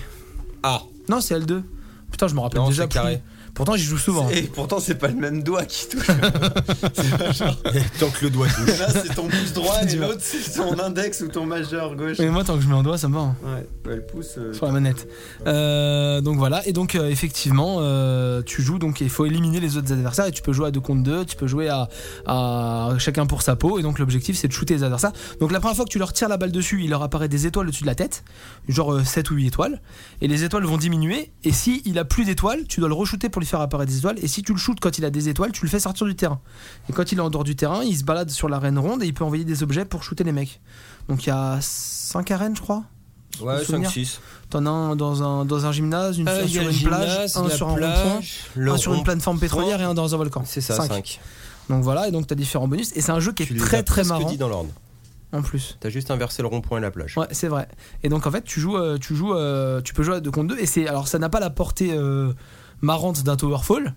C: Ah
B: Non, c'est L2. Putain, je me rappelle
C: Non,
B: déjà.
C: c'est
B: plus.
C: carré.
B: Pourtant, j'y joue souvent. hein.
E: Et pourtant, c'est pas le même doigt qui touche.
C: tant que le doigt touche.
E: Là, c'est ton pouce droit et
B: Dur.
E: l'autre, c'est ton index ou ton majeur gauche.
B: Mais moi, tant que je mets un doigt, ça me va. hein.
E: Ouais, bah, le pouce. euh,
B: sur la manette. Euh, donc voilà, et donc euh, effectivement, euh, tu joues, donc il faut éliminer les autres adversaires, et tu peux jouer à 2 contre 2, tu peux jouer à, à chacun pour sa peau, et donc l'objectif c'est de shooter les adversaires. Donc la première fois que tu leur tires la balle dessus, il leur apparaît des étoiles au-dessus de la tête, genre 7 ou 8 étoiles, et les étoiles vont diminuer, et si il a plus d'étoiles, tu dois le re-shooter pour lui faire apparaître des étoiles, et si tu le shootes quand il a des étoiles, tu le fais sortir du terrain. Et quand il est en dehors du terrain, il se balade sur l'arène ronde, et il peut envoyer des objets pour shooter les mecs. Donc il y a 5 arènes, je crois
C: Ouais,
B: Souvenir.
C: 5-6.
B: T'en as un dans un, dans un gymnase, une
C: Euh, il y a
B: sur
C: le
B: une
C: gymnase,
B: plage, un
C: la
B: sur un rond-point,
C: plage, le
B: un sur une
C: rond-
B: plateforme pétrolière et un dans un volcan.
C: C'est ça,
B: Cinq.
C: 5.
B: Donc voilà, et donc t'as différents bonus. Et c'est un jeu qui est très très marrant
C: dit dans l'ordre.
B: en plus.
C: T'as juste inversé le rond-point et la plage.
B: Ouais, c'est vrai. Et donc en fait, tu joues, euh, tu joues, euh, tu peux jouer à 2 contre 2. Et c'est alors ça n'a pas la portée euh, marrante d'un Towerfall,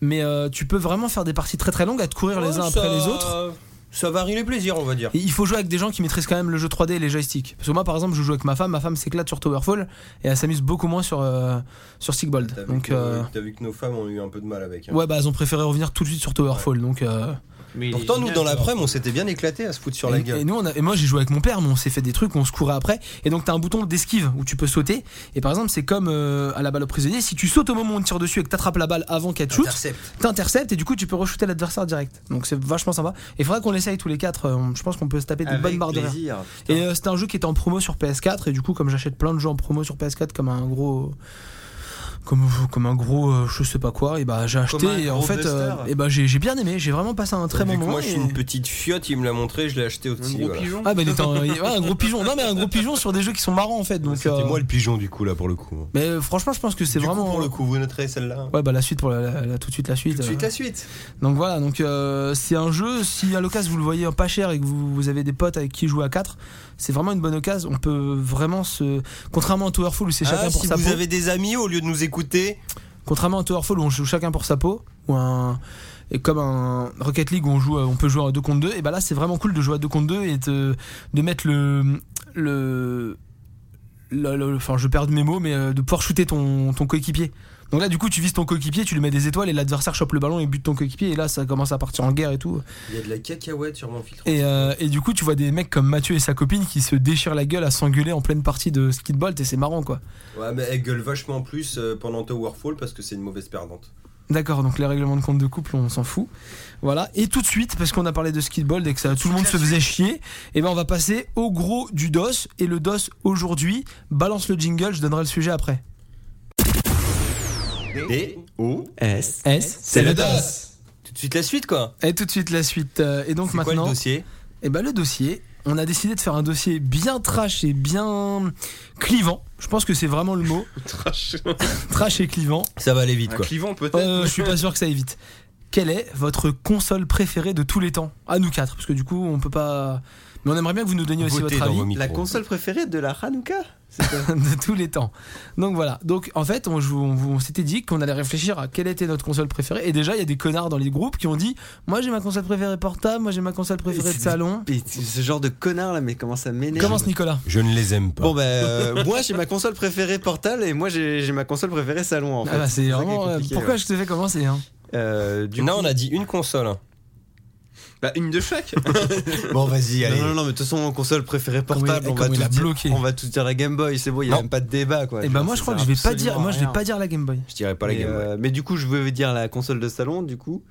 B: mais euh, tu peux vraiment faire des parties très très longues à te courir les uns
C: Ouais,
B: après
C: Oh, ça-
B: les autres.
C: Ça varie les plaisirs, on va dire.
B: Et il faut jouer avec des gens qui maîtrisent quand même le jeu 3D et les joysticks. Parce que moi, par exemple, je joue avec ma femme. Ma femme s'éclate sur Towerfall et elle s'amuse beaucoup moins sur euh, sur
C: T'as
B: Stickbold.
C: vu,
B: Donc
C: que-
B: euh,
C: t'as vu que nos femmes ont eu un peu de mal avec. hein.
B: Ouais, bah elles ont préféré revenir tout de suite sur Towerfall, donc euh,
E: Mais il est
C: Pourtant, nous,
E: génial,
C: dans
E: ce
C: l'après, on s'était bien éclaté à se foutre sur la
B: et,
C: gueule.
B: et nous, on a- et moi, j'ai joué avec mon père, mais on s'est fait des trucs, où on se courait après. Et donc, t'as un bouton d'esquive où tu peux sauter. Et par exemple, c'est comme euh, à la balle au prisonnier. Si tu sautes au moment où on te tire dessus et que t'attrapes la balle avant qu'elle te shoot, t'interceptes et du coup, tu peux re-shooter l'adversaire direct. Donc, c'est vachement sympa. Et faudrait qu'on l'essaye tous les quatre. euh, on- Je pense qu'on peut se taper des
E: Avec
B: bonnes barres de rire.
E: plaisir.
B: Et euh, c'était un jeu qui était en promo sur PS4 et du coup comme j'achète plein de jeux en promo sur PS4 comme un gros comme, comme un gros euh, je sais pas quoi et bah j'ai acheté
E: un
B: et en
E: gros
B: fait euh,
E: buster.
B: et bah j'ai j'ai bien aimé, j'ai vraiment passé un très
C: Vu
B: bon
C: que
B: moment.
C: moi, je suis
B: et-
C: une petite fiotte, il me l'a montré, je l'ai acheté au petit. voilà.
D: pigeon.
B: Ah bah il était un, il- ouais, un gros pigeon. Non mais un gros pigeon sur des jeux qui sont marrants en fait donc
C: C'était
B: euh,
C: moi le pigeon, du coup, là, pour le coup.
B: mais euh, franchement je pense que c'est
C: Du coup,
B: vraiment euh,
C: Pour le coup, vous noterez celle-là.
B: Ouais bah la suite pour la, la- la- tout de suite la suite.
C: Tout de suite,
B: euh.
C: la suite.
B: Donc voilà, donc euh, c'est un jeu, si à l'occasion vous le voyez pas cher et que vous, vous avez des potes avec qui jouer à 4, c'est vraiment une bonne occasion, on peut vraiment se... Contrairement à Towerfall où c'est chacun
C: Ah,
B: pour
C: si
B: sa
C: vous
B: peau,
C: avez des amis, au lieu de nous écouter,
B: contrairement à Towerfall où on joue chacun pour sa peau, ou un... Et comme un Rocket League où on, joue, à- on peut jouer à 2 contre 2, et bah là c'est vraiment cool de jouer à 2 contre 2 et de, de mettre le... le le- le- enfin je perds mes mots mais euh, de pouvoir shooter ton, ton coéquipier donc là du coup tu vises ton coéquipier tu lui mets des étoiles et l'adversaire chope le ballon et bute ton coéquipier et là ça commence à partir en guerre et tout
C: il y a de la cacahuète sur mon filtre.
B: et, euh, et du coup, tu vois des mecs comme Mathieu et sa copine qui se déchirent la gueule à s'engueuler en pleine partie de Skidbolt et c'est marrant quoi.
C: Ouais, mais elle gueule vachement plus euh, pendant Towerfall parce que c'est une mauvaise perdante.
B: D'accord, donc les règlements de compte de couple, on s'en fout. Voilà, et tout de suite, parce qu'on a parlé de Skidbolt et que ça, tout le monde se faisait chier, et ben on va passer au gros du DOS. Et le DOS aujourd'hui, balance le jingle, je donnerai le sujet après.
C: Et oh,
E: S.
B: S,
C: c'est le DOS Tout de suite, la suite, quoi.
B: Et tout de suite la suite. Euh, Et donc
C: C'est quoi
B: maintenant.
C: le dossier
B: Et ben le dossier, on a décidé de faire un dossier bien trash et bien clivant. Je pense que c'est vraiment le mot.
D: Trash.
B: trash et clivant.
C: Ça va aller vite,
D: Un
C: quoi.
D: clivant peut-être.
B: Euh, je suis pas sûr que ça évite. Quelle est votre console préférée de tous les temps À nous quatre, parce que du coup, on peut pas. Mais on aimerait bien que vous nous donniez aussi
C: Votez
B: votre
C: dans
B: avis
C: vos micros.
E: La console préférée de la Hanouka
B: de tous les temps. Donc voilà. Donc en fait, on, je vous- on vous- on s'était dit qu'on allait réfléchir à quelle était notre console préférée. Et déjà, il y a des connards dans les groupes qui ont dit Moi, j'ai ma console préférée portable, moi, j'ai ma console préférée de
E: c'est-
B: salon.
E: Mais ce genre de connard là, mais comment ça m'énerve
B: Commence Nicolas.
C: Je ne les aime pas.
E: Bon bah euh, moi j'ai ma console préférée portable et moi j'ai j'ai ma console préférée salon en fait.
B: Ah bah, c'est
E: ça qui est
B: vraiment. euh,
E: compliqué,
B: pourquoi
E: ouais.
B: je te fais commencer hein
E: Euh, du
C: non,
E: coup-
C: on a dit une console. hein.
D: Bah, une de chaque.
C: Bon, vas-y,
E: Non, non, non, mais de toute façon, mon console préférée
B: Comme
E: portable,
B: il-
E: on, va
B: comme il
E: tout
B: a
E: dire,
B: bloqué.
E: on va tout dire la Game Boy, c'est bon, il n'y a
C: Non.
E: même pas de débat quoi.
B: Et bah, moi, je crois que je vais pas dire. Moi, je vais pas dire la Game Boy.
C: Je dirais pas
E: mais,
C: la Game Boy.
E: euh, mais du coup, je veux dire la console de salon, du coup.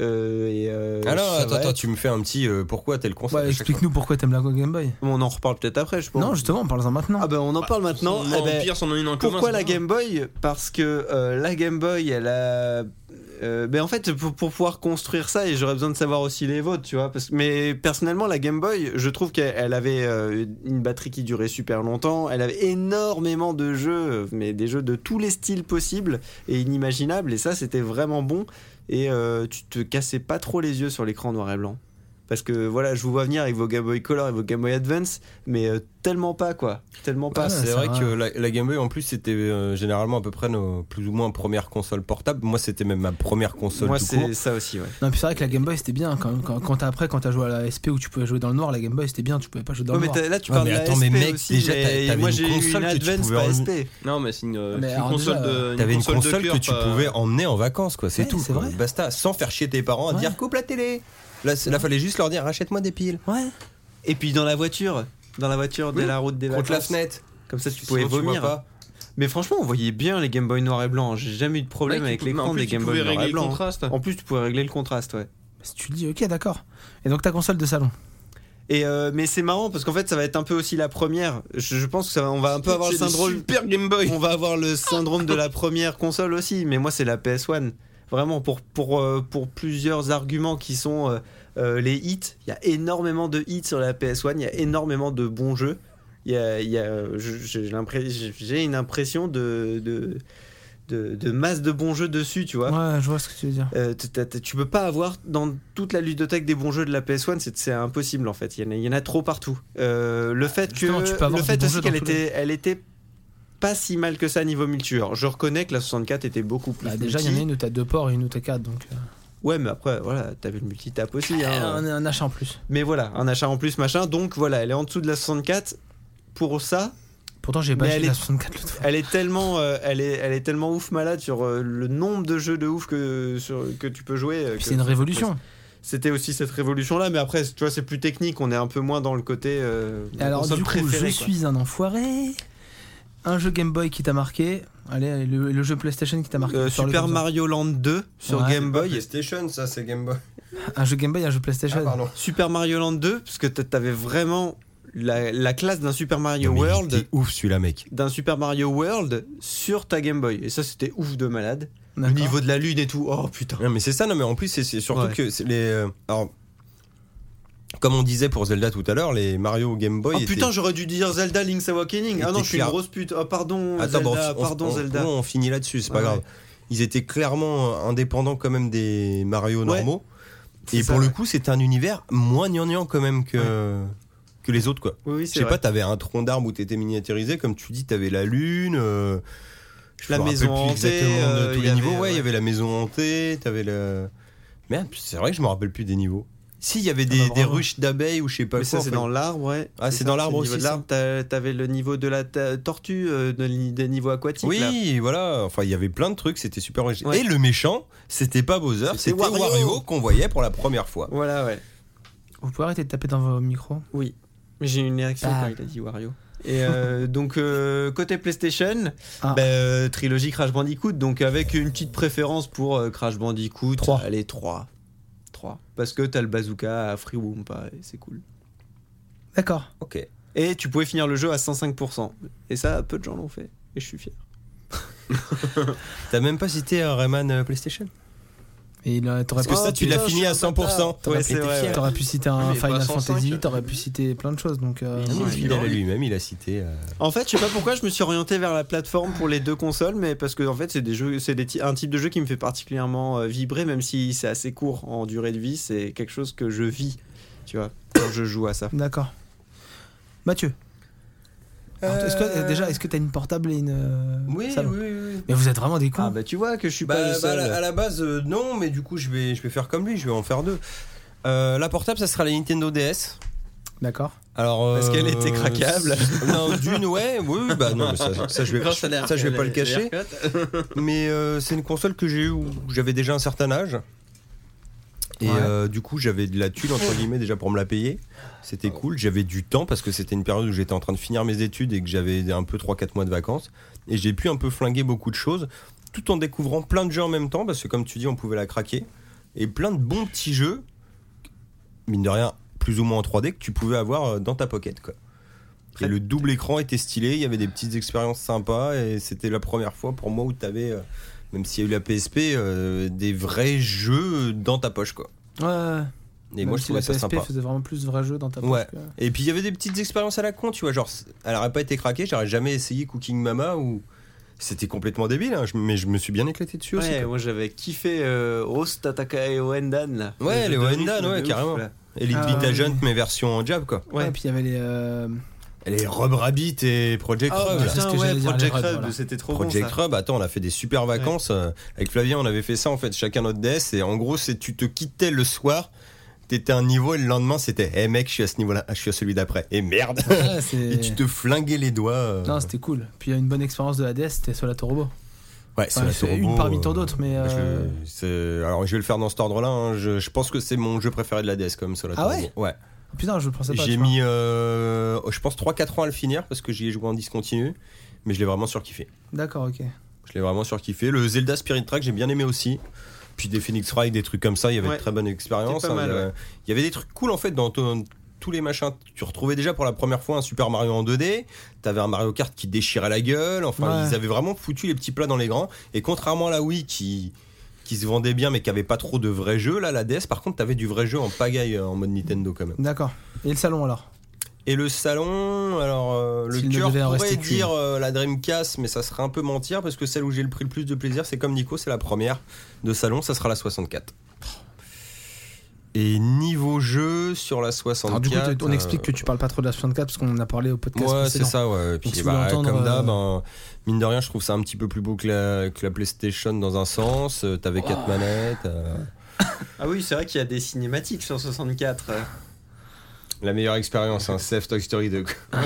E: Euh, et, euh,
C: Alors,
E: ça
C: attends,
E: va
C: attends,
E: être-
C: tu me fais un petit euh, pourquoi telle console
B: Ouais,
C: à chaque
B: Bah, explique-nous pourquoi t'aimes la Game Boy.
E: On en reparle peut-être après, je pense.
B: Non, justement, on parle-en maintenant.
E: Ah bah, on en parle maintenant.
D: On
E: Eh
D: en
E: ben,
D: pire, on en a une en commun,
E: Pourquoi la
D: c'est pas grave.
E: Game Boy Parce que euh, la Game Boy, elle a. euh, ben en fait, pour, pour pouvoir construire ça, et j'aurais besoin de savoir aussi les vôtres, tu vois. Parce, mais personnellement, la Game Boy, je trouve qu'elle elle avait euh, une batterie qui durait super longtemps. Elle avait énormément de jeux, mais des jeux de tous les styles possibles et inimaginables. Et ça, c'était vraiment bon. Et euh, tu te cassais pas trop les yeux sur l'écran noir et blanc. Parce que voilà, je vous vois venir avec vos Game Boy Color et vos Game Boy Advance, mais euh, tellement pas quoi, tellement
C: Bah,
E: pas.
C: c'est
B: ça
C: vrai
B: va.
C: que la, la Game Boy en plus c'était euh, généralement à peu près nos plus ou moins premières consoles portables. Moi c'était même ma première console
E: Moi,
C: tout court.
E: c'est ça aussi, ouais.
B: Non, puis c'est vrai que la Game Boy c'était bien hein, quand, quand, quand t'as- après quand t'as joué à la SP où tu pouvais jouer dans le noir, la Game Boy c'était bien, tu pouvais pas jouer dans
E: Ouais,
B: le
E: mais
B: noir.
E: t'as- là tu
C: Ouais,
E: parles
C: mais
E: de la
C: attends,
E: SP
C: mais mec,
E: aussi,
C: déjà,
E: mais
C: t'avais une
E: moi j'ai eu
C: console
E: une
C: que tu
E: Advance
C: pouvais
E: pas
C: emmener.
E: SP.
D: Non, mais c'est une, euh,
B: Mais
D: une
B: alors,
D: console
B: déjà,
D: de.
C: T'avais une console,
D: de cœur,
C: que tu
D: pas-
C: pouvais emmener en vacances quoi, c'est
B: Ouais,
C: tout.
B: c'est
C: quoi.
B: vrai.
C: Basta, sans faire chier tes parents à
B: Ouais.
C: dire coupe la télé. Là, c'est- là fallait juste leur dire rachète-moi des piles.
B: Ouais.
E: Et puis dans la voiture, dans la voiture de
C: Oui,
E: la route des
C: Contre la
E: vacances.
C: fenêtre.
E: Comme ça tu
C: Sinon,
E: pouvais
C: tu vois
E: vomir.
C: pas.
E: Mais franchement, on voyait bien les Game Boy noir et blanc. J'ai jamais eu de
D: Ouais,
E: problème
D: tu
E: avec
D: pouvais- en
E: l'écran
D: plus,
E: des
D: tu
E: Game
D: pouvais
E: Boy noir
D: régler
E: et
D: le
E: blanc.
D: contraste.
E: En plus, tu pouvais régler le contraste, ouais.
B: Bah, Si tu dis ok d'accord. Et donc ta console de salon.
E: Et euh, mais c'est marrant parce qu'en fait, ça va être un peu aussi la première. Je, je pense que ça, on va un peu avoir le
D: C'est des
E: syndrome.
D: Super Game Boy.
E: On va avoir le syndrome de la première console aussi, mais moi c'est la PS1. Vraiment, pour, pour, euh, pour plusieurs arguments qui sont euh, euh, les hits, il y a énormément de hits sur la PS1, il y a énormément de bons jeux. Il y a, il y a, euh, je- j'ai l'impré- j'ai- j'ai une impression de, de, de, de masse de bons jeux dessus, tu vois.
B: Ouais, je vois ce que tu veux dire.
E: Euh, t- t- t- tu peux pas avoir dans toute la ludothèque des bons jeux de la PS1, c'est c'est impossible en fait. Il y en a, il y en a trop partout. Euh, le fait que
B: Ah, justement, tu peux avoir
E: le fait
B: des bons
E: aussi
B: jeux
E: qu'elle
B: dans tous
E: était, elle était pas si mal que ça niveau multijoueur. Je reconnais que la 64 était beaucoup plus.
B: Bah, déjà il y en
E: multi.
B: a une où t'as deux ports et une où t'as quatre donc. euh,
E: Ouais, mais après voilà, t'avais le multitap aussi. hein.
B: un, un achat en plus.
E: Mais voilà, un achat en plus machin. Donc voilà, elle est en dessous de la 64. Pour ça,
B: Pourtant j'ai
E: Mais
B: pas
E: elle
B: acheté
E: est-
B: la 64 l'autre fois.
E: elle est tellement, euh, elle est, elle est tellement ouf malade sur euh, le nombre de jeux de ouf que sur- que tu peux jouer. euh,
B: Puis
E: que-
B: C'est une révolution.
E: c'était aussi cette révolution-là, mais après, tu vois, c'est plus technique, on est un peu moins dans le côté. euh,
B: Et Alors,
E: console
B: du coup,
E: préférée,
B: je
E: quoi.
B: suis un enfoiré. Un jeu Game Boy qui t'a marqué. Allez, et le, le jeu PlayStation qui t'a marqué.
E: Euh,
B: sur le
E: Super
B: comme ça.
E: Mario Land 2 sur
B: Ouais.
E: Game
C: Boy,
E: Boy.
C: PlayStation, ça c'est Game Boy.
B: Un jeu Game Boy, un jeu PlayStation.
C: Ah, pardon.
E: Super Mario Land 2, parce que t'a- t'avais vraiment la, la classe d'un Super Mario
C: Non, mais il
E: World,
C: était ouf celui-là, mec.
E: d'un Super Mario World sur ta Game Boy. Et ça, c'était ouf de malade. Le
B: D'accord.
E: niveau de la lune et tout. Oh putain.
C: Non, mais c'est ça, non, mais en plus, c'est- c'est surtout
E: Ouais.
C: que c'est les. euh, alors, comme on disait pour Zelda tout à l'heure, les Mario Game Boy.
E: Oh
C: étaient-
E: putain, j'aurais dû dire Zelda Link's Awakening. Ah
C: était
E: non, je suis une
C: clair.
E: grosse pute. Ah pardon,
C: Attends, bon,
E: Zelda.
C: on- on-
E: pardon,
C: on,
E: Zelda.
C: non, on finit là-dessus, c'est pas
E: Ouais.
C: grave. Ils étaient clairement euh, indépendants quand même des Mario
E: Ouais.
C: normaux.
E: C'est
C: Et
E: ça,
C: pour le
E: ouais.
C: coup, c'est un univers moins gnangnan quand même que, que les autres, quoi.
E: Oui,
C: Je
E: oui, c'est
C: sais pas,
E: vrai.
C: t'avais un tronc d'arbre où t'étais miniaturisé, comme tu dis, t'avais la lune. euh, je
E: La
C: me rappelle
E: maison
C: plus
E: hantée,
C: exactement de
E: euh,
C: tous
E: il y
C: les
E: avait,
C: niveaux. Ouais, il y
E: ouais.
C: avait la maison hantée, t'avais le. Merde, c'est vrai que je me rappelle plus des niveaux. Si, il y avait
B: bah,
C: des, des
B: bravo.
C: ruches d'abeilles ou je sais pas
E: Ah Mais
C: quoi.
E: ça,
C: en
E: c'est
C: fait.
E: dans l'arbre, ouais.
C: Ah, c'est
E: ça,
C: dans l'arbre
E: le niveau
C: aussi,
E: de l'arbre, t'a- t'avais le niveau de la ta- tortue, euh, de l'hi- des niveaux aquatiques. là.
C: Oui, voilà. Enfin, il y avait plein de trucs, c'était super original.
E: Ouais.
C: Et le méchant, c'était pas Bowser,
E: C'était
C: c'était Wario,
E: Wario.
C: qu'on voyait pour la première fois.
E: Voilà, ouais.
B: Vous pouvez arrêter de taper dans vos micros.
E: Oui. J'ai eu une réaction
B: Ah.
E: quand il a dit Wario. Et euh, donc, euh, côté PlayStation,
B: Ah.
E: bah, euh, trilogie Crash Bandicoot, donc avec une petite préférence pour euh, Crash Bandicoot.
B: Trois.
E: Allez, 3. 3. Parce que t'as le bazooka à Free Wumpa, et c'est cool.
B: D'accord.
C: Ok.
E: Et tu pouvais finir le jeu à 105%. Et ça, peu de gens l'ont fait. Et je suis fier.
C: T'as même pas cité euh, Rayman euh, PlayStation
E: Ah,
B: Et là, t'aurais
C: Parce
B: pu,
C: que ça,
E: Oh,
C: tu l'as
E: putain,
C: fini
E: je
C: à
E: suis un
C: 100%.
E: bâtard.
C: T'aurais
E: Ouais,
C: été
E: c'est vrai,
C: fier.
E: ouais.
B: t'aurais pu citer un
D: Mais pas
B: Final
D: 105.
B: Fantasy, t'aurais pu citer plein de choses. Donc, euh,
C: Ah, mais
D: Ouais,
C: fidèle à
D: ouais.
C: lui-même, il a cité. euh,
E: En fait, je sais pas pourquoi je me suis orienté vers la plateforme pour les deux consoles, mais parce que en fait, c'est des jeux, c'est des ti- un type de jeu qui me fait particulièrement euh, vibrer, même si c'est assez court en durée de vie, c'est quelque chose que je vis, tu vois, quand je joue à ça.
B: d'accord. Mathieu. Alors, est-ce que, euh, déjà, est-ce que t'as une portable et une. euh, salle
C: oui.
B: Mais vous êtes vraiment des cons.
E: Ah bah tu vois que je suis
C: Bah,
E: pas le
C: bah, à
E: seul.
C: la- à la base, euh, non, mais du coup, je vais, je vais faire comme lui, je vais en faire deux. Euh, la portable, ça sera la Nintendo DS.
B: D'accord.
C: Alors,
E: Parce
C: euh,
E: qu'elle était craquable.
C: Non, d'une, ouais, oui, oui, bah non, mais ça, ça, je vais,
D: Grâce à la-
C: ça, je vais pas le
D: la-
C: cacher.
D: la haircut.
C: Mais euh, c'est une console que j'ai eu où j'avais déjà un certain âge. Et
B: Ouais.
C: euh, du coup, j'avais de la tuile, entre guillemets, déjà pour me la payer. C'était cool. J'avais du temps parce que c'était une période où j'étais en train de finir mes études et que j'avais un peu 3-4 mois de vacances. Et j'ai pu un peu flinguer beaucoup de choses tout en découvrant plein de jeux en même temps parce que, comme tu dis, on pouvait la craquer. Et plein de bons petits jeux, mine de rien, plus ou moins en 3D, que tu pouvais avoir euh, dans ta pocket. Quoi. Et le double écran était stylé, il y avait des petites expériences sympas et c'était la première fois pour moi où tu avais, même s'il y a eu la PSP, euh, des vrais jeux dans ta poche. quoi.
B: Ouais, ouais.
C: Et
B: Même
C: moi je
B: si
C: trouvais
B: la
C: ça
B: PSP
C: sympa.
B: faisait vraiment plus vrai jeu dans ta
C: Ouais.
B: poche que-
C: Et puis il y avait des petites expériences à la con, tu vois, genre c- elle aurait pas été craquée, j'aurais jamais essayé Cooking Mama ou c'était complètement débile, hein, je- mais je me suis bien éclaté dessus aussi.
E: Ouais, moi j'avais kiffé euh, Rost Ataka et Oendan là.
C: Ouais,
E: Le
C: les
E: jeu de
C: Oendan,
E: rythme
C: ouais,
E: de ouf,
C: carrément.
E: là.
C: Elite
B: Ah,
C: Beat
B: ouais.
C: Agent, mais version en jab quoi.
B: Ouais, puis il y avait les. euh,
C: Les Rob Rabbit et Project
E: Ah
C: Rub. là.
B: c'est ce
E: putain
B: que j'allais
E: ouais,
B: dire,
E: Project
B: les rêves,
E: Rub,
B: voilà.
E: c'était trop
C: Project
E: bon ça.
C: Rub, attends, on a fait des super vacances. euh, Avec Flavien, on avait fait ça en fait, chacun notre DS. Et en gros, c'est tu te quittais le soir, t'étais à un niveau et le lendemain, c'était Eh mec, je suis à ce niveau-là, ah, je suis à celui d'après. Et merde
B: ouais,
C: Et tu
B: c'est.
C: te flinguais les doigts. euh,
B: Non, c'était cool. Puis il y a une bonne expérience de la DS, c'était Solato Robot.
C: ouais, sur
B: Ouais,
C: la
B: c'est
C: Turbo,
B: une parmi
C: euh,
B: tant d'autres, mais.
C: je-
B: euh,
C: c'est- Alors, je vais le faire dans cet ordre-là. hein, Je, je pense que c'est mon jeu préféré de la DS, comme ça. la
B: Ah
C: Turbo. Ouais.
B: Putain, je pensais pas.
C: J'ai
B: tu vois.
C: mis, euh, je pense, 3-4 ans à le finir parce que j'y ai joué en discontinu. Mais je l'ai vraiment surkiffé.
B: D'accord, ok.
C: Je l'ai vraiment surkiffé. Le Zelda Spirit Track, j'ai bien aimé aussi. Puis des Phoenix Wright, des trucs comme ça, il y avait
E: Ouais.
C: de très bonnes expériences. hein.
E: C'était pas mal,
C: Il y a-
E: ouais.
C: Il y avait des trucs cool en fait dans ton- tous les machins. Tu retrouvais déjà pour la première fois un Super Mario en 2D. T'avais un Mario Kart qui déchirait la gueule. Enfin,
B: Ouais.
C: ils avaient vraiment foutu les petits plats dans les grands. Et contrairement à la Wii qui qui se vendait bien mais qui avait pas trop de vrais jeux, là la DS par contre t'avais du vrai jeu en pagaille euh, en mode Nintendo quand même.
B: D'accord. Et le salon alors
C: Et le salon, alors euh, le
B: S'il ne
C: cœur
B: devait en
C: pourrait
B: rester qu'une.
C: dire euh, la Dreamcast, mais ça serait un peu mentir parce que celle où j'ai le pris le plus de plaisir, c'est comme Nico, c'est la première de salon, ça sera la 64. Et niveau jeu sur la 64.
B: Alors, du coup, t- on
C: euh,
B: explique que tu parles pas trop de la 64 parce qu'on en a parlé au podcast.
C: Ouais, c'est
B: précédent.
C: ça, ouais. Et puis,
B: si vous
C: bah,
B: l'entendez,
C: comme
B: euh,
C: d'hab, hein, mine de rien, je trouve ça un petit peu plus beau que la, que la PlayStation dans un sens. euh, T'avais quatre manettes. euh.
E: Ah oui, c'est vrai qu'il y a des cinématiques sur 64. euh.
C: La meilleure expérience, un Safe Toy Story 2.
E: Ah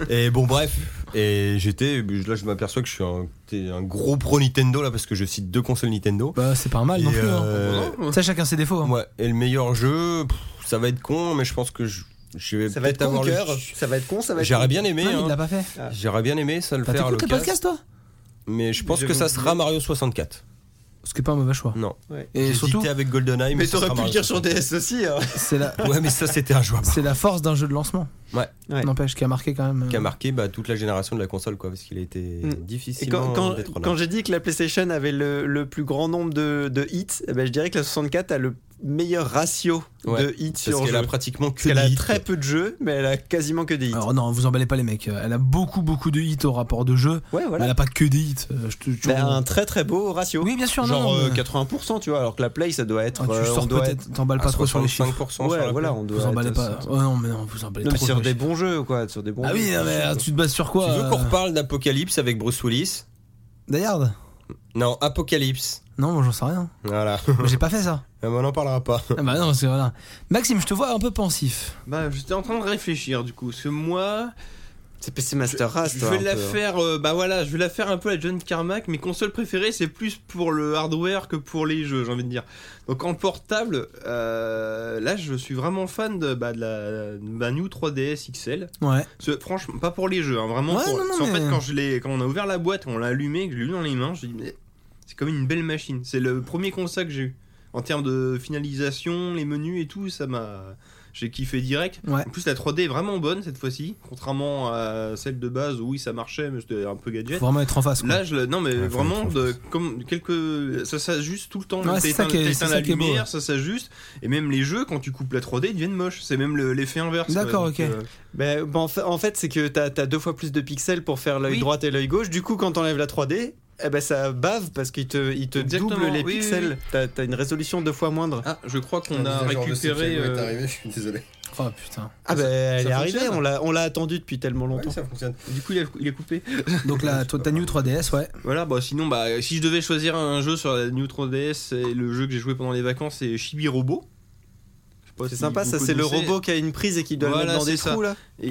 C: et bon, bref. Et j'étais. Là, je m'aperçois que je suis un, t'es un gros pro Nintendo, là, parce que je cite deux consoles Nintendo.
B: Bah, c'est pas mal
C: Et,
B: non plus. hein.
C: euh,
D: Oh.
B: Ça, chacun ses défauts. hein.
C: ouais. Et le meilleur jeu, pff, ça va être con, mais je pense que je, je vais
E: Ça va
C: peut-être
E: être con,
C: avoir le-
E: cœur. Ça va être con, ça va être.
C: J'aurais
E: con.
C: bien aimé.
B: Ah, mais il
C: hein.
B: l'a pas fait.
C: J'aurais bien aimé ça le
B: Bah,
C: faire,
B: t'écoutes le
C: Lucas.
B: podcast, toi
C: Mais je pense
E: Je
C: que
E: vais
C: ça
E: vous-
C: sera Mario 64.
B: Ce qui est pas un mauvais
E: Mm.
B: choix.
C: Non.
E: Ouais.
B: Et
C: J'ai
B: surtout,
C: hésité avec GoldenEye, mais,
E: Mais
C: ça
E: t'aurais
C: sera
E: pu le
C: Mario
E: dire sur DS aussi. hein.
B: c'est la,
C: 64. Ouais, mais ça, c'était un jouable.
B: c'est la force d'un jeu de lancement.
C: Ouais.
E: Ouais.
B: N'empêche, qui a marqué quand même. euh,
C: Qui a marqué bah, toute la génération de la console, quoi, parce qu'il a été
E: Mhm. Mm. Et
C: difficile
E: quand, quand,
C: détrônable.
E: quand j'ai dit que la PlayStation avait le, le plus grand nombre de, de hits, eh ben je dirais que la 64 a le meilleur ratio
C: Ouais,
E: de hits
C: Parce
E: sur
C: qu'elle
E: jeu.
C: a pratiquement que
E: Parce qu'elle
C: des
E: a
C: hits,
E: très
C: quoi.
E: peu de jeux, mais elle a quasiment que des hits.
B: Alors non, vous emballez pas les mecs. Euh, Elle a beaucoup beaucoup de hits au rapport de jeu.
E: ouais,
B: Mais Elle
E: voilà.
B: a pas que des hits. Euh, je te- tu-
E: Elle a un très très beau ratio.
B: Oui, bien sûr. non,
E: Genre
B: non,
E: euh,
B: mais-
E: 80%, tu vois, alors que la Play, ça doit être.
B: Ah, tu
E: euh, on
B: sors
E: doit
B: peut-être, t'emballes
C: à
B: pas trop sur les
C: 65%
B: chiffres.
C: sur
E: Ouais,
C: la
E: voilà,
C: Play.
E: on doit
B: Vous emballez
E: être-
B: pas. Ouais, non, mais non, vous emballez
E: Non,
B: trop
E: mais sur
B: les
E: des
B: chiffres.
E: bons jeux, quoi. Sur des bons
B: Ah oui,
E: jeux.
B: non, mais euh, tu te bases sur
C: Tu
B: quoi
C: veux qu'on
B: euh,
C: reparle d'Apocalypse avec Bruce Willis
B: Dayard
C: Non, Apocalypse.
B: Non, moi j'en sais rien.
C: Voilà.
B: Moi, J'ai pas fait ça.
C: Ah, mais on n'en parlera pas.
B: Ah bah non, parce que voilà. Maxime, je te vois un peu pensif.
D: Bah, j'étais en train de réfléchir du coup, parce que moi,
E: C'est PC Master Race,
D: je
E: toi.
D: vais
E: un
D: la
E: peu, hein.
D: faire, euh, bah voilà, je vais la faire un peu la John Carmack. Mes consoles préférées, c'est plus pour le hardware que pour les jeux, j'ai envie de dire. Donc en portable, euh, là, je suis vraiment fan de, bah, de la, de ma New 3DS XL.
B: Ouais.
D: Ce- franchement, pas pour les jeux, hein, vraiment.
B: Ouais,
D: pour-
B: non, non,
D: parce qu'en
B: mais-
D: fait, quand, je l'ai- quand on a ouvert la boîte, on l'a allumée, que je l'ai eu dans les mains, je dit, mais c'est comme une belle machine. C'est le premier constat que j'ai eu. En termes de finalisation, les menus et tout, ça m'a. J'ai kiffé direct.
B: Ouais.
D: En plus, la 3D est vraiment bonne cette fois-ci, contrairement à celle de base où oui, ça marchait, mais c'était un peu gadget.
B: Faut vraiment être en face. quoi.
D: Là, je le- non, mais
C: Ouais, faut
D: vraiment,
C: mettre en
D: de, comme quelques, ça s'ajuste tout le temps.
B: Ouais,
D: T'éteins
B: c'est ça qui est-
D: t'éteins
B: c'est
D: la
B: ça qui est beau,
D: lumière,
B: ouais.
D: ça s'ajuste. Et même les jeux, quand tu coupes la 3D, ils deviennent moches. C'est même le- l'effet inverse.
B: D'accord,
D: ouais,
B: ok.
D: euh,
E: Ben, ben, en fait, en fait, c'est que t'as as deux fois plus de pixels pour faire l'œil
D: Oui.
E: droit et l'œil gauche. Du coup, quand t'enlèves la 3D, eh ben, ça bave parce qu'il te, il te
D: Exactement,
E: double les
D: oui, oui,
E: pixels.
D: oui.
E: T'as- T'as une résolution deux fois moindre.
D: Ah, je crois qu'on a récupéré. euh,
C: je suis désolé.
B: Oh putain.
E: Ah, ben, elle
D: ça
E: est arrivée,
D: fonctionne
E: on l'a on l'a attendue depuis tellement longtemps.
C: ça fonctionne.
D: Du coup, il a- il est coupé.
B: Donc là, toi, ta New 3DS, ouais.
D: Voilà, bah sinon, bah, si je devais choisir un jeu sur la New 3DS, et le jeu que j'ai joué pendant les vacances, c'est Chibi Robot. Je sais pas
E: c'est
D: si
E: sympa,
D: vous
E: ça, c'est le
D: connaissez.
E: robot qui a une prise et qui doit le
D: Voilà,
E: mettre dans des
D: c'est ça.
E: trous, là.
D: Et-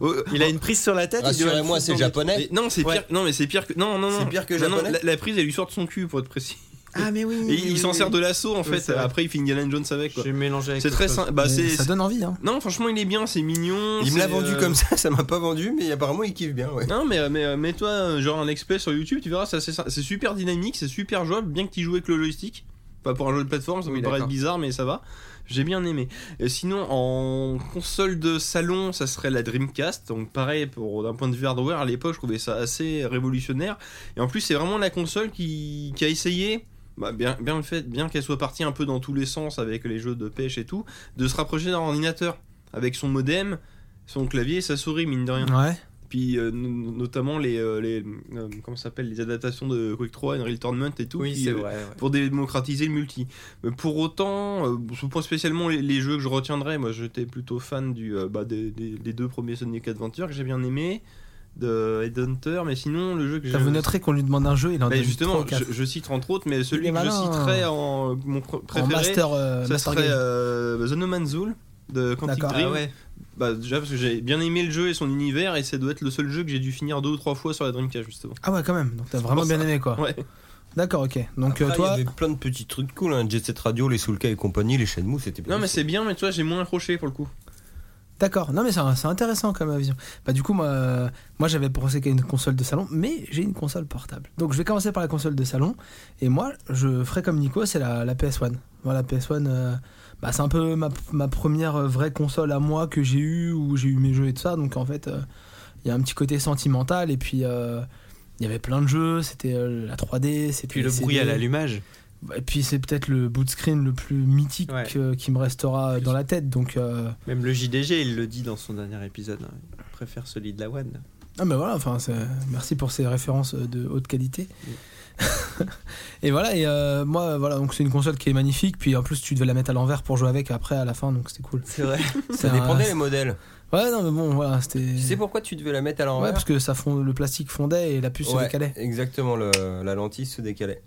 D: Oh,
E: Il a une prise sur la
C: Ah,
E: tête. il doit le
C: Rassurez-moi,
E: foutre
C: c'est
E: dans des-
D: et-
C: japonais.
D: Non, c'est
E: Ouais.
D: pire. que- Non, mais c'est pire que. Non, non, non.
C: C'est pire que
D: Non, non,
C: japonais.
D: la, la prise, elle lui sort de son cul, pour être précis.
E: Ah, mais oui.
D: Et
E: oui,
D: il
E: oui,
D: s'en
E: oui.
D: sert de l'assaut, en
E: Oui,
D: fait.
E: c'est vrai.
D: Après, il fait Indiana Jones avec, quoi.
E: J'ai mélangé avec
D: C'est très
E: autre chose.
D: simple. Bah,
B: Mais
D: c'est.
B: ça donne envie, hein.
D: Non, franchement, il est bien, c'est mignon.
C: Il me
D: c'est,
C: l'a vendu
D: euh,
C: comme ça, ça m'a pas vendu, mais apparemment il kiffe bien, ouais.
D: Non, mais, mais euh, mets-toi euh, genre un exprès sur YouTube, tu verras, c'est assez sy- c'est super dynamique, c'est super jouable, bien que tu joues avec le joystick. Pas pour un jeu de plateforme, ça
C: Oui,
D: peut paraître
C: d'accord.
D: bizarre, mais ça va. J'ai bien aimé. Et sinon, en console de salon, ça serait la Dreamcast. Donc, pareil, pour d'un point de vue hardware, à l'époque, je trouvais ça assez révolutionnaire. Et en plus, c'est vraiment la console qui, qui a essayé. bah, bien, bien le fait, bien qu'elle soit partie un peu dans tous les sens avec les jeux de pêche et tout, de se rapprocher d'un ordinateur avec son modem, son clavier et sa souris, mine de rien
B: Ouais.
D: puis euh, no- no- notamment les, euh, les euh, comment ça s'appelle les adaptations de Quake 3 Unreal Tournament et tout
E: Oui,
D: qui,
E: c'est
D: euh,
E: vrai. ouais.
D: pour démocratiser le multi Mais pour autant euh, je prends spécialement les, les jeux que je retiendrai moi j'étais plutôt fan du euh, bah, des, des- des deux premiers Sonic Adventure que j'ai bien aimé de Headhunter mais sinon le jeu que j'ai
B: Ça vous noterez qu'on lui demande un jeu, il en
D: Bah,
B: donne trois
D: justement
B: ou quatre.
D: je, je cite entre autres mais
B: Il
D: celui
B: est
D: que je
B: malin. hein.
D: citerai en mon pr-
B: en
D: préféré
B: master, euh,
D: ça
B: master
D: serait
B: game.
D: euh, The No Man's Zul de Quantic
B: D'accord.
D: Dream
E: Ah ouais.
D: bah déjà parce que j'ai bien aimé le jeu et son univers et ça doit être le seul jeu que j'ai dû finir deux ou trois fois sur la Dreamcast justement.
B: Ah ouais, quand même. Donc t'as vraiment
D: pour
B: bien
D: ça.
B: aimé, quoi.
D: Ouais.
B: D'accord, ok. Donc euh,
C: Après,
B: toi,
C: Ah, il y avait plein de petits trucs cool, hein, Jet Set Radio, les Soulka et compagnie, les Shenmue, c'était bien.
D: Non mais c'est bien mais tu vois j'ai moins accroché pour le coup.
B: D'accord, non mais c'est c'est intéressant comme avion. Bah du coup moi, euh, moi j'avais pensé qu'à une console de salon, mais j'ai une console portable. Donc je vais commencer par la console de salon et moi je ferai comme Nico, c'est la, la PS1. Voilà, la PS1, euh, bah, c'est un peu ma, ma première euh, vraie console à moi que j'ai eue où j'ai eu mes jeux et tout ça. Donc en fait euh, il y a un petit côté sentimental et puis euh, il y avait plein de jeux, c'était euh, la 3D, c'était
E: Puis le
B: CD.
E: bruit à l'allumage.
B: Et puis c'est peut-être le boot screen le plus mythique
E: Ouais.
B: euh, qui me restera dans la tête. Donc euh,
E: Même le JDG, il le dit dans son dernier épisode. hein. Il préfère celui de la One.
B: Ah ben voilà, enfin, c'est- merci pour ces références euh, de haute qualité.
E: Mm.
B: et voilà, et euh, moi, voilà, donc c'est une console qui est magnifique, puis en plus tu devais la mettre à l'envers pour jouer avec après à la fin, donc c'était cool.
E: C'est vrai.
B: C'est
C: Ça
B: un-
C: dépendait les modèles.
B: Ouais, non, mais bon, voilà, c'était.
C: Tu sais pourquoi tu devais la mettre à
B: Ouais,
C: l'envers
B: parce que ça fond... le plastique fondait et la puce se
C: Ouais,
B: décalait.
C: Exactement, le- la lentille se décalait.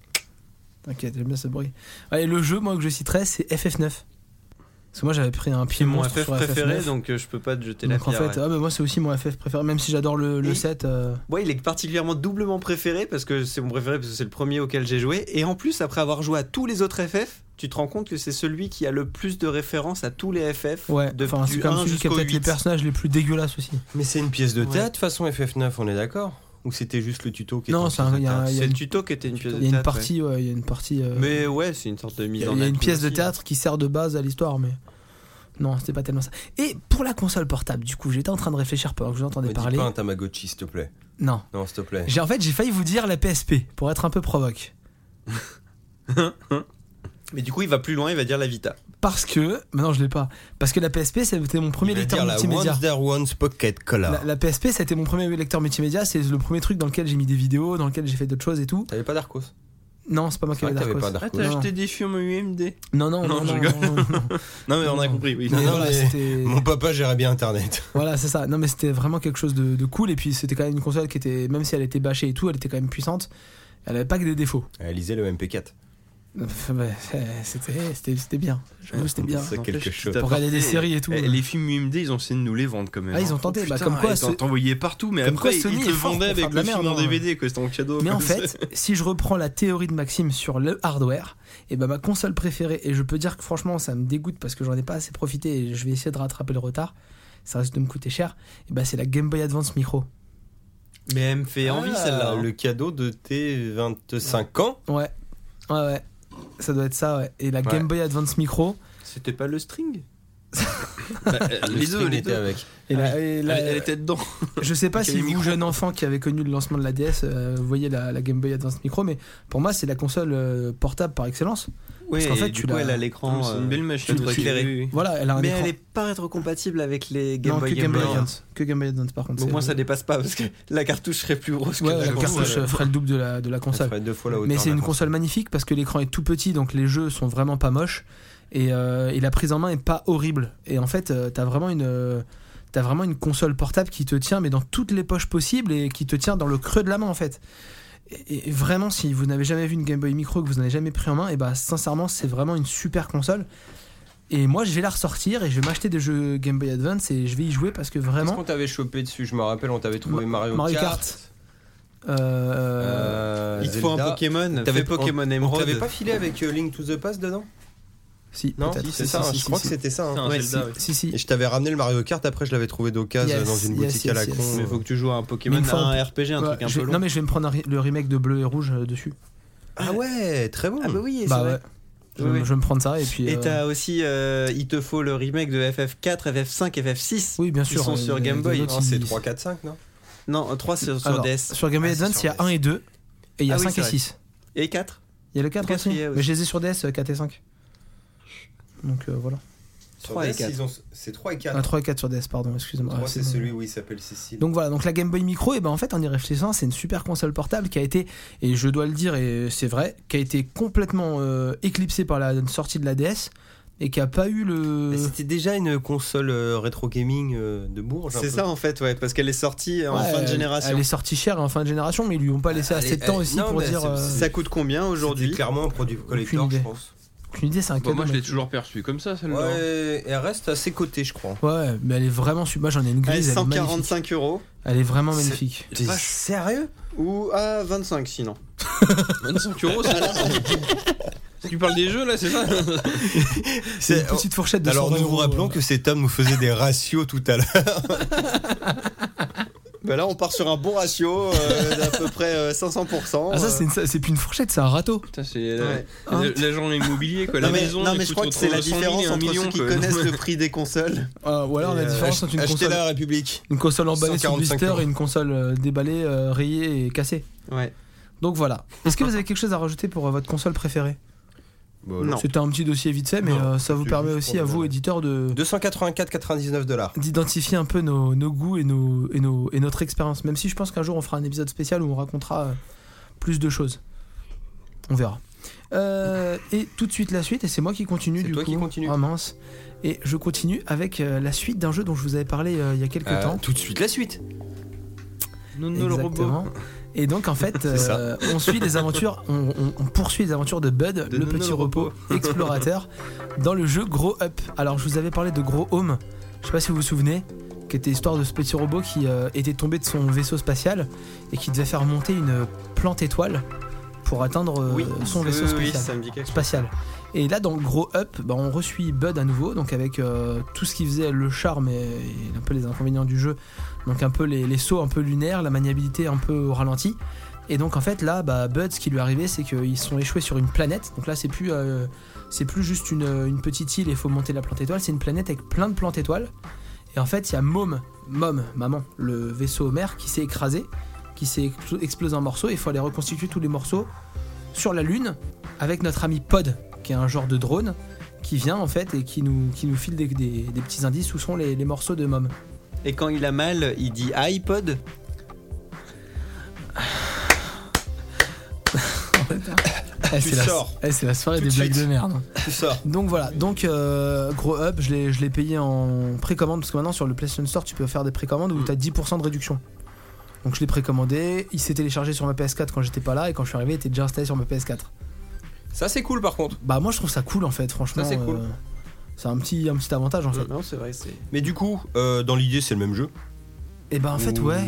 B: T'inquiète, j'aime bien ce bruit. Allez, le jeu, moi, que je citerais, c'est FF9. Parce que moi j'avais pris un
E: C'est
B: pied
E: mon
B: monstre
E: FF
B: sur
E: préféré,
B: FF9.
E: donc euh, je peux pas te jeter la
B: Donc en
E: pierre.
B: fait,
E: ouais.
B: ah, bah, moi c'est aussi mon FF préféré, même si j'adore le, le
E: Et-
B: 7. euh,
E: Ouais, il est particulièrement doublement préféré parce que c'est mon préféré parce que c'est le premier auquel j'ai joué. Et en plus, après avoir joué à tous les autres FF, tu te rends compte que c'est celui qui a le plus de références à tous les FF.
B: Ouais,
E: de,
B: enfin, c'est
E: du
B: comme
E: 1
B: celui qui a
E: jusqu'au
B: peut-être les
E: 8.
B: personnages les plus dégueulasses aussi.
C: Mais c'est une pièce de
B: Ouais.
C: théâtre, façon FF9, on est d'accord Ou c'était juste le tuto qui
B: Non,
C: était
B: c'est
C: en
B: un-
C: pièce
B: hein, il y
C: de
B: a un-
C: théâtre
B: il y a
E: C'est le
B: une-
E: tuto qui était une
B: Il
E: pièce de
B: y a une
E: théâtre.
B: partie, ouais, il y a une partie. euh,
E: ouais. Mais ouais, c'est une sorte de
B: il
E: mise
B: y a,
E: en
B: il y a une
E: acte
B: pièce de
E: aussi. hein.
B: théâtre qui sert de base à l'histoire, mais non, c'était pas tellement ça. Et pour la console portable, du coup, j'étais en train de réfléchir pendant que je vous entendais
C: Mais dis
B: parler.
C: pas un Tamagotchi, s'il te plaît.
B: Non,
C: Non, s'il te plaît.
B: j'ai en fait j'ai failli vous dire la PSP pour être un peu provoque,
E: Mais du coup, il va plus loin, il va dire la Vita.
B: parce que maintenant je l'ai pas, parce que la PSP c'était mon premier
C: Il va
B: lecteur
C: dire la
B: multimédia.
C: Wonder One's Pocket Color.
B: La, la PSP, ça a été mon premier lecteur multimédia. C'est le premier truc dans lequel j'ai mis des vidéos, dans lequel j'ai fait d'autres choses et tout.
C: T'avais pas Darkos
B: Non, c'est pas moi qui
C: C'est vrai
B: avais
C: que t'avais
B: Darkos.
C: pas
D: Ah,
C: Darkos.
D: t'as
B: Non.
D: acheté des films UMD
B: Non, non, non,
D: Non, je
B: non,
D: rigole.
B: non, non, non.
D: Non, mais on a compris, oui.
B: Mais
C: Non, non,
B: voilà,
C: mais
B: c'était-
C: Mon papa gère bien Internet.
B: Voilà, c'est ça. Non, mais c'était vraiment quelque chose de, de cool. Et puis, c'était quand même une console qui était, même si elle était bâchée et tout, elle était quand même puissante. Elle avait pas que des défauts.
C: Elle lisait le MP4.
B: Enfin, bah, c'est- C'était c'était- c'était bien. J'avoue, Ah, c'était bien.
C: C'est
D: N'empêche,
C: quelque
D: si
C: chose.
D: t'as
B: Pour
D: pas-
B: regarder des séries et tout. hein.
D: Eh, les films UMD, ils ont essayé de nous les vendre quand même.
B: Ah, ils
D: hein.
B: ont tenté, bah,
D: Putain,
B: comme quoi,
D: ils t'en-
B: ce-
D: t'envoyaient partout, mais
B: comme
D: après,
B: quoi, Sony
D: ils
B: est
D: te
B: fort
D: vendaient
B: pour faire
D: avec
B: de la
D: le film
B: merde,
D: en
B: hein.
D: DVD, quoi, c'était en cadeau.
B: Mais en
D: quoi.
B: fait, si je reprends la théorie de Maxime sur le hardware, et ben ma console préférée, et je peux dire que franchement ça me dégoûte parce que j'en ai pas assez profité et je vais essayer de rattraper le retard, ça risque de me coûter cher, et ben c'est la Game Boy Advance Micro.
E: Mais elle me fait envie celle-là. hein.
C: Euh, Le cadeau de tes 25 ans
B: Ouais, ouais, ouais, ça doit être ça, ouais. Ah Et la Game Boy Advance Micro,
E: C'était pas le string
D: Bah,
C: Ah,
D: euh, les deux, les deux.
C: avec.
B: et la- et
D: Elle,
B: la-
D: elle était dedans.
B: je sais pas
D: avec
B: si
D: les
B: vous,
D: micros.
B: jeune enfant qui avez connu le lancement de la DS, euh, vous voyez la, la Game Boy Advance Micro, mais pour moi c'est la console euh, portable par excellence.
E: Ouais,
B: qu'en fait,
E: et du
B: tu
E: coup,
B: l'as-
E: elle a l'écran.
D: C'est
E: euh,
D: une belle machine.
E: tout
D: oui,
E: éclairé.
D: oui, oui.
B: Voilà, elle a un
E: Mais
B: écran.
E: elle est pas rétrocompatible avec les Game
B: non,
E: Boy hein.
B: que Game Boy hein.
E: Advance.
B: Advance. Que Game Boy Advance par contre.
E: Au
B: c'est-
E: moins, ça dépasse pas parce que la cartouche serait plus grosse
B: Ouais,
E: que
B: la
E: la console.
B: cartouche euh, ferait le double de la, de la
C: Ça
B: console.
C: ferait deux fois la hauteur.
B: Mais c'est
C: de la
B: une console magnifique parce que l'écran est tout petit, donc les jeux sont vraiment pas moches. Et, euh, et la prise en main est pas horrible. Et en fait, euh, t'as vraiment une. euh, T'as vraiment une console portable qui te tient, mais dans toutes les poches possibles et qui te tient dans le creux de la main en fait. Et, et vraiment, si vous n'avez jamais vu une Game Boy Micro, que vous n'avez jamais pris en main, et bah sincèrement, c'est vraiment une super console. Et moi, je vais la ressortir et je vais m'acheter des jeux Game Boy Advance et je vais y jouer parce que
C: Qu'est-ce
B: vraiment,
C: qu'on t'avait chopé dessus Je me rappelle, on t'avait trouvé
B: Ma-
C: Mario,
B: Mario
C: Kart.
B: Kart. euh,
C: euh,
E: Il te faut un
C: Zelda.
E: Pokémon.
C: T'avais
E: T'avais Pokémon
C: On
E: Emerald.
C: t'avait pas filé avec euh, Link to the Past dedans
B: si,
C: Non,
B: peut-être.
C: c'est
B: Si,
C: ça.
B: si,
C: hein,
B: si,
C: je crois
B: si,
C: que
B: si.
C: c'était ça. hein.
D: Putain,
B: Ouais,
D: Zelda, ouais.
B: si, si, si.
C: Et je t'avais ramené le Mario Kart. Après, je l'avais trouvé d'occasion
B: Yes,
C: dans une
B: yes,
C: boutique
B: yes,
C: à la
B: yes.
C: con.
E: Mais faut que tu joues à un
B: Mais
E: Pokémon,
B: une fois,
E: à un RPG, un
B: Ouais,
E: truc un
B: je vais-
E: peu long.
B: non mais je vais me prendre un ri- le remake de Bleu et Rouge euh, dessus.
C: Ah ouais, très bon.
E: Ah bah oui, c'est
B: bah
E: vrai.
B: ouais. Je,
E: Oui, oui.
B: je vais me prendre ça et puis.
E: Et
B: euh,
E: t'as aussi, euh, il te faut le remake de FF4, FF5, FF6.
B: oui bien
E: ils
B: sûr. euh,
E: sont sur Game
B: des
E: Boy,
B: notes,
C: Non,
B: ils-
C: c'est 3, 4, 5, non
E: Non, 3 sur, sur
B: Alors,
E: DS.
B: Sur Game Boy
C: Ah, c'est
B: Advance, il y a
C: sur
B: 1 et 2 et il y a
E: Ah oui,
B: 5
E: c'est
B: et
E: vrai.
B: 6.
E: Et 4
B: Il y a le 4
E: Le
B: aussi.
E: quatre, il y a aussi.
B: Mais je les ai sur DS euh, 4 et 5. Donc euh, voilà.
C: Sur
E: Trois et
C: DS,
E: quatre.
C: ils ont- C'est 3 et
B: Ah,
C: 4.
B: 3 et 4 sur DS pardon excusez-moi. Ah,
C: 3, c'est
B: bon.
C: celui où il s'appelle Cécile.
B: Donc voilà, donc la Game Boy Micro, et ben en fait, en y réfléchissant, c'est une super console portable qui a été, et je dois le dire, et c'est vrai, qui a été complètement euh, éclipsée par la sortie de la DS et qui a pas eu
C: Mais
B: le.
C: C'était déjà une console euh, rétro gaming euh, de Bourges. un
E: C'est
C: peu.
E: ça en fait, ouais, parce qu'elle est sortie en
B: Ouais,
E: fin de
B: elle-
E: génération.
B: Elle est sortie chère en fin de génération, mais ils lui ont pas laissé
C: Elle
B: assez
C: est-
B: de temps
C: elle-
B: aussi
C: non,
B: pour
C: mais
B: dire.
C: c'est-
B: euh,
E: Ça coûte combien
C: Aujourd'hui,
E: aujourd'hui
C: clairement un produit collector,
B: Aucune
C: je
B: idée.
C: pense.
B: aucune idée, c'est un
D: Bah,
B: cadeau,
D: Moi, je l'ai
B: mec.
D: toujours perçue comme ça,
C: hein.
D: celle-là.
C: Ouais, elle reste à ses côtés, je crois.
B: Ouais, mais elle est vraiment super. Moi j'en ai une
E: Elle est
B: grise, elle est, magnifique.
E: 145 euros
B: Elle est vraiment
C: C'est-
B: magnifique.
C: T'es Bah, sérieux
E: ou à 25 sinon.
D: 25 euros, hein. ça Tu parles des jeux là, c'est ça
B: C'est une petite fourchette de
C: oh, Alors
B: 100
C: nous vous
B: euros,
C: rappelons
B: euh.
C: que cet homme nous faisait des ratios tout à l'heure.
E: Bah là, on part sur un bon ratio euh, d'à peu près euh, 500%.
B: Ah, ça
E: euh.
B: c'est une- ça, c'est plus une fofourchette, c'est un râteau.
D: Putain, c'est euh,
E: Ouais.
B: Hein
D: l'agent immobilier quoi.
E: Non
D: la
E: mais,
D: maison,
E: non,
D: elle
E: mais je
D: coûte
E: crois que c'est
D: entre
E: la
D: 100 000
E: différence
D: et un
E: entre
D: million,
E: ceux qui
D: quoi.
E: connaissent le prix des consoles.
B: Euh, ou alors la
E: Et, euh,
B: différence entre une
C: Achetez
B: console,
C: la République.
B: une console emballée sous
C: 145
B: blister
C: euros.
B: et une console euh, déballée, euh, rayée et cassée.
E: Ouais.
B: Donc voilà. Est-ce que vous avez quelque chose à rajouter pour euh, votre console préférée
E: Non.
B: C'était un petit dossier vite fait, mais
C: Non,
B: euh, ça vous
C: c'est
B: permet
C: juste
B: aussi
C: pour
B: à
C: le
B: vous,
C: moment.
B: éditeurs, de
C: 284,99 dollars.
B: d'identifier un peu nos, nos goûts et, nos, et, nos, et notre expérience. Même si je pense qu'un jour on fera un épisode spécial où on racontera euh, plus de choses. On verra. Euh, et tout de suite la suite, et c'est moi qui continue
C: C'est
B: du
C: toi
B: coup.
C: qui continue.
B: Ah mince. Et je continue avec euh, la suite d'un
C: Euh,
B: jeu dont je vous avais parlé euh, il y a quelques temps.
C: tout de suite la suite.
D: Non, non, le robot.
B: Exactement. Et donc en fait,
C: C'est ça.
B: euh, on suit les aventures, on, on- on poursuit les aventures de Bud,
D: De
B: le
D: Nono
B: petit
D: le
B: repos, explorateur, dans le jeu Gros Up. Alors je vous avais parlé de Gros Home, je sais pas si vous vous souvenez, qui était l'histoire de ce petit robot qui euh, était tombé de son vaisseau spatial et qui devait faire monter une plante étoile pour atteindre euh, son vaisseau
E: oui,
B: spatial
E: ça me dit quelque chose.
B: spatial. Et là, dans le Gros Up, bah, on reçut Bud à nouveau, donc avec euh, tout ce qui faisait le charme et, et un peu les inconvénients du jeu. Donc un peu les, les sauts un peu lunaires, la maniabilité un peu au ralenti. Et donc en fait là, bah, Bud, ce qui lui est arrivé, c'est qu'ils sont échoués sur une planète. Donc là, c'est plus, euh, c'est plus juste une, une petite île et il faut monter la plante étoile. C'est une planète avec plein de plantes étoiles. Et en fait, il y a Mom, Mom, maman, le vaisseau mère qui s'est écrasé, qui s'est explo- explosé en morceaux. Il faut aller reconstituer tous les morceaux sur la Lune avec notre ami Pod, qui est un genre de drone, qui vient en fait et qui nous, qui nous file des, des- des petits indices où sont les, les morceaux de Mom.
E: Et quand il a mal, il dit iPod.
B: Eh,
C: Tu
B: c'est la,
C: sors.
B: eh, c'est la soirée
C: Tout
B: des
C: de
B: blagues
C: suite.
B: de merde.
C: Tout ça.
B: Donc voilà, donc euh, gros up, je l'ai, je l'ai payé en précommande parce que maintenant sur le PlayStation Store tu peux faire des précommandes
C: Mm.
B: où tu as 10% de réduction. Donc je l'ai précommandé, il s'est téléchargé sur ma PS4 quand j'étais pas là et quand je suis arrivé il était déjà installé sur ma PS4.
C: Ça, c'est cool par contre.
B: Bah moi je trouve ça cool en fait franchement. euh,
C: Ça, c'est cool. Mm.
B: c'est un petit, un petit avantage en fait.
E: Non, c'est vrai, c'est.
C: Mais du coup, euh, dans l'idée, c'est le même jeu.
B: Et bah en fait
C: Ou-
B: ouais.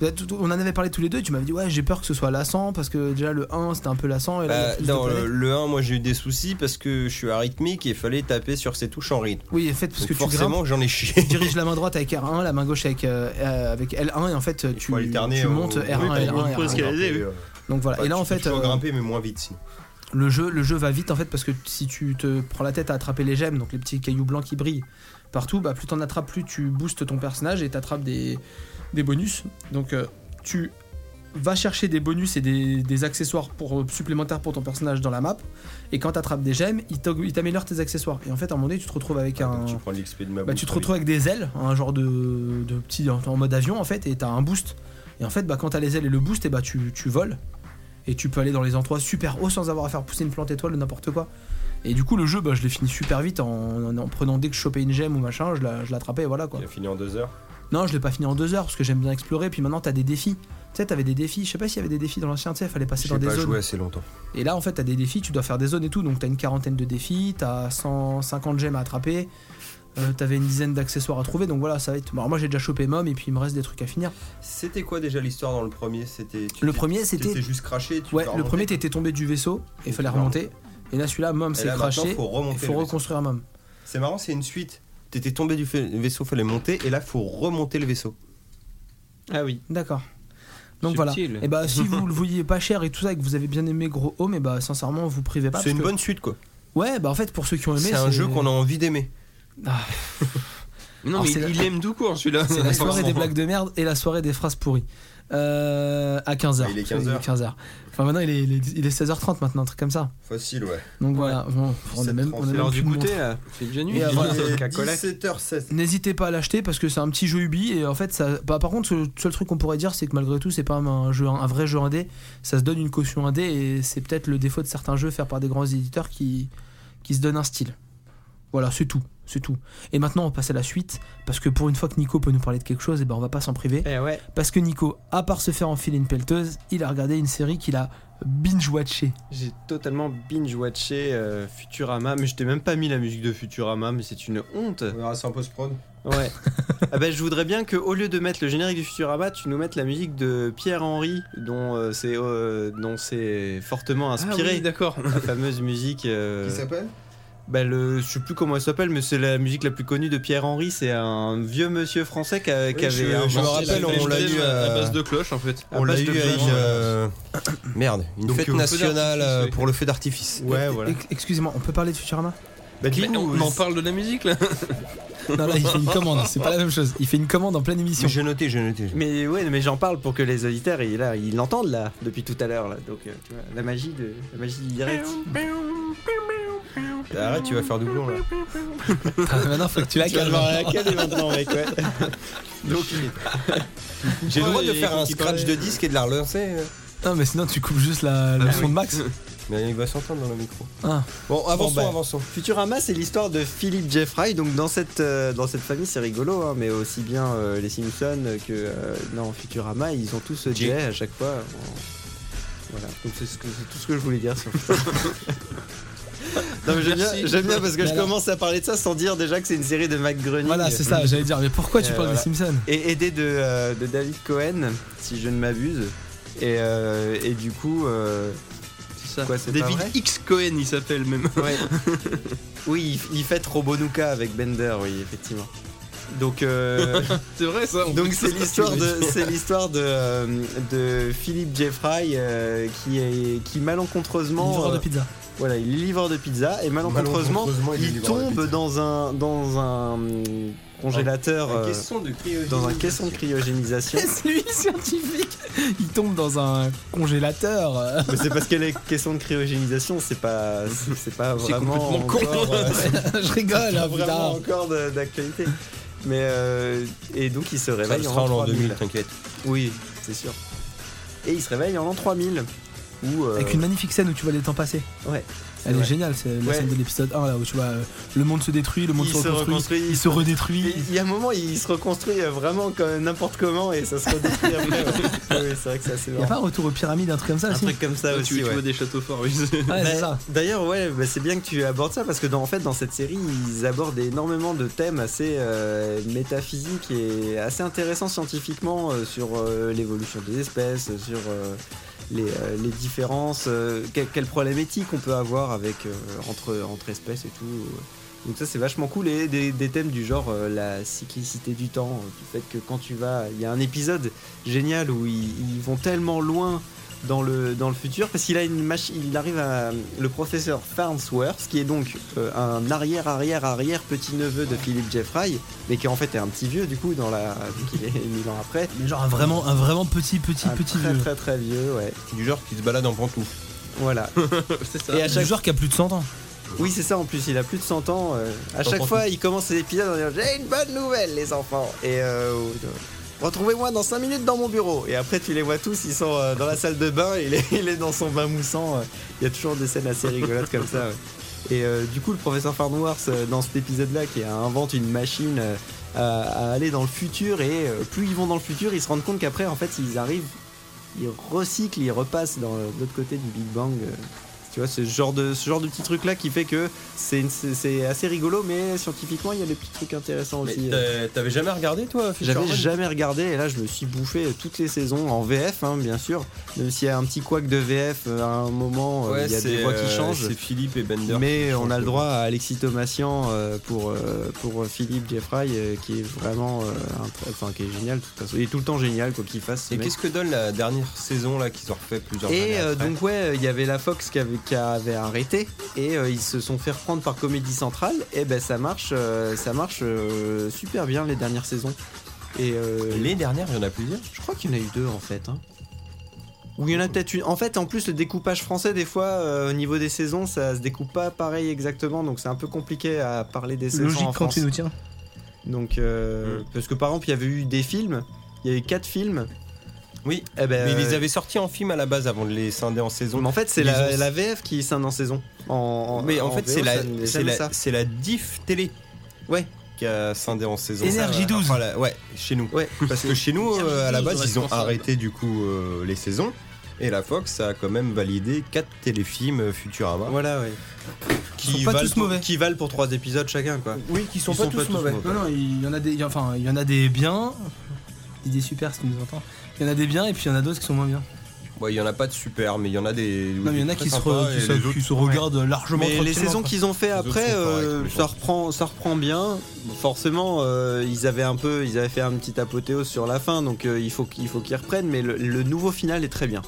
B: Bah, tout- tout- On en avait parlé tous les deux, tu m'avais dit ouais j'ai peur que ce soit lassant parce que déjà le 1 c'était un peu lassant et là, il y a
C: Bah,
B: plus de
C: dans le,
B: planètes.
C: le 1, moi j'ai eu des soucis parce que je suis arythmique et il fallait taper sur ces touches en rythme.
B: Oui en fait parce
C: Donc
B: que tu grimpes,
C: forcément, j'en ai chié.
B: tu diriges la main droite avec R1, la main gauche avec, euh, euh, avec L1 et en fait tu,
C: faut alterner hein,
B: tu
C: au-
B: montes
C: oui,
B: R1,
C: t'as
B: L1,
C: une
B: R1,
C: pause
B: R1.
D: escalader, oui.
B: Donc voilà,
C: Bah,
B: et là
C: tu-
B: en
C: tu
B: fait
C: peux
B: euh,
C: grimper mais moins vite si.
B: le jeu le jeu va vite en fait parce que si tu te prends la tête à attraper les gemmes, donc les petits cailloux blancs qui brillent partout, bah plus t'en attrapes plus tu boostes ton personnage et t'attrapes des des bonus. Donc euh, tu vas chercher des bonus et des, des accessoires pour, euh, supplémentaires pour ton personnage dans la map et quand t'attrapes des gemmes, il t'aug- il t'améliore tes accessoires et en fait à un moment donné tu te retrouves avec un
C: Ah, tu prends l'XP de ma
B: bah,
C: bouffe,
B: tu te
C: oui.
B: retrouves avec des ailes, un genre de, de petit en, en mode avion en fait, et t'as un boost. Et en fait, bah, quand t'as les ailes et le boost, et bah, tu, tu voles. Et tu peux aller dans les endroits super hauts sans avoir à faire pousser une plante étoile ou n'importe quoi. Et du coup, le jeu, bah, je l'ai fini super vite en, en- en prenant dès que je chopais une gemme ou machin, je la- je l'attrapais et voilà quoi.
C: Il a fini en deux heures.
B: Non, je l'ai pas fini en deux heures parce que j'aime bien explorer. Puis maintenant, t'as des défis. Tu sais, t'avais des défis. Je sais pas s'il y avait des défis dans l'ancien, tu sais, fallait passer
C: J'ai
B: dans des
C: pas
B: zones.
C: joué assez longtemps.
B: Et là, en fait, t'as des défis, tu dois faire des zones et tout. Donc, t'as une quarantaine de défis, t'as 150 gemmes à attraper, euh, t'avais une dizaine d'accessoires à trouver. Donc voilà, ça va être. bon, alors moi, j'ai déjà chopé Mom et puis il me reste des trucs à finir.
C: C'était quoi déjà l'histoire dans le premier C'était tu-
B: Le
C: tu-
B: premier,
C: t'étais
B: c'était.
C: juste craché. tu
B: Ouais,
C: dois
B: le
C: remonter.
B: premier, t'étais tombé du vaisseau et
C: Et
B: il fallait
C: tu dois
B: remonter. Et là, celui-là, Mom
C: Et
B: s'est
C: là, maintenant,
B: craché.
C: faut
B: Il
C: remonter.
B: faut
C: le vaisseau.
B: reconstruire Mom.
C: C'est marrant, c'est une suite. T'étais tombé du fa- vaisseau, fallait monter, et là faut remonter le vaisseau.
E: Ah oui.
B: D'accord. Donc
H: Subtil.
B: voilà. Et bah, si vous le vouliez pas cher et tout ça et que vous avez bien aimé Gros Home, et bah, sincèrement, vous privez pas.
C: C'est
B: parce
C: une
B: que-
C: bonne suite quoi.
B: Ouais, bah, en fait, pour ceux qui ont aimé.
C: C'est un jeu qu'on a envie d'aimer.
D: Mais non,
B: Alors,
D: mais
B: c'est la-
D: il, il aime tout court celui-là.
B: C'est la soirée des blagues de merde et la soirée des phrases pourries. Euh, à 15h.
C: Ah, il est 15 heures.
B: Enfin, maintenant, il est, il est- il est 16h30, maintenant, un truc comme ça.
C: Facile ouais.
B: Donc voilà, bon, on a même, on a
C: 17h30,
B: même
C: c'est
E: L'heure
B: plus
E: du
B: de
E: goûter,
B: montre.
E: là.
H: C'est déjà
B: Et
H: nuit.
B: à
D: Ah
B: voilà.
C: Il est
E: Coca-Cola.
C: 17h16.
B: N'hésitez pas à l'acheter parce que c'est un petit jeu Ubi et en fait, ça. bah, par contre, le seul truc qu'on pourrait dire, c'est que malgré tout, c'est pas un, jeu, un vrai jeu indé. Ça se donne une caution indé et c'est peut-être le défaut de certains jeux faits par des grands éditeurs qui, qui se donnent un style. Voilà, c'est tout. C'est tout. Et maintenant, on passe à la suite parce que pour une fois que Nico peut nous parler de quelque chose, et ben on va pas s'en priver.
E: Eh ouais.
B: Parce que Nico, à part se faire enfiler une pelleteuse, il a regardé une série qu'il a binge-watchée.
E: J'ai totalement binge-watché euh, Futurama, mais je t'ai même pas mis la musique de Futurama, mais c'est une honte.
C: On verra ça en post-prod.
E: Ouais. ah bah, je voudrais bien que, au lieu de mettre le générique du Futurama, tu nous mettes la musique de Pierre Henry, dont euh, c'est euh, dont c'est fortement
D: Ah
E: inspiré.
D: oui, d'accord.
E: La fameuse musique. euh,
C: Qui s'appelle
E: bah, le, je sais plus comment elle s'appelle, mais c'est la musique la plus connue de Pierre Henry. C'est un vieux monsieur français qui, a- qui
C: Oui, je-
E: avait.
C: je me
E: inventé la
C: rappelle,
E: flèche
C: on l'a
E: des-
C: eu,
D: à
C: euh,
D: base de cloche en fait.
E: à
C: On l'a
E: base
C: eu
E: de
C: avec,
E: flèche.
C: euh, Merde, une
D: Donc,
C: fête
D: euh, feu
C: nationale
D: d'artifice,
C: euh,
D: oui.
C: pour le feu d'artifice.
E: Ouais, voilà.
B: Ex- Excusez-moi, on peut parler de Futurama
C: Bah, du
D: Mais
C: coup,
E: euh,
D: on en parle de la musique là.
B: Non, là, il fait une commande, c'est pas la même chose. Il fait une commande en pleine émission.
C: J'ai noté, j'ai noté.
E: Mais ouais, mais j'en parle pour que les auditeurs ils, là, ils l'entendent là depuis tout à l'heure là. Donc euh, tu vois, la magie de la magie directe.
C: Arrête, tu vas faire doublon là.
B: Ah, Maintenant, faut que tu la calmes.
E: maintenant mec ouais.
C: Donc, j'ai le droit de faire un scratch de disque et de la relancer.
E: euh, Ah
B: Non, mais sinon, tu coupes juste la, le son de Max.
C: Mais il va s'entendre dans le micro.
B: Ah.
C: Bon, avançons,
E: bah.
C: avançons.
E: Futurama, c'est l'histoire de Philippe Jeffrey. Donc dans cette euh, dans cette famille, c'est rigolo, hein, mais aussi bien euh, les Simpsons que euh, non Futurama, ils ont tous euh,
C: Jay.
E: Jay à chaque fois. Bon. Voilà. Donc c'est ce que- c'est tout ce que je voulais dire sur. Non, mais j'aime bien,
D: Merci.
E: j'aime bien parce que
B: Mais
E: je
B: alors-
E: commence à parler de ça sans dire déjà que c'est une série de Mac Groening.
B: Voilà, c'est ça, j'allais dire. Mais pourquoi tu
E: Euh,
B: parles
E: voilà.
B: des Simpsons
E: Et aidé de, euh, de David Cohen, si je ne m'abuse. Et, euh, et du coup, euh,
D: C'est ça.
E: Quoi, c'est pas
D: David
E: vrai
D: X Cohen, il s'appelle même.
E: Ouais. oui, il, il fête Robonuka avec Bender, oui, effectivement. Donc, euh,
D: C'est vrai ça. on-
E: donc c'est l'histoire de, c'est l'histoire de, euh, de Philippe Jeffrey euh, qui est, qui malencontreusement,
B: Livreur de
E: euh,
B: pizza.
E: voilà, il est livreur de pizza et malencontreusement,
C: Malencontreusement, il est
E: il,
C: livreur de
E: tombe
C: pizza.
E: dans un, dans un hum, congélateur, euh,
C: de cryogénie.
E: dans un caisson de cryogénisation.
B: C'est lui le scientifique Il tombe dans un congélateur.
E: Mais c'est parce que les caissons de cryogénisation, c'est pas, c'est- c'est pas
D: C'est
E: vraiment
D: complètement con.
E: encore, euh,
B: Je rigole,
E: Pas
B: hein,
E: vraiment
B: putain.
E: encore de- d'actualité. Mais euh, et donc il se
C: Ça le
E: réveille
C: sera
E: en
C: en l'an
E: l'an
C: 2000, t'inquiète.
E: Oui, c'est sûr. Et il se réveille en l'an 3000. Où, euh,
B: Avec une magnifique scène où tu vois les temps passer.
E: Ouais, c'est
B: Elle est
E: vrai.
B: géniale, c'est la
E: Ouais.
B: scène de l'épisode 1 là où tu vois euh, le monde se détruit, le monde
E: il
B: se
E: se
B: reconstruit,
E: reconstruit.
B: il se redétruit.
E: Et Il y a un moment, il se reconstruit euh, vraiment comme n'importe comment et ça se redétruit après. ouais. Oui, c'est vrai que c'est assez
B: Il y a
E: marrant.
B: pas un retour aux pyramides, un truc comme ça
E: Un
B: aussi
E: truc comme ça
D: Ah, tu,
E: aussi.
D: tu
E: ouais.
D: vois des châteaux forts. oui.
B: Ouais,
E: Bah,
B: c'est ça.
E: D'ailleurs, ouais, bah, c'est bien que tu abordes ça parce que dans, en fait, dans cette série, ils abordent énormément de thèmes assez euh, métaphysiques et assez intéressants scientifiquement euh, sur euh, l'évolution des espèces, sur euh, les, euh, les différences, euh, que- quelle problématique on peut avoir avec euh, entre, entre espèces et tout. Donc ça c'est vachement cool et des, des thèmes du genre euh, la cyclicité du temps, euh, du fait que quand tu vas, il y a un épisode génial où ils, ils vont tellement loin dans le, dans le futur parce qu'il a une machine, il arrive à le professeur Farnsworth qui est donc euh, un arrière arrière arrière petit neveu de Philippe Jeffrey mais qui en fait est un petit vieux du coup dans la vu qu'il est mille ans après.
B: Mais genre un vraiment, un vraiment petit, petit,
E: un
B: petit
E: très
B: vieux.
E: très très vieux ouais
C: Du genre qui se balade en pantoufle.
E: voilà
D: C'est ça.
E: et à
B: Du
E: chaque
B: genre qui a plus de 100 ans.
E: Oui, c'est ça en plus, il a plus de 100 ans. euh, à chaque fois, il commence ses épisodes en disant J'ai une bonne nouvelle, les enfants Et euh, retrouvez-moi dans 5 minutes dans mon bureau. Et après, tu les vois tous, ils sont euh, dans la salle de bain, il est, il est dans son bain moussant. euh. Il y a toujours des scènes assez rigolotes comme ça. ouais. Et euh, du coup, le professeur Farnworth, euh, dans cet épisode-là, qui invente une machine euh, à, à aller dans le futur, et euh, plus ils vont dans le futur, ils se rendent compte qu'après, en fait, ils arrivent, ils recyclent, ils repassent dans l'autre côté du Big Bang. euh. Tu vois, ce genre de, ce genre de petit truc là qui fait que c'est une- c'est c'est assez rigolo, mais scientifiquement, il y a des petits trucs intéressants
C: Mais
E: aussi.
C: t'as- T'avais jamais regardé toi
E: euh, J'avais
C: Futurama
E: jamais regardé et là je me suis bouffé toutes les saisons en VF hein, bien sûr même s'il y a un petit couac de VF à un moment euh,
C: Ouais,
E: il y a
C: c'est,
E: des voix qui
C: euh,
E: changent
C: C'est Philippe et Bender.
E: mais
C: qui
E: on a
C: changent
E: le
C: de
E: droit à Alexis Thomasian euh, pour, euh, pour Philippe Jeffrey euh, qui est vraiment euh, un tra- enfin qui est génial de toute façon. il est tout le temps génial quoi qu'il fasse ce
C: Et
E: mec.
C: qu'est-ce que donne la dernière saison là qu'ils ont refait plusieurs années
E: Et euh,
C: après
E: donc ouais, euh, il y avait la Fox qui avait, qui avait arrêté et euh, ils se sont fait reprendre par Comédie Centrale et ben ça marche, euh, ça marche euh, super bien les dernières saisons. Et euh,
C: les dernières, il y en a plusieurs.
E: je crois qu'il y en a eu deux en fait. Hein. Ou il y en a peut-être une. En fait, en plus le découpage français des fois euh, au niveau des saisons, ça se découpe pas pareil exactement, donc c'est un peu compliqué à parler des saisons en
B: Logique quand
E: France.
B: tu nous tiens.
E: Donc
C: Mm.
E: euh, parce que par exemple, il y avait eu des films, il y a eu quatre films.
C: Oui.
E: Eh ben,
C: Mais ils
E: euh,
C: les avaient sortis en film à la base avant de les scinder en saison.
E: mais en fait, c'est
C: Ils
E: la,
C: ont-
E: la VF qui scinde en saison. En, en-
C: Mais en fait,
E: VO,
C: c'est la,
E: ça n'est
C: c'est
E: jamais
C: la-
E: ça.
C: c'est la diff télé.
E: Ouais.
C: Qui a scindé en saison.
B: Énergie
C: Ça,
B: 12.
C: enfin, la- ouais, chez nous.
E: Ouais.
C: Parce que chez nous,
A: Énergie
C: euh, à la
A: 12
C: base, ils ont
A: responsable.
C: arrêté du coup euh, les saisons. Et la Fox a quand même validé 4 téléfilms euh, Futurama.
E: Voilà, ouais.
C: Qui
B: sont pas
C: valent
B: tous
C: pour-
B: mauvais.
E: Qui valent pour trois épisodes chacun, quoi.
C: Oui, qui sont,
E: Ils
C: pas,
E: sont
C: tous
E: pas tous
C: mauvais.
E: mauvais.
B: Non, non, il y en a des, il y a- enfin, il y en a des biens. Il dit super si tu nous entends. Il y en a des biens et puis il y en a d'autres qui sont moins bien.
C: Ouais, il y en a pas de super, mais il y en a des.
B: Non, mais il y en a qui se, re-
C: sympas,
B: qui
C: et
B: se-
C: les
B: qui
C: autres-
B: se regardent largement.
E: Mais les
B: tranquillement,
E: saisons
B: quoi.
E: qu'ils ont fait
C: autres
E: après,
C: sont corrects,
E: euh,
C: mais
E: ça
C: bon.
E: reprend, ça reprend bien. Forcément, euh, ils avaient un peu, ils avaient fait un petit apothéose sur la fin, donc euh, il faut, qu'il faut qu'ils reprennent. Mais le, le nouveau final est très bien.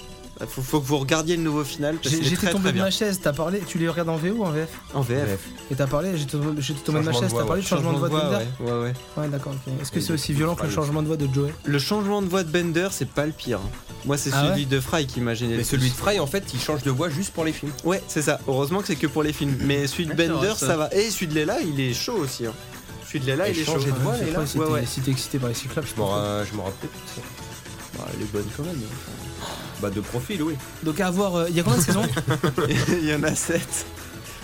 E: Faut, faut que vous regardiez le nouveau final. parce
B: J'ai-
E: qu'il Bah, est
B: J'étais
E: très,
B: tombé
E: très
B: de
E: bien.
B: ma chaise, t'as parlé, tu les regardes en VO ou en VF
E: en VF.
B: Et t'as parlé, j'étais j'étais tombé de ma
C: Changement de
B: chaise,
C: voix,
B: t'as parlé
C: ouais.
B: du Ah changement de voix de Bender
E: ouais. ouais, ouais.
B: Ouais, d'accord, ok. Est-ce que
C: Et
B: c'est
C: de-
B: aussi violent que le
C: Fry
B: changement de voix de Joey
E: Le changement de voix de Bender, c'est pas le pire. Moi, c'est
B: Ah
E: celui de Fry qui m'a gêné.
C: Mais
E: le
C: celui
E: plus.
C: de Fry, en fait, il change de voix juste pour les films.
E: Ouais, c'est ça. Heureusement que c'est que pour les films. Mais celui de
D: Ouais, c'est vrai,
E: Bender,
D: ça.
E: ça va. Et celui de Léla, il est chaud aussi. hein. Celui de Léla,
C: Et
E: il est chaud.
C: changer de voix,
B: je sais
C: Léla
B: pas si
E: Ouais, hein.
B: t'es-
E: ouais.
B: si t'es excité par les cyclopes, je
C: Je m'en
B: pense.
C: ra- je m'en rappelle plus.
E: Bah, elle est bonne quand même.
D: Bah, de profil, oui.
B: Donc à avoir. euh, Il y a combien de saisons
E: Il y en a 7.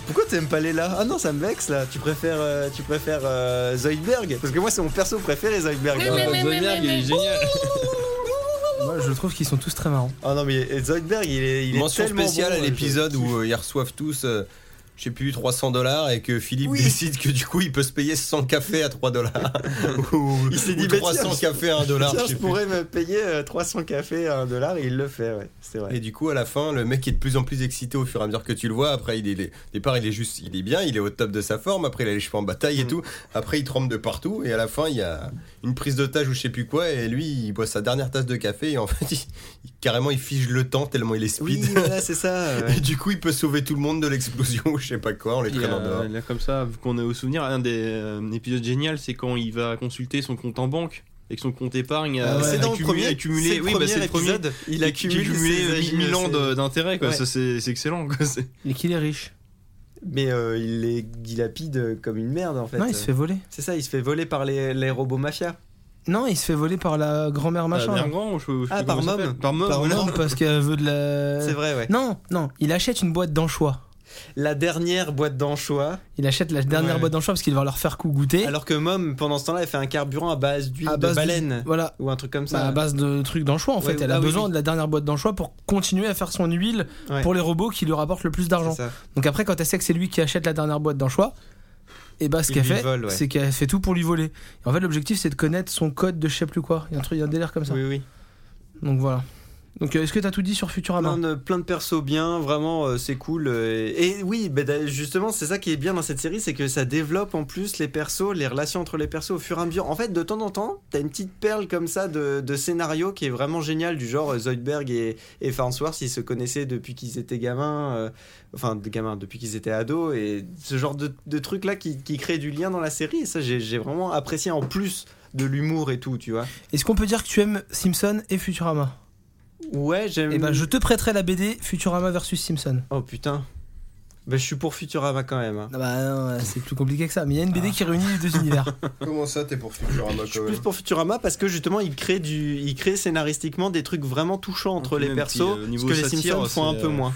E: Pourquoi t'aimes pas les là Ah non, ça me vexe là. Tu préfères, euh, tu préfères euh, Zoidberg Parce que moi, c'est mon perso préféré, Zoidberg.
D: Ah, bah, Zoidberg, il est génial.
B: Moi, je trouve qu'ils sont tous très marrants.
E: Ah non, mais Zoidberg, il est, il est
C: Mention
E: tellement
C: spéciale
E: bon,
C: à
E: je-
C: l'épisode où euh, ils reçoivent tous, euh, je sais plus, 300 dollars et que Philippe décide que du coup il peut se payer 100 cafés à 3 dollars. ou
E: Il s'est
C: ou
E: dit, bah,
C: 300
E: tiens,
C: cafés à 1 dollar.
E: Tiens,
C: je sais
E: je
C: plus.
E: pourrais me payer euh, 300 cafés à 1 dollar et il le fait, ouais, c'est vrai.
C: Et du coup, à la fin, le mec est de plus en plus excité au fur et à mesure que tu le vois. Après, il est, il est- au départ, il est juste, il est bien, il est au top de sa forme. Après, il a les cheveux en bataille
E: Mm.
C: et tout. Après, il tremble de partout. Et à la fin, il y a une prise d'otage ou je sais plus quoi. Et lui, il boit sa dernière tasse de café. Et en fait, il- il- carrément, il fige le temps tellement il est
E: Oui,
C: speed.
E: voilà, c'est ça. ouais.
C: Et du coup, il peut sauver tout le monde de l'explosion ou je sais pas quoi en les
D: Et,
C: traînant
D: euh,
C: dehors.
D: là, comme ça, vu qu'on est au souvenir, un des euh, épisodes géniaux, c'est quand il va consulter son compte en banque et que son compte épargne
B: Ah
D: a
B: ouais.
E: C'est dans le
D: accumulé-
E: premier,
D: accumulé-
E: c'est le
D: oui, bah,
E: premier
D: c'est le premier.
E: épisode. Il a
D: qui- qui
E: cumulé, ses-
D: 1000 ans
E: ses-
D: de- d'intérêt, quoi.
E: Ouais.
D: Ça, c'est c'est excellent, quoi. C'est-
B: Et qu'il est riche.
E: Mais euh, il les dilapide comme une merde en fait.
B: Non, il se fait voler.
E: C'est ça, il se fait voler par les, les robots mafia.
B: Non, il se fait voler par la grand-mère machin. hein.
D: Ah,
B: là.
D: Bergrand, ou je- je sais
E: Ah,
D: pas comment
E: par
D: il
E: Mom.
D: s'appelle. Par Mom,
E: Par
D: voilà.
B: Non, parce qu'elle veut de la.
E: C'est vrai, ouais.
B: Non, non, il achète une boîte d'anchois.
E: La dernière boîte d'anchois.
B: Il achète la dernière
E: Ouais.
B: boîte d'anchois parce qu'il va leur faire coup goûter.
E: Alors que Mom, pendant ce temps-là, elle fait un carburant à base d'huile
B: À
E: de
B: base de-
E: baleine.
B: voilà.
E: Ou un truc comme
B: Bah,
E: ça.
B: à base de trucs d'anchois en
E: Ouais,
B: fait, elle a
E: ah oui,
B: besoin
E: oui.
B: de la dernière boîte d'anchois pour continuer à faire son huile
E: Ouais.
B: pour les robots qui lui rapportent le plus d'argent.
E: C'est ça.
B: Donc après quand elle sait que c'est lui qui achète la dernière boîte d'anchois, et bah ce
E: Il
B: qu'elle
E: lui
B: fait,
E: vole, ouais.
B: c'est qu'elle fait tout pour lui voler. Et en fait l'objectif c'est de connaître son code de je sais plus quoi, il y a un truc il y a un délire comme ça.
E: Oui, oui.
B: Donc voilà. Donc euh, est-ce que t'as tout dit sur Futurama
E: plein de, plein de persos bien, vraiment euh, c'est cool. euh, et, et oui, bah, d'a- justement, c'est ça qui est bien dans cette série, c'est que ça développe en plus les persos, les relations entre les persos au fur et à mesure. En fait, de temps en temps, t'as une petite perle comme ça de, de scénario qui est vraiment génial, du genre euh, Zoidberg et, et Farnsworth, ils se connaissaient depuis qu'ils étaient gamins, euh, enfin des gamins, depuis qu'ils étaient ados, et ce genre de, de truc là qui, qui crée du lien dans la série, et ça j'ai j'ai vraiment apprécié en plus de l'humour et tout, tu vois.
B: Est-ce qu'on peut dire que tu aimes Simpson et Futurama
E: Ouais, j'aime.
B: Et ben je te prêterai la BD Futurama versus Simpson.
E: Oh putain. Bah, je suis pour Futurama quand même. hein.
B: Ah bah non, c'est plus compliqué que ça, mais il y a une
E: Ah.
B: BD qui réunit les deux univers.
C: Comment ça, t'es pour Futurama
E: Je suis plus pour Futurama parce que justement il crée du, il crée scénaristiquement des trucs vraiment touchants entre
D: Puis
E: les
D: même,
E: persos,
D: puis, euh,
E: ce
D: niveau
E: que les
D: satire,
E: Simpsons font un
D: c'est,
E: peu
D: euh,
E: moins.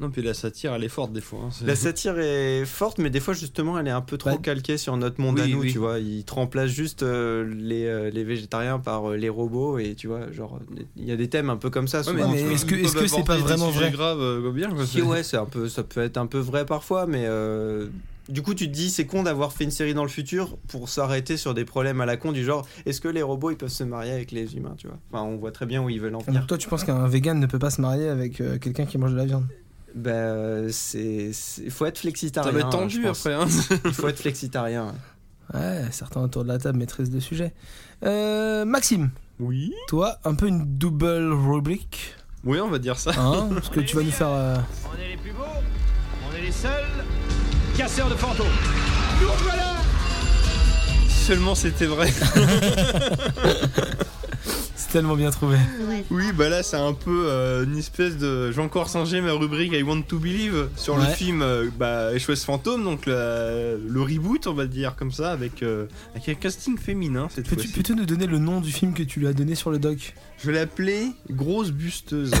D: Non, puis la satire, elle est forte des fois. hein, c'est-
E: La satire est forte, mais des fois justement elle est un peu trop
B: Bah,
E: calquée sur notre monde à
D: oui,
E: nous,
D: oui.
E: tu vois. Ils te remplacent juste euh, les, euh, les végétariens par euh, les robots et tu vois, genre il y a des thèmes un peu comme ça.
D: Ouais,
E: souvent,
B: mais
E: tu vois.
B: est-ce que-
D: ils peuvent
B: c'est pas
D: aborder des
B: vraiment
D: sujets
B: vrai
D: graves, euh, bien, quoi,
E: Si, ouais, c'est un peu, ça peut être un peu vrai parfois, mais euh, du coup, tu te dis, c'est con d'avoir fait une série dans le futur pour s'arrêter sur des problèmes à la con du genre, est-ce que les robots ils peuvent se marier avec les humains, tu vois Enfin, on voit très bien où ils veulent en
B: Donc
E: venir.
B: toi, tu penses qu'un vegan ne peut pas se marier avec euh, quelqu'un qui mange de la viande
E: Bah, euh, c'est, c'est- faut être
D: Ça
E: flexitarien.
D: va être
E: hein,
D: tendu
E: je pense.
D: après. hein.
E: Il faut être flexitarien.
B: Ouais, certains autour de la table maîtrisent le sujet. Euh, Maxime,
D: Oui.
B: toi, un peu une double rubrique,
D: Oui, on va dire ça.
B: hein Parce que tu vas nous faire. euh,
A: On est les plus beaux, on est les seuls casseurs de fantômes. Nous voilà
D: Seulement c'était vrai.
B: C'est tellement bien trouvé.
D: Oui, bah là, c'est un peu euh, une espèce de. J'ai encore singé ma rubrique I Want to Believe sur le
B: Ouais.
D: film euh, bah, SOS Fantôme, donc la- le reboot, on va dire comme ça, avec, euh, avec un casting féminin cette
B: Peux-tu
D: fois-ci.
B: plutôt nous donner le nom du film que tu lui as donné sur le doc
D: Je l'appelais Grosse Busteuse.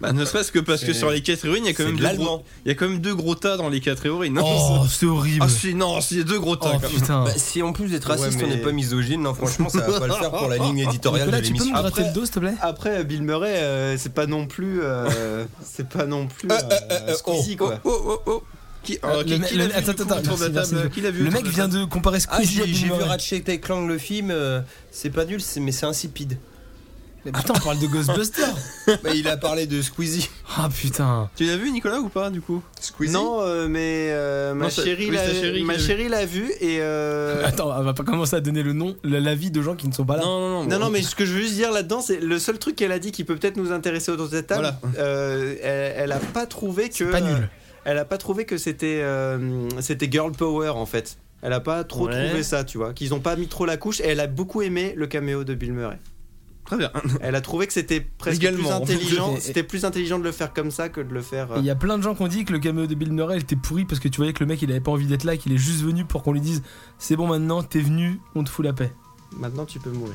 D: bah, ne serait-ce que parce que
C: C'est-
D: sur les catégories, il y a quand
C: c'est
D: même
C: de
D: deux
C: l'allemand.
D: gros- il y a quand même deux gros tas dans les catégories. Non,
B: Oh, c'est horrible.
D: ah si, non, si, il y a deux gros tas.
B: Oh,
D: quand même.
B: putain.
C: si en plus d'être
E: Ouais,
C: raciste, on
E: mais-
C: n'est pas misogyne, non, franchement, ça va pas le faire pour la ligne éditoriale
B: Nicolas,
C: de
B: tu peux me
C: l'émission.
B: gratter
E: Après-
B: le dos, s'il te
D: ah,
B: plaît
E: Après, euh, Bill Murray, euh, c'est pas non plus, euh, c'est pas non plus euh, Squeezie, quoi.
D: Qui,
B: Euh, le
D: qui-
B: mec-
D: qui l'a
B: le-
D: vu
B: attends,
D: du coup
B: attends,
D: autour de la
B: merci,
D: table
B: merci.
D: Qui l'a vu
B: Le
D: autour
B: mec
D: de la
B: vient
D: table
B: de comparer
C: Ah,
B: Squeezie à
C: j'ai
B: Bill
C: j'ai vu
B: Murray.
C: Ratchet et Clank le film, euh, c'est pas nul, c'est- mais c'est insipide.
B: Mais putain, on parle de Ghostbusters.
C: Bah, il a parlé de Squeezie.
B: Ah putain.
D: Tu l'as vu, Nicolas, ou pas, du coup
C: Squeezie
E: Non, euh, mais euh, ma
D: Non, c'est-
E: chérie,
D: oui,
E: l'a,
D: c'est la chérie qui
E: ma
D: l'a vu.
E: chérie l'a vu et euh,
B: Attends, on va pas commencer à donner le nom, la- l'avis de gens qui ne sont pas là.
D: Non, non, non.
E: Non, non, mais ce que je veux juste dire là-dedans, c'est le seul truc qu'elle a dit qui peut peut-être nous intéresser autour de cette table. euh, elle, elle a pas trouvé que. euh,
B: Pas nul.
E: Elle a pas trouvé que c'était euh, c'était girl power en fait. Elle a pas trop
D: Ouais.
E: trouvé ça, tu vois. Qu'ils ont pas mis trop la couche. Et elle a beaucoup aimé le caméo de Bill Murray.
D: Très bien.
E: Elle a trouvé que c'était presque
D: Légalement.
E: plus intelligent.
B: Et- et-
E: C'était plus intelligent de le faire comme ça que de le faire. euh,
B: Et Il y a plein de gens qui ont dit que le cameo de Bill Murray était pourri parce que tu voyais que le mec il avait pas envie d'être là, qu'il est juste venu pour qu'on lui dise c'est bon maintenant, t'es venu, on te fout la paix.
E: Maintenant, tu peux mourir.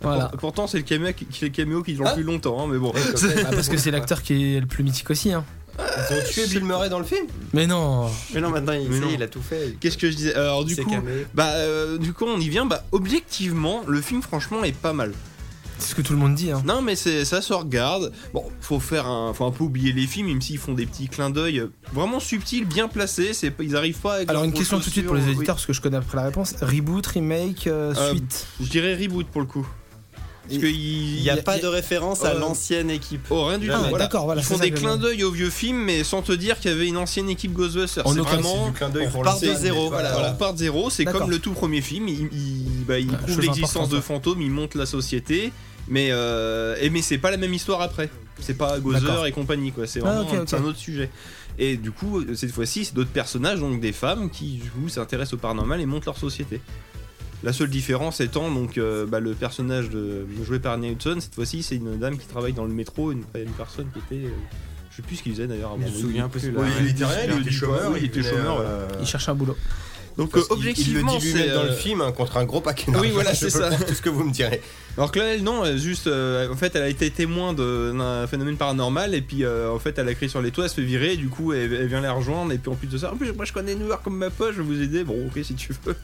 B: Voilà.
D: Pour- pourtant, c'est le caméo qui, c'est le caméo qui dure
C: Ah.
D: le plus longtemps, hein, mais bon.
B: Ah, parce que c'est l'acteur qui est le plus mythique aussi. Hein.
C: Ils ont tué Bill Murray dans le film
B: Mais non
E: Mais non, maintenant, il,
D: Mais
E: ça y est,
D: non.
E: il a tout fait.
D: Qu'est-ce que je disais Alors, du
E: C'est
D: coup,
E: camé.
D: bah, euh, du coup, on y vient. Bah, objectivement, le film, franchement, est pas mal.
B: C'est ce que tout le monde dit. Hein.
D: Non, mais c'est ça se regarde. Bon, faut faire un, faut un peu oublier les films, même s'ils font des petits clins d'œil euh, vraiment subtils, bien placés. C'est, pas- ils arrivent pas. Avec
B: Alors
D: leur
B: une question tout de suite pour les
D: posture,
B: éditeurs parce que je connais après la réponse. Reboot, remake, euh,
D: Euh,
B: suite.
D: oui. Je dirais reboot pour le coup. Parce que
E: Il
D: ils-
E: n'y a,
B: y a-
E: pas
B: y a-
E: de référence à
D: Euh,
E: l'ancienne équipe.
D: Oh, rien du
B: Ah,
D: tout. Voilà.
B: d'accord, voilà.
D: Ils
B: c'est
D: font
B: ça
D: des
B: que je
D: clins
B: veux dire.
D: d'œil au vieux film, mais sans te dire qu'il y avait une ancienne équipe Ghostbusters.
B: En
D: C'est
B: aucun-
D: vraiment.
C: clin d'œil
E: on
C: pour
E: part
D: part de zéro, voilà,
C: Voilà.
D: on part de zéro, c'est
B: D'accord.
D: comme le tout premier film, il, il- bah, il
B: Ouais, chose
D: prouve l'existence
B: importante,
D: de
B: ouais.
D: fantômes, il monte la société, mais, euh, et- mais c'est pas la même histoire après. C'est pas
B: D'accord.
D: Gozer et compagnie, quoi. C'est
B: Ah,
D: vraiment
B: ok,
D: un-
B: ok.
D: c'est un autre sujet. Et du coup, euh, cette fois-ci, c'est d'autres personnages, donc des femmes, qui du coup s'intéressent au paranormal et montent leur société. La seule différence étant donc euh, bah, le personnage de, joué par Annie Hudson, cette fois-ci, c'est une dame qui travaille dans le métro, une, une personne qui était. euh, je sais plus ce qu'il faisait d'ailleurs. à un
E: Je me
D: moment.
E: souviens plus. là.
C: Oui, il était
D: Il
C: réel, il
D: était
C: était chômeur.
D: chômeur, il était chômeur,
C: venait, euh,
B: Il cherche un boulot.
D: Donc,
C: parce
D: euh,
C: qu'il-
D: objectivement,
C: il le dit
D: c'est
C: lui-même dans le
D: euh,
C: film hein, contre un gros paquet.
D: Oui,
C: d'argent,
D: voilà,
C: je
D: c'est
C: peux
D: ça.
C: croire Tout ce que vous me direz.
D: Alors que là, elle, non, elle, juste, euh, en fait, elle a été témoin de- d'un phénomène paranormal, et puis, euh, en fait, elle a crié sur les toits, elle se fait virer, et du coup, elle, elle vient la rejoindre, et puis en plus de ça, en plus, moi je connais New York comme ma poche, je vais vous aider, bon, ok, si tu veux.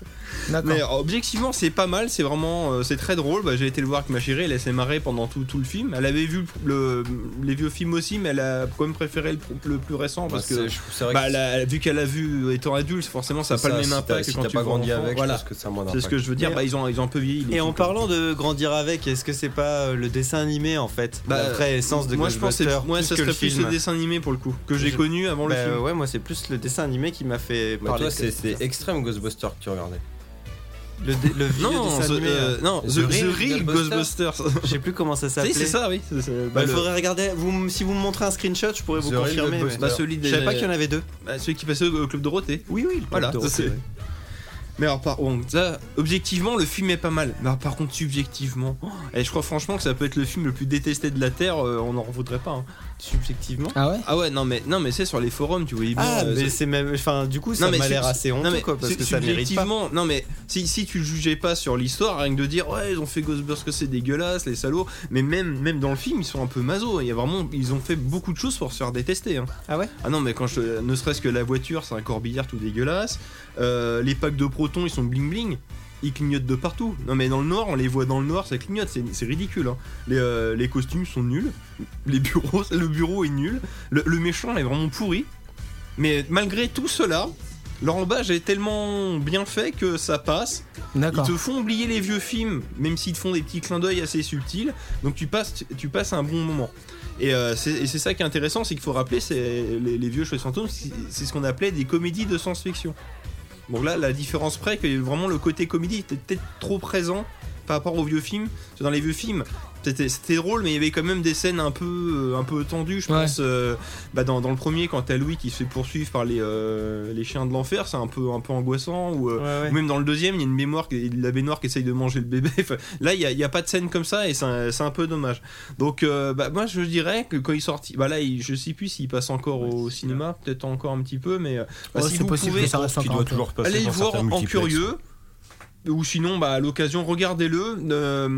B: D'accord.
D: Mais euh, objectivement, c'est pas mal, c'est vraiment, euh, c'est très drôle, Bah, j'ai été le voir avec ma chérie, elle elle s'est marrée pendant tout, tout le film. Elle avait vu le, les vieux films aussi, mais elle a quand même préféré le, pr- le plus récent, parce que.
C: c'est vrai
D: Bah, elle a- vu qu'elle a vu étant adulte, forcément ça n'a pas le même impact que
C: si
D: quand
C: t'as
D: tu
C: pas
D: vois
C: grandi
D: enfant.
C: avec.
D: Voilà,
C: je pense que ça a moins
D: c'est ce que
C: d'impact.
D: je veux dire.
E: Mais-
D: Bah, ils, ont, ils ont un peu vieilli. les
E: Et en
D: films, quoi.
E: parlant de grandir avec, est-ce que c'est pas euh, le dessin animé en fait
D: Bah,
E: La vraie essence de
D: moi je pense que
E: Ghostbusters,
D: c'est- moi
E: plus
D: ça
E: que
D: serait
E: le
D: plus
E: film.
D: le dessin animé pour le coup que j'ai
E: Je-
D: connu avant le
E: Bah,
D: film Bah,
E: ouais, moi c'est plus le dessin animé qui m'a fait
C: Mais
E: parler.
C: toi,
E: de
C: c'est c'est
E: Ghostbusters.
C: extrême Ghostbuster que tu regardais.
E: le, dé- le vieux
D: non
E: dessin
D: The,
E: animé.
D: euh, non,
C: The
D: The- The
C: Real
D: Real
C: Ghostbusters.
D: Ghostbusters
E: euh, Je sais plus comment ça s'appelait.
D: Si, c'est ça oui c'est- c'est-
E: Bah,
D: bah, le-
E: il faudrait regarder. Vous, m- si vous me montrez un screenshot, je pourrais vous
C: The Real
E: confirmer. mais-
C: Ghostbusters.
D: bah, celui
E: Je
D: des-
E: savais pas qu'il y en avait deux.
D: bah, celui qui passait au club Dorothée
E: Oui, oui.
D: Voilà, ça, c'est- mais alors par bon, ça, objectivement le film est pas mal mais alors, par contre subjectivement oh, et je crois franchement que ça peut être le film le plus détesté de la terre euh, on en revaudrait pas hein.
E: Subjectivement.
B: Ah ouais
D: ah ouais non mais non mais c'est sur les forums tu voyais bien
E: Ah,
D: euh,
E: mais c'est même. Enfin, du coup, ça
D: mais
E: m'a
D: sub-
E: l'air assez
D: non,
E: honteux,
D: mais
E: quoi, parce
D: sub-
E: que ça mérite pas.
D: subjectivement, Non mais si, si tu le jugeais pas sur l'histoire, rien que de dire ouais ils ont fait Ghostbusters que c'est dégueulasse, les salauds, mais même, même dans le film ils sont un peu maso, il y a vraiment ils ont fait beaucoup de choses pour se faire détester. hein.
E: Ah ouais
D: Ah non mais quand je, ne serait-ce que la voiture c'est un corbillard tout dégueulasse, Euh, les packs de protons ils sont bling bling. Ils clignotent de partout. Non mais dans le noir, on les voit dans le noir, ça clignote, c'est c'est ridicule. hein. Les, euh, les costumes sont nuls, les bureaux, le bureau est nul, le, le méchant est vraiment pourri. Mais malgré tout cela, L'emballage est tellement bien fait que ça passe. Ils
B: D'accord.
D: te font oublier les vieux films, même s'ils te font des petits clins d'œil assez subtils. Donc tu passes, tu passes un bon moment. Et euh, c'est et c'est ça qui est intéressant, c'est qu'il faut rappeler, c'est les, les vieux Chevaliers fantômes, c'est c'est ce qu'on appelait des comédies de science-fiction. Bon là, la différence près que vraiment le côté comédie était peut-être trop présent par rapport aux vieux films. Parce que dans les vieux films, c'était c'était drôle, mais il y avait quand même des scènes un peu, euh, un peu tendues, je
B: Ouais.
D: pense. euh, bah, dans, dans le premier, quand t'as Louis qui se fait poursuivre par les, euh, les chiens de l'enfer, c'est un peu, un peu angoissant. Ou, euh,
E: Ouais,
D: ou même dans le deuxième, il y a une mémoire, qui- la baignoire qui essaye de manger le bébé. Enfin, Là, il n'y a, pas de scène comme ça et c'est un, c'est un peu dommage. Donc, euh, bah, moi, je dirais que quand il sortit, bah là, il- je sais plus s'il passe encore au cinéma, peut-être encore un petit peu, mais euh, bah,
B: Ouais,
D: si
B: c'est
D: vous
B: possible
D: pouvez,
B: que ça reste
C: Qui
B: encore.
C: doit
B: un peu.
C: toujours passer
D: allez le
C: dans
D: voir
C: certains
D: en
C: multiplex.
D: curieux. Ou sinon, bah, à l'occasion, regardez-le. Euh,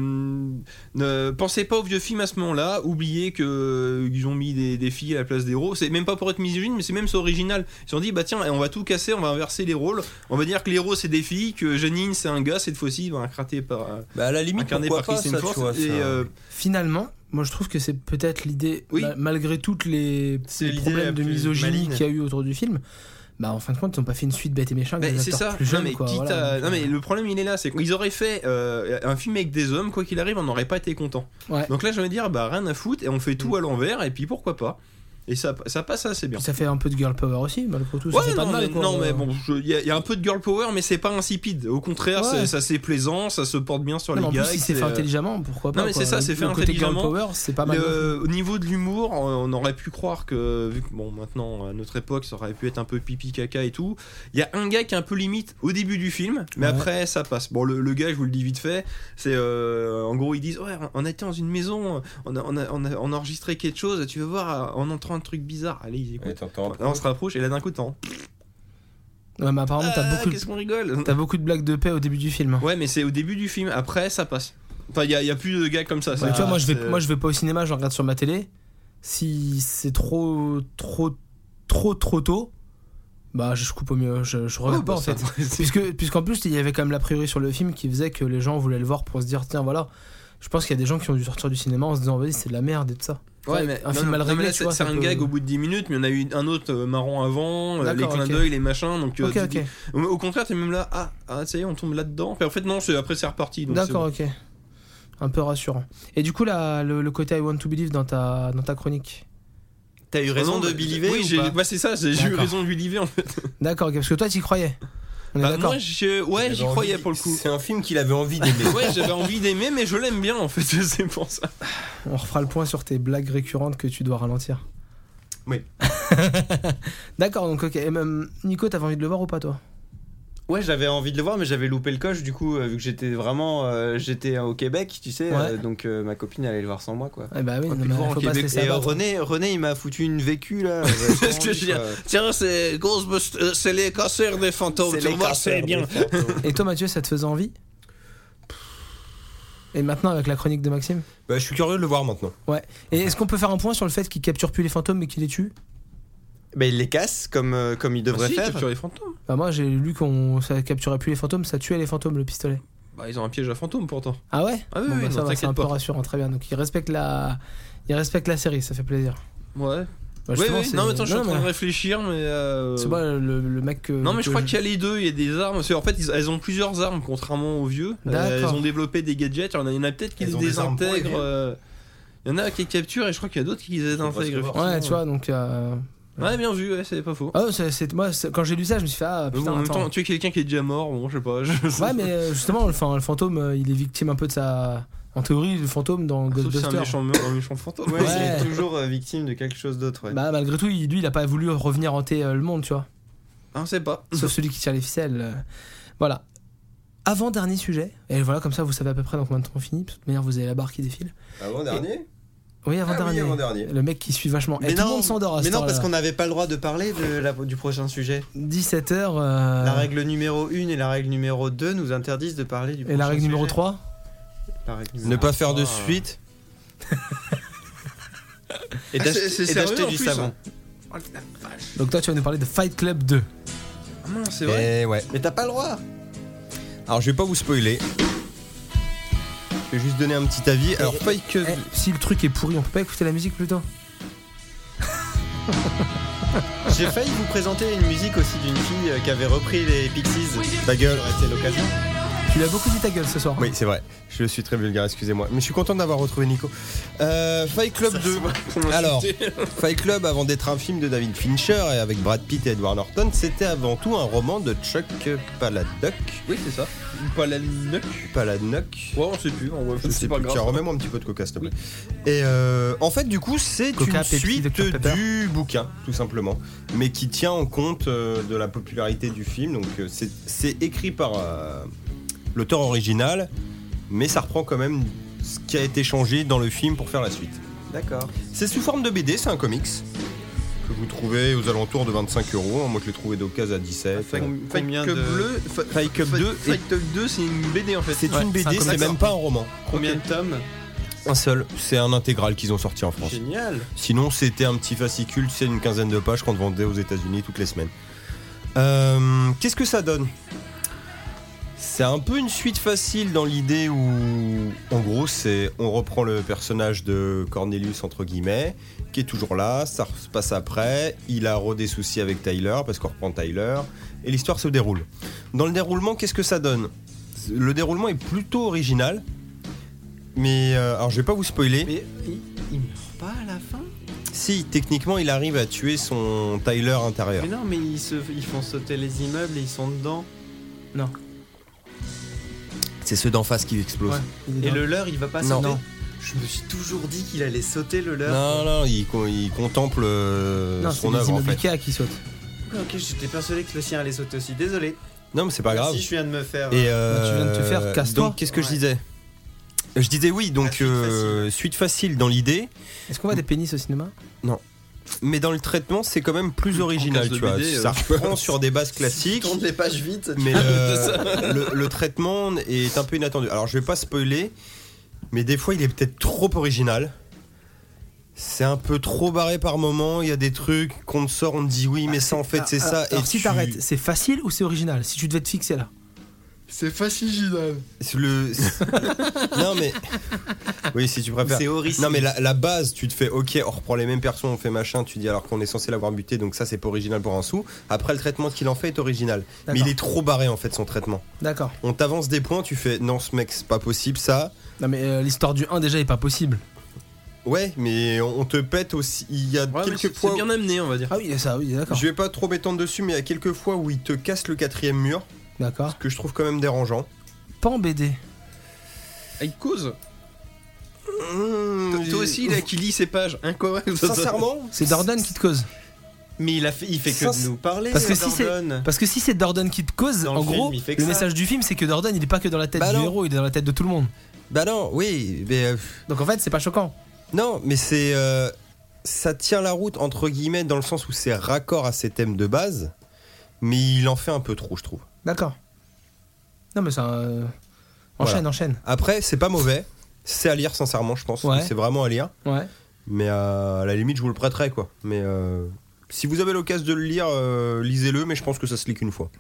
D: ne pensez pas aux vieux films à ce moment-là. Oubliez que euh, ils ont mis des, des filles à la place des héros. C'est même pas pour être misogyne, mais c'est même c'est original. Ils se sont dit, bah tiens, on va tout casser, on va inverser les rôles. On va dire que les héros c'est des filles, que Janine c'est un gars. Cette fois-ci, bah, raté par,
C: Bah, à la limite,
D: incarné
C: pourquoi
D: par
C: pas ça,
D: Christine
C: tu
D: Force.
C: vois,
D: et,
C: ça-
D: euh,
B: Finalement, moi je trouve que c'est peut-être l'idée,
D: Oui.
B: ma- malgré toutes les
E: C'est
B: les
E: l'idée la
B: problèmes de
E: plus
B: misogynie
E: maligne.
B: qu'il y a eu autour du film. Bah en fin de compte, ils ont pas fait une suite bête et méchant
D: Bah,
B: avec des
D: c'est
B: acteurs
D: ça.
B: plus
D: non,
B: jeunes
D: mais
B: quoi.
D: quitte
B: voilà. euh.
D: à- non, mais le problème il est là, c'est qu'ils auraient fait euh, un film avec des hommes, quoi qu'il arrive, on n'aurait pas été content.
B: Ouais.
D: Donc là, j'ai envie de dire, bah rien à foutre et on fait tout à l'envers et puis pourquoi pas. Et ça, ça passe assez bien.
B: Puis ça fait un peu de girl power aussi, malgré tout. ça,
D: Ouais,
B: c'est pas
D: non,
B: de mal,
D: mais,
B: quoi.
D: non, mais bon, il y, a- y a un peu de girl power, mais c'est pas insipide. Au contraire,
B: Ouais.
D: c'est- ça c'est plaisant, ça se porte bien sur
B: Non, mais en
D: les gars.
B: plus, si c'est
D: c'est,
B: fait
D: euh,
B: intelligemment, pourquoi pas
D: mais
B: quoi.
D: c'est ça, c'est
B: Le
D: fait
B: côté girl
D: intelligemment.
B: power, c'est pas mal.
D: le- au niveau de l'humour, on on aurait pu croire que, vu que bon, maintenant, à notre époque, ça aurait pu être un peu pipi caca et tout. Il y a un gars qui est un peu limite au début du film, mais
B: Ouais.
D: après, ça passe. Bon, le, le gars, je vous le dis vite fait, c'est euh, en gros, ils disent Ouais, on était dans une maison, on a, on a- on a- on a enregistré quelque chose, tu vas voir, on entend un truc bizarre. Allez, ils
C: Ouais,
D: écoutent.
C: t'entends.
D: Là, on se rapproche et là, d'un coup, t'entends.
B: Ouais, mais apparemment, t'as
D: Ah,
B: beaucoup, de-
D: Qu'est-ce qu'on rigole
B: t'as beaucoup de blagues de paix au début du film. hein.
D: Ouais, mais c'est au début du film. Après, ça passe. Enfin, il y, a- il y a plus de gars comme ça.
B: Mais
D: c'est-
B: tu vois, moi je,
D: c'est-
B: vais, moi je vais pas au cinéma, je regarde sur ma télé. Si c'est trop, trop, trop, trop tôt, bah je coupe au mieux, je, je regarde
D: Oh,
B: pas
D: bah,
B: en
D: ça,
B: fait. Puisque, puisqu'en plus, il y avait quand même l'a priori sur le film qui faisait que les gens voulaient le voir pour se dire tiens, voilà. Je pense qu'il y a des gens qui ont dû sortir du cinéma en se disant vas-y, c'est de la merde et tout ça.
D: Ouais, mais
B: un
D: non,
B: film
D: non,
B: mal
D: non,
B: réglé,
D: mais là,
B: tu
D: c'est-
B: vois,
D: C'est
B: ça
D: un
B: peut-
D: gag au bout de 10 minutes, mais il y en a eu un autre euh, marrant avant, euh, les
B: D'accord,
D: clins
B: ok.
D: d'œil, les machins. Donc, euh,
B: ok,
D: tu
B: ok.
D: dis- Au au contraire, t'es même là, ah, ah, ça y est, on tombe là-dedans. Et en fait, non, c'est- après, c'est reparti. donc c'est
B: D'accord, ok. Un peu rassurant. Et du coup, là, le, le côté I want to believe dans ta, dans ta chronique.
E: T'as eu
D: bon.
E: raison
D: Non,
E: de
D: mais-
E: biliver
D: Oui,
E: ou
D: j'ai-
E: pas
D: bah, c'est ça, j'ai j'ai eu
B: D'accord.
D: raison de biliver en fait.
B: D'accord, ok, parce que toi, t'y croyais. On est
D: Bah,
B: d'accord.
D: moi, je- ouais, j'y
C: J'avais
D: croyais
C: envie-
D: pour le coup.
C: C'est un film qu'il avait envie d'aimer.
D: Ouais, j'avais envie d'aimer, mais je l'aime bien en fait, c'est pour ça.
B: On refera le point sur tes blagues récurrentes que tu dois ralentir.
C: Oui.
B: D'accord, donc ok. Et même, Nico, t'avais envie de le voir ou pas toi
E: Ouais, j'avais envie de le voir, mais j'avais loupé le coche du coup, euh, vu que j'étais vraiment. euh, j'étais au Québec, tu sais,
B: Ouais.
E: euh, donc euh, ma copine allait le voir sans moi quoi.
B: Eh bah oui, non,
D: pu le
B: mais
D: voir
B: faut
D: en
B: pas se
D: Québec
B: laisser
E: Et euh,
B: abattre. hein.
E: René, René, il m'a foutu une vécue là. euh,
D: C'est ce que je veux dire. Tiens, c'est Ghostbusters, c'est les casseurs des fantômes,
E: C'est tu les vois, casseurs c'est bien.
B: Et toi, Mathieu, ça te faisait envie Et maintenant, avec la chronique de Maxime
C: Bah, je suis curieux de le voir maintenant.
B: Et est-ce qu'on peut faire un point sur le fait qu'il capture plus les fantômes mais qu'il les tue
E: Bah, il les casse comme, euh, comme
D: Bah,
E: il devrait faire.
D: sur les fantômes.
B: Bah moi, j'ai lu qu'on ça capturait plus les fantômes, ça tuait les fantômes le pistolet.
D: Bah, ils ont un piège à fantômes pourtant.
B: Ah ouais
D: Ah oui,
B: Bon,
D: oui,
B: bah, ça va,
D: non,
B: c'est un
D: t'inquiète
B: peu
D: pas.
B: rassurant, très bien. Donc il respecte la, il respecte la série, ça fait plaisir.
D: Ouais.
B: Bah,
D: oui,
B: justement,
D: oui.
B: c'est-
D: Non, mais attends, je suis en
B: non,
D: train
B: mais-
D: de réfléchir, mais. euh,
B: C'est pas le, le mec que.
D: Non mais je
B: que
D: crois qu'il y a les deux, il y a des armes. C'est- En fait, ils- elles ont plusieurs armes, contrairement aux vieux. Euh,
B: D'accord.
D: Elles ont développé des gadgets. Il y en a, il y en a peut-être qui
C: Elles
D: les
C: ont des armes pour les
D: désintègrent.
C: vieux.
D: euh, Il y en a qui les capturent et je crois qu'il y a d'autres qui les désintègrent.
B: Ouais, tu vois, donc. euh,
D: Ouais, bien vu, ouais, c'est pas faux.
B: Ah, c'est- c'est- moi, c'est- quand j'ai lu ça, je me suis fait ah
D: Mais
B: putain.
D: bon, en même
B: attends.
D: temps, tu es quelqu'un qui est déjà mort, bon, je sais pas. je-
B: Ouais, mais euh, justement, le, fan- le fantôme, euh, il est victime un peu de sa. En théorie, le fantôme dans
D: Ah, Sauf si c'est un
B: Ghostbusters.
D: méchant, un méchant fantôme.
E: Ouais,
B: Ouais.
E: c'est toujours euh, victime de quelque chose d'autre. ouais.
B: Bah, malgré tout, il- lui, il a pas voulu revenir hanter euh, le monde, tu vois.
D: On sait pas.
B: Sauf celui qui tire les ficelles. euh. Voilà. Avant dernier sujet, et voilà, comme ça, vous savez à peu près dans combien de temps on finit. De toute manière, vous avez la barre qui défile.
C: Avant-dernier Ah
B: Oui, avant dernier.
C: avant-dernier.
B: le mec qui suit vachement. et tout le monde s'endort à
E: mais
B: cette
E: non, parce
B: heure-là.
E: qu'on n'avait pas le droit de parler de la- du prochain sujet.
B: 17h. euh,
E: La règle numéro 1 et la règle numéro 2 nous interdisent de parler du
B: Et
E: prochain
B: la règle numéro
E: sujet.
B: 3
E: La règle
C: Ne
E: numéro-
C: pas faire de
D: Ah.
C: suite.
E: Et
D: Ah,
E: d'acheter
D: c'est- c'est
E: et
D: sérieux,
E: d'acheter
D: en
E: du
D: plus,
E: savon.
D: hein. Oh, la vache.
B: Donc toi tu vas nous parler de Fight Club 2.
D: Ah, mince, c'est vrai.
C: Et ouais.
E: Mais t'as pas le droit
C: Alors, je vais pas vous spoiler. Je vais juste donner un petit avis.
E: euh,
C: Alors, pas que.
B: Eh, si le truc est pourri, on peut pas écouter la musique plutôt
E: J'ai failli vous présenter une musique aussi d'une fille euh, qui avait repris les Pixies.
C: Ta gueule.
E: C'est l'occasion.
B: Tu l'as beaucoup dit ta gueule ce soir.
C: Oui, c'est vrai. Je suis très vulgaire, excusez-moi. Mais je suis content d'avoir retrouvé Nico. Euh, Fight Club 2. Alors, Fight Club, avant d'être un film de David Fincher et avec Brad Pitt et Edward Norton, c'était avant tout un roman de Chuck Palahniuk.
D: Oui, c'est ça. Pas la nuque.
C: Palahniuk.
D: Ouais, on sait plus. en vrai,
C: Je sais
D: pas
C: plus.
D: grave.
C: Tiens, remets-moi un petit peu de coca, s'il te plaît. Et euh, en fait, du coup, c'est
B: Coca,
C: une
B: Pepsi,
C: suite
B: Dr Pepper.
C: du bouquin, tout simplement, mais qui tient en compte euh, de la popularité du film. Donc, euh, c'est- c'est écrit par euh, l'auteur original, mais ça reprend quand même ce qui a été changé dans le film pour faire la suite.
E: D'accord.
C: C'est sous forme de BD, c'est un comics que vous trouvez aux alentours de 25 euros. Moi, je l'ai trouvé d'occasion à 17.
D: Fight
E: Com-
D: Fight
E: combien
D: Club
E: de-
D: Bleu, Fa-
C: Fight Club
D: Fight-
C: 2 est-
D: Fight Club 2, c'est une BD en fait.
C: C'est
B: Ouais,
C: une
B: c'est un
C: BD, c'est
B: comics.
C: même pas un roman.
E: Combien de tomes
C: Un seul. C'est un intégral qu'ils ont sorti en France.
E: Génial.
C: Sinon, c'était un petit fascicule, c'est une quinzaine de pages qu'on te vendait aux États-Unis toutes les semaines. Euh, Qu'est-ce que ça donne C'est un peu une suite facile dans l'idée où, en gros, c'est on reprend le personnage de Cornelius entre guillemets, qui est toujours là. Ça se passe après. Il a re des soucis avec Tyler parce qu'on reprend Tyler et l'histoire se déroule. Dans le déroulement, qu'est-ce que ça donne Le déroulement est plutôt original, mais euh, alors je vais pas vous spoiler.
E: Mais il, il meurt pas à la fin
C: Si, techniquement, il arrive à tuer son Tyler intérieur.
E: Mais non, mais ils, se, ils font sauter les immeubles et ils sont dedans.
C: C'est ceux d'en face qui explosent.
B: Il est
E: Et
B: dans-
E: le leur, il va pas
C: Non.
E: sauter.
C: Non.
E: Je me suis toujours dit qu'il allait sauter le leur.
C: Non, non, il, co- il contemple euh,
B: Non, c'est
C: son
B: les
C: œuvre en fait.
B: Immobilica qui saute.
E: Ah, Ok, j'étais persuadé que le sien allait sauter aussi. Désolé.
C: Non, mais c'est
B: Bah,
C: pas grave.
E: Si je viens de me faire.
C: Et euh,
B: tu viens de te faire, casse-toi.
C: Donc, qu'est-ce que je
E: Ouais.
C: disais Je disais oui,
E: La
C: donc
E: suite
C: euh, suite facile dans l'idée,
B: Est-ce qu'on voit des pénis au cinéma
C: mais dans le traitement, c'est quand même plus original,
D: case de
C: tu vois.
D: BD, euh,
C: Ça reprend sur des bases classiques.
E: Tourne les pages vite.
C: mais le, le- le traitement est un peu inattendu. Alors je vais pas spoiler, mais des fois il est peut-être trop original. C'est un peu trop barré par moment. Il y a des trucs qu'on te sort, on te dit oui, mais ça en fait Ah, c'est ça.
B: Ah, Alors, si
C: tu-
B: t'arrêtes, c'est facile ou c'est original Si tu devais te fixer là.
H: C'est fasciginal.
C: C'est Le... non mais. Oui, si tu préfères.
E: C'est horrible.
C: Non mais la, la base, tu te fais ok, on reprend les mêmes persos, on fait machin, tu dis alors qu'on est censé l'avoir buté, donc ça c'est pas original pour un sou. Après le traitement qu'il en fait est original. Mais
B: D'accord.
C: il est trop barré en fait son traitement.
B: D'accord.
C: On t'avance des points, tu fais non ce mec c'est pas possible ça.
B: Non mais euh, l'histoire du 1 déjà est pas possible.
C: Ouais mais on, on te pète aussi. Il y a
D: Ouais, mais
C: quelques
D: c'est
C: fois.
D: c'est bien amené, on va dire.
B: Ah oui, ça, oui, d'accord.
C: Je vais pas trop m'étendre dessus, mais il y a quelques fois où il te casse le quatrième mur,
B: D'accord.
C: que je trouve quand même dérangeant.
B: Pas en BD.
D: Ah, Il cause.
C: Mmh,
D: Toi aussi, là, qui lit ses pages incorrectes.
C: Sincèrement,
B: C'est Dordan qui te cause.
D: euh,
E: Mais il, a fait, il fait que
C: Ça,
E: de
C: c'est-
E: nous parler. euh,
B: Parce que si c'est-
E: Gordon.
B: Parce que si c'est Dordan qui te cause,
E: Dans le
B: en
E: film,
B: gros,
E: il fait que
B: le
E: ça.
B: message du film c'est que Dordan il est pas que dans la tête
C: Bah
B: du
C: non.
B: héros, il est dans la tête de tout le monde.
C: Bah non, oui, mais euh,
B: Donc en fait, c'est pas choquant.
C: non, mais c'est euh, ça tient la route entre guillemets dans le sens où c'est raccord à ses thèmes de base, mais il en fait un peu trop, je trouve.
B: D'accord. Non mais ça euh, enchaîne,
C: Voilà.
B: enchaîne.
C: Après, c'est pas mauvais, c'est à lire sincèrement, je pense,
B: Ouais.
C: c'est vraiment à lire,
B: Ouais.
C: mais euh, à la limite, je vous le prêterai quoi. Mais euh, si vous avez l'occasion de le lire, euh, lisez-le, mais je pense que ça se lit qu'une fois.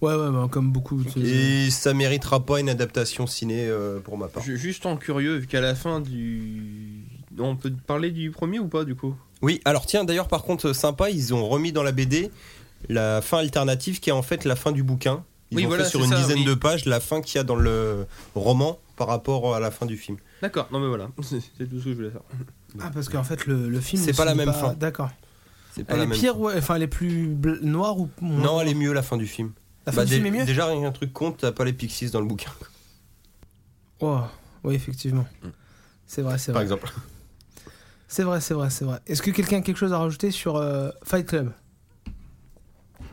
B: Ouais, ouais, bah, comme beaucoup. de-
C: Et ça méritera pas une adaptation ciné euh, pour ma part.
D: Ju- Juste en curieux, vu qu'à la fin du. On peut parler du premier ou pas du coup
C: Oui, alors tiens, d'ailleurs, par contre, sympa, ils ont remis dans la BD la fin alternative qui est en fait la fin du bouquin. Ils
D: Oui,
C: ont
D: voilà,
C: fait sur
D: c'est
C: une
D: ça,
C: dizaine
D: oui.
C: de pages la fin qu'il y a dans le roman par rapport à la fin du film.
D: D'accord, non mais voilà, c'est c'est tout ce que je voulais faire.
B: Ah parce qu'en fait le, le film
C: C'est
B: ne
C: pas la
B: se dit
C: même fin.
B: D'accord.
C: C'est pas
B: Elle
C: la
B: est
C: même
B: pire
C: fin.
B: ou enfin elle est plus bl- noire ou moins
C: Non, elle est mieux la fin du film.
B: La fin
C: Bah,
B: du
C: dé-
B: film est mieux.
C: Déjà, rien qu'un truc compte, t'as pas les pixies dans le bouquin,
B: Oh, oui effectivement.
C: Mm.
B: C'est vrai, c'est
C: par
B: vrai.
C: exemple.
B: C'est vrai, c'est vrai, c'est vrai. Est-ce que quelqu'un a quelque chose à rajouter sur euh, Fight Club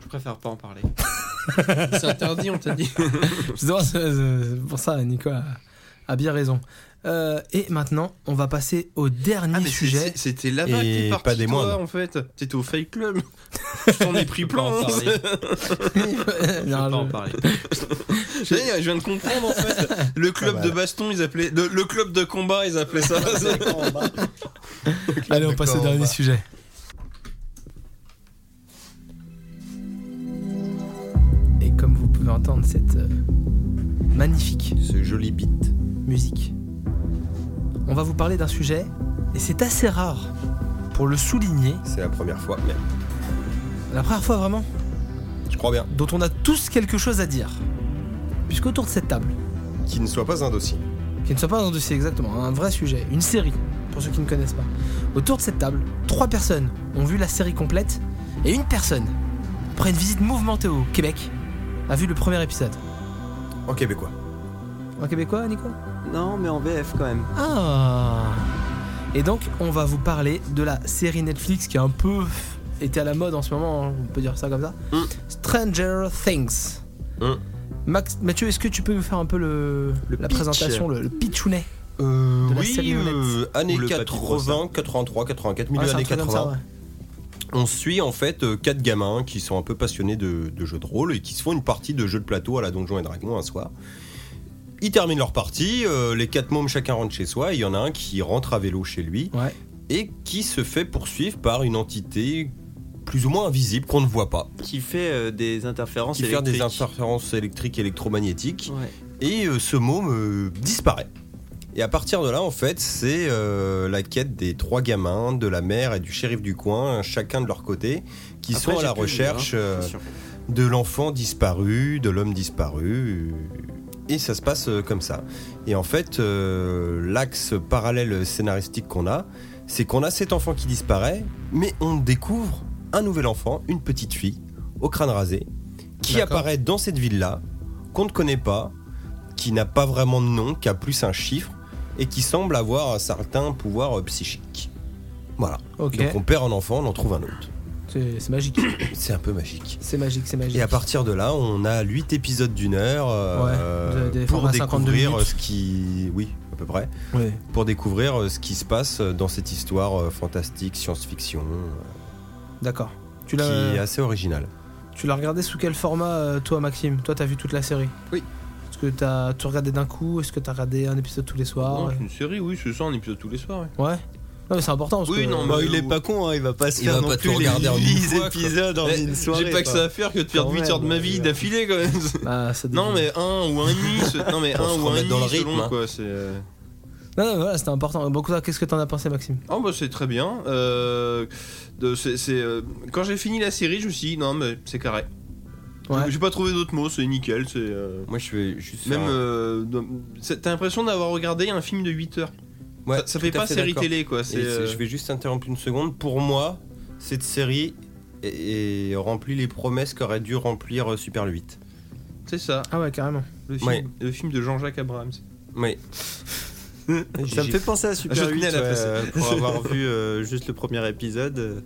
D: Je préfère pas en parler. c'est interdit, on t'a dit.
B: C'est drôle, c'est- c'est- c'est pour ça, Nicolas a bien raison. Euh, et maintenant, on va passer au dernier
D: Ah mais
B: sujet.
D: c'est- c'était
C: Et
D: là-bas que t'es
C: pas
D: parti,
C: des
D: toi,
C: moindres.
D: en fait. T'étais au fake club. je t'en ai pris plein. hein. Je peux
B: Non,
D: pas en
B: je-
D: parler. Ça y est, je viens de comprendre en fait. Le club
C: Ah bah.
D: de baston, ils appelaient. Le, le club de combat, ils appelaient ça.
B: Allez, on passe au
C: D'accord,
B: dernier
C: bah.
B: sujet. Et comme vous pouvez entendre cette euh, magnifique
C: Ce joli beat.
B: musique, on va vous parler d'un sujet, et c'est assez rare pour le souligner,
C: C'est la première fois, mais
B: la première fois vraiment,
C: je crois bien.
B: dont on a tous quelque chose à dire. Puisqu'autour de cette table,
C: Qu'il ne soit pas un dossier.
B: qui ne soit pas un dossier exactement, un vrai sujet, une série, pour ceux qui ne connaissent pas. Autour de cette table, trois personnes ont vu la série complète et une personne, après une visite mouvementée au Québec, a vu le premier épisode.
C: En québécois.
B: Un Québécois, Nico
E: Non, mais en VF quand même.
B: Ah Et donc, on va vous parler de la série Netflix qui a un peu été à la mode en ce moment, hein, on peut dire ça comme ça.
C: Mm.
B: Stranger Things.
C: Mm.
B: Max, Mathieu, est-ce que tu peux nous faire un peu le,
E: Le
B: la
E: pitch.
B: présentation, le, le pitchounet
C: Euh,
B: De la série
C: oui, euh, années
E: Ou le papy
C: 80, 83, 84, milieu
B: Ouais, Ah, c'est un
C: années
B: truc comme ça,
C: 80.
B: ouais.
C: On suit en fait euh, quatre gamins qui sont un peu passionnés de, de jeux de rôle et qui se font une partie de jeux de plateau à la Donjon et Dragon un soir. Ils terminent leur partie, euh, les quatre mômes chacun rentre chez soi, et il y en a un qui rentre à vélo chez lui
B: Ouais.
C: et qui se fait poursuivre par une entité plus ou moins invisible qu'on ne voit pas,
E: Qui fait euh, des interférences
C: qui fait des
E: électriques.
C: interférences électriques et électromagnétiques
E: Ouais.
C: et euh, ce môme euh, disparaît. Et à partir de là, en fait, c'est euh, la quête des trois gamins, de la mère et du shérif du coin, chacun de leur côté, qui
E: Après,
C: sont à
E: j'ai
C: la
E: plus le livre, hein,
C: recherche euh,
E: c'est sûr.
C: de l'enfant disparu, de l'homme disparu. euh, Et ça se passe euh, comme ça. Et en fait, euh, l'axe parallèle scénaristique qu'on a, c'est qu'on a cet enfant qui disparaît, mais on découvre un nouvel enfant, une petite fille, au crâne rasé, qui
B: D'accord.
C: apparaît dans cette ville-là, qu'on ne connaît pas, qui n'a pas vraiment de nom, qui a plus un chiffre, et qui semble avoir un certain pouvoir euh, psychique. Voilà.
B: Ok,
C: Donc on perd un enfant, on en trouve un autre.
B: c'est c'est magique.
C: C'est un peu magique.
B: C'est magique, c'est magique.
C: Et à partir de là, on a 8 épisodes d'une heure euh,
B: Ouais, de- des
C: pour
B: formats 52
C: découvrir euh,
B: minutes.
C: ce qui. Oui, à peu près.
B: Ouais.
C: Pour découvrir euh, ce qui se passe dans cette histoire euh, fantastique, science-fiction, euh,
B: D'accord. Tu
C: qui est
B: l'as euh,
C: assez originale.
B: tu l'as regardé sous quel format, euh, toi, Maxime Toi, t'as vu toute la série
D: Oui.
B: Est-ce que t'as tout regardé d'un coup Est-ce que t'as regardé un épisode tous les soirs
D: Non, c'est une série, oui, c'est ça, un épisode tous les soirs. ouais.
B: Ouais. Non, mais c'est important. Parce
D: Oui,
B: que-
D: non, mais-
E: Bah, il est pas con, hein, il va pas se
C: Il
E: faire
C: va
E: non
C: pas
E: plus
C: tout regarder
E: les
C: en une
E: 10
C: fois, quoi.
E: épisodes en
D: Eh,
E: une soirée.
D: J'ai pas que
E: quoi.
D: ça à faire que de perdre
E: Quand
D: 8
E: même,
D: heures de ma
E: ouais,
D: vie
E: ouais.
D: d'affilée quand même.
B: Bah, ça
D: Non
B: dépend.
D: mais un ou un et demi, c'est- non mais
C: Pour se
D: un ou un et
C: remettre dans
D: demi
C: le rythme,
D: selon
C: hein.
D: quoi. C'est. euh,
B: Non, non, voilà, c'était important. Bon, écoute, qu'est-ce que t'en as pensé, Maxime
D: Oh bah c'est très bien. Euh, de- c'est- c'est, euh, quand j'ai fini la série, je me suis dit non mais c'est carré.
B: Ouais.
D: J'ai pas trouvé d'autres mots, c'est nickel, c'est. euh,
C: Moi, je vais juste.
D: Même,
C: faire un-
D: euh, dans- c'est- t'as l'impression d'avoir regardé un film de 8 heures.
C: Ouais,
D: ça, ça fait
C: tout à
D: pas série
C: d'accord.
D: télé quoi.
C: Et
D: C'est. euh,
C: c'est- Je vais juste interrompre une seconde. Pour moi, cette série est- est- remplit les promesses qu'aurait dû remplir euh, Super 8.
D: C'est ça.
B: Ah ouais, carrément.
D: Le film,
C: Ouais.
D: le film de Jean-Jacques Abrams.
C: Oui.
E: Mmh. Ça me fait penser à Super
D: Je
E: 8
D: tenais à la
E: ouais,
D: passer.
E: euh, pour avoir vu euh, juste le premier épisode. euh,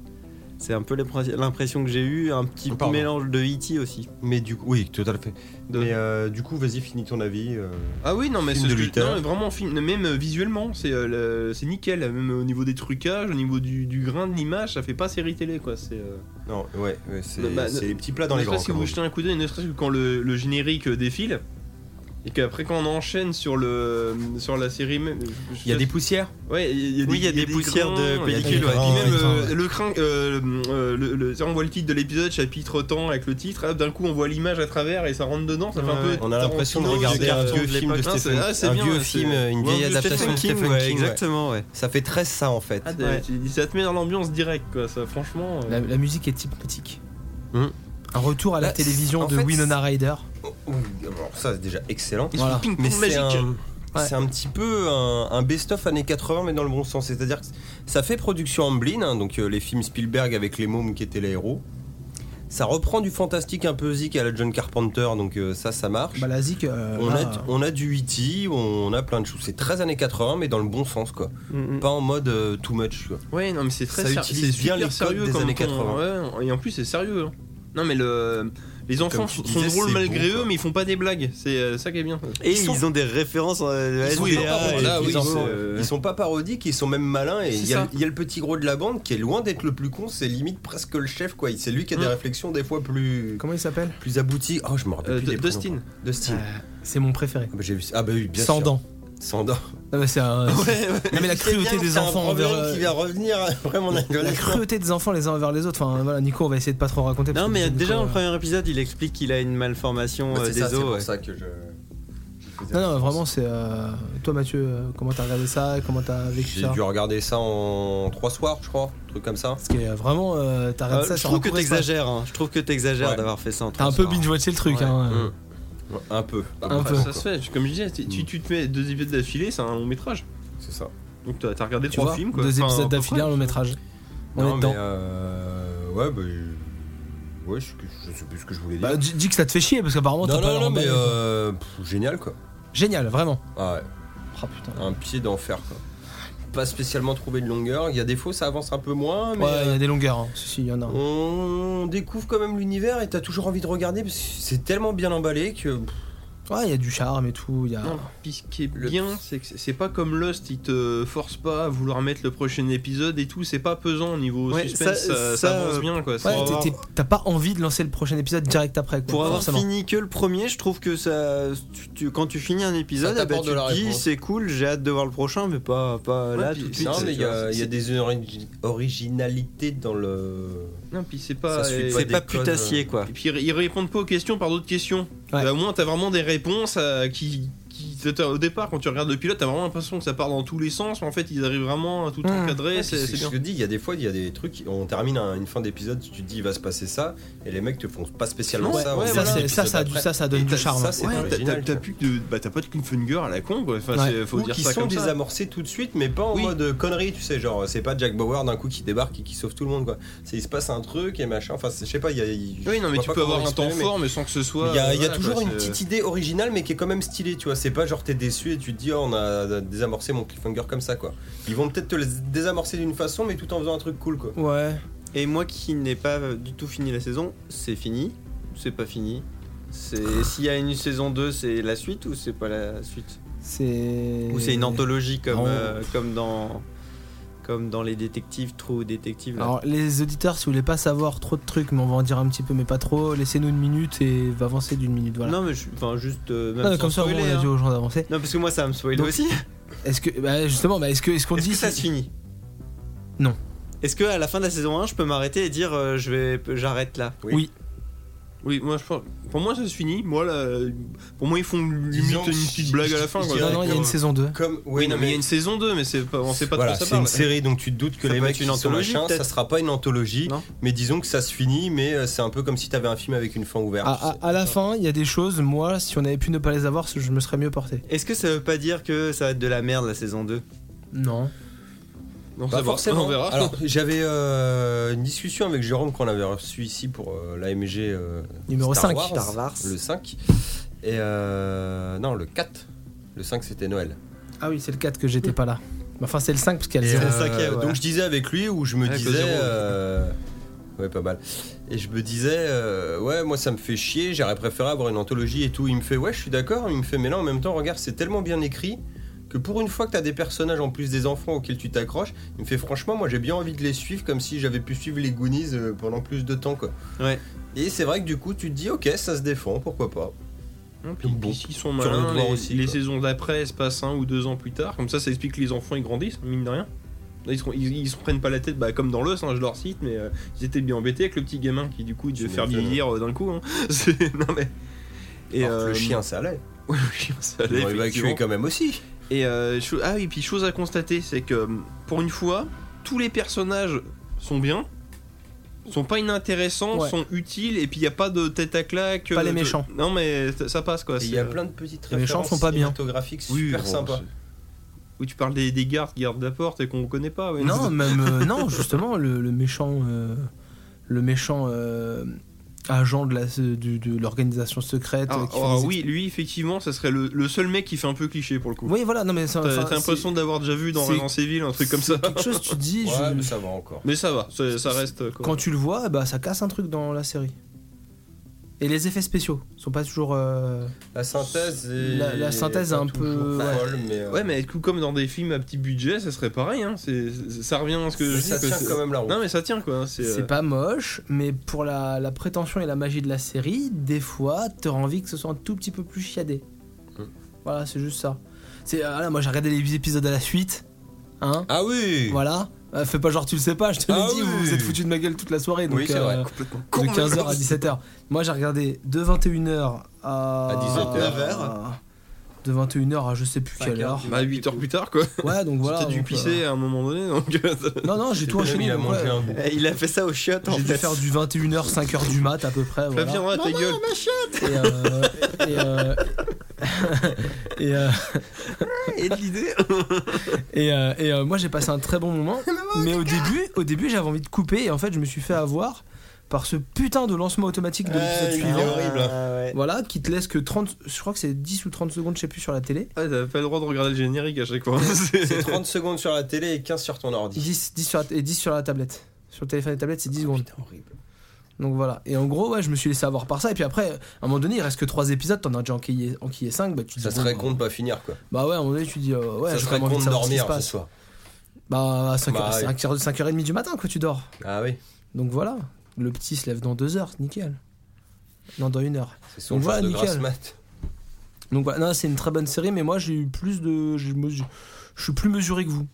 E: C'est un peu l'impres- l'impression que j'ai eu, un petit
C: Oh, Pardon.
E: mélange de E.T. aussi.
C: Mais du coup, oui, tout à fait.
D: De-
C: Mais euh, du coup, vas-y, finis ton avis. euh.
D: Ah oui, non, mais
C: Film
D: c'est
C: de
D: ce que-
C: huit heures.
D: non, mais vraiment film, même euh, visuellement, c'est euh, le- c'est nickel, même au niveau des trucages, au niveau du, du grain de l'image, ça fait pas série télé quoi. C'est euh,
C: Non, ouais, ouais, c'est
D: Bah, bah,
C: c'est
D: ne-
C: les petits plats dans
D: ne
C: les grands.
D: serait-ce que
C: comme on
D: vous
C: dit.
D: jetez un coup d'œil, ne serait-ce que quand le, le générique euh, défile et qu'après quand on enchaîne sur le sur la série même. je-
C: Il y a des poussières
D: ouais, il y a des,
E: Oui, il y a des poussières de
D: grains, il y a des
E: pellicule,
C: ouais.
D: grains, et puis même,
C: Putain,
D: euh, le crin, euh, euh, le- le- ça, on voit le titre de l'épisode, chapitre temps avec le titre. hop, D'un coup, on voit l'image à travers et ça rentre dedans. Ça fait un
E: Ouais,
D: peu.
C: On a l'impression de
D: Tarantino,
C: regarder
D: vieux
C: un
D: cartoon
C: vieux
D: de
C: film de
D: l'époque. Ah,
C: Stephen
D: c'est- ah, c'est
C: un
D: bien,
C: vieux
D: c'est-
C: film, une
D: Ouais,
C: vieille
D: un vieux
C: adaptation de
E: Stephen
C: Stephen
E: ouais,
C: King. ouais.
E: exactement, ouais.
C: Ça fait très ça en fait.
D: Ah, t'as-
E: Ouais.
D: tu- Ça te met dans l'ambiance directe, quoi. Ça, franchement. euh,
B: La, la musique est hypnotique.
D: Hmm.
C: Hum.
B: Un retour à la
C: Bah, c'est-
B: télévision
C: en
B: de
C: fait,
B: Winona Ryder.
C: Oui, alors ça c'est déjà excellent.
D: ils
B: voilà.
D: sont ping-pong
C: Mais c'est
D: magique.
C: un,
B: Ouais.
C: c'est un petit peu un, un best-of années 80 mais dans le bon sens. C'est-à-dire que ça fait production Amblin, hein, donc euh, les films Spielberg avec les mômes qui étaient les héros. Ça reprend du fantastique un peu zik à la John Carpenter, donc euh, ça ça marche.
B: Bah, la zik, euh,
C: on,
B: là,
C: a, on a du E.T., on a plein de choses. C'est très années 80 mais dans le bon sens quoi.
D: Mm,
C: Pas en mode euh, too much. quoi.
D: Ouais, non, mais c'est très
C: Ça
D: ser-
C: utilise
D: c'est
C: bien
D: super
C: les codes
D: sérieux
C: des
D: comme
C: années
D: ton-
C: 80.
D: ouais, et en plus, c'est sérieux. hein. Non, mais le. Les enfants
C: tu
D: sont
C: disais,
D: drôles
C: c'est
D: malgré
C: beau,
D: eux,
C: quoi.
D: mais ils font pas des blagues. C'est euh, ça qui est bien.
E: Et
C: Ils
E: ils,
C: sont-
E: ont des références euh,
C: Ils sont
E: SDA,
C: pas parodiques,
E: et
D: là,
E: puis
D: Bah, oui,
E: ils en
D: c'est-
E: font-
D: euh,
C: Ils sont pas parodiques, ils sont même malins. Et
D: C'est
C: il y, a-
D: ça.
C: il y a le petit gros de la bande qui est loin d'être le plus con, c'est limite presque le chef quoi. C'est lui qui a des
D: Mm.
C: réflexions des fois plus
B: Comment il s'appelle
C: plus abouties. Oh, je me rappelle
D: Euh,
C: plus des
D: D-
C: prénoms.
D: Dustin.
C: Dustin.
B: Euh, C'est mon préféré.
C: Ah bah, j'ai vu ça. Ah bah oui, bien
B: Sans
C: sûr.
B: dents.
C: Sans dents.
B: Ah bah, c'est un- Non, mais la
C: C'est bien
B: cruauté
C: que
B: des
C: c'est un
B: enfants
C: problème
B: envers. euh,
C: qui va revenir vraiment
B: La cruauté des enfants les uns envers les autres. Enfin voilà, Nico, on va essayer de pas trop raconter. parce
E: Non,
B: que
E: mais
B: Nico,
E: déjà dans
B: euh,
E: le premier épisode, il explique qu'il a une malformation euh,
C: C'est ça,
E: des
C: c'est pour
E: os. ouais.
C: ça que je.
B: Non, non, vraiment, c'est. euh, Toi, Mathieu, euh, comment t'as regardé ça et Comment t'as vécu
C: J'ai
B: ça
C: dû regarder ça en trois soirs, je crois, un truc comme ça.
B: Parce que euh, vraiment, euh, t'as regardé
E: Euh,
B: ça
E: je
B: sur
E: trouve
B: un
E: que
B: court espace.
E: t'exagères, hein. je trouve que t'exagères
C: Ouais.
E: d'avoir fait ça en
B: T'as un
E: trois
B: peu
E: heures.
B: binge-watché le truc.
E: Ouais.
B: hein.
C: Mm. Ouais, Un peu.
B: Un peu.
D: Ça se fait, comme je disais, tu,
C: Mm.
D: tu- tu te mets deux épisodes d'affilée, c'est un long métrage.
C: C'est ça.
D: Donc t'as t'as regardé
B: Tu
D: trois
B: vois,
D: films quoi.
B: deux
D: Enfin, à
B: épisodes
D: peu
B: d'affilée,
D: près.
B: un long métrage. On
C: non,
B: est
C: mais
B: dedans.
C: euh, ouais, bah, je- ouais, je, je sais plus ce que je voulais dire.
B: Bah, dis dis que ça te fait chier parce qu'apparemment t'as
C: non,
B: pas l'air
C: non, non, mais
B: emballé, quoi.
C: euh, pff, génial quoi.
B: Génial, vraiment.
C: Ah ouais,
B: Oh putain.
C: un pied d'enfer quoi. Pas spécialement trouvé de longueur. Il y a des fois, ça avance un peu moins, mais
B: Ouais, il y
C: euh,
B: a des longueurs. hein. Si, si, il y en a.
C: on découvre quand même l'univers et t'as toujours envie de regarder parce que c'est tellement bien emballé que pff,
B: Ouais, il y a du charme et tout. Il y a.
D: Non, puis ce qui est bien, c'est que c'est- c'est pas comme Lost, ils te forcent pas à vouloir mettre le prochain épisode et tout, c'est pas pesant au niveau
E: Ouais,
D: suspense,
E: ça-
D: ça, ça
E: ça,
D: avance bien quoi.
B: Ouais,
D: c'est-
B: t'es- t'es- t'as pas envie de lancer le prochain épisode direct après. quoi,
E: Pour avoir
B: forcément.
E: fini que le premier, je trouve que ça, tu- tu- quand tu finis un épisode,
D: ah
C: Ça
D: bah,
E: eh
C: t'apporte
E: ben, tu
C: de la
E: te dis
C: réponse.
E: c'est cool, j'ai hâte de voir le prochain, mais pas, pas là
D: puis-
E: tout de suite.
C: non, mais il y a,
E: tu
C: il y a
E: vois.
C: des origi- originalités dans le.
D: Non, puis c'est pas.
C: Ça suit
D: et-
E: C'est
C: des
E: pas
C: codes,
E: putassier
C: euh,
E: quoi.
D: Et puis ils- ils répondent pas aux questions par d'autres questions.
B: Ouais.
D: Bah, au moins t'as vraiment des réponses à- qui, qui- t'as- au départ quand tu regardes le pilote t'as vraiment l'impression que ça part dans tous les sens mais en fait ils arrivent vraiment à tout
B: Mmh.
D: encadrer.
C: Ouais,
D: c'est
C: puis
D: c'est
C: c'est- je
D: bien.
C: te dis, il y a des fois, il y a des trucs, on termine un- une fin d'épisode, tu te dis, il va se passer ça, et les mecs te font pas spécialement
D: Ouais,
C: ça.
D: ouais,
C: on
B: Ça,
D: voilà,
C: se dit
B: c'est- ça,
C: l'épisode
B: ça, a du-
C: d'après.
B: ça, ça donne
D: Et
B: du
D: t'as-
B: charme.
C: ça, c'est
D: Ouais, t'as- t'as
C: original,
D: t'as
C: quoi.
D: plus que de, bah, t'as pas de cliffhanger à la con quoi. Enfin,
B: Ouais.
D: c'est- faut
C: Ou
D: dire
C: qui
D: ça
C: sont
D: comme ça.
C: désamorcés tout de suite, mais pas en
D: Oui.
C: mode connerie, tu sais, genre c'est pas Jack Bauer d'un coup qui débarque et qui sauve tout le monde quoi. C'est il se passe un truc et machin. Enfin, c'est- je sais pas, il y a. il-
D: Oui,
C: je
D: non, mais
C: vois
D: tu
C: pas
D: peux
C: comment
D: avoir un temps
C: l'exprimer, mais
D: fort, mais sans que ce soit.
C: Il y a, il y a
D: euh, voilà,
C: toujours
D: quoi,
C: une
D: c'est-
C: petite idée originale, mais qui est quand même stylée, tu vois. C'est pas genre t'es déçu et tu te dis, oh, on a désamorcé mon cliffhanger comme ça quoi. Ils vont peut-être te le désamorcer d'une façon, mais tout en faisant un truc cool quoi.
B: Ouais.
E: Et moi qui n'ai pas du tout fini la saison, c'est fini, c'est pas fini.
B: Ah.
E: C'est- S'il y a une saison 2, c'est la suite ou c'est pas la suite
B: C'est.
E: Ou c'est une anthologie comme,
B: Non.
E: euh, comme dans. comme dans les détectives, True Détective. là.
B: Alors, les auditeurs, si vous voulez pas savoir trop de trucs, mais on va en dire un petit peu, mais pas trop, laissez-nous une minute et va avancer d'une minute. Voilà.
E: Non, mais je, enfin, juste. euh, même
B: Non, mais
E: sans
B: comme ça, au moins,
E: spoiler,
B: on a dit
E: hein.
B: aux gens d'avancer.
E: Non, parce que moi, ça me spoil
B: Donc,
E: aussi.
B: Est-ce que, bah, justement, bah, est-ce que, est-ce qu'on
E: Est-ce
B: dit
E: que ça
B: si-
E: se finit
B: Non.
E: Est-ce que à la fin de la saison 1, je peux m'arrêter et dire euh, je vais, j'arrête là
D: Oui, moi je pense. Pour moi, ça se finit. Moi, là, pour moi, ils font limite
C: Disons,
D: une petite blague à la fin.
C: je
D: quoi.
C: dirais
B: Non, non, il y a une saison 2.
C: Comme, ouais,
D: Oui, non, mais il y a une saison 2, mais c'est pas, on sait pas
C: Voilà,
D: de quoi
C: c'est
D: ça
C: une
D: parle.
C: série, donc tu te doutes que
E: Ça
C: les
E: peut
C: mecs
E: être
C: qui
E: une
C: sont
E: anthologie,
C: machins, ça
E: peut-être.
C: sera pas une anthologie,
E: Non.
C: mais disons que ça se finit, mais euh, c'est un peu comme si t'avais un film avec une fin ouverte.
B: À,
C: tu sais.
B: à- à la fin, il y a des choses, moi, si on avait pu ne pas les avoir, je me serais mieux porté.
E: Est-ce que ça veut pas dire que ça va être de la merde la saison 2
B: Oh. Non.
D: Non,
C: Pas
D: ça va,
C: Bah, forcément.
D: On verra.
C: Alors, j'avais euh, une discussion avec Jérôme qu'on avait reçu ici pour euh, l'AMG
B: Numéro 5.
E: Star Wars.
C: le 5. Et euh, non, le 4. Le 5 c'était Noël.
B: Ah oui, c'est le 4 que j'étais pas là. Enfin, c'est le 5 parce qu'il y a
C: Et,
B: le 0.
C: euh,
E: cinquième, ouais.
C: Donc je disais avec lui où je me
D: Avec le
C: disais.
D: zéro, ouais.
C: euh, ouais, pas mal. Et je me disais, euh, ouais, moi ça me fait chier, j'aurais préféré avoir une anthologie et tout. Il me fait, ouais, je suis d'accord. Il me fait, mais là en même temps, regarde, c'est tellement bien écrit que pour une fois que t'as des personnages en plus des enfants auxquels tu t'accroches, il me fait, franchement, moi j'ai bien envie de les suivre comme si j'avais pu suivre les Goonies euh, pendant plus de temps, quoi.
E: Ouais.
C: Et c'est vrai que du coup, tu te dis, ok, ça se défend, pourquoi pas.
D: Hein, puis,
C: Bon.
D: puis s'ils sont
C: Sur le
D: malins,
C: devoir
D: les,
C: aussi,
D: les
C: quoi.
D: saisons d'après se passent un ou deux ans plus tard. Comme ça, ça explique que les enfants ils grandissent, mine de rien. Là, ils, se, ils, ils se prennent pas la tête, bah, comme dans l'os, hein, je leur cite, mais euh, ils étaient bien embêtés avec le petit gamin qui du coup devait
C: Tu
D: faire
C: m'étonnes,
D: vieillir euh, d'un coup. hein. C'est- non mais.
C: Et
D: euh,
C: le chien, ça allait.
D: ouais, le chien,
C: Ils
D: ça allait,
C: l'ont évacué
D: effectivement.
C: quand même aussi.
D: Et euh, cho- ah oui, puis chose à constater, c'est que hum, pour une fois, tous les personnages sont bien, sont pas inintéressants,
B: Ouais.
D: sont utiles, et puis il y a pas de tête à claque.
B: Pas
D: euh,
B: les
D: de-
B: méchants.
D: Non mais ça- ça passe quoi.
C: Et
D: c'est,
C: Il y a
D: euh,
C: plein de petites
B: les méchants
C: références
B: sont pas bien.
C: cinématographiques
D: Oui,
C: super
D: bon,
C: sympas.
D: Oui, tu parles des, des gardes, gardes de la porte et qu'on connaît pas. ouais.
B: Non, même euh, non, justement, le, le méchant, euh, le méchant euh, agent de la du- de l'organisation secrète.
D: Ah,
B: euh, qui fait
D: ah,
B: des-
D: oui, lui, effectivement, ça serait le, le seul mec qui fait un peu cliché pour le coup.
B: Oui, voilà. Non, mais ça-
D: T'as
B: enfin,
D: t'as l'impression d'avoir déjà vu dans
B: c'est-
D: Resident Evil un truc comme
B: c'est
D: ça.
B: Quelque chose, tu te dis.
C: Ouais,
B: je-
C: mais ça va encore.
D: Mais ça va, ça, ça reste. euh, quoi.
B: Quand tu le vois, bah ça casse un truc dans la série. Et les effets spéciaux sont pas toujours. euh,
C: La synthèse est.
B: La- la synthèse
C: pas
B: est un peu-
C: toujours
B: ouais.
C: folle, mais. euh,
D: Ouais, mais coup, comme dans des films à petit budget, ça serait pareil. Hein. c'est- c'est- ça revient à ce que je
C: Ça
D: dis, que
C: tient
D: c'est-
C: quand même la route.
D: Non, mais ça tient quoi. hein, C'est
B: C'est
D: euh,
B: pas moche, mais pour la, la prétention et la magie de la série, des fois, t'auras envie que ce soit un tout petit peu plus chiadé.
D: Hum.
C: Mm.
B: Voilà, c'est juste ça. C'est ah là, moi j'ai regardé les épisodes à la suite, hein.
C: Ah oui
B: Voilà. Euh, fais pas genre tu le sais pas, je te l'ai
C: Ah
B: dit,
C: oui.
B: vous vous êtes foutu de ma gueule toute la soirée. Donc,
C: Oui, c'est vrai.
B: euh,
C: Complètement.
B: de 15h à 17h. Moi j'ai regardé de 21h à,
C: À 17h.
B: 9h. De 21h à je sais plus quelle heure.
D: Bah, 8 heures plus tard quoi.
B: Ouais, donc voilà.
D: T'as dû
B: donc,
D: pisser à un moment donné. Donc...
B: euh, Non, non, j'ai tout
C: Même
B: enchaîné.
C: il a
B: donc,
C: mangé
B: ouais.
C: un bout.
E: Eh, Il a fait ça au chiottes en
B: J'ai dû
E: fait.
B: faire du 21h, 5h du mat à peu près. voilà.
D: Flavien, ah, ta gueule.
B: Et, euh, et, euh, et, euh,
E: Et de l'idée.
B: et, euh, et, euh, moi j'ai passé un très bon moment, mais au début, au début j'avais envie de couper et en fait je me suis fait avoir par ce putain de lancement automatique de l'épisode
C: Ouais, il est
B: suivant.
C: horrible.
E: Ah, ouais.
B: Voilà, qui te laisse que 30, je crois que c'est 10 ou 30 secondes, je sais plus sur la télé.
D: Ah, T'as pas le droit de regarder le générique à chaque fois. C'est-
C: C'est 30 secondes sur la télé et 15 sur ton ordi.
B: 10, 10 sur la, et 10 sur la tablette. Sur le téléphone et tablette, c'est 10 secondes.
C: horrible.
B: Donc voilà. Et en gros, ouais, je me suis laissé avoir par ça. Et puis après, à un moment donné, il reste que 3 épisodes, t'en as déjà enquillé, enquillé 5. Bah, tu te
C: Ça
B: dis,
C: serait
B: bon,
C: con de pas finir quoi.
B: Bah ouais, à un moment donné, tu dis, euh, ouais,
C: ça
B: j'ai
C: serait
B: vraiment envie
C: con
B: de
C: de
B: savoir ce qui se
C: dormir ce
B: passe.
C: soir.
B: Bah, à 5
C: Bah, ouais.
B: 5h30 du matin, quoi, tu dors.
C: Ah oui,
B: Donc voilà. Le petit se lève dans 2 heures, c'est nickel. Non, dans 1 heure.
C: c'est son
B: Donc
C: genre
B: voilà,
C: de
B: nickel.
C: grasse mat.
B: Donc voilà, non, c'est une très bonne série, mais moi, j'ai eu plus de. j'ai mesu- Je suis plus mesuré que vous.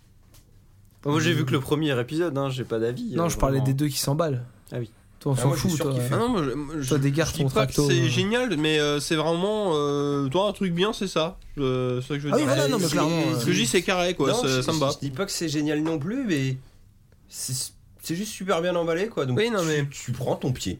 E: Moi j'ai vu que le premier épisode, hein, j'ai pas d'avis.
B: Non,
E: euh,
B: je parlais
E: vraiment.
B: des deux qui s'emballent.
E: Ah oui.
B: Toi, on
C: Ah,
B: s'en
C: moi, je suis
B: fout,
C: sûr
B: toi.
C: qu'il fait-
D: Ah non, moi, je- moi, je,
B: Toi, des gardes
D: je dis
B: ton
D: pas que
B: tracto,
D: C'est
B: euh.
D: génial, mais euh, c'est vraiment. euh, toi, un truc bien, c'est ça. Euh, c'est ça que je veux
B: Ah oui,
D: dire.
B: voilà, non, mais
C: c'est-
B: clairement.
D: Ce que je dis, c'est carré, quoi.
C: Non,
D: ça,
C: je-
D: ça me bat.
C: Je dis pas que c'est génial non plus, mais c'est c'est juste super bien emballé quoi. Donc
D: Oui, non,
C: tu-
D: mais-
C: tu prends ton pied.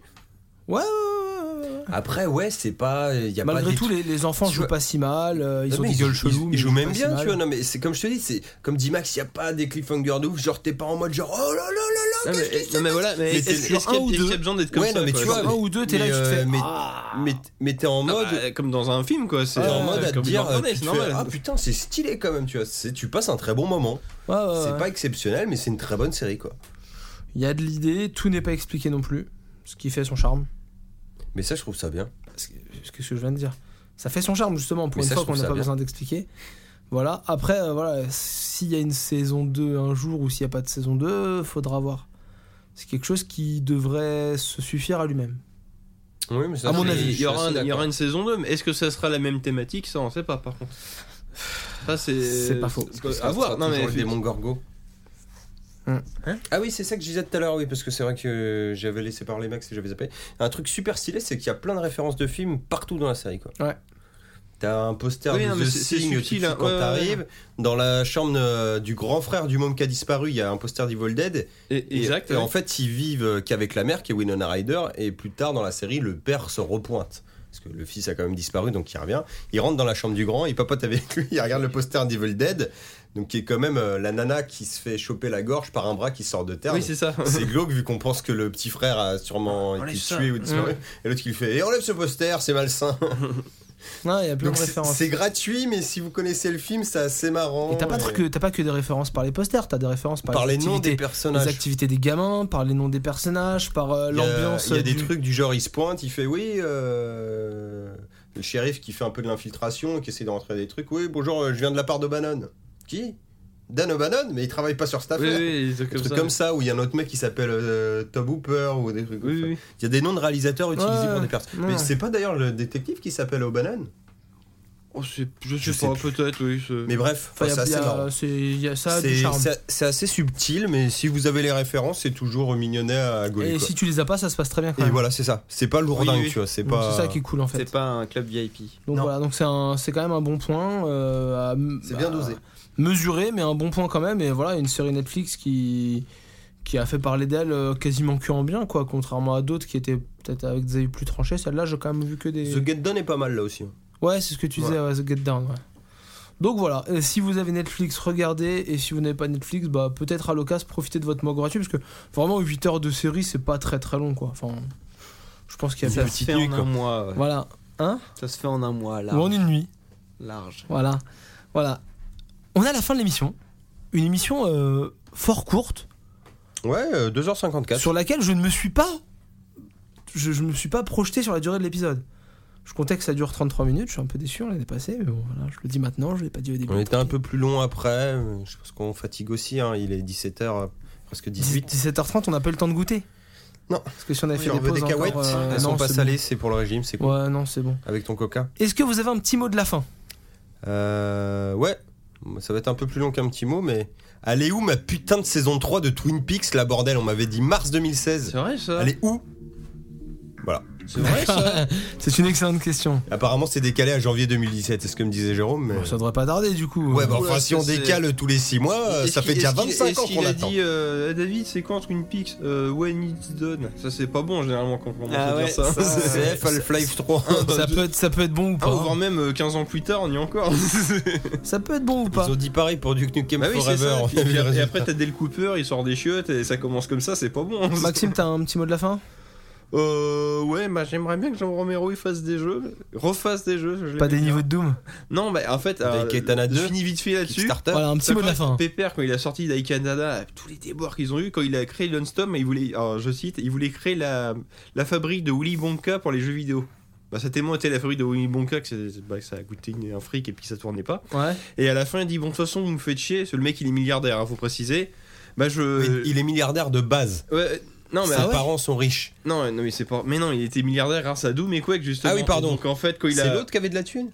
B: Ouais, ouais, ouais, ouais, ouais.
C: Après, ouais, c'est pas. Il y a pas
B: Malgré
C: des
B: tout, les, les enfants
C: Tu
B: jouent
C: vois-
B: pas si mal, euh, ils
C: Non,
B: ont
C: mais
B: des gueules
C: ils-
B: cheloues.
C: Ils,
B: mais
C: jouent même
B: pas si
C: bien,
B: mal.
C: tu vois. Non, mais c'est comme je te dis, c'est comme dit Max, il y a pas des cliffhangers de ouf. Genre, t'es pas en mode genre oh là là là là.
D: Non,
C: qu'est-ce
D: mais,
C: qui se
D: non, mais voilà, mais
C: Mais
D: est-ce
C: c'est sur
D: est-ce qu'il y
B: un
D: a-
B: ou
D: est-ce qu'il y
B: deux.
D: a besoin d'être comme
C: Ouais,
D: ça
C: non, mais
D: quoi.
C: tu vois,
B: Un ou deux, t'es là,
C: mais,
B: tu te
C: euh,
B: fais.
C: mais-
B: ah.
C: Mais, mais t'es en
D: Ah,
C: mode.
D: bah, comme dans un film, quoi. C'est
C: t'es en
D: euh,
C: mode à te
D: comme
C: dire,
D: dans un
C: tu
D: c'est
C: te fais,
D: normal.
C: ah putain, c'est stylé quand même, tu vois. C'est- Tu passes un très bon moment.
B: Ouais, ouais,
C: c'est
B: ouais.
C: pas exceptionnel, mais c'est une très bonne série, quoi.
B: Il y a de l'idée, tout n'est pas expliqué non plus, ce qui fait son charme.
C: Mais ça, je trouve ça bien.
B: Ce que- ce que je viens de dire. Ça fait son charme justement pour
C: Mais
B: une
C: ça,
B: fois
C: je
B: qu'on
C: trouve
B: n'a
C: ça
B: pas
C: bien.
B: besoin d'expliquer. Voilà. Après, euh, voilà, s'il y a une saison 2 un jour ou s'il n'y a pas de saison 2, faudra voir. C'est quelque chose qui devrait se suffire à lui-même.
C: Oui, mais ça,
B: À mon
C: je suis-
B: avis,
C: je
D: Il
C: suis
D: y, aura
C: assez
D: un- il y
C: d'accord.
D: aura une saison 2, mais est-ce que ça sera la même thématique Ça, on sait pas par contre. Ça, c'est.
B: C'est pas faux.
D: c'est- À voir. Non, mais.
C: des Mongorgo.
D: Hein.
B: Hum.
C: ah oui, c'est ça que je disais tout à l'heure, oui, parce que c'est vrai que j'avais laissé parler Max et j'avais zappé. Un truc super stylé, c'est qu'il y a plein de références de films partout dans la série, quoi.
B: Ouais.
C: T'as un poster
D: Oui,
C: de
D: non, mais
C: The
D: c'est- c'est
C: Thing tout de
D: subtil,
C: suite
D: hein.
C: quand
D: Ouais, ouais,
C: t'arrives. Dans la chambre euh, du grand frère du môme qui a disparu, il y a un poster d'Evil Dead.
D: Et-
C: Et-
D: Exact.
C: Et,
D: ouais.
C: en fait, ils vivent euh, qu'avec la mère, qui est Winona Ryder, et plus tard dans la série, le père se repointe. Parce que le fils a quand même disparu, donc il revient. Il rentre dans la chambre du grand, il papote avec lui, il regarde le poster d'Evil Dead, donc qui est quand même euh, la nana qui se fait choper la gorge par un bras qui sort de terre.
D: Oui,
C: Donc,
D: c'est ça.
C: c'est glauque vu qu'on pense que le petit frère a sûrement
D: Enlève
C: été
D: ça.
C: tué ou disparu. Et l'autre qui lui fait eh, Enlève ce poster, c'est malsain.
B: Non, il y a plein
C: Donc
B: de
C: c'est-
B: références.
C: c'est gratuit, mais si vous connaissez le film, c'est assez marrant.
B: Et t'as pas,
C: Et-
B: que- t'as pas que des références par les posters, t'as des références par,
C: par les noms
B: activités,
C: des
B: les
C: personnages.
B: activités des gamins, par les noms des personnages, par euh,
C: Il y a-
B: l'ambiance.
C: Il y a des
B: du-
C: trucs du genre, il se pointe, il fait oui. euh, le shérif qui fait un peu de l'infiltration, qui essaie de rentrer des trucs. Oui, bonjour, euh, je viens de la part d'O'Bannon. Qui Dan O'Bannon Mais il travaille pas sur cette
D: Oui,
C: affaire.
D: oui, des trucs
C: Des
D: comme
C: trucs
D: ça.
C: comme ça, où il y a un autre mec qui s'appelle euh, Tom Hooper ou des trucs comme
D: Oui,
C: ça.
D: oui.
C: Il y a des noms de réalisateurs utilisés
B: Ouais,
C: pour des personnes.
B: ouais.
C: Mais c'est pas d'ailleurs le détective qui s'appelle O'Bannon
D: Oh, c'est- je
C: Je
D: sais
C: sais
D: pas,
C: plus.
D: peut-être, oui. c'est-
C: Mais bref,
B: Enfin,
C: enfin,
B: il y a-
C: c'est
B: il y
C: assez
B: a-
C: marrant.
B: c'est- il y a ça a du
C: C'est
B: charme.
C: c'est- c'est assez subtil, mais si vous avez les références, c'est toujours mignonnet à gauler.
B: Et
C: quoi.
B: si tu les as pas, ça se passe très bien quand
C: Et
B: même.
C: voilà, c'est ça. C'est pas lourdingue,
D: Oui, oui.
C: tu vois. C'est
B: Donc,
C: pas.
B: C'est ça qui est cool en fait.
E: C'est pas un club VIP.
B: Donc
C: Non.
B: voilà, donc c'est un- c'est quand même un bon point. euh, à m-
C: C'est bien
B: à
C: dosé.
B: Mesuré, mais un bon point quand même. Et voilà, une série Netflix qui, qui a fait parler d'elle euh, quasiment que en bien, quoi. Contrairement à d'autres qui étaient peut-être avec des avis plus tranchés. Celle-là, j'ai quand même vu que des.
C: The Get Done est pas mal là aussi.
B: Ouais, c'est ce que tu disais, ouais, The Get Down. ouais. Donc voilà, euh, si vous avez Netflix, regardez. Et si vous n'avez pas Netflix, bah, peut-être à l'occasion, profitez de votre mois gratuit. Parce que vraiment, 8 heures de série, c'est pas très très long, quoi. Enfin, je pense qu'il y a.
E: Ça se fait en
C: nuit, quoi.
E: un mois. ouais.
B: Voilà. Hein
E: Ça se fait en un mois,
B: Ou en
E: large.
B: une nuit.
E: large.
B: Voilà. Voilà. On est à la fin de l'émission. Une émission euh, fort courte
C: Ouais, euh, 2h54.
B: sur laquelle je ne me suis pas je, je me suis pas projeté sur la durée de l'épisode. Je comptais que ça dure 33 minutes, je suis un peu déçu, on l'a dépassé, mais bon voilà, je le dis maintenant, je l'ai pas dit au début.
C: On était un peu plus long après. euh, Je pense qu'on fatigue aussi. hein, Il est 17h, presque 18.
B: 17h30, on n'a pas eu le temps de goûter.
C: Non.
B: Parce que si on avait fait
C: Tu en
B: des
C: veux
B: pauses
C: des
B: encore,
C: cacahuètes
B: euh,
C: Elles sont
B: non,
C: pas
B: c'est
C: salées, c'est pour le régime, c'est
B: bon.
C: cool.
B: Ouais, non, c'est bon.
C: Avec ton coca.
B: Est-ce que vous avez un petit mot de la fin
C: Euh, ouais. Ça va être un peu plus long qu'un petit mot, mais. Elle est où ma putain de saison 3 de Twin Peaks, la bordel On m'avait dit mars 2016.
D: C'est vrai, ça.
C: Elle est où
D: C'est vrai, ça.
B: C'est une excellente question.
C: Apparemment, c'est décalé à janvier 2017, c'est ce que me disait Jérôme. mais-
B: Bon, ça devrait pas tarder du coup.
C: Ouais, bah
D: Oula,
C: enfin, si on
D: c'est-
C: décale tous les 6 mois, euh,
D: Est-ce
C: ça
D: qu'il-
C: fait déjà
D: est-ce qu'il-
C: 25 ans
D: est-ce
C: qu'on
D: qu'il a
C: attend.
D: dit euh, David, c'est quand Twin Peaks euh, When it's done. Ça, c'est pas bon généralement quand on commence
E: Ah
D: à
E: ouais,
D: dire ça.
E: ça-
C: CF Half Life 3.
B: ça peut être ça peut être bon ou
D: Ah,
B: pas.
D: ou voire même euh, 15 ans plus tard, on y est encore.
B: Ça peut être bon ou pas.
C: Ils ont dit pareil pour Duke Nukem
D: Bah oui, c'est
C: Forever.
D: ça.
C: on
D: Et, puis-
C: a vu
D: et
C: le résultat.
D: après, t'as Dale Cooper, il sort des chiottes et ça commence comme ça, c'est pas bon.
B: Maxime, t'as un petit mot de la fin
D: Euh, ouais, bah j'aimerais bien que Jean Romero il fasse des jeux, refasse des jeux. je l'ai
B: Pas
D: mis
B: des
D: bien.
B: niveaux de Doom.
D: Non, bah en fait, euh,
C: Katana
D: je
C: 2,
D: finis vite fait là-dessus.
C: Kickstarter.
B: Voilà, un petit mot de la
D: D'accord,
B: fin.
D: Pépère, quand il a sorti Dai Canada, tous les déboires qu'ils ont eu, quand il a créé Lunstom, il voulait, alors, je cite, il voulait créer la, la fabrique de Willy Wonka pour les jeux vidéo. Bah, ça a tellement été la fabrique de Willy Wonka que, c'est- bah, que ça a coûté une- un fric et puis ça tournait pas.
B: Ouais.
D: Et à la fin, il dit Bon, de toute façon, vous me faites chier. Parce que le mec, il est milliardaire, hein, faut préciser. Bah,
C: Mais
D: je.
C: Il est milliardaire de base.
D: Ouais, non, mais,
C: Ses parents sont riches.
D: non, non, mais c'est pas. Mais non, il était milliardaire grâce à Doom et Quake, justement.
C: Ah oui, pardon.
D: Donc en fait, quand il
C: C'est
D: a.
C: l'autre qui avait de la thune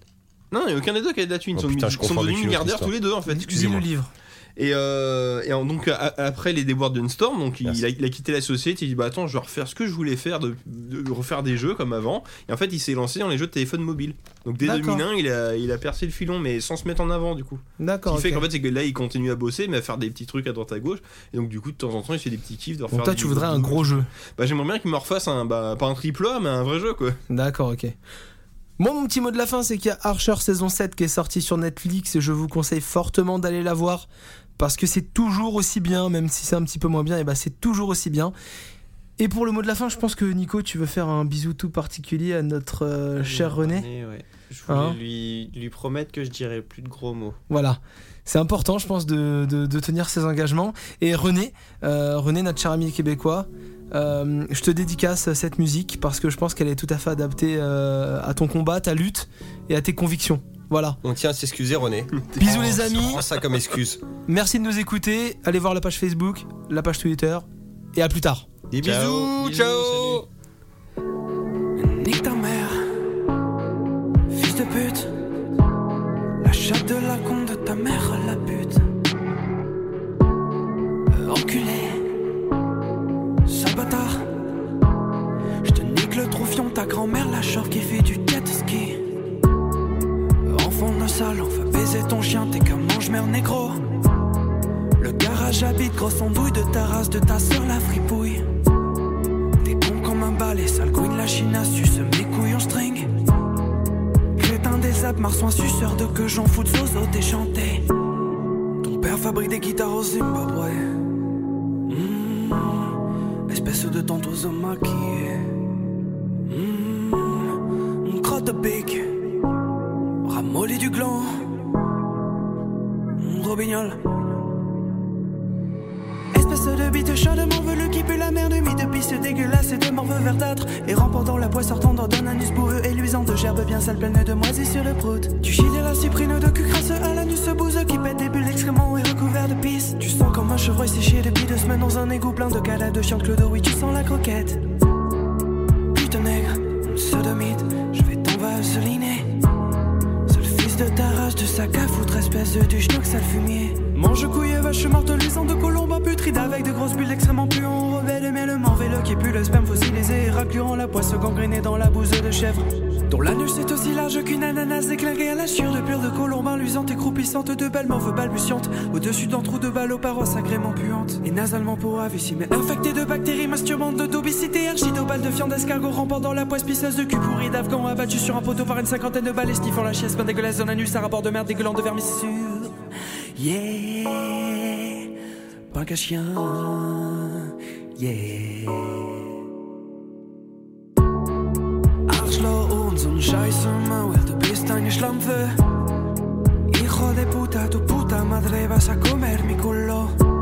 D: Non, il y a aucun des deux qui a de la thune.
C: Oh,
D: ils sont,
C: putain, je
D: ils
C: confonds
D: sont
C: avec
D: devenus
C: une autre
D: milliardaires
C: histoire.
D: tous les deux, en fait.
B: Excusez-moi. le livre.
D: Et, euh, et en- donc a- a- après les déboires d'Unstorm, donc il
C: Merci.
D: a, il a quitté la société, il dit bah attends je vais refaire ce que je voulais faire, de, de refaire des jeux comme avant. Et en fait il s'est lancé dans les jeux de téléphone mobile. Donc dès
B: D'accord.
D: 2001 il a, il a percé le filon mais sans se mettre en avant du coup. Ce qui
B: D'accord.
D: fait
B: ok.
D: qu'en fait c'est que là il continue à bosser mais à faire des petits trucs à droite à gauche. Et donc du coup de temps en temps il fait des petits kiffs de refaire.
B: Donc toi,
D: du-
B: tu voudrais un gros jeu.
D: Bah j'aimerais bien qu'il me refasse un bah pas un triple A mais un vrai jeu quoi.
B: D'accord, ok. Moi, mon petit mot de la fin, c'est qu'il y a Archer saison 7 qui est sorti sur Netflix et je vous conseille fortement d'aller la voir parce que c'est toujours aussi bien, même si c'est un petit peu moins bien, et bah c'est toujours aussi bien. Et pour le mot de la fin, je pense que Nico, tu veux faire un bisou tout particulier à notre
E: Ah,
B: euh, cher René.
E: ouais. Je voulais
B: Hein
E: lui, lui promettre que je dirais plus de gros mots.
B: Voilà. C'est important, je pense, de, de- de tenir ses engagements. Et René, euh, René, notre cher ami québécois, euh, je te dédicace cette musique parce que je pense qu'elle est tout à fait adaptée euh, à ton combat, ta lutte et à tes convictions. Voilà.
C: On tient à s'excuser, René.
B: Bisous les amis.
C: Prends ça comme excuse.
B: Merci de nous écouter. Allez voir la page Facebook, la page Twitter. Et à plus tard.
C: Des
D: Ciao.
C: bisous, ciao
D: Bisous, salut.
I: Nique ta mère, fils de pute. La chatte de la con de ta mère à la pute. Euh, Enculé, sale bâtard. Je te nique le troufion, ta grand-mère, la chauve qui fait du jet ski. Euh, Enfant de sale, on va baiser ton chien, t'es comme mange-mère négro. Le garage habite, grosse embrouille de ta race, de ta soeur, la fripouille. T'es con comme un balai, sale couille de la Chine a suce mes couilles en string. Crétin des apps, marsouin suceur de que j'en fous de zozo déchanté. Ton père fabrique des guitares au Zimbabwe. Mmh, espèce de tantose maquillée. Mmh, une crotte de bique, ramollie du gland. Mmh, gros bignol. Espèce de bite chaudement velu qui pue la merde humide de pisse dégueulasse et de morveux verdâtre Et pendant la poisse sortant dans d'un anus boueux et luisant de gerbes bien sales pleines de moisies sur le prout Tu chies de la cyprine de cul crasseux à l'anus bouseux qui pète des bulles excréments et recouvert de pisse Tu sens comme un chevreuil séché depuis deux semaines dans un égout plein de cadavres de chiens de clodo, oui tu sens la croquette Putain nègre, sodomite, je vais t'en vaseliner Seul fils de ta race, de sa cave, foutre espèce de duche sale fumier. Mange couille et vache morte, luisant de colombe putride avec de grosses bulles extrêmement puantes. Rebelle mais le véleux qui pue le sperme fossilisé, raclurant la poisse gangrénée dans la bouse de chèvre. Dont l'anus est aussi large qu'une ananas éclairée à la chure de pure de colombin, luisante et croupissante de balles morves balbutiantes, au-dessus d'un trou de balle aux parois sacrément puantes, et nasalement pour avicie, mais infectée de bactéries masturbantes, de d'obésité, archidobale de fiande escargot rampant dans la poisse pisseuse de cul pourri d'afghans abattu sur un poteau par une cinquantaine de balles et sniffant la chiasse bien dégueulasse d'un anus à rapport de merde dégueulant de vermissure. Yeah, pas qu'un chien, yeah. Arschloch und so'n Scheiße Maul, du bist eine Schlampe. Hijo de puta, tu puta madre, vas a comer mi culo. Oh, oh,